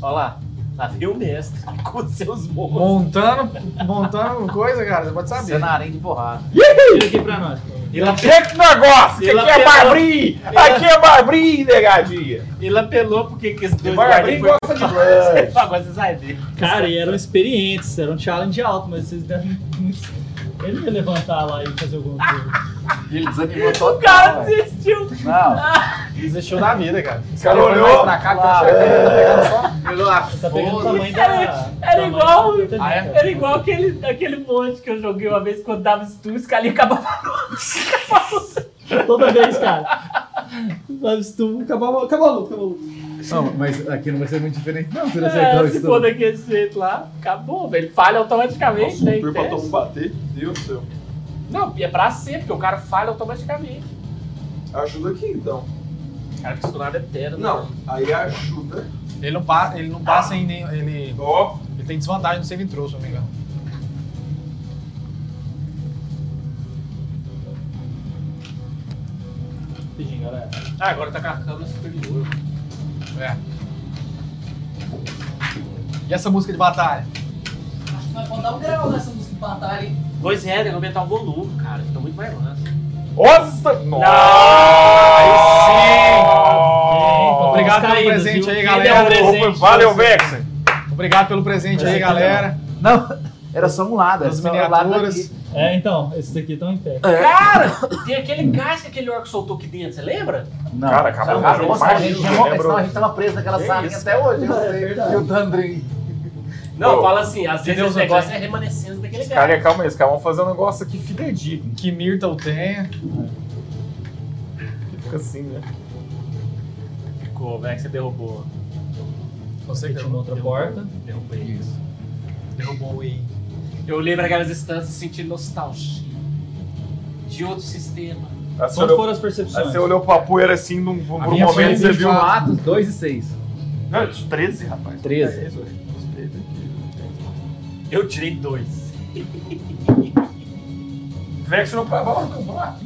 [SPEAKER 10] Olha lá. Lá veio o mestre com seus morros.
[SPEAKER 7] Montando, montando coisa, cara. Você pode saber.
[SPEAKER 18] Cenarinho de porrada.
[SPEAKER 7] Tira
[SPEAKER 10] é
[SPEAKER 7] aqui pra nós.
[SPEAKER 10] Ele
[SPEAKER 1] Que negócio? Que aqui é Barbri! Aqui é Barbri, negadinha!
[SPEAKER 10] Ele apelou porque que esses dois
[SPEAKER 1] Barbri
[SPEAKER 10] guardas
[SPEAKER 1] gosta de
[SPEAKER 10] foram-
[SPEAKER 1] Blood.
[SPEAKER 10] Agora você sai dele.
[SPEAKER 30] Cara, e eram experientes, era um challenge alto, mas vocês deram. Ele ia levantar lá e fazer alguma coisa.
[SPEAKER 6] Ele desanimou total.
[SPEAKER 10] O cara desistiu.
[SPEAKER 6] Não.
[SPEAKER 7] Desistiu da vida, cara.
[SPEAKER 6] Esse cara olhou pra cá, que eu
[SPEAKER 10] Olhou lá. Tá
[SPEAKER 30] pegando o tamanho da-
[SPEAKER 10] Era, era
[SPEAKER 30] tamanho
[SPEAKER 10] igual,
[SPEAKER 30] da
[SPEAKER 6] Ah,
[SPEAKER 30] TV,
[SPEAKER 6] é?
[SPEAKER 30] cara.
[SPEAKER 10] era igual aquele, aquele monte que eu joguei uma vez quando dava stus, que ali acabava.
[SPEAKER 30] Toda vez, cara. Mas tu acabou, acabou a luta, acabou a luta.
[SPEAKER 6] Não, mas aqui não vai ser muito diferente, não. Você não acertou
[SPEAKER 10] É,
[SPEAKER 6] isso
[SPEAKER 10] se
[SPEAKER 6] tudo.
[SPEAKER 10] for daquele jeito lá, acabou, velho. Falha automaticamente, né?
[SPEAKER 1] Super pra
[SPEAKER 10] entende?
[SPEAKER 1] todo um bater. Deus do céu.
[SPEAKER 10] Não, é pra ser, porque o cara falha automaticamente.
[SPEAKER 1] Ajuda aqui então.
[SPEAKER 10] O cara fica nada eterno.
[SPEAKER 1] Não, aí ajuda.
[SPEAKER 7] Ele não, pa ele não passa em nem. Ele, ele tem desvantagem no save and throw, se eu não me engano.
[SPEAKER 10] Rapidinho, galera. Ah, agora tá com a câmera superior.
[SPEAKER 7] É. E essa música de batalha?
[SPEAKER 10] Vai contar um grau nessa música de batalha, hein? Pois é, tem que aumentar o volume, cara. Fica muito mais lance.
[SPEAKER 1] Nossa!
[SPEAKER 7] Então, Obrigado
[SPEAKER 10] Os
[SPEAKER 7] pelo
[SPEAKER 10] caídos,
[SPEAKER 7] presente
[SPEAKER 10] viu?
[SPEAKER 7] aí,
[SPEAKER 10] Quem
[SPEAKER 7] galera.
[SPEAKER 10] deu presente,
[SPEAKER 7] Valeu,
[SPEAKER 10] Deus.
[SPEAKER 7] Vexen. Obrigado pelo presente
[SPEAKER 30] Esse
[SPEAKER 7] aí,
[SPEAKER 30] aqui
[SPEAKER 7] galera.
[SPEAKER 18] Não, era só um lado, era
[SPEAKER 7] As
[SPEAKER 18] só um lado
[SPEAKER 7] miniaturas.
[SPEAKER 18] daqui.
[SPEAKER 30] É, então, esses aqui estão em pé.
[SPEAKER 10] Cara, tem aquele gás que aquele orc soltou aqui dentro, você lembra?
[SPEAKER 18] Não.
[SPEAKER 1] Cara, acabou o
[SPEAKER 18] Sabe,
[SPEAKER 1] jogo
[SPEAKER 18] senão a gente
[SPEAKER 1] mais,
[SPEAKER 18] tinha
[SPEAKER 1] eu
[SPEAKER 18] mó-
[SPEAKER 1] lembro.
[SPEAKER 18] senão a gente tava preso naquela
[SPEAKER 10] Que
[SPEAKER 18] salinha
[SPEAKER 10] isso?
[SPEAKER 18] até hoje, eu não
[SPEAKER 10] É
[SPEAKER 18] sei.
[SPEAKER 10] verdade.
[SPEAKER 18] E o Dandrin.
[SPEAKER 10] Não,
[SPEAKER 1] Ô,
[SPEAKER 10] fala assim, às
[SPEAKER 1] que
[SPEAKER 10] vezes
[SPEAKER 1] Deus
[SPEAKER 10] esse negócio
[SPEAKER 1] abençoe.
[SPEAKER 10] é remanescência daquele gás.
[SPEAKER 1] Cara, calma aí, os caras vão fazer um negócio aqui fidedigno.
[SPEAKER 7] Que Myrtle tenha.
[SPEAKER 1] Fica assim, né?
[SPEAKER 10] Ficou, velho, que você derrubou.
[SPEAKER 7] Você
[SPEAKER 4] que uma outra porta.
[SPEAKER 10] Derrubei. Isso. Derrubou o Wii. Eu lembro aquelas instâncias e senti nostalgia. de outro sistema.
[SPEAKER 1] Aí você
[SPEAKER 10] Como
[SPEAKER 1] olhou-
[SPEAKER 10] foram as
[SPEAKER 1] Aí
[SPEAKER 10] percepções?
[SPEAKER 1] você olhou pra poeira assim, num, por um
[SPEAKER 10] minha foi
[SPEAKER 1] momento você viu.
[SPEAKER 10] 24.
[SPEAKER 1] 2 e 6. Não, 13, rapaz.
[SPEAKER 10] 13.
[SPEAKER 1] É isso, os 13.
[SPEAKER 10] Eu tirei dois.
[SPEAKER 1] Vex não pra lá, não, pra lá.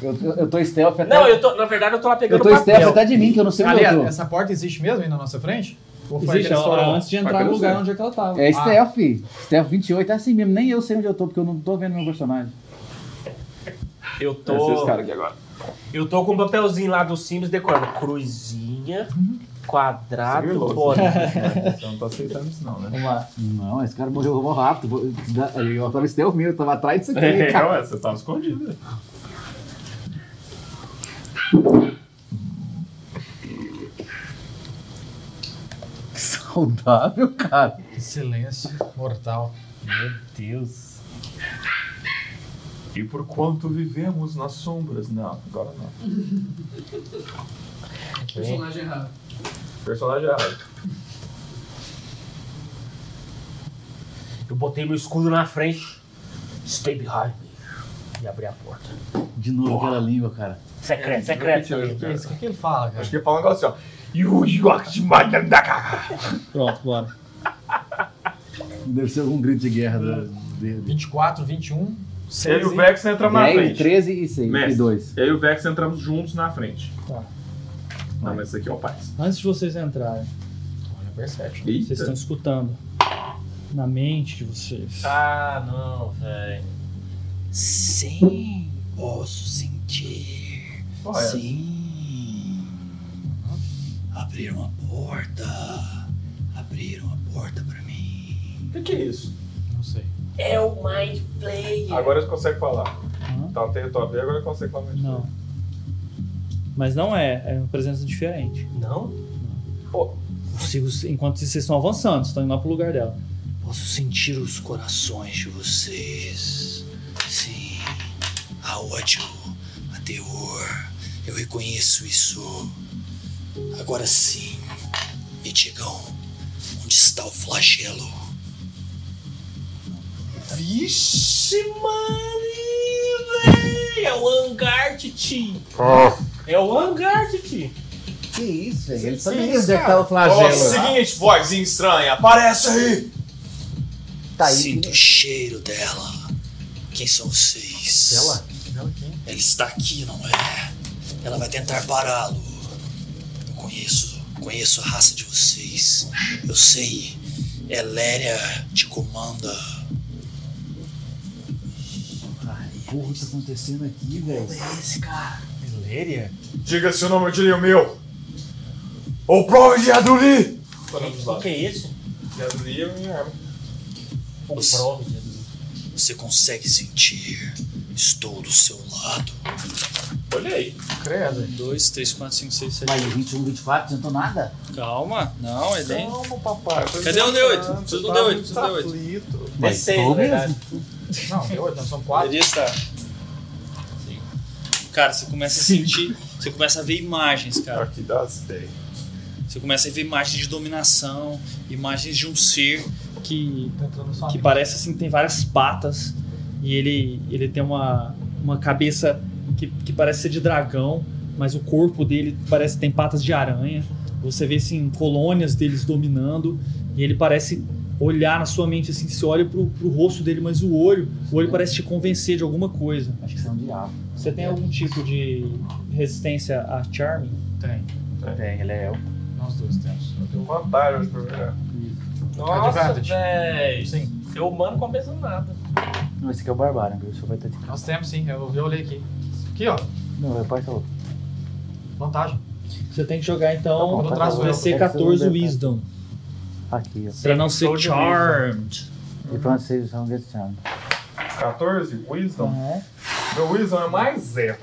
[SPEAKER 7] Eu, eu, eu tô stealth até.
[SPEAKER 10] Não, eu tô, na verdade eu tô lá pegando
[SPEAKER 7] Eu tô
[SPEAKER 10] papel.
[SPEAKER 7] stealth até de mim, que eu não sei onde
[SPEAKER 3] Aliás,
[SPEAKER 7] eu tô.
[SPEAKER 3] essa porta existe mesmo aí na nossa frente? Ou
[SPEAKER 7] Existe,
[SPEAKER 3] aquela
[SPEAKER 7] ela-
[SPEAKER 3] história
[SPEAKER 7] ela
[SPEAKER 3] lá?
[SPEAKER 7] antes de entrar no lugar onde
[SPEAKER 3] é que ela tava.
[SPEAKER 7] É stealth. Stealth 28 é assim mesmo. Nem eu sei onde eu tô, porque eu não tô vendo meu personagem.
[SPEAKER 10] Eu tô.
[SPEAKER 7] Deve ser esse cara aqui agora.
[SPEAKER 10] Eu tô com um papelzinho lá do Sims decorando. Cruzinha, quadrado,
[SPEAKER 7] Você viu, louco?
[SPEAKER 10] bolinha.
[SPEAKER 1] É, Não tô aceitando isso, não, né?
[SPEAKER 7] Vamos lá. Não, esse cara morreu morreu rápido. Vou- da- Eu tava stealth mesmo, eu tava atrás disso aqui.
[SPEAKER 1] É,
[SPEAKER 7] cara.
[SPEAKER 1] ué, você tava escondido.
[SPEAKER 7] Saudável, cara.
[SPEAKER 3] Silêncio mortal. Meu Deus.
[SPEAKER 1] E por quanto vivemos nas sombras? Não, agora não.
[SPEAKER 31] Personagem errado.
[SPEAKER 1] Personagem é errado.
[SPEAKER 10] Eu botei meu escudo na frente. Stay behind me. E abri a porta.
[SPEAKER 7] De novo aquela língua, cara.
[SPEAKER 10] Secreto,
[SPEAKER 1] secreto.
[SPEAKER 3] O que, que ele fala, É cara?
[SPEAKER 1] Acho que ele fala um negócio assim, ó. Yu Yuakimandaka.
[SPEAKER 32] Pronto, bora.
[SPEAKER 7] Deve ser algum grito de guerra do- dele.
[SPEAKER 3] 24, 21.
[SPEAKER 1] Eu e o Vex entramos na
[SPEAKER 7] 10,
[SPEAKER 1] frente.
[SPEAKER 7] 13 e 6.
[SPEAKER 1] Mestre,
[SPEAKER 7] E 2.
[SPEAKER 1] Eu e o Vex entramos juntos na frente.
[SPEAKER 4] Tá.
[SPEAKER 1] Não, mas esse aqui é o Paz.
[SPEAKER 4] Antes de vocês entrarem,
[SPEAKER 3] Olha, perception.
[SPEAKER 1] Eita.
[SPEAKER 4] vocês estão escutando na mente de vocês.
[SPEAKER 7] Tá.
[SPEAKER 10] Ah, não, velho.
[SPEAKER 18] Sim, posso sentir.
[SPEAKER 10] Olha.
[SPEAKER 18] Sim. Abriram a porta. Abriram a porta pra mim.
[SPEAKER 1] O que, que é isso?
[SPEAKER 3] Não sei.
[SPEAKER 2] É o Mind Player.
[SPEAKER 1] Agora eles conseguem falar. Tá no território dele, agora ele consegue falar.
[SPEAKER 4] Não. Mas não é, é uma presença diferente.
[SPEAKER 10] Não?
[SPEAKER 1] Pô.
[SPEAKER 4] Consigo, enquanto vocês estão avançando, estão indo lá pro lugar dela.
[SPEAKER 18] Posso sentir os corações de vocês. Sim, há ódio, há terror. Eu reconheço isso. Agora sim, me digam onde está o flagelo.
[SPEAKER 2] Vixe, mano, velho. É o hangar, Titi. É o hangar, Titi.
[SPEAKER 7] Que isso, velho? Ele
[SPEAKER 2] sabia
[SPEAKER 7] onde é que tava o flagelo.
[SPEAKER 1] Ó, seguinte, vozinha estranha, aparece aí!
[SPEAKER 7] Tá aí.
[SPEAKER 18] Sinto o cheiro dela. Quem são vocês?
[SPEAKER 7] Dela?
[SPEAKER 18] Ela está aqui, não é? Ela vai tentar pará-lo. Eu conheço, conheço a raça de vocês. Eu sei. Eléria te comanda.
[SPEAKER 7] Porra, o que tá acontecendo aqui, velho?
[SPEAKER 18] Esse cara.
[SPEAKER 1] Miléria? Diga seu nome, eu diria o meu! Ou prova de Aduli!
[SPEAKER 10] O que é isso?
[SPEAKER 1] De Aduli é minha arma.
[SPEAKER 18] O né? Você consegue sentir. Estou do seu lado.
[SPEAKER 1] Olha aí.
[SPEAKER 18] Credo. 2, 3, 4, 5, 6, 7.
[SPEAKER 7] Mas 21, 24, não tentou nada?
[SPEAKER 18] Calma. Não, é ele nem.
[SPEAKER 1] Calma, papai.
[SPEAKER 18] Cadê o D8? Preciso
[SPEAKER 1] tá
[SPEAKER 18] do D8, preciso do
[SPEAKER 1] D8.
[SPEAKER 7] Mas
[SPEAKER 18] Dezesseis,
[SPEAKER 7] tô
[SPEAKER 18] na
[SPEAKER 10] né?
[SPEAKER 18] verdade.
[SPEAKER 3] Não, deu oito, nós somos quatro.
[SPEAKER 18] Ele está. Cara, você começa a sentir. Você começa a ver imagens, cara.
[SPEAKER 1] Aqui dá as ideias.
[SPEAKER 18] Você começa a ver imagens de dominação, imagens de um ser que.
[SPEAKER 4] Que parece assim, tem várias patas. E ele, ele tem uma, uma cabeça que, que parece ser de dragão, mas o corpo dele parece que tem patas de aranha. Você vê assim, colônias deles dominando. E ele parece olhar na sua mente assim, você olha pro, pro rosto dele, mas o olho, o olho parece te convencer de alguma coisa.
[SPEAKER 7] Acho que você é um diabo.
[SPEAKER 4] Você tem algum tipo de resistência a Charming?
[SPEAKER 3] Tem.
[SPEAKER 7] Tem, ele é elfo.
[SPEAKER 3] Nós dois temos.
[SPEAKER 1] Eu tenho vantagem hoje pra virar.
[SPEAKER 10] Nossa,
[SPEAKER 3] Advantage.
[SPEAKER 10] velho. tipo, Ser humano compensa nada.
[SPEAKER 7] Não, esse aqui é o Barbara, viu? Só vai ter de cara.
[SPEAKER 3] Nós temos sim, eu, eu olhei aqui. Aqui, ó.
[SPEAKER 7] Não, é o pai falou.
[SPEAKER 3] Vantagem.
[SPEAKER 4] Você tem que jogar então
[SPEAKER 3] bom, tá bom.
[SPEAKER 4] DC 14 Wisdom.
[SPEAKER 7] Aqui, ó.
[SPEAKER 4] Pra não ser Charmed.
[SPEAKER 7] E
[SPEAKER 3] Uhum.
[SPEAKER 7] francês são
[SPEAKER 10] é
[SPEAKER 7] desse charme.
[SPEAKER 1] 14, Wisdom? Meu Wisdom é mais zero.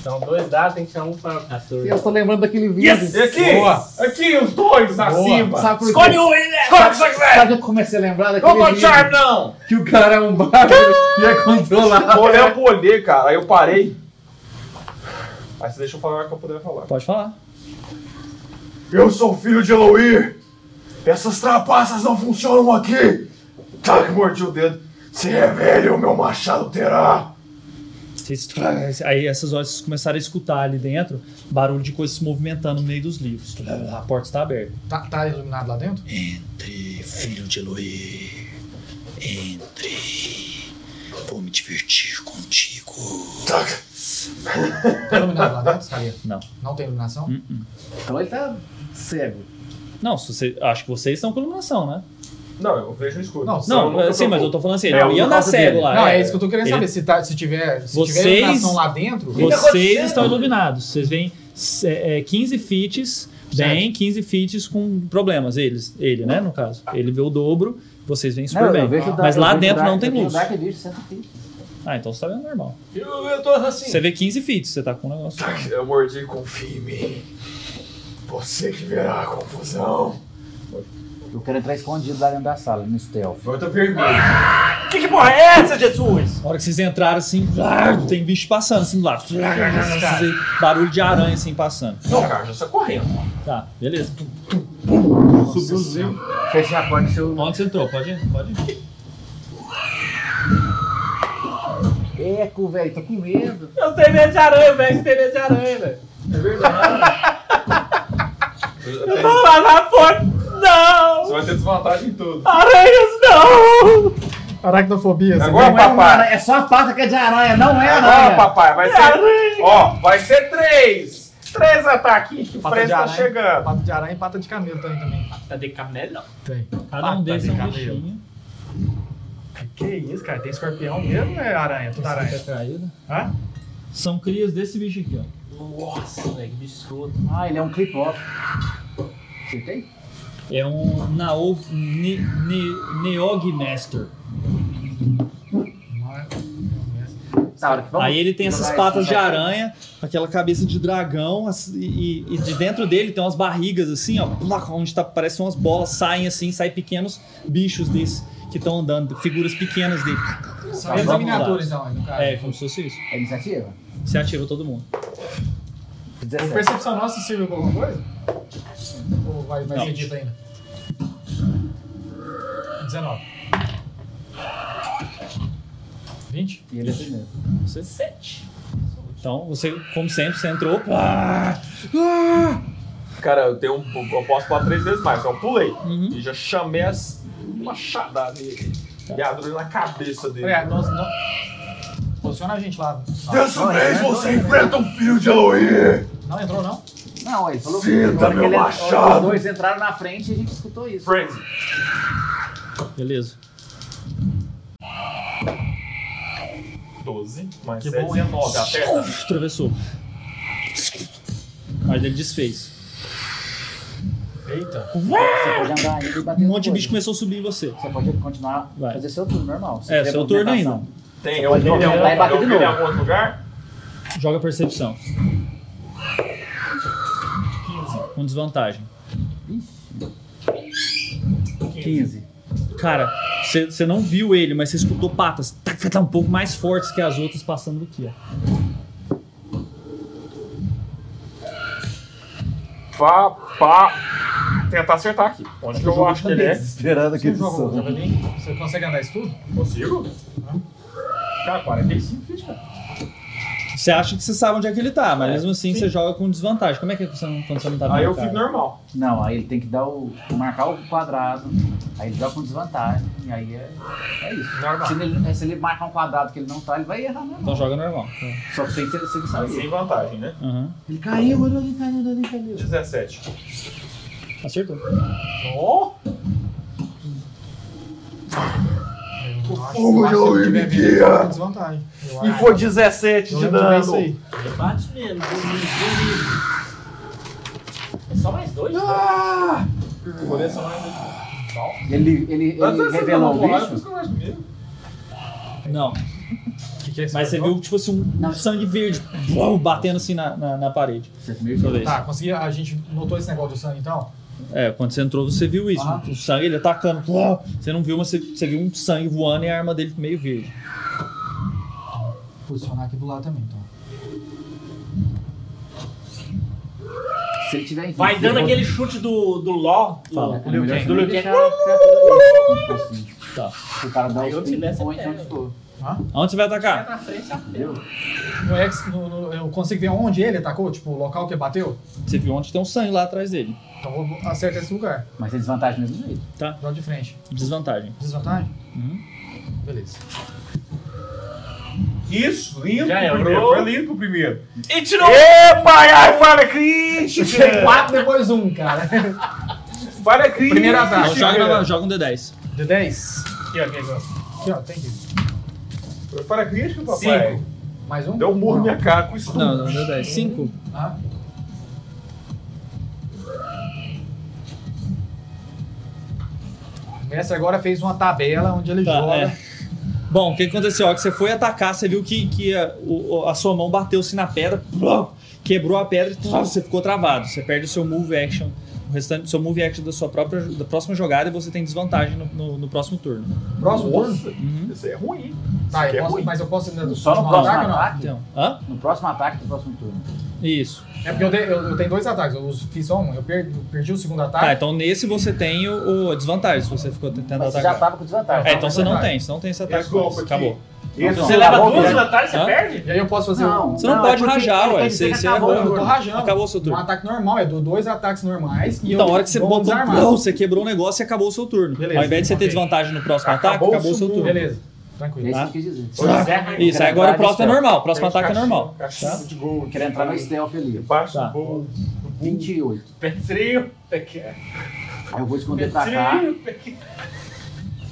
[SPEAKER 10] Então, dois dados, tem que tirar um para 14.
[SPEAKER 7] Eu tô lembrando daquele vídeo.
[SPEAKER 1] Yes! E aqui! Aqui, os dois acima!
[SPEAKER 7] Sabe por
[SPEAKER 1] Escolhe
[SPEAKER 7] quê?
[SPEAKER 1] um aí, né? Escolhe o
[SPEAKER 7] Sabe,
[SPEAKER 1] que você
[SPEAKER 7] sabe,
[SPEAKER 1] quiser.
[SPEAKER 7] o que eu comecei a lembrar daquele
[SPEAKER 1] Não tô
[SPEAKER 7] vídeo?
[SPEAKER 1] charme, não!
[SPEAKER 7] Que o cara é um bárbaro e é controlado.
[SPEAKER 1] Olhando pro olhei, cara, aí eu parei. Aí você deixa eu falar o que eu puder falar.
[SPEAKER 4] Pode falar.
[SPEAKER 1] Eu sou filho de Eloir!
[SPEAKER 33] Essas trapaças não funcionam aqui! Tá que mordi o dedo. Se revele, o meu machado terá!
[SPEAKER 4] Vocês- Aí essas horas vocês começaram a escutar ali dentro barulho de coisas se movimentando no meio dos livros. A porta está aberta.
[SPEAKER 7] Tá, tá iluminado lá dentro?
[SPEAKER 18] Entre, filho de Eloy. Entre. Vou me divertir contigo.
[SPEAKER 7] Tá iluminado lá dentro, Scalia?
[SPEAKER 4] Não.
[SPEAKER 7] Não tem iluminação?
[SPEAKER 4] Então ele tá cego. Não, se você, acho que vocês estão com iluminação, né?
[SPEAKER 1] Não, eu vejo escuro.
[SPEAKER 4] Não, sim, mas eu tô falando assim,
[SPEAKER 1] É,
[SPEAKER 4] ele não ia andar cego lá.
[SPEAKER 7] Não, é, isso que eu tô querendo
[SPEAKER 4] Ah,
[SPEAKER 7] saber.
[SPEAKER 4] Ele-
[SPEAKER 7] Se, tá- se tiver, se
[SPEAKER 4] Vocês,
[SPEAKER 7] tiver iluminação lá dentro.
[SPEAKER 4] vocês estão iluminados. Vocês veem é, é, 15 fits, bem 15 fits com problemas. Eles, ele, né, no caso. Ele vê o dobro, vocês veem super
[SPEAKER 3] Não, eu
[SPEAKER 4] bem.
[SPEAKER 3] vejo o Dark-
[SPEAKER 4] Mas
[SPEAKER 3] eu
[SPEAKER 4] lá
[SPEAKER 3] vejo o
[SPEAKER 4] dentro
[SPEAKER 3] Dark-
[SPEAKER 4] não tem
[SPEAKER 3] eu tenho
[SPEAKER 4] luz.
[SPEAKER 3] o Dark Vision, 100 feet.
[SPEAKER 4] Ah, então você tá vendo normal.
[SPEAKER 3] Eu, eu tô assim.
[SPEAKER 4] Você vê 15 fits, você tá com um negócio.
[SPEAKER 34] Eu mordi, confia em mim. Você que verá a confusão.
[SPEAKER 3] Eu quero entrar escondido lá dentro da sala, no stealth.
[SPEAKER 1] Eu tô vermelho.
[SPEAKER 4] Que, que porra é essa, Jesus? Na hora que vocês entraram assim, vrr, tem bicho passando assim do lado. Vrr, vocês veem Barulho de aranha assim passando.
[SPEAKER 1] Não, cara, já saiu correndo.
[SPEAKER 4] Tá, beleza.
[SPEAKER 3] Subiu o
[SPEAKER 4] zinho.
[SPEAKER 3] Fechei a porta, seu.
[SPEAKER 4] Onde você entrou? Pode ir, pode ir.
[SPEAKER 3] Eco, velho, tô com medo.
[SPEAKER 5] Eu tenho medo de aranha, velho. Você tem medo de aranha, velho.
[SPEAKER 1] É verdade.
[SPEAKER 5] Eu tô lá na porta. Não!
[SPEAKER 1] Você vai ter desvantagem em tudo.
[SPEAKER 5] Aranhas não!
[SPEAKER 7] Aracnofobia.
[SPEAKER 1] Agora,
[SPEAKER 7] você vê?
[SPEAKER 1] papai.
[SPEAKER 3] É só a pata que é de aranha, não é
[SPEAKER 1] Agora,
[SPEAKER 3] aranha.
[SPEAKER 1] papai, vai ser. Ó, vai ser três. Três ataques que o
[SPEAKER 7] Pata
[SPEAKER 1] Fred
[SPEAKER 7] de
[SPEAKER 1] tá
[SPEAKER 7] aranha.
[SPEAKER 1] chegando.
[SPEAKER 7] Pata de aranha e pata de camelo tem também.
[SPEAKER 5] Pata de camelo não.
[SPEAKER 7] Tem.
[SPEAKER 4] Cada um desses é um bichinho.
[SPEAKER 7] Que isso, cara? Tem escorpião mesmo ou é aranha?
[SPEAKER 3] Tá,
[SPEAKER 7] Tudo aranha. Hã?
[SPEAKER 4] São crias desse bicho aqui, ó.
[SPEAKER 5] Nossa, velho, que bicho escroto.
[SPEAKER 3] Ah, ele é um clip-off. Acertei?
[SPEAKER 4] É um Nao, ne, ne, Neog Master. Aí ele tem essas patas de aranha, aquela cabeça de dragão, as- e, e- e de dentro dele tem umas barrigas assim, ó, plac, onde tá, parece umas bolas, saem assim, saem pequenos bichos desse que estão andando, figuras pequenas dele.
[SPEAKER 7] São eles miniaturas, então, aí, no caso.
[SPEAKER 4] É, como se fosse isso.
[SPEAKER 3] É iniciativa?
[SPEAKER 4] Você ativa todo mundo.
[SPEAKER 7] Por percepção nossa serviu pra alguma coisa? Ou vai, vai ser dito ainda? 19. 20?
[SPEAKER 3] E ele é primeiro.
[SPEAKER 4] Você 7. Então, você, como sempre, você entrou. pá, ah,
[SPEAKER 1] Cara, eu tenho um. Eu posso pular três vezes mais, então eu pulei.
[SPEAKER 4] Uhum.
[SPEAKER 1] E já chamei as machadadas nele. E a dor na cabeça dele.
[SPEAKER 7] É, nós, nós- Posiciona a gente lá.
[SPEAKER 34] Dessa
[SPEAKER 7] Ah,
[SPEAKER 34] vez
[SPEAKER 7] não, não,
[SPEAKER 34] você
[SPEAKER 7] não, não.
[SPEAKER 34] enfrenta um filho de Eloy.
[SPEAKER 7] Não entrou, não?
[SPEAKER 3] Não, ele falou
[SPEAKER 34] Sinta,
[SPEAKER 3] na hora que
[SPEAKER 34] meu
[SPEAKER 3] ele-
[SPEAKER 34] machado.
[SPEAKER 3] Os dois entraram na frente e a gente escutou isso.
[SPEAKER 1] Frenzy.
[SPEAKER 4] Beleza.
[SPEAKER 1] 12, mais
[SPEAKER 4] Que
[SPEAKER 3] é
[SPEAKER 1] 7,
[SPEAKER 4] bom, hein?
[SPEAKER 1] 19. Acerta.
[SPEAKER 4] Atravessou. Mas ele desfez.
[SPEAKER 7] Eita.
[SPEAKER 3] Você pode andar ainda e bater
[SPEAKER 4] Um monte de bicho começou a subir em você.
[SPEAKER 3] Você pode continuar, fazer seu turno normal.
[SPEAKER 4] É, seu turno ainda.
[SPEAKER 1] Tem,
[SPEAKER 3] Você
[SPEAKER 1] eu
[SPEAKER 3] pode
[SPEAKER 1] vi ele em
[SPEAKER 3] movimentar e bater
[SPEAKER 1] algum- eu
[SPEAKER 3] de
[SPEAKER 1] vi ele em
[SPEAKER 3] novo.
[SPEAKER 1] algum outro lugar.
[SPEAKER 4] Joga percepção. Com desvantagem.
[SPEAKER 3] 15.
[SPEAKER 4] Cara, você você não viu ele, mas você escutou patas tá, tá, tá, um pouco mais fortes que as outras passando do que.
[SPEAKER 1] Pá, pá. Tentar acertar aqui. Onde que eu acho que ele é?
[SPEAKER 3] Esperando
[SPEAKER 7] Você jogou javelin? Você consegue andar isso tudo?
[SPEAKER 1] Consigo. Cara, 45 feet, cara.
[SPEAKER 4] Você acha que você sabe onde é que ele tá, mas mesmo assim você joga com desvantagem. Como é que é quando você não, quando você não tá
[SPEAKER 3] Aí eu
[SPEAKER 4] marcado?
[SPEAKER 3] fico
[SPEAKER 1] normal.
[SPEAKER 3] Não, aí ele tem que dar o. marcar o quadrado, aí ele joga com desvantagem, e aí é, é isso.
[SPEAKER 1] Normal.
[SPEAKER 3] Se ele, se ele marcar um quadrado que ele não tá, ele vai errar normal.
[SPEAKER 4] Então joga normal.
[SPEAKER 3] Só que sem ser sem
[SPEAKER 1] Mas
[SPEAKER 3] saber.
[SPEAKER 1] sem vantagem, né?
[SPEAKER 3] Ele caiu, ele caiu, ele caiu.
[SPEAKER 1] 17.
[SPEAKER 4] Acertou.
[SPEAKER 1] Ó!
[SPEAKER 7] Eu acho-
[SPEAKER 34] fogo
[SPEAKER 7] eu
[SPEAKER 34] de
[SPEAKER 7] acho que
[SPEAKER 34] Eloy
[SPEAKER 7] se tiver
[SPEAKER 34] me
[SPEAKER 7] vindo,
[SPEAKER 34] guia.
[SPEAKER 7] eu tô com desvantagem. Eu
[SPEAKER 34] E
[SPEAKER 7] acho.
[SPEAKER 34] foi 17
[SPEAKER 7] Eu
[SPEAKER 34] de
[SPEAKER 7] lembro bem
[SPEAKER 34] dano.
[SPEAKER 7] isso aí.
[SPEAKER 5] Bate mesmo, bonito, bonito. É só mais dois?
[SPEAKER 1] Ah!
[SPEAKER 5] Por isso, mais dois.
[SPEAKER 3] Ele, ele, ele
[SPEAKER 5] Mas você
[SPEAKER 3] revelou
[SPEAKER 5] tá na
[SPEAKER 3] o
[SPEAKER 5] porrada,
[SPEAKER 3] bicho?
[SPEAKER 4] Não.
[SPEAKER 3] é
[SPEAKER 4] Mas você viu, tipo assim, um um sangue verde uau, batendo assim na, na, na parede. Deixa eu ver
[SPEAKER 7] Tá,
[SPEAKER 4] isso.
[SPEAKER 7] consegui. A gente notou esse negócio do sangue então?
[SPEAKER 4] É, quando você entrou, você viu isso.
[SPEAKER 7] Ah.
[SPEAKER 4] O sangue, ele atacando. uau. Você não viu, mas você, você viu um sangue voando e a arma dele meio verde.
[SPEAKER 7] Posicionar aqui do lado também, então.
[SPEAKER 3] Se ele tiver em
[SPEAKER 5] Vai
[SPEAKER 3] quinze,
[SPEAKER 5] dando
[SPEAKER 3] ele-
[SPEAKER 5] aquele chute do, do Ló, do,
[SPEAKER 3] Fala,
[SPEAKER 5] do
[SPEAKER 3] é
[SPEAKER 5] Liu
[SPEAKER 3] melhor
[SPEAKER 5] Kang.
[SPEAKER 3] você
[SPEAKER 5] Do
[SPEAKER 3] não
[SPEAKER 5] Liu Kang.
[SPEAKER 3] deixar- Se o cara dá
[SPEAKER 4] Tá.
[SPEAKER 3] o
[SPEAKER 5] eu
[SPEAKER 3] spin,
[SPEAKER 5] tivesse,
[SPEAKER 3] põe onde for.
[SPEAKER 4] Aonde você vai atacar?
[SPEAKER 7] na frente, ateu. No ex, no- no- eu consigo ver onde ele atacou? Tipo, o local que bateu?
[SPEAKER 4] Você viu onde tem um sangue lá atrás dele.
[SPEAKER 7] Então eu vou acertar esse lugar.
[SPEAKER 4] Mas tem desvantagem mesmo jeito. Tá.
[SPEAKER 7] Jogo de frente.
[SPEAKER 4] Desvantagem.
[SPEAKER 7] Desvantagem?
[SPEAKER 4] Uhum.
[SPEAKER 7] Beleza.
[SPEAKER 1] Isso, lindo.
[SPEAKER 7] Já
[SPEAKER 1] pro
[SPEAKER 7] errou.
[SPEAKER 1] primeiro, Foi lindo pro primeiro.
[SPEAKER 7] E
[SPEAKER 1] tirou-
[SPEAKER 7] ai,
[SPEAKER 1] falha crítica!
[SPEAKER 3] é?
[SPEAKER 7] Tirei quatro, depois um, cara.
[SPEAKER 1] Falha crítica!
[SPEAKER 7] Primeiro
[SPEAKER 5] Ah,
[SPEAKER 7] ataque.
[SPEAKER 4] Joga, na- joga um D10.
[SPEAKER 7] D10. Aqui, ó, aqui, agora. Aqui, ó, tem que.
[SPEAKER 1] Para crítica, papai.
[SPEAKER 7] Cinco. Mais um?
[SPEAKER 1] Deu um murro na minha cara com isso.
[SPEAKER 4] Não, não, deu 10. 5?
[SPEAKER 7] Ah. O mestre agora fez uma tabela onde ele
[SPEAKER 4] Tá,
[SPEAKER 7] joga.
[SPEAKER 4] é. Bom, o que aconteceu? A hora que você foi atacar, você viu que, que a, o- o- a sua mão bateu-se na pedra, plum, quebrou a pedra e tum, você ficou travado. Você perde o seu move action, o restante do seu move action da sua própria da próxima jogada e você tem desvantagem no, no- no próximo turno. Uhum.
[SPEAKER 7] Próximo turno?
[SPEAKER 1] Isso aí é ruim.
[SPEAKER 7] Tá, eu
[SPEAKER 4] é
[SPEAKER 7] posso,
[SPEAKER 4] ruim.
[SPEAKER 7] mas eu posso ainda
[SPEAKER 4] Só no
[SPEAKER 7] continuar
[SPEAKER 4] próximo
[SPEAKER 7] ou não?
[SPEAKER 4] ataque? Então, hã?
[SPEAKER 5] No próximo ataque do próximo turno.
[SPEAKER 4] Isso.
[SPEAKER 7] É porque eu, dei- eu- eu tenho dois ataques, eu uso- fiz só um, eu perdi, perdi o segundo ataque.
[SPEAKER 4] Tá, então nesse você tem o, o desvantagem, se você ficou tentando
[SPEAKER 7] Mas você
[SPEAKER 4] atacar.
[SPEAKER 7] já tava com desvantagem.
[SPEAKER 4] É, então você não
[SPEAKER 7] Desvantagem.
[SPEAKER 4] tem, você não tem esse
[SPEAKER 7] Esse
[SPEAKER 4] ataque.
[SPEAKER 7] golpe
[SPEAKER 4] mais,
[SPEAKER 7] aqui.
[SPEAKER 4] acabou.
[SPEAKER 7] Esse
[SPEAKER 4] Então,
[SPEAKER 7] você leva
[SPEAKER 4] acabou,
[SPEAKER 7] duas
[SPEAKER 4] né?
[SPEAKER 7] vantagens, você
[SPEAKER 4] Hã?
[SPEAKER 7] perde? E aí eu posso fazer um-
[SPEAKER 4] Você não,
[SPEAKER 7] Não,
[SPEAKER 4] pode
[SPEAKER 7] é porque
[SPEAKER 4] rajar,
[SPEAKER 7] ele
[SPEAKER 4] ué.
[SPEAKER 7] tá
[SPEAKER 4] Você,
[SPEAKER 7] dizendo
[SPEAKER 4] você
[SPEAKER 7] que acabou,
[SPEAKER 4] errou.
[SPEAKER 7] eu tô rajando.
[SPEAKER 4] Acabou o seu
[SPEAKER 7] Um
[SPEAKER 4] turno.
[SPEAKER 7] ataque normal, eu dou dois ataques normais e
[SPEAKER 4] Então,
[SPEAKER 7] eu
[SPEAKER 4] a hora que você
[SPEAKER 7] dou um
[SPEAKER 4] botou.
[SPEAKER 7] desarmado.
[SPEAKER 4] Não, você quebrou o negócio e acabou o seu turno.
[SPEAKER 7] Beleza,
[SPEAKER 4] Ao invés de você
[SPEAKER 7] ok.
[SPEAKER 4] ter desvantagem no próximo
[SPEAKER 7] Acabou
[SPEAKER 4] ataque, Tá, acabou
[SPEAKER 7] o
[SPEAKER 4] o seu turno.
[SPEAKER 7] segundo. Beleza, tranquilo.
[SPEAKER 4] Tá?
[SPEAKER 7] Isso que eu quis dizer.
[SPEAKER 4] Isso, Isso, aí agora o próximo é normal. O próximo ataque é normal.
[SPEAKER 1] Cachorro de gol.
[SPEAKER 5] Quero entrar no stealth ali.
[SPEAKER 1] Debaixo
[SPEAKER 5] tá.
[SPEAKER 1] do gol.
[SPEAKER 5] 28.
[SPEAKER 10] Petrinho. Petrinho.
[SPEAKER 5] Aí eu vou esconder pra cá.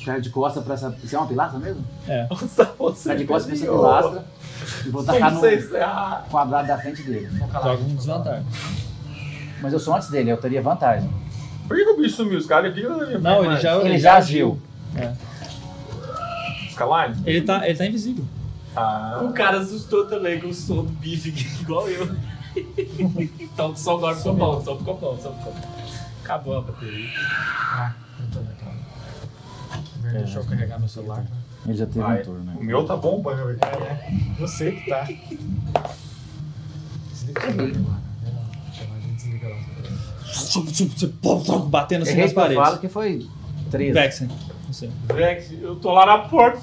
[SPEAKER 5] Cara de costa pra essa. Isso é uma pilastra mesmo?
[SPEAKER 4] É.
[SPEAKER 5] Cara tá de costa pra essa
[SPEAKER 1] melhor.
[SPEAKER 5] pilastra. E vou tacar no
[SPEAKER 1] Sem cessar.
[SPEAKER 5] quadrado da frente dele.
[SPEAKER 4] Joga um desvantagem.
[SPEAKER 5] Mas eu sou antes dele, eu teria vantagem.
[SPEAKER 1] Por que, que o bicho sumiu? Os caras aqui. né?
[SPEAKER 4] Não, ele já,
[SPEAKER 5] Ele já agiu.
[SPEAKER 1] Skyline?
[SPEAKER 4] Ele tá, ele tá invisível.
[SPEAKER 1] Ah.
[SPEAKER 10] O cara assustou também com o som do bife aqui, igual eu. então só agora ficou bom, só ficou bom, só ficou bom. Acabou a bateria.
[SPEAKER 7] Ah, eu tô naquela.
[SPEAKER 4] É,
[SPEAKER 7] Deixa eu carregar meu celular.
[SPEAKER 5] Ele já teve
[SPEAKER 1] Vai.
[SPEAKER 5] um turno.
[SPEAKER 1] O meu tá bom, pai.
[SPEAKER 7] É, Você que tá. Desliga o celular agora. A gente desliga lá.
[SPEAKER 4] Batendo assim
[SPEAKER 5] Errei
[SPEAKER 4] nas
[SPEAKER 5] que eu
[SPEAKER 4] paredes.
[SPEAKER 5] falo que foi 13.
[SPEAKER 4] Vexen. Você.
[SPEAKER 1] Vex, eu tô lá na porta.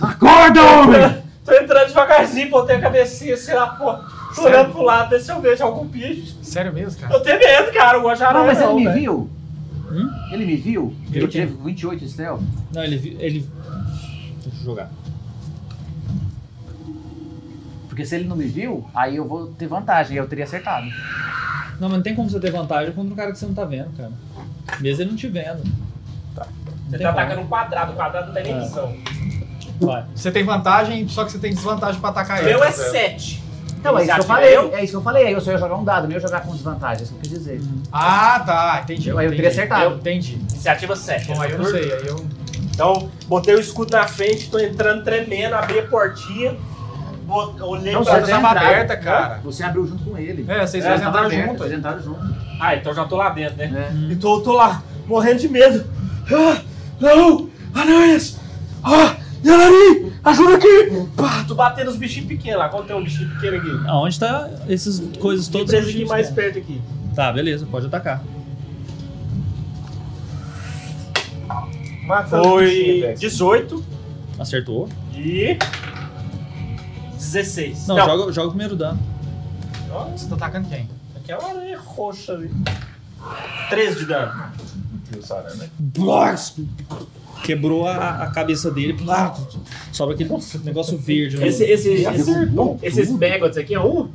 [SPEAKER 5] Acorda, homem!
[SPEAKER 10] Tô entrando devagarzinho, botei a cabecinha assim na porta. Tô olhando pro lado, ver se eu vejo algum bicho.
[SPEAKER 7] Sério mesmo, cara?
[SPEAKER 10] Eu tenho medo, cara, eu gosto de
[SPEAKER 5] Não,
[SPEAKER 10] aranha
[SPEAKER 5] mas é ele
[SPEAKER 10] não,
[SPEAKER 5] me
[SPEAKER 10] velho.
[SPEAKER 5] viu? Hum? Ele me viu?
[SPEAKER 4] Viu
[SPEAKER 5] Eu tirei 28 stealth.
[SPEAKER 4] Não, ele, vi- ele. Deixa eu jogar.
[SPEAKER 5] Porque se ele não me viu, aí eu vou ter vantagem, eu teria acertado.
[SPEAKER 4] Não, mas não tem como você ter vantagem contra um cara que você não tá vendo, cara. Mesmo ele não te vendo. tem
[SPEAKER 10] Você
[SPEAKER 4] como.
[SPEAKER 10] tá atacando um quadrado, o quadrado não tem nem
[SPEAKER 4] É.
[SPEAKER 10] visão.
[SPEAKER 4] Vai.
[SPEAKER 7] Você tem vantagem, só que você tem desvantagem pra atacar ele.
[SPEAKER 10] Meu é 7.
[SPEAKER 5] Então, é isso que eu falei. É isso que eu falei. Aí eu só ia jogar um dado, não ia jogar com desvantagem. É isso que eu quis dizer.
[SPEAKER 7] Ah, tá, entendi.
[SPEAKER 5] Eu- aí eu teria
[SPEAKER 7] entendi.
[SPEAKER 5] acertado.
[SPEAKER 7] Eu entendi.
[SPEAKER 10] Iniciativa 7.
[SPEAKER 7] Bom, aí eu não sei, aí eu.
[SPEAKER 10] Então, botei o escudo na frente, tô entrando tremendo, abri a portinha, bot- olhei
[SPEAKER 7] Não,
[SPEAKER 10] pra
[SPEAKER 1] tá
[SPEAKER 7] você tava aberta, cara.
[SPEAKER 5] Você abriu junto com ele.
[SPEAKER 7] É, vocês
[SPEAKER 10] É,
[SPEAKER 7] dois
[SPEAKER 10] tava
[SPEAKER 7] entraram
[SPEAKER 10] aberto,
[SPEAKER 7] junto.
[SPEAKER 5] Vocês entraram junto.
[SPEAKER 10] Ah, então já tô lá dentro, né? E tô, tô lá, morrendo de medo. Ah, não! Aranhas! Ah, Yalari! Ajuda aqui! Pá, tô batendo os bichinhos pequenos lá. Qual tem um bichinho pequeno aqui?
[SPEAKER 4] Aonde tá essas coisas
[SPEAKER 10] Tô
[SPEAKER 4] todas?
[SPEAKER 10] preso
[SPEAKER 4] onde
[SPEAKER 10] aqui
[SPEAKER 4] você
[SPEAKER 10] mais
[SPEAKER 4] tem?
[SPEAKER 10] perto aqui.
[SPEAKER 4] Tá, beleza, pode atacar.
[SPEAKER 35] tá.
[SPEAKER 4] né?
[SPEAKER 1] Mata
[SPEAKER 10] Foi 18
[SPEAKER 4] Acertou.
[SPEAKER 10] e 16.
[SPEAKER 4] Não, Joga, joga o primeiro dano.
[SPEAKER 7] Você tá atacando quem?
[SPEAKER 10] Aquela aranha roxa ali. 13 de dano.
[SPEAKER 35] né?
[SPEAKER 4] Blocks! Quebrou a, a cabeça dele. Plá! Sobra aquele negócio verde. né? no-
[SPEAKER 10] Esse, esse, esse- esses megots aqui é um?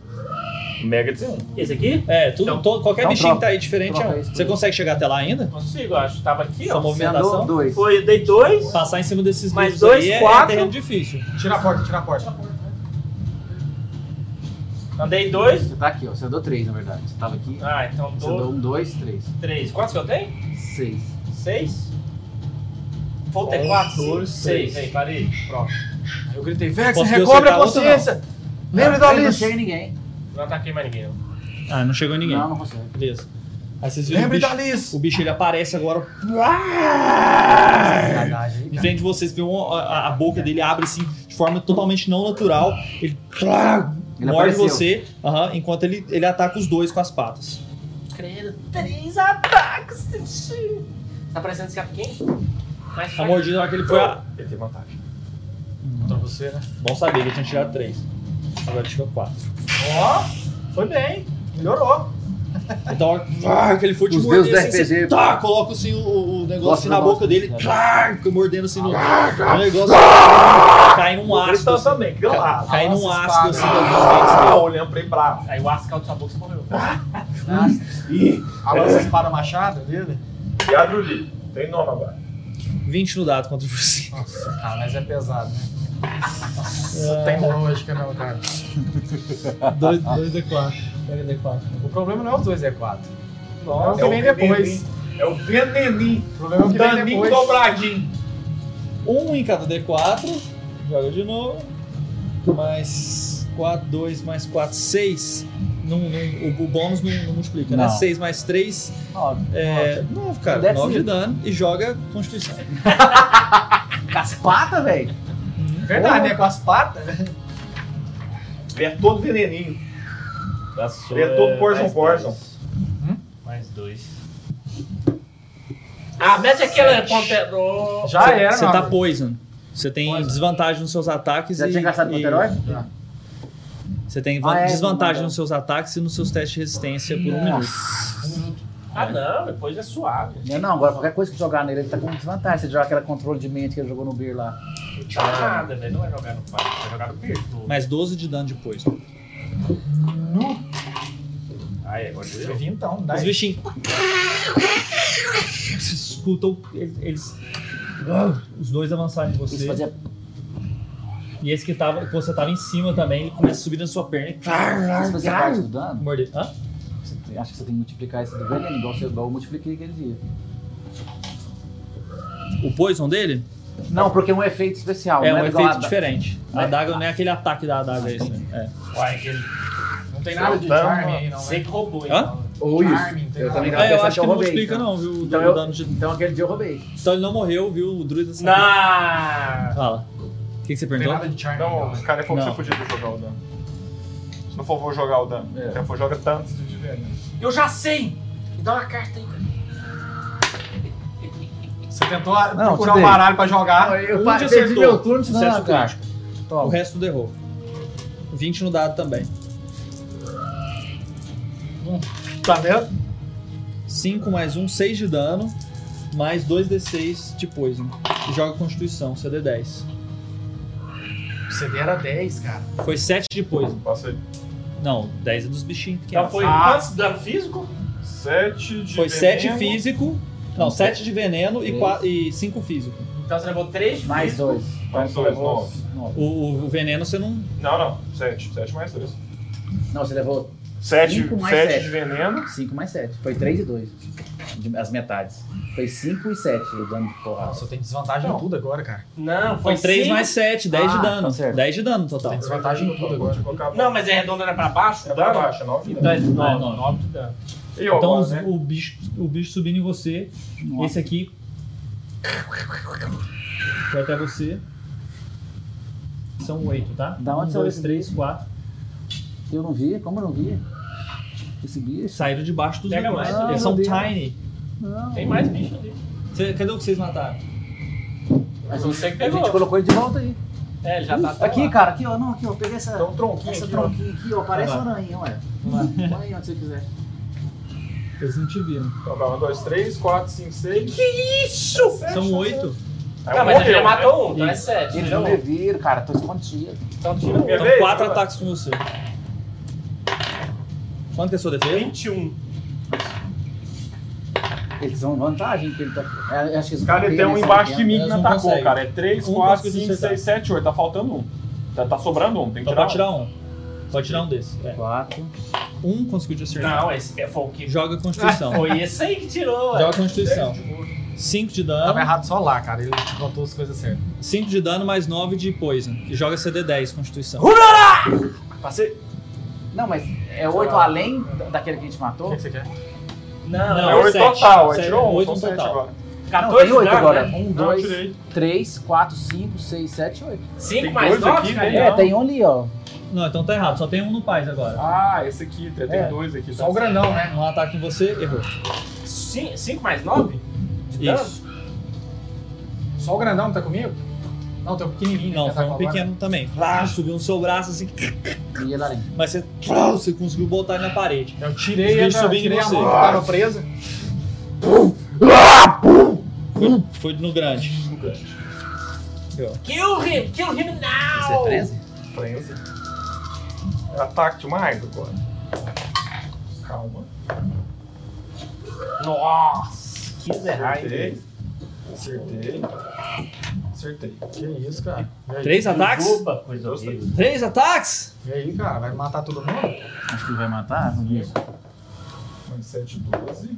[SPEAKER 1] Megads é um.
[SPEAKER 10] Esse aqui?
[SPEAKER 4] É, tudo, todo- qualquer
[SPEAKER 10] então
[SPEAKER 4] bichinho que
[SPEAKER 10] troca.
[SPEAKER 4] tá aí diferente é
[SPEAKER 10] Troca
[SPEAKER 4] um.
[SPEAKER 10] isso,
[SPEAKER 4] Você consegue chegar até lá ainda?
[SPEAKER 10] Consigo, acho. Tava aqui,
[SPEAKER 4] Sua
[SPEAKER 10] ó.
[SPEAKER 4] movimentação?
[SPEAKER 10] Foi, dei dois.
[SPEAKER 4] Passar em cima desses
[SPEAKER 10] Mais
[SPEAKER 4] bichos
[SPEAKER 10] dois,
[SPEAKER 4] aí é-
[SPEAKER 10] quatro.
[SPEAKER 4] É, terreno difícil.
[SPEAKER 7] Tira a porta, tira a porta.
[SPEAKER 10] Andei dois.
[SPEAKER 5] Você tá aqui, ó. Você andou três, na verdade. Você tava aqui.
[SPEAKER 10] Ah, então
[SPEAKER 5] Você
[SPEAKER 10] dou-
[SPEAKER 5] andou um, dois, três.
[SPEAKER 10] Três. Quantos que eu tenho?
[SPEAKER 5] Seis.
[SPEAKER 10] Seis? Vou ter
[SPEAKER 5] Um,
[SPEAKER 10] quatro,
[SPEAKER 5] dois,
[SPEAKER 10] cinco, seis.
[SPEAKER 5] três.
[SPEAKER 10] Aí, parei. Pronto.
[SPEAKER 7] Eu gritei,
[SPEAKER 4] Posso
[SPEAKER 7] Vex,
[SPEAKER 4] ver
[SPEAKER 7] recobre a
[SPEAKER 4] acertar outro, não?
[SPEAKER 7] consciência! Lembra da
[SPEAKER 4] Aí não
[SPEAKER 7] Alice!
[SPEAKER 4] chega
[SPEAKER 5] ninguém.
[SPEAKER 10] Não ataquei mais ninguém. não.
[SPEAKER 4] Ah, não chegou ninguém.
[SPEAKER 5] Não, não consegue.
[SPEAKER 4] Beleza. Aí vocês viram o
[SPEAKER 7] Lembre
[SPEAKER 4] bicho,
[SPEAKER 7] da Alice!
[SPEAKER 4] o bicho ele aparece agora. Em frente de vocês, vê um- a, a boca dele abre assim, de forma totalmente não natural. Ele,
[SPEAKER 5] Ele
[SPEAKER 10] é
[SPEAKER 4] morde
[SPEAKER 5] apareceu.
[SPEAKER 4] você, aham, enquanto ele, ele ataca os dois com as patas.
[SPEAKER 10] Credo, três ataques. Tá parecendo esse cara quem? Mas
[SPEAKER 4] A mordida na hora que ele foi. a-
[SPEAKER 1] Ele tem vantagem.
[SPEAKER 10] Contra você, né?
[SPEAKER 4] Bom saber que eu tinha tirado 3. Agora tirou 4.
[SPEAKER 10] Ó, foi bem. Melhorou.
[SPEAKER 4] Então,
[SPEAKER 18] Ah, que ele foi te morder assim, você tá,
[SPEAKER 4] tá,
[SPEAKER 18] coloca assim, o, o negócio assim, na
[SPEAKER 4] nossa.
[SPEAKER 18] boca dele, tá, fica mordendo assim no o negócio cai
[SPEAKER 10] é
[SPEAKER 18] num ácido. Assim,
[SPEAKER 35] tá também, que deu lá.
[SPEAKER 18] cai cai num
[SPEAKER 35] Nossa,
[SPEAKER 18] ácido assim,
[SPEAKER 35] espada.
[SPEAKER 18] ah,
[SPEAKER 35] tá, olhando pra ele bravo.
[SPEAKER 10] Aí o aço caiu da sua boca e você morreu.
[SPEAKER 35] Ih,
[SPEAKER 10] A lança espada machada dele.
[SPEAKER 35] E a Druli? Tem nome agora.
[SPEAKER 4] 20 no dado contra você.
[SPEAKER 10] Nossa, cara,
[SPEAKER 7] Ah,
[SPEAKER 10] mas é pesado, né? Nossa, tem lógica não, cara.
[SPEAKER 4] 2 D4. é Pega D4.
[SPEAKER 10] O problema não é os dois D4.
[SPEAKER 35] Nossa,
[SPEAKER 10] é o que vem depois.
[SPEAKER 35] É o veneninho.
[SPEAKER 10] O problema é o que vem
[SPEAKER 35] Daninho
[SPEAKER 10] depois.
[SPEAKER 35] dobradinho.
[SPEAKER 4] Um em cada D4. Joga de novo. Mais 4, 2, mais 4, 6. Não, não, o, o bônus não, não multiplica, né?
[SPEAKER 18] Não.
[SPEAKER 4] 6 mais 3. É, 9, cara.
[SPEAKER 18] Deve
[SPEAKER 4] 9 de
[SPEAKER 18] ser.
[SPEAKER 4] dano e joga Constituição.
[SPEAKER 10] Com as patas, velho. Verdade, né? Com as patas.
[SPEAKER 35] É todo veneninho.
[SPEAKER 10] Ele
[SPEAKER 3] Tá
[SPEAKER 35] Ele é todo poison poison.
[SPEAKER 10] Mais dois.
[SPEAKER 36] Ah, mete aquele ponteiro.
[SPEAKER 4] Você- Você tá poison. Você tem desvantagem nos seus ataques.
[SPEAKER 7] Já
[SPEAKER 4] e,
[SPEAKER 7] tinha gastado
[SPEAKER 4] e-
[SPEAKER 7] Panterói?
[SPEAKER 4] Você tem
[SPEAKER 7] Ah, é,
[SPEAKER 4] desvantagem
[SPEAKER 7] não,
[SPEAKER 4] nos seus ataques e nos seus testes de resistência por um minuto.
[SPEAKER 3] Ah, não, depois é suave.
[SPEAKER 7] Não, não, agora qualquer coisa que jogar nele, ele tá com desvantagem. Você jogar aquele controle de mente que ele jogou no Beer lá.
[SPEAKER 3] Não tá
[SPEAKER 35] Ah.
[SPEAKER 3] nada, velho. Não é jogar no pai, é jogar no perto.
[SPEAKER 4] Mais 12 de dano de poison.
[SPEAKER 3] Aí, agora deu.
[SPEAKER 10] Vim então, dá
[SPEAKER 4] Os
[SPEAKER 10] aí.
[SPEAKER 4] bichinhos. Vocês escutam eles. eles- ah, os dois avançarem em você. E esse que tava, que você tava em cima também, ele começa a subir na sua perna.
[SPEAKER 7] Isso fazia parte do dano?
[SPEAKER 4] Morder. Hã?
[SPEAKER 7] tá Você- Acho que você tem que multiplicar isso do veneno, igual, você- igual eu multipliquei aquele dia.
[SPEAKER 4] O poison dele?
[SPEAKER 7] Não, porque é um efeito especial.
[SPEAKER 4] é
[SPEAKER 7] não
[SPEAKER 4] um
[SPEAKER 7] igual
[SPEAKER 4] efeito
[SPEAKER 7] a-
[SPEAKER 4] diferente. A adaga não é aquele
[SPEAKER 7] Então
[SPEAKER 4] ataque da adaga. esse,
[SPEAKER 7] é
[SPEAKER 4] né?
[SPEAKER 3] Uai, aquele.
[SPEAKER 10] Não tem
[SPEAKER 4] nada
[SPEAKER 35] Então,
[SPEAKER 4] de charme aí, não,
[SPEAKER 3] Você
[SPEAKER 4] né?
[SPEAKER 3] que roubou,
[SPEAKER 4] É.
[SPEAKER 3] então.
[SPEAKER 4] Hã?
[SPEAKER 7] Ou isso. eu
[SPEAKER 1] Ah,
[SPEAKER 7] também tava
[SPEAKER 4] É, eu
[SPEAKER 7] pensando
[SPEAKER 4] acho que,
[SPEAKER 7] eu
[SPEAKER 4] não
[SPEAKER 7] roubei,
[SPEAKER 4] multiplica,
[SPEAKER 18] né?
[SPEAKER 7] então.
[SPEAKER 4] não, viu?
[SPEAKER 7] Então
[SPEAKER 4] o
[SPEAKER 7] eu-
[SPEAKER 4] dano de...
[SPEAKER 7] então aquele dia eu roubei.
[SPEAKER 4] Então ele não morreu, viu? O druida.
[SPEAKER 3] Não!
[SPEAKER 4] Fala. O que, que você
[SPEAKER 1] Não
[SPEAKER 4] perguntou?
[SPEAKER 1] Não,
[SPEAKER 10] né?
[SPEAKER 1] é os caras falaram
[SPEAKER 4] Não.
[SPEAKER 1] que você podia jogar o dano. Se não for, vou jogar o dano. Se for, joga tanto de
[SPEAKER 10] né?
[SPEAKER 1] veneno.
[SPEAKER 36] Eu já sei! Me dá uma carta aí, cara.
[SPEAKER 10] Você tentou a-
[SPEAKER 1] Não,
[SPEAKER 10] procurar
[SPEAKER 1] te
[SPEAKER 10] um
[SPEAKER 1] dei.
[SPEAKER 10] baralho pra jogar.
[SPEAKER 4] Um
[SPEAKER 10] Onde
[SPEAKER 4] de
[SPEAKER 10] acertou?
[SPEAKER 4] acertou. Sucesso crítico. O resto do errou. 20 no dado também.
[SPEAKER 10] Tá vendo?
[SPEAKER 4] 5 mais 1, 6 de dano. Mais 2d6 de poison. E Joga Constituição, CD10.
[SPEAKER 10] O CD era 10, cara.
[SPEAKER 4] Foi 7 de poison.
[SPEAKER 1] Passei.
[SPEAKER 4] Não, 10 é dos bichinhos pequenos. Ah,
[SPEAKER 3] Então foi
[SPEAKER 36] Ah.
[SPEAKER 3] quantos dano físico?
[SPEAKER 1] 7 um de
[SPEAKER 4] Foi 7
[SPEAKER 1] veneno.
[SPEAKER 4] físico. Não, 7 de veneno e qua- e 5 físico.
[SPEAKER 3] Então você levou 3
[SPEAKER 1] Mais
[SPEAKER 3] dois.
[SPEAKER 1] Mais dois, nove.
[SPEAKER 4] O, o- o veneno você não.
[SPEAKER 1] Não, não. Sete. Sete mais dois.
[SPEAKER 7] Não, você levou.
[SPEAKER 1] Sete,
[SPEAKER 7] cinco mais
[SPEAKER 1] sete
[SPEAKER 7] sete.
[SPEAKER 1] de veneno.
[SPEAKER 7] 5 mais 7. Foi 3 e 2. As metades. Foi 5 e 7 o dano de porrada.
[SPEAKER 10] Nossa, eu tenho desvantagem em tudo agora, cara.
[SPEAKER 3] Não,
[SPEAKER 4] Foi
[SPEAKER 3] foi
[SPEAKER 4] 3
[SPEAKER 3] cinco.
[SPEAKER 4] mais 7, 10
[SPEAKER 3] Ah,
[SPEAKER 4] de dano.
[SPEAKER 3] tá certo.
[SPEAKER 4] 10 de dano total.
[SPEAKER 10] Tem desvantagem em tudo agora.
[SPEAKER 3] Não, mas é arredondando pra baixo? É
[SPEAKER 1] pra baixo, 9
[SPEAKER 3] Então é
[SPEAKER 4] Ah,
[SPEAKER 3] 9.
[SPEAKER 4] nove.
[SPEAKER 3] 9 de dano.
[SPEAKER 4] Então
[SPEAKER 1] né?
[SPEAKER 3] né?
[SPEAKER 4] os- o, bicho, o bicho subindo em você. Esse aqui. Foi até você. São oito, tá?
[SPEAKER 7] Da onde
[SPEAKER 4] um,
[SPEAKER 7] saiu
[SPEAKER 4] dois,
[SPEAKER 7] esse
[SPEAKER 4] três, quatro.
[SPEAKER 7] Eu não vi? Como eu não vi? Esse bicho.
[SPEAKER 4] Saíram debaixo dos
[SPEAKER 7] Pega
[SPEAKER 4] negócios.
[SPEAKER 7] mais.
[SPEAKER 4] Eles
[SPEAKER 7] Ah,
[SPEAKER 4] são
[SPEAKER 7] meu Deus.
[SPEAKER 4] tiny.
[SPEAKER 7] Não.
[SPEAKER 3] Tem mais bicho ali.
[SPEAKER 4] Cê- cadê o que vocês mataram?
[SPEAKER 7] Mas
[SPEAKER 3] Você que
[SPEAKER 7] a
[SPEAKER 3] pegou.
[SPEAKER 7] gente colocou ele de volta aí.
[SPEAKER 3] É, ele já
[SPEAKER 7] Ih,
[SPEAKER 3] tá até
[SPEAKER 7] Aqui,
[SPEAKER 3] lá.
[SPEAKER 7] cara, aqui, ó. Não, aqui, ó. Peguei essa,
[SPEAKER 1] Então, tronquinho
[SPEAKER 7] essa
[SPEAKER 1] aqui, ó.
[SPEAKER 7] tronquinha aqui, ó. Parece
[SPEAKER 1] Vai
[SPEAKER 7] uma
[SPEAKER 1] lá.
[SPEAKER 7] aranha, olha. Põe aí onde você quiser.
[SPEAKER 4] Eles não te viram.
[SPEAKER 1] Então dá um, dois, três, quatro, cinco, seis.
[SPEAKER 3] Que isso?
[SPEAKER 4] São oito.
[SPEAKER 1] Não, mas ele já matou
[SPEAKER 3] um, então é sete.
[SPEAKER 7] Eles
[SPEAKER 3] Então-
[SPEAKER 7] não me viram, cara. Tô escondido.
[SPEAKER 3] Então tira um.
[SPEAKER 4] Então,
[SPEAKER 3] Então,
[SPEAKER 4] quatro
[SPEAKER 3] quatro
[SPEAKER 4] ataques com você. Quanto que é a sua defesa?
[SPEAKER 3] 21.
[SPEAKER 7] Eles são vantagem que ele tá. é, Acho que eles
[SPEAKER 1] Cara, ele tem um embaixo de mim que não atacou,
[SPEAKER 7] consegue.
[SPEAKER 1] cara. É 3,
[SPEAKER 7] Um
[SPEAKER 1] 4,
[SPEAKER 7] conseguiu
[SPEAKER 1] 5, 6, 7, 8. Tá faltando um. Tá, tá sobrando um. Tem que
[SPEAKER 4] Então pode
[SPEAKER 1] tirar
[SPEAKER 4] tirar um. Pode tirar um desses. É.
[SPEAKER 7] Quatro.
[SPEAKER 4] Um conseguiu te acertar.
[SPEAKER 3] Não, esse é- foi o que.
[SPEAKER 4] Joga a Constituição.
[SPEAKER 3] Foi esse aí que tirou. ué.
[SPEAKER 4] Joga a Constituição. 5 de
[SPEAKER 3] tá
[SPEAKER 4] dano.
[SPEAKER 5] Tá
[SPEAKER 10] Tava errado só lá, cara. Ele contou as coisas certas.
[SPEAKER 4] 5 de dano mais 9 de poison. E joga CD10, Constituição.
[SPEAKER 7] Passei. Não, mas é oito
[SPEAKER 4] Será?
[SPEAKER 7] além daquele que a gente matou? O que
[SPEAKER 10] você quer?
[SPEAKER 3] Não,
[SPEAKER 1] é oito total, ele tirou um, são sete agora.
[SPEAKER 7] 14
[SPEAKER 1] 14
[SPEAKER 7] tem 8
[SPEAKER 1] dá,
[SPEAKER 7] agora.
[SPEAKER 1] né?
[SPEAKER 7] 1,
[SPEAKER 1] Não,
[SPEAKER 7] 2,
[SPEAKER 1] tirei.
[SPEAKER 7] 3, 4, 5, 6, 7, 8.
[SPEAKER 3] Cinco
[SPEAKER 1] Tem mais dois nove, aqui, cara? né?
[SPEAKER 7] É, tem um ali, ó.
[SPEAKER 4] Não, então tá errado. Só tem um no paz agora.
[SPEAKER 1] Ah, esse aqui. Tem
[SPEAKER 4] É.
[SPEAKER 1] dois aqui. tá
[SPEAKER 4] Só o grandão, né? Um ataque em você, errou.
[SPEAKER 3] 5 mais 9?
[SPEAKER 4] Isso.
[SPEAKER 10] Só o grandão tá comigo?
[SPEAKER 5] Não, tem um pequenininho.
[SPEAKER 4] Não, foi um pequeno também. Flá, subiu no seu braço assim. Mas você, flá, você conseguiu botar ele na parede.
[SPEAKER 5] Eu tirei, a,
[SPEAKER 4] subindo
[SPEAKER 5] tirei
[SPEAKER 4] em
[SPEAKER 5] a
[SPEAKER 4] você.
[SPEAKER 5] mão que tava presa.
[SPEAKER 4] Foi no grande. Aqui, ó.
[SPEAKER 37] Kill him! Kill him now!
[SPEAKER 4] Você é 13?
[SPEAKER 1] 13. É ataque demais agora. Calma.
[SPEAKER 10] Nossa! Que
[SPEAKER 1] Acertei. Acertei. Acertei.
[SPEAKER 5] Que isso, cara. E aí?
[SPEAKER 4] Três ataques?
[SPEAKER 5] Opa, coisa horrível.
[SPEAKER 4] Três ataques?
[SPEAKER 5] E aí, cara, vai matar todo mundo?
[SPEAKER 7] Acho que vai matar, não isso.
[SPEAKER 1] Mais 7, 12.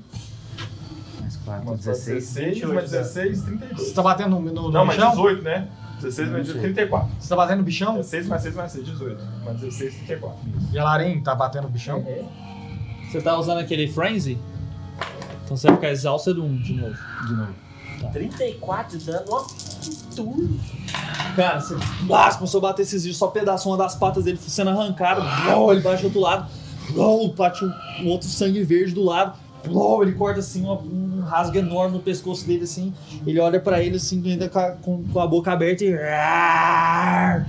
[SPEAKER 7] Mais 4,
[SPEAKER 1] Mais 16, 16 mais 16, 32.
[SPEAKER 5] Você tá batendo no, no, no
[SPEAKER 1] Não, mas
[SPEAKER 5] bichão?
[SPEAKER 1] 18, né? 16 mais 18, 34.
[SPEAKER 5] Você tá batendo no bichão?
[SPEAKER 1] 16 mais 6 mais 6, 18. Mais 16, 34.
[SPEAKER 5] E a Larim tá batendo no bichão?
[SPEAKER 7] É,
[SPEAKER 4] Você tá usando aquele Frenzy? Então você vai ficar exausto um de novo.
[SPEAKER 7] De novo.
[SPEAKER 10] 34 de dano, ó. Tudo.
[SPEAKER 4] Cara, você blá, começou a bater esses dias, só pedaço uma das patas dele sendo arrancada. Blá, ele bate do outro lado. Blá, bate um, um outro sangue verde do lado. Blá, ele corta assim uma- um rasgo enorme no pescoço dele assim. Ele olha pra ele assim, ainda com a, com- com a boca aberta e. Arr!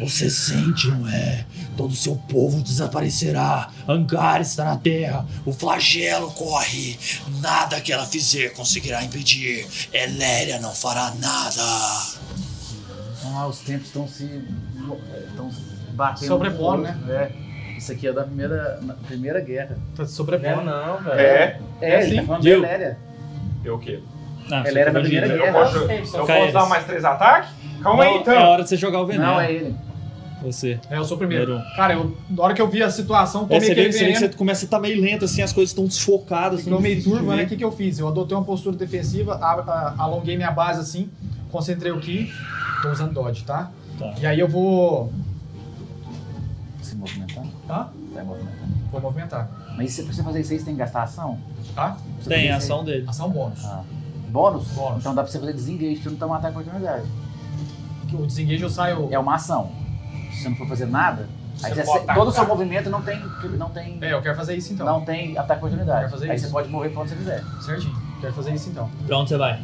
[SPEAKER 18] Você sente, não é? Todo o seu povo desaparecerá. Angar está na terra. O flagelo corre. Nada que ela fizer conseguirá impedir. Eléria não fará nada.
[SPEAKER 7] Então, ah, os tempos estão se. estão batendo.
[SPEAKER 18] Sobrepondo,
[SPEAKER 5] né?
[SPEAKER 7] um pouco, É. Isso aqui é da primeira, na primeira guerra.
[SPEAKER 5] Tá sobrepondo.
[SPEAKER 7] Não, não,
[SPEAKER 1] É.
[SPEAKER 7] É,
[SPEAKER 1] É
[SPEAKER 7] ele
[SPEAKER 5] assim?
[SPEAKER 1] sim.
[SPEAKER 7] tá falando
[SPEAKER 1] Deu.
[SPEAKER 7] da Eléria.
[SPEAKER 1] Eu o quê?
[SPEAKER 4] Ah,
[SPEAKER 7] Ele era da
[SPEAKER 4] você
[SPEAKER 7] primeira
[SPEAKER 4] tá
[SPEAKER 1] Eu
[SPEAKER 7] guerra.
[SPEAKER 1] posso, eu posso dar mais 3 ataques? Calma aí
[SPEAKER 4] Não,
[SPEAKER 1] então.
[SPEAKER 4] É hora de você jogar o veneno.
[SPEAKER 7] Não, é ele.
[SPEAKER 4] Você.
[SPEAKER 5] É, eu sou o primeiro. Cara, eu, na hora que eu vi a situação,
[SPEAKER 4] É,
[SPEAKER 5] tomei
[SPEAKER 4] você, vê,
[SPEAKER 5] aquele
[SPEAKER 4] você vê que você
[SPEAKER 5] veneno.
[SPEAKER 4] começa a estar meio lento, assim, as coisas estão desfocadas. assim,
[SPEAKER 5] Ficou meio turva, né? O
[SPEAKER 4] Que
[SPEAKER 5] que, que eu fiz? Eu adotei uma postura defensiva, a- a- alonguei minha base assim, concentrei o Ki. Tô usando Dodge, tá?
[SPEAKER 4] Tá.
[SPEAKER 5] E aí eu vou.
[SPEAKER 7] Se movimentar?
[SPEAKER 5] Hã?
[SPEAKER 7] Vai movimentar.
[SPEAKER 5] Vou movimentar.
[SPEAKER 7] Mas se você fazer isso aí, você tem que gastar ação?
[SPEAKER 5] Tá?
[SPEAKER 7] Você Tem, podia ação
[SPEAKER 4] dele.
[SPEAKER 5] Ação bônus.
[SPEAKER 7] Ah. Bônus? Então dá pra você fazer desengage, você não tá matando com oportunidade.
[SPEAKER 5] O desengage eu saio.
[SPEAKER 7] É uma ação. Se você não for fazer nada,
[SPEAKER 5] Você
[SPEAKER 7] aí
[SPEAKER 5] não
[SPEAKER 7] você-
[SPEAKER 5] pode atacar.
[SPEAKER 7] todo o seu movimento não tem. Não tem
[SPEAKER 5] É, eu quero fazer isso então.
[SPEAKER 7] Não tem ataque com oportunidade.
[SPEAKER 5] Quero fazer
[SPEAKER 7] aí
[SPEAKER 5] isso.
[SPEAKER 7] você pode mover pra onde você quiser.
[SPEAKER 5] Certinho. Quero fazer isso então.
[SPEAKER 4] Pra onde você vai?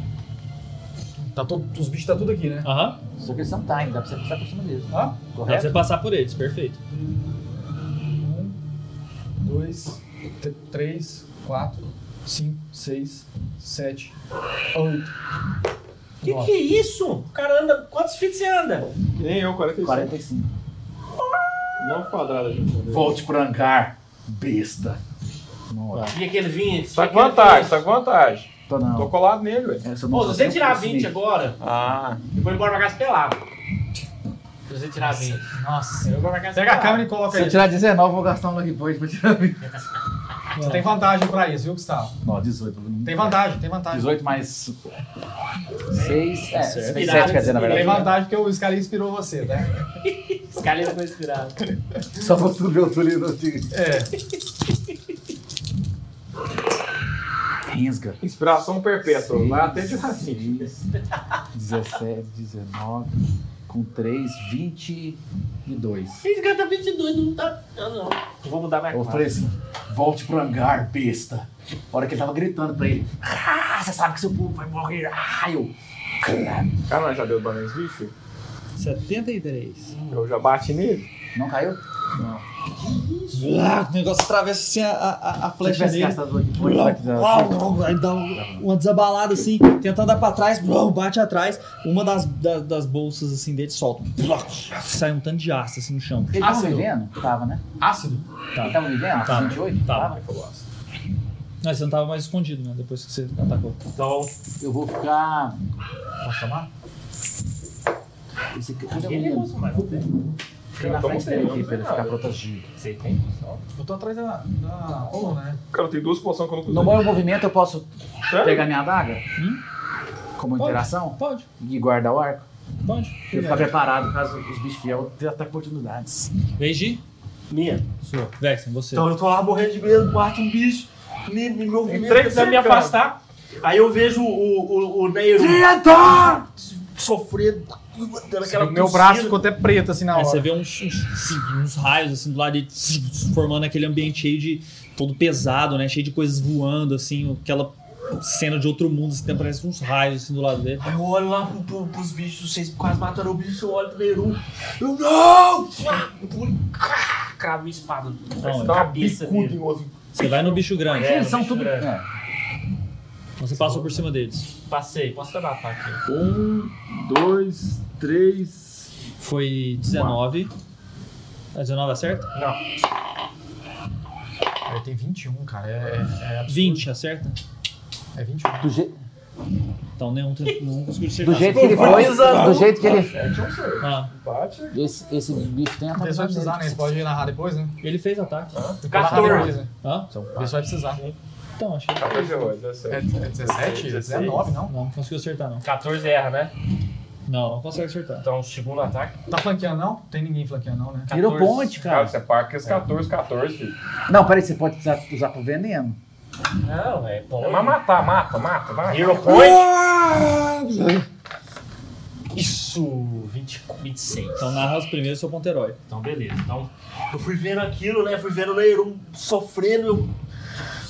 [SPEAKER 5] Tá todo, os bichos tá tudo aqui, né?
[SPEAKER 4] Aham.
[SPEAKER 7] Só que eles são time, dá pra você passar por cima deles.
[SPEAKER 5] Hã?
[SPEAKER 4] Dá
[SPEAKER 18] Então
[SPEAKER 4] pra você passar por eles, perfeito.
[SPEAKER 5] Um, dois, tr- três, quatro, cinco, seis, sete, oito.
[SPEAKER 10] Que que é isso? O cara anda. Quantos feet você anda?
[SPEAKER 1] Nem eu, 45.
[SPEAKER 7] 45.
[SPEAKER 1] 9 quadradas, gente.
[SPEAKER 3] Volte pro hangar, besta.
[SPEAKER 10] E aquele
[SPEAKER 1] Tá
[SPEAKER 10] 20? E
[SPEAKER 1] com
[SPEAKER 10] aquele
[SPEAKER 1] vantagem,
[SPEAKER 10] 20?
[SPEAKER 1] tá com vantagem.
[SPEAKER 7] Tô não.
[SPEAKER 1] Tô colado nele, velho.
[SPEAKER 10] Pô, se
[SPEAKER 7] é
[SPEAKER 10] você
[SPEAKER 7] um
[SPEAKER 10] tirar 20 agora,
[SPEAKER 1] Ah.
[SPEAKER 10] eu vou embora pra casa pelado. Se você tirar 20.
[SPEAKER 5] Nossa.
[SPEAKER 10] Eu vou embora pra casa
[SPEAKER 5] Pega a
[SPEAKER 10] pelado.
[SPEAKER 5] câmera e coloca
[SPEAKER 7] Se eu
[SPEAKER 5] aí.
[SPEAKER 7] tirar 19, eu vou gastar um lucky point pra tirar 20.
[SPEAKER 5] Você tem vantagem pra isso, viu, Gustavo?
[SPEAKER 7] Não, 18.
[SPEAKER 5] Tem vantagem, tem vantagem.
[SPEAKER 7] 18 mais 6. É,
[SPEAKER 5] Certo.
[SPEAKER 7] 7, quer dizer, na
[SPEAKER 5] Tem
[SPEAKER 7] verdade. né?
[SPEAKER 5] vantagem porque o Scali inspirou você, né?
[SPEAKER 10] Scali foi inspirado.
[SPEAKER 7] Só pra tu ver o Tulio no time.
[SPEAKER 5] É.
[SPEAKER 7] Risga.
[SPEAKER 1] Inspiração perpétua.
[SPEAKER 7] Seis,
[SPEAKER 1] Vai até de racinho.
[SPEAKER 7] 17, 19, com 3, 22.
[SPEAKER 10] Esse cara tá 22, não tá. Não, não. Eu vou mudar minha
[SPEAKER 3] Eu falei assim, volte pro hangar, besta. A hora que ele tava gritando pra ele, ah, você sabe que seu povo vai morrer, ah, eu...
[SPEAKER 1] Caramba, já deu dano nesse bicho?
[SPEAKER 4] 73.
[SPEAKER 1] Eu já bati nele.
[SPEAKER 7] Não caiu?
[SPEAKER 1] Não.
[SPEAKER 4] Blá, Ah, o negócio atravessa assim a, a, a flecha
[SPEAKER 7] tivesse
[SPEAKER 4] dele.
[SPEAKER 7] gastado aqui, pô,
[SPEAKER 4] Blá,
[SPEAKER 7] já-
[SPEAKER 4] blá, blá, Aí dá um- uma desabalada assim, tenta andar pra trás, blá, bate atrás. Uma das, da- das bolsas assim dele solta. Blá, Sai um tanto de aço assim no chão.
[SPEAKER 7] Ele
[SPEAKER 5] tá
[SPEAKER 7] tava Tá me vendo? Tava, né?
[SPEAKER 5] Ácido?
[SPEAKER 7] Ele tava me vendo?
[SPEAKER 4] Tava.
[SPEAKER 7] 28?
[SPEAKER 4] Tava.
[SPEAKER 7] Tava.
[SPEAKER 4] Não, você não tava mais escondido, né? Depois que você atacou.
[SPEAKER 10] Então.
[SPEAKER 7] Eu vou ficar.
[SPEAKER 5] Posso tomar?
[SPEAKER 7] Esse aqui
[SPEAKER 10] Ele é moço, mas não tem.
[SPEAKER 7] Fica na frente dele aqui pra ele ficar protegido.
[SPEAKER 10] Você tem?
[SPEAKER 5] Eu tô atrás da. da oh, né?
[SPEAKER 1] Cara, tem duas poções que eu não
[SPEAKER 7] No meu movimento eu posso
[SPEAKER 1] Sério?
[SPEAKER 7] pegar minha adaga? Como interação?
[SPEAKER 4] Pode.
[SPEAKER 7] E guardar o arco?
[SPEAKER 4] Pode.
[SPEAKER 7] Eu ficar preparado caso os bichos fiel tenham até oportunidades.
[SPEAKER 4] Veigi?
[SPEAKER 10] Minha.
[SPEAKER 4] Sua. Vexen, você.
[SPEAKER 10] Então eu tô lá morrendo de medo, bate um bicho, me, me, meu
[SPEAKER 1] Tem
[SPEAKER 10] movimento
[SPEAKER 1] três
[SPEAKER 10] tentando me
[SPEAKER 1] cercando.
[SPEAKER 10] afastar. Aí eu vejo o, o, o Neiru
[SPEAKER 5] Tenta!
[SPEAKER 10] sofrendo, dando aquela
[SPEAKER 5] Meu
[SPEAKER 10] tossida.
[SPEAKER 5] braço ficou até preto assim na
[SPEAKER 4] Aí
[SPEAKER 5] hora.
[SPEAKER 4] você vê uns, uns, assim, uns raios assim do lado dele, formando aquele ambiente cheio de. todo pesado, né? Cheio de coisas voando, assim, aquela cena de outro mundo, assim, parece uns raios assim do lado dele.
[SPEAKER 10] Aí eu olho lá pro, pro, pros bichos, vocês quase mataram o bicho, eu olho pro Neru. Eu não! Ah, eu pulo, cá,
[SPEAKER 3] com a minha espada.
[SPEAKER 38] um
[SPEAKER 4] Não,
[SPEAKER 10] na
[SPEAKER 4] é.
[SPEAKER 10] cabeça dele.
[SPEAKER 4] Você vai no bicho grande.
[SPEAKER 10] É, Eles no são bicho tudo- grande.
[SPEAKER 4] É. Você passou por cima
[SPEAKER 7] é.
[SPEAKER 4] deles.
[SPEAKER 3] Passei, posso dar ataque.
[SPEAKER 4] Um, dois, três. Foi 19. A 19 acerta?
[SPEAKER 7] Não. Ele tem 21, cara. É, é, é absurdo.
[SPEAKER 4] 20 acerta?
[SPEAKER 7] É 21.
[SPEAKER 4] Do jeito. Então nenhum tem- não conseguiu acertar.
[SPEAKER 5] Do jeito que ele foi, do jeito que ele...
[SPEAKER 4] Ah.
[SPEAKER 5] Esse, esse bicho tem a
[SPEAKER 7] Ele só vai precisar, né? Você pode narrar depois, né?
[SPEAKER 4] Ele fez ataque. Hã?
[SPEAKER 7] Isso vai precisar.
[SPEAKER 4] Então, achei.
[SPEAKER 1] Tá
[SPEAKER 7] 14 ou 17? É 17? 19, não?
[SPEAKER 4] Não, não conseguiu acertar, não.
[SPEAKER 3] 14 erra, né?
[SPEAKER 4] Não, não consegue acertar.
[SPEAKER 3] Então, segundo ataque.
[SPEAKER 7] Tá flanqueando, não? Tem ninguém flanqueando, não, né?
[SPEAKER 5] Virou 14. ponte, cara.
[SPEAKER 1] é
[SPEAKER 38] Cara, você paga aqueles 14, 14, filho.
[SPEAKER 5] Não, peraí, você pode usar, usar pro veneno.
[SPEAKER 3] Não, é ponte.
[SPEAKER 38] Mas matar, mata, mata, vai.
[SPEAKER 3] Hero point. Isso, 20, 26.
[SPEAKER 7] né?
[SPEAKER 4] Então narra os primeiros seu ponto herói.
[SPEAKER 3] Então beleza. Então,
[SPEAKER 10] Eu fui vendo aquilo, né? Fui vendo o Leirum sofrendo,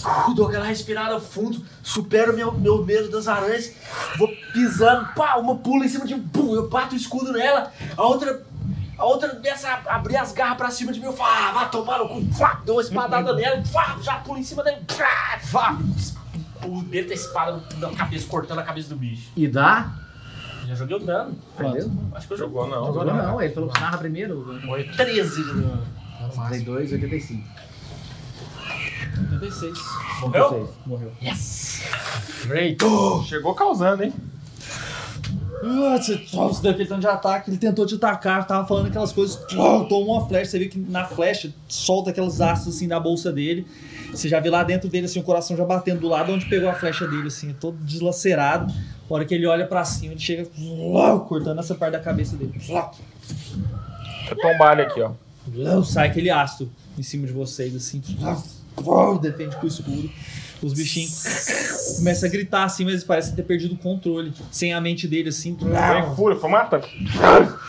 [SPEAKER 10] eu uh, dou aquela respirada fundo, supero meu, meu medo das aranhas, vou pisando, pá, uma pula em cima de mim, pum, eu bato o escudo nela, a outra. A outra começa a abrir as garras pra cima de mim, eu falo, ah, vai tomar no cu, fá, dou uma espadada nela, fá, já pulo em cima dela, pá, fá,
[SPEAKER 3] pulo dentro da espada na cabeça, cortando a cabeça do bicho.
[SPEAKER 5] E dá?
[SPEAKER 3] Já joguei o dano.
[SPEAKER 5] Entendeu?
[SPEAKER 3] Acho que eu jogou, não.
[SPEAKER 5] Jogou não, ele falou que narra primeiro.
[SPEAKER 3] Foi 13 de dano.
[SPEAKER 5] 32, 85.
[SPEAKER 4] 86.
[SPEAKER 3] Morreu?
[SPEAKER 4] Morreu.
[SPEAKER 3] Yes!
[SPEAKER 7] Great!
[SPEAKER 3] Chegou causando, hein?
[SPEAKER 4] Ah, Você tchau, você deu aquele tanto de ataque, ele tentou te atacar, tava falando aquelas coisas, tchau, tomou uma flecha, você vê que na flecha solta aquelas asas assim da bolsa dele. Você já vê lá dentro dele assim o coração já batendo do lado onde pegou a flecha dele assim, todo deslacerado. A hora que ele olha pra cima, ele chega uau, cortando essa parte da cabeça dele. Uau.
[SPEAKER 38] Deixa eu tombar ele aqui, ó.
[SPEAKER 4] Não, sai aquele ácido em cima de vocês, assim. Uau, defende com o escudo. Os bichinhos começam a gritar assim, mas eles parecem ter perdido o controle. Sem a mente dele, assim.
[SPEAKER 38] Tem fúria, foi mata.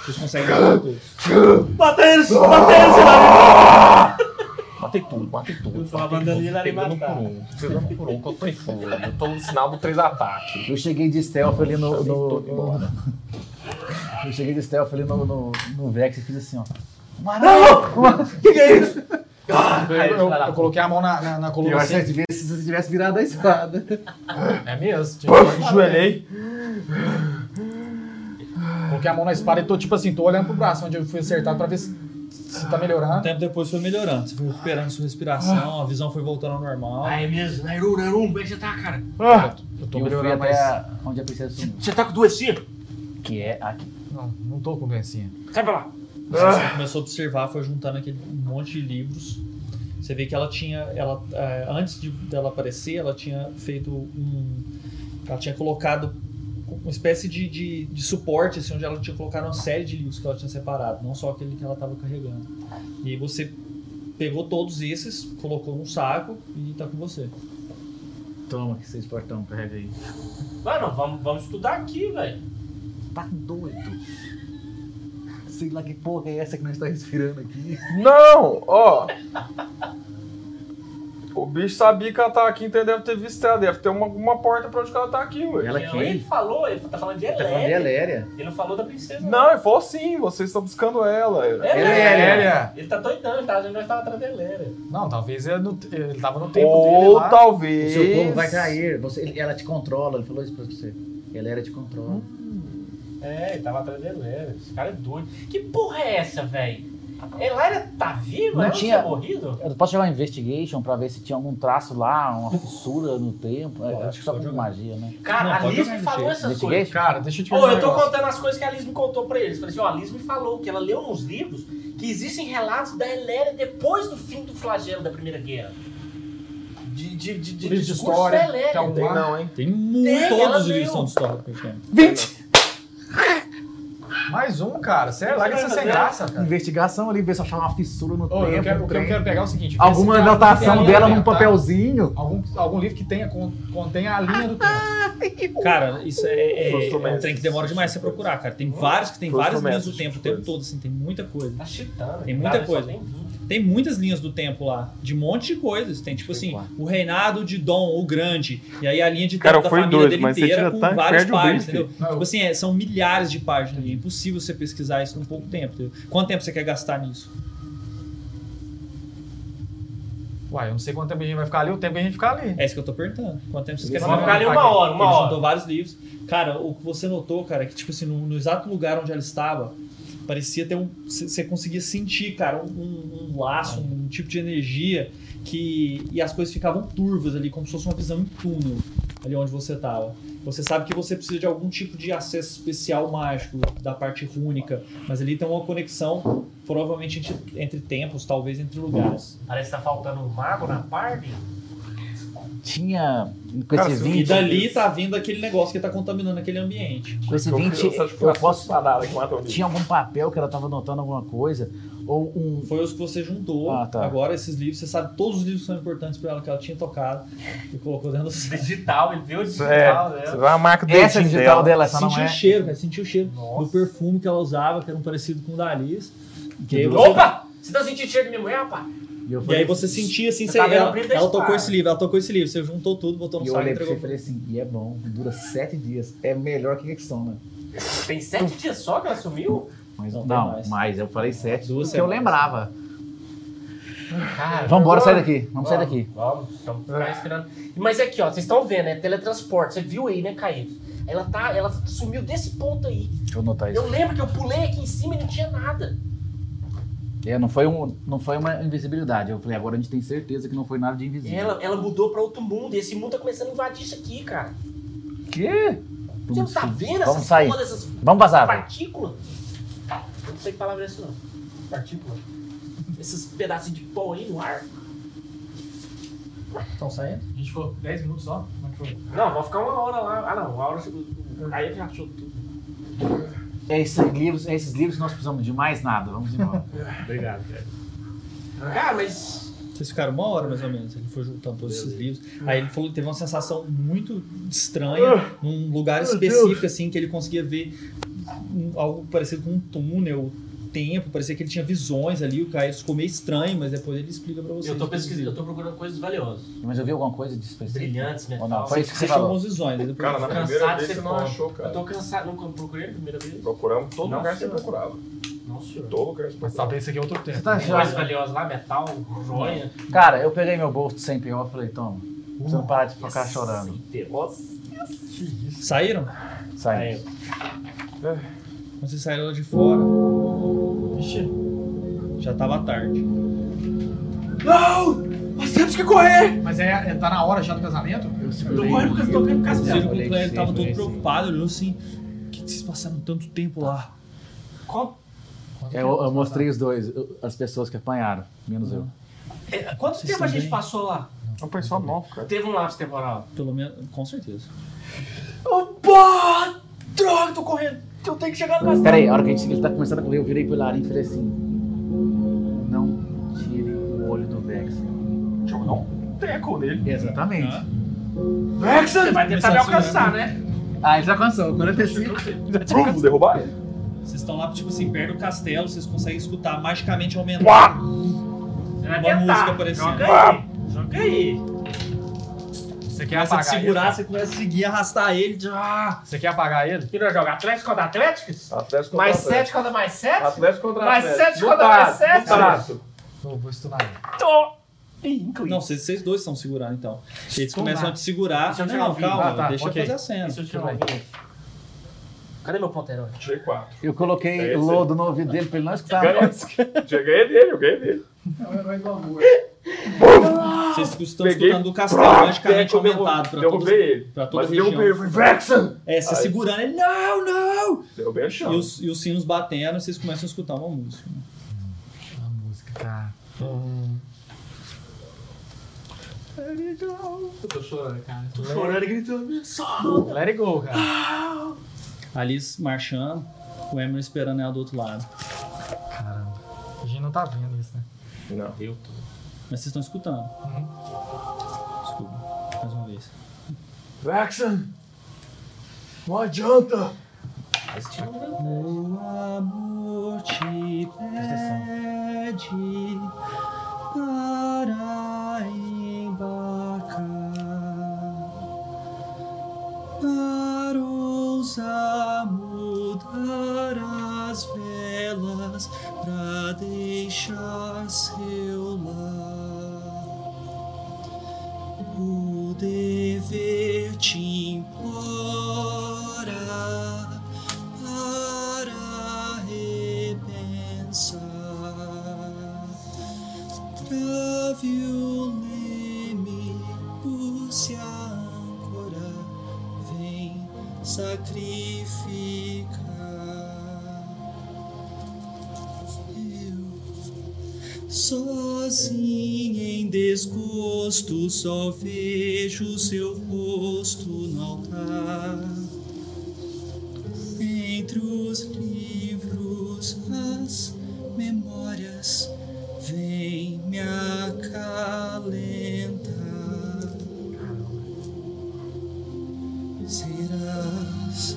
[SPEAKER 4] Vocês conseguem matar todos.
[SPEAKER 10] Mata eles! Mata eles, Hilário!
[SPEAKER 38] Matei tudo, matei tudo. Eu
[SPEAKER 3] sou a bandolina ali
[SPEAKER 38] Pegando por um, pegando por um, que eu tô em fúria. Eu tô no sinal do três ataques.
[SPEAKER 5] Eu cheguei de stealth ali no. no,
[SPEAKER 38] todo embora.
[SPEAKER 5] no- eu cheguei de stealth ali no, no, no Vex e fiz assim, ó.
[SPEAKER 7] Não!
[SPEAKER 5] que é isso?
[SPEAKER 7] Eu, eu- eu coloquei a mão na, na, na coluna
[SPEAKER 5] Eu acho que
[SPEAKER 7] assim.
[SPEAKER 5] se tivesse- se você tivesse virado a espada.
[SPEAKER 7] É mesmo?
[SPEAKER 5] Puf,
[SPEAKER 7] joelhei. Coloquei a mão na espada e tô tipo assim, tô olhando pro braço onde eu fui acertado pra ver se, se tá melhorando.
[SPEAKER 4] Um tempo depois foi melhorando, você foi recuperando sua respiração, a visão foi voltando ao normal.
[SPEAKER 10] Ah, é mesmo? Nairu, Nairu, como é que você tá, cara?
[SPEAKER 7] Eu
[SPEAKER 5] E eu fui até a- onde a princesa sumiu.
[SPEAKER 10] Você tá com doencinha?
[SPEAKER 5] Que é aqui.
[SPEAKER 7] Não, não tô com doencinha.
[SPEAKER 10] Sai pra lá.
[SPEAKER 1] Ah.
[SPEAKER 4] Você começou a observar, foi juntando aquele monte de livros. Você vê que ela tinha, ela eh, antes de dela aparecer, ela tinha feito um, ela tinha colocado uma espécie de, de, de suporte, assim, onde ela tinha colocado uma série de livros que ela tinha separado, não só aquele que ela estava carregando. E aí você pegou todos esses, colocou num saco e tá com você.
[SPEAKER 5] Toma, que vocês portão, pega aí.
[SPEAKER 3] Mano, vamos, vamos estudar aqui, velho.
[SPEAKER 5] Tá doido. Sei lá que porra é essa que nós tá respirando aqui.
[SPEAKER 1] Não, ó. O bicho sabia que ela tá aqui, então ele deve ter visto ela. Deve ter uma, alguma porta pra onde que ela tá aqui, ué.
[SPEAKER 5] Ela
[SPEAKER 3] Não, ele falou, ele tá falando de Eléria.
[SPEAKER 5] falando de Eléria.
[SPEAKER 3] Ele não falou da princesa.
[SPEAKER 1] Não, ele falou sim, vocês estão buscando ela.
[SPEAKER 7] Eléria.
[SPEAKER 3] Ele tá doidão, ele tá achando que nós tava atrás da Eléria.
[SPEAKER 7] Não, talvez ele, não- ele tava no tempo dele
[SPEAKER 1] Ou
[SPEAKER 7] lá.
[SPEAKER 1] talvez.
[SPEAKER 5] O seu povo vai cair. Você, ele- ela te controla. Ele falou isso pra você. Ela era te controla.
[SPEAKER 3] É, ele tava atrás da Eléria. Esse cara é doido. Que porra é essa, velho? Eléria tá viva? Ela
[SPEAKER 5] não tinha.
[SPEAKER 3] morrido?
[SPEAKER 5] Eu posso jogar um investigation pra ver se tinha algum traço lá, uma fissura no tempo. É, acho que só com magia, né?
[SPEAKER 3] Cara, a Liz me falou essas coisas.
[SPEAKER 7] Cara, deixa eu te
[SPEAKER 3] Ô,
[SPEAKER 7] perguntar
[SPEAKER 3] eu tô
[SPEAKER 7] um negócio.
[SPEAKER 3] contando as coisas que a Liz me contou pra eles. Falei assim, ó, a Liz me falou que ela leu nos livros que existem relatos da Eléria depois do fim do flagelo da Primeira Guerra. De, de, de, de,
[SPEAKER 7] Livro de
[SPEAKER 3] discurso
[SPEAKER 7] história,
[SPEAKER 3] da Eléria.
[SPEAKER 7] que é um Tem não, hein?
[SPEAKER 4] Tem muito.
[SPEAKER 3] Tem, ela
[SPEAKER 4] todos os
[SPEAKER 3] leu.
[SPEAKER 4] livros são de história. pequeno.
[SPEAKER 5] 20!
[SPEAKER 7] Mais um, cara. Sério, larga essa sem graça, cara.
[SPEAKER 5] Investigação ali, ver se achar uma fissura no
[SPEAKER 7] Ô,
[SPEAKER 5] tempo.
[SPEAKER 7] eu, quero, eu
[SPEAKER 1] um
[SPEAKER 5] trem.
[SPEAKER 7] quero- quero pegar o seguinte.
[SPEAKER 5] Alguma
[SPEAKER 7] esse cara tem
[SPEAKER 5] anotação
[SPEAKER 7] a
[SPEAKER 5] dela
[SPEAKER 7] linha
[SPEAKER 5] num
[SPEAKER 7] do tempo, tá?
[SPEAKER 5] papelzinho.
[SPEAKER 7] Algum, algum livro que tenha, con- contenha a linha do tempo.
[SPEAKER 4] Cara, isso é, é, é um trem que demora demais você procurar, cara. Tem vários que tem
[SPEAKER 7] Todos
[SPEAKER 4] vários
[SPEAKER 7] começam,
[SPEAKER 4] linhas do tempo o tempo todo, assim, tem muita coisa.
[SPEAKER 3] Tá chitando.
[SPEAKER 4] Tem muita
[SPEAKER 3] cara, só
[SPEAKER 4] coisa.
[SPEAKER 3] tem
[SPEAKER 4] Tem, tem muitas linhas do tempo lá, de um monte de coisas. Tem, tipo assim, o reinado de Dom, o Grande, e aí a linha de tempo
[SPEAKER 18] Cara, eu
[SPEAKER 4] da
[SPEAKER 18] fui
[SPEAKER 4] família
[SPEAKER 18] dois,
[SPEAKER 4] dele
[SPEAKER 18] mas você
[SPEAKER 4] inteira
[SPEAKER 18] tira
[SPEAKER 4] com
[SPEAKER 18] tanto,
[SPEAKER 4] várias
[SPEAKER 18] perde o
[SPEAKER 4] páginas,
[SPEAKER 18] brilho,
[SPEAKER 4] entendeu? Tipo assim, é, são milhares de páginas. É impossível você pesquisar isso em pouco tempo. entendeu? Quanto tempo você quer gastar nisso?
[SPEAKER 3] Uai, eu não sei quanto tempo a gente vai ficar ali, o tempo que a gente ficar ali.
[SPEAKER 4] É isso que eu tô perguntando. Quanto tempo vocês querem
[SPEAKER 3] Vamos ficar ali uma hora, uma
[SPEAKER 4] Ele
[SPEAKER 3] hora.
[SPEAKER 4] juntou vários livros. Cara, o que você notou, cara, é que, tipo assim, no, no exato lugar onde ela estava, parecia ter um. c- Você conseguia sentir, cara, um, um- um laço,
[SPEAKER 3] É.
[SPEAKER 4] um, tipo de energia que. E as coisas ficavam turvas ali, como se fosse uma visão em túnel, ali onde você estava. Você sabe que você precisa de algum tipo de acesso especial mágico da parte rúnica, mas ali tem uma conexão, provavelmente entre, entre tempos, talvez entre lugares.
[SPEAKER 10] Parece que tá faltando um mago na party.
[SPEAKER 7] Tinha. Com
[SPEAKER 4] Cara,
[SPEAKER 7] esse
[SPEAKER 4] se-
[SPEAKER 7] 20.
[SPEAKER 4] E dali tá vindo aquele negócio que tá contaminando aquele ambiente.
[SPEAKER 7] Com esse 20. Eu posso Tinha algum papel que ela tava anotando alguma coisa? Ou um.
[SPEAKER 4] Foi os que você juntou.
[SPEAKER 7] Ah, tá.
[SPEAKER 4] Agora, esses livros, você sabe, todos os livros são importantes pra ela que ela tinha tocado e colocou dentro
[SPEAKER 3] É
[SPEAKER 4] do
[SPEAKER 10] Digital, ele viu o
[SPEAKER 7] Isso
[SPEAKER 10] digital
[SPEAKER 7] é,
[SPEAKER 10] dela.
[SPEAKER 3] né?
[SPEAKER 7] você vai amar com o dedinho Essa é digital dela. dela, essa não
[SPEAKER 4] sentiu
[SPEAKER 7] é?
[SPEAKER 4] o cheiro, cara, sentiu o cheiro do perfume que ela usava, que era um parecido com o da Alice. E aí você-
[SPEAKER 10] Opa! Você tá sentindo cheiro de minha mulher, rapaz?
[SPEAKER 7] E,
[SPEAKER 4] E aí você sentia assim,
[SPEAKER 10] Você
[SPEAKER 4] você-
[SPEAKER 10] tá vendo
[SPEAKER 4] ela,
[SPEAKER 10] a brilha da
[SPEAKER 4] ela tocou
[SPEAKER 10] espada.
[SPEAKER 4] esse livro, ela tocou esse livro, você juntou tudo, botou no
[SPEAKER 7] E eu
[SPEAKER 4] saco e
[SPEAKER 7] olhei pra você
[SPEAKER 4] entregou.
[SPEAKER 7] e falei assim: e é bom, dura sete dias. É melhor que Rexona.
[SPEAKER 10] Tem sete dias só que ela sumiu?
[SPEAKER 7] Mas não,
[SPEAKER 10] tem mais.
[SPEAKER 7] mas eu falei sete.
[SPEAKER 10] Duas
[SPEAKER 7] porque eu
[SPEAKER 10] semanas.
[SPEAKER 7] lembrava.
[SPEAKER 10] Cara,
[SPEAKER 7] Vamos embora, sai daqui. Vamos sair daqui.
[SPEAKER 10] Vamos, estamos ficar esperando. Mas aqui, ó, vocês estão vendo, né? Teletransporte. Você viu aí, né, Caio? Ela tá, ela sumiu desse ponto aí.
[SPEAKER 7] Deixa eu notar isso.
[SPEAKER 10] Eu lembro que eu pulei aqui em cima e não tinha nada.
[SPEAKER 7] É, não foi, um, não foi uma invisibilidade. Eu falei, agora a gente tem certeza que não foi nada de invisível.
[SPEAKER 10] Ela, ela mudou pra outro mundo. E esse mundo tá começando a invadir isso aqui, cara.
[SPEAKER 7] Quê?
[SPEAKER 10] Você não tá vendo
[SPEAKER 7] Vamos
[SPEAKER 10] essas
[SPEAKER 7] sair.
[SPEAKER 10] porra dessas
[SPEAKER 7] Vamos vazar, velho.
[SPEAKER 10] partículas? Eu não sei que palavra é isso, não. Partícula? Esses pedacinhos de pó aí no ar.
[SPEAKER 4] Estão saindo?
[SPEAKER 3] A gente ficou 10 minutos só? Como é que foi?
[SPEAKER 10] Não, vou ficar uma hora lá. Ah, não, uma hora. o- Aí ele já achou tudo.
[SPEAKER 7] É esses livros, é esses livros que nós precisamos de mais nada. Vamos embora.
[SPEAKER 10] Obrigado, cara. Cara, Ah, mas.
[SPEAKER 4] Vocês ficaram uma hora mais ou menos. Ele foi juntando todos esses livros. Aí ele falou que teve uma sensação muito estranha,
[SPEAKER 3] Ah,
[SPEAKER 4] num lugar
[SPEAKER 7] Meu
[SPEAKER 4] específico, assim, que ele conseguia ver um- algo parecido com um túnel, tempo. Parecia que ele tinha visões ali. O Caio ficou meio estranho, mas depois ele explica pra vocês.
[SPEAKER 10] Eu tô pesquisando, eu tô procurando coisas valiosas.
[SPEAKER 7] Mas eu vi alguma coisa de específico?
[SPEAKER 10] Brilhantes, né?
[SPEAKER 7] Ou não? Foi
[SPEAKER 4] Você,
[SPEAKER 7] isso que você
[SPEAKER 4] você
[SPEAKER 7] falou.
[SPEAKER 4] chamou as visões. aí depois-
[SPEAKER 10] Cara, na
[SPEAKER 1] primeira vez
[SPEAKER 10] de
[SPEAKER 1] você
[SPEAKER 10] ser
[SPEAKER 1] não
[SPEAKER 10] pobre.
[SPEAKER 1] achou, cara.
[SPEAKER 10] Eu tô cansado, nunca procurei a primeira vez.
[SPEAKER 1] Procuramos todo
[SPEAKER 10] Não,
[SPEAKER 1] lugar que você
[SPEAKER 10] senhor.
[SPEAKER 1] procurava.
[SPEAKER 10] Não, senhor.
[SPEAKER 1] Todo lugar que você
[SPEAKER 3] Mas talvez isso aqui é outro tempo.
[SPEAKER 7] tá
[SPEAKER 10] Tem
[SPEAKER 7] achando?
[SPEAKER 10] coisas valiosas lá, metal, joia.
[SPEAKER 7] Cara, eu peguei meu bolso sem PO e falei, toma, você não parar de ficar chorando.
[SPEAKER 3] né?
[SPEAKER 4] Saíram?
[SPEAKER 7] Saíram.
[SPEAKER 4] Quando vocês saíram lá de fora. Já tava tarde.
[SPEAKER 3] Não! Nós temos que correr! Mas é, é- tá na hora já do casamento? Eu segurei.
[SPEAKER 4] Vocês viram que o Claire tava todo preocupado, olhou assim. O que que vocês passaram tanto tempo lá?
[SPEAKER 10] Qual?
[SPEAKER 7] Eu, É, eu mostrei os dois, eu- as pessoas que apanharam, menos eu.
[SPEAKER 10] É, Quanto
[SPEAKER 7] Vocês
[SPEAKER 10] tempo a
[SPEAKER 7] estão
[SPEAKER 10] gente
[SPEAKER 7] bem?
[SPEAKER 10] passou lá?
[SPEAKER 4] Então
[SPEAKER 7] É um pessoal novo, cara.
[SPEAKER 10] Teve um lapso temporal.
[SPEAKER 4] Pelo menos, com certeza.
[SPEAKER 10] Opa! Droga, tô correndo! Eu tenho que chegar no castelo.
[SPEAKER 7] Pera aí, a hora que a gente, ele tá começando a correr, eu virei pro Larim e falei assim: Não tire o olho do Vex. Jogo não teco nele. Exatamente.
[SPEAKER 10] Você vai tentar me alcançar, né?
[SPEAKER 7] Ah, ele já alcançou, 45.
[SPEAKER 4] Vamos
[SPEAKER 1] derrubar ele?
[SPEAKER 4] Vocês estão lá, tipo assim, perto do castelo, vocês conseguem escutar magicamente aumentando.
[SPEAKER 1] Uá!
[SPEAKER 4] Uma
[SPEAKER 10] tentar.
[SPEAKER 4] música aparecendo.
[SPEAKER 10] Joga aí, joga aí.
[SPEAKER 4] Você
[SPEAKER 3] quer
[SPEAKER 4] começa a te
[SPEAKER 3] apagar
[SPEAKER 4] segurar,
[SPEAKER 3] ele?
[SPEAKER 4] você começa a seguir, arrastar ele. Já.
[SPEAKER 3] Você quer apagar ele?
[SPEAKER 10] Que nós jogar Atlético contra Atlético?
[SPEAKER 1] Atlético
[SPEAKER 10] Mais sete contra mais sete?
[SPEAKER 1] Atlético contra
[SPEAKER 10] mais
[SPEAKER 1] Atlético.
[SPEAKER 10] sete contra mais sete?
[SPEAKER 3] Vou, vou estunar ele.
[SPEAKER 10] Tô!
[SPEAKER 4] Não, vocês, vocês dois estão segurando então. Eles
[SPEAKER 10] Estou
[SPEAKER 4] começam
[SPEAKER 10] lá.
[SPEAKER 4] a te segurar.
[SPEAKER 10] Deixa eu tirar
[SPEAKER 4] não,
[SPEAKER 10] o vinho.
[SPEAKER 4] calma,
[SPEAKER 10] Ah, tá,
[SPEAKER 4] deixa
[SPEAKER 10] ok.
[SPEAKER 4] eu fazer a cena.
[SPEAKER 10] Deixa eu tirar o vinho. Cadê meu ponto herói?
[SPEAKER 1] Tirei quatro.
[SPEAKER 7] Eu coloquei
[SPEAKER 1] É esse
[SPEAKER 7] lodo no ouvido dele pra ele não
[SPEAKER 10] Tá
[SPEAKER 7] escutar.
[SPEAKER 1] Eu ganhei dele, eu ganhei dele.
[SPEAKER 4] Tá
[SPEAKER 39] o herói do amor.
[SPEAKER 4] Vocês estão
[SPEAKER 1] Peguei.
[SPEAKER 4] escutando o castelo
[SPEAKER 1] Prá,
[SPEAKER 4] magicamente
[SPEAKER 1] derrubei-
[SPEAKER 4] aumentado pra
[SPEAKER 1] derrubei
[SPEAKER 4] todos,
[SPEAKER 1] ele.
[SPEAKER 4] pra toda a
[SPEAKER 1] Mas
[SPEAKER 4] região.
[SPEAKER 1] derrubei, eu falei, "Vexen!"
[SPEAKER 4] É, você
[SPEAKER 1] Aí-
[SPEAKER 4] segurando ele, não, não!
[SPEAKER 1] Derrubei o chão.
[SPEAKER 4] E os, e os sinos batendo, vocês começam a escutar uma música.
[SPEAKER 3] A música, tá. cara.
[SPEAKER 10] Eu tô chorando, cara. Tô
[SPEAKER 3] chorando
[SPEAKER 10] e gritando, me
[SPEAKER 3] Let it go, cara.
[SPEAKER 4] Alice marchando, o Emerson esperando ela do outro lado.
[SPEAKER 3] Caramba. A gente não tá vendo isso, né?
[SPEAKER 1] Não.
[SPEAKER 10] Eu tô.
[SPEAKER 4] Mas vocês estão escutando. Desculpa, mais uma vez.
[SPEAKER 40] Vexen! Não adianta!
[SPEAKER 4] Meu amor te pede
[SPEAKER 18] O dever te implora para repensar. Trave o leme, puse a âncora, vem sacrificar. Eu, sozinho em desgosto, só vejo seu rosto no altar. Entre os livros, as memórias vêm me acalentar. Serás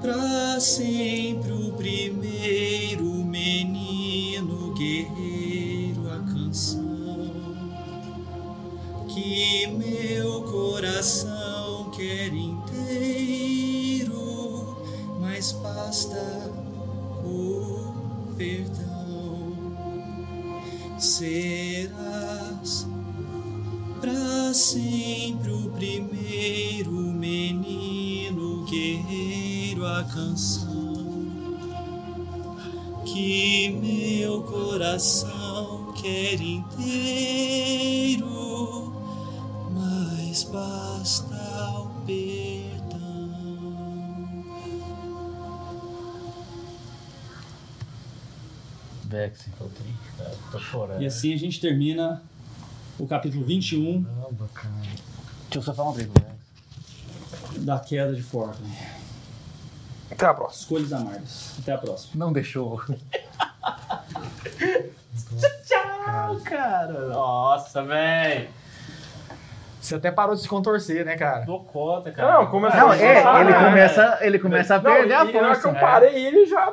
[SPEAKER 18] pra sempre o primeiro menino guerreiro a canção que meu coração quer inteiro, mas basta o perdão. Serás pra sempre o primeiro menino guerreiro a canção que meu coração quer inteiro, mas basta o perdão.
[SPEAKER 6] Vex, tô triste, cara. Tô chorando.
[SPEAKER 41] E assim a gente termina o capítulo 21. Deixa eu só falar um treco, Da queda de Forkland.
[SPEAKER 2] Até a próxima.
[SPEAKER 41] Escolhas amargas. Até a próxima.
[SPEAKER 2] Não deixou.
[SPEAKER 10] Tchau, cara. Nossa, velho.
[SPEAKER 2] Você até parou de se contorcer, né, cara?
[SPEAKER 10] Dou conta,
[SPEAKER 2] cara. Não, começou
[SPEAKER 10] Não,
[SPEAKER 2] a
[SPEAKER 10] é,
[SPEAKER 2] chorar,
[SPEAKER 10] ele
[SPEAKER 2] né?
[SPEAKER 10] começa-
[SPEAKER 2] ele
[SPEAKER 10] começa a
[SPEAKER 2] Não,
[SPEAKER 10] perder a
[SPEAKER 2] e na hora que
[SPEAKER 10] força,
[SPEAKER 2] eu
[SPEAKER 10] né?
[SPEAKER 2] parei, ele já...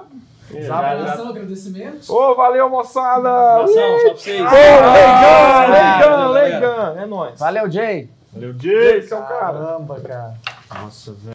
[SPEAKER 10] É,
[SPEAKER 2] já-
[SPEAKER 10] já-
[SPEAKER 2] já-
[SPEAKER 10] já-
[SPEAKER 29] São agradecimentos.
[SPEAKER 1] Ô, valeu, moçada!
[SPEAKER 2] Abração,
[SPEAKER 1] Ih!
[SPEAKER 2] só pra vocês.
[SPEAKER 1] Ô,
[SPEAKER 4] é.
[SPEAKER 2] Ah,
[SPEAKER 1] Leigan,
[SPEAKER 2] valeu,
[SPEAKER 1] Leigan,
[SPEAKER 2] galera.
[SPEAKER 1] Leigan! É nóis.
[SPEAKER 2] Valeu, Jay.
[SPEAKER 1] Valeu, Jay, seu cara.
[SPEAKER 2] Caramba, cara.
[SPEAKER 6] Nossa, velho.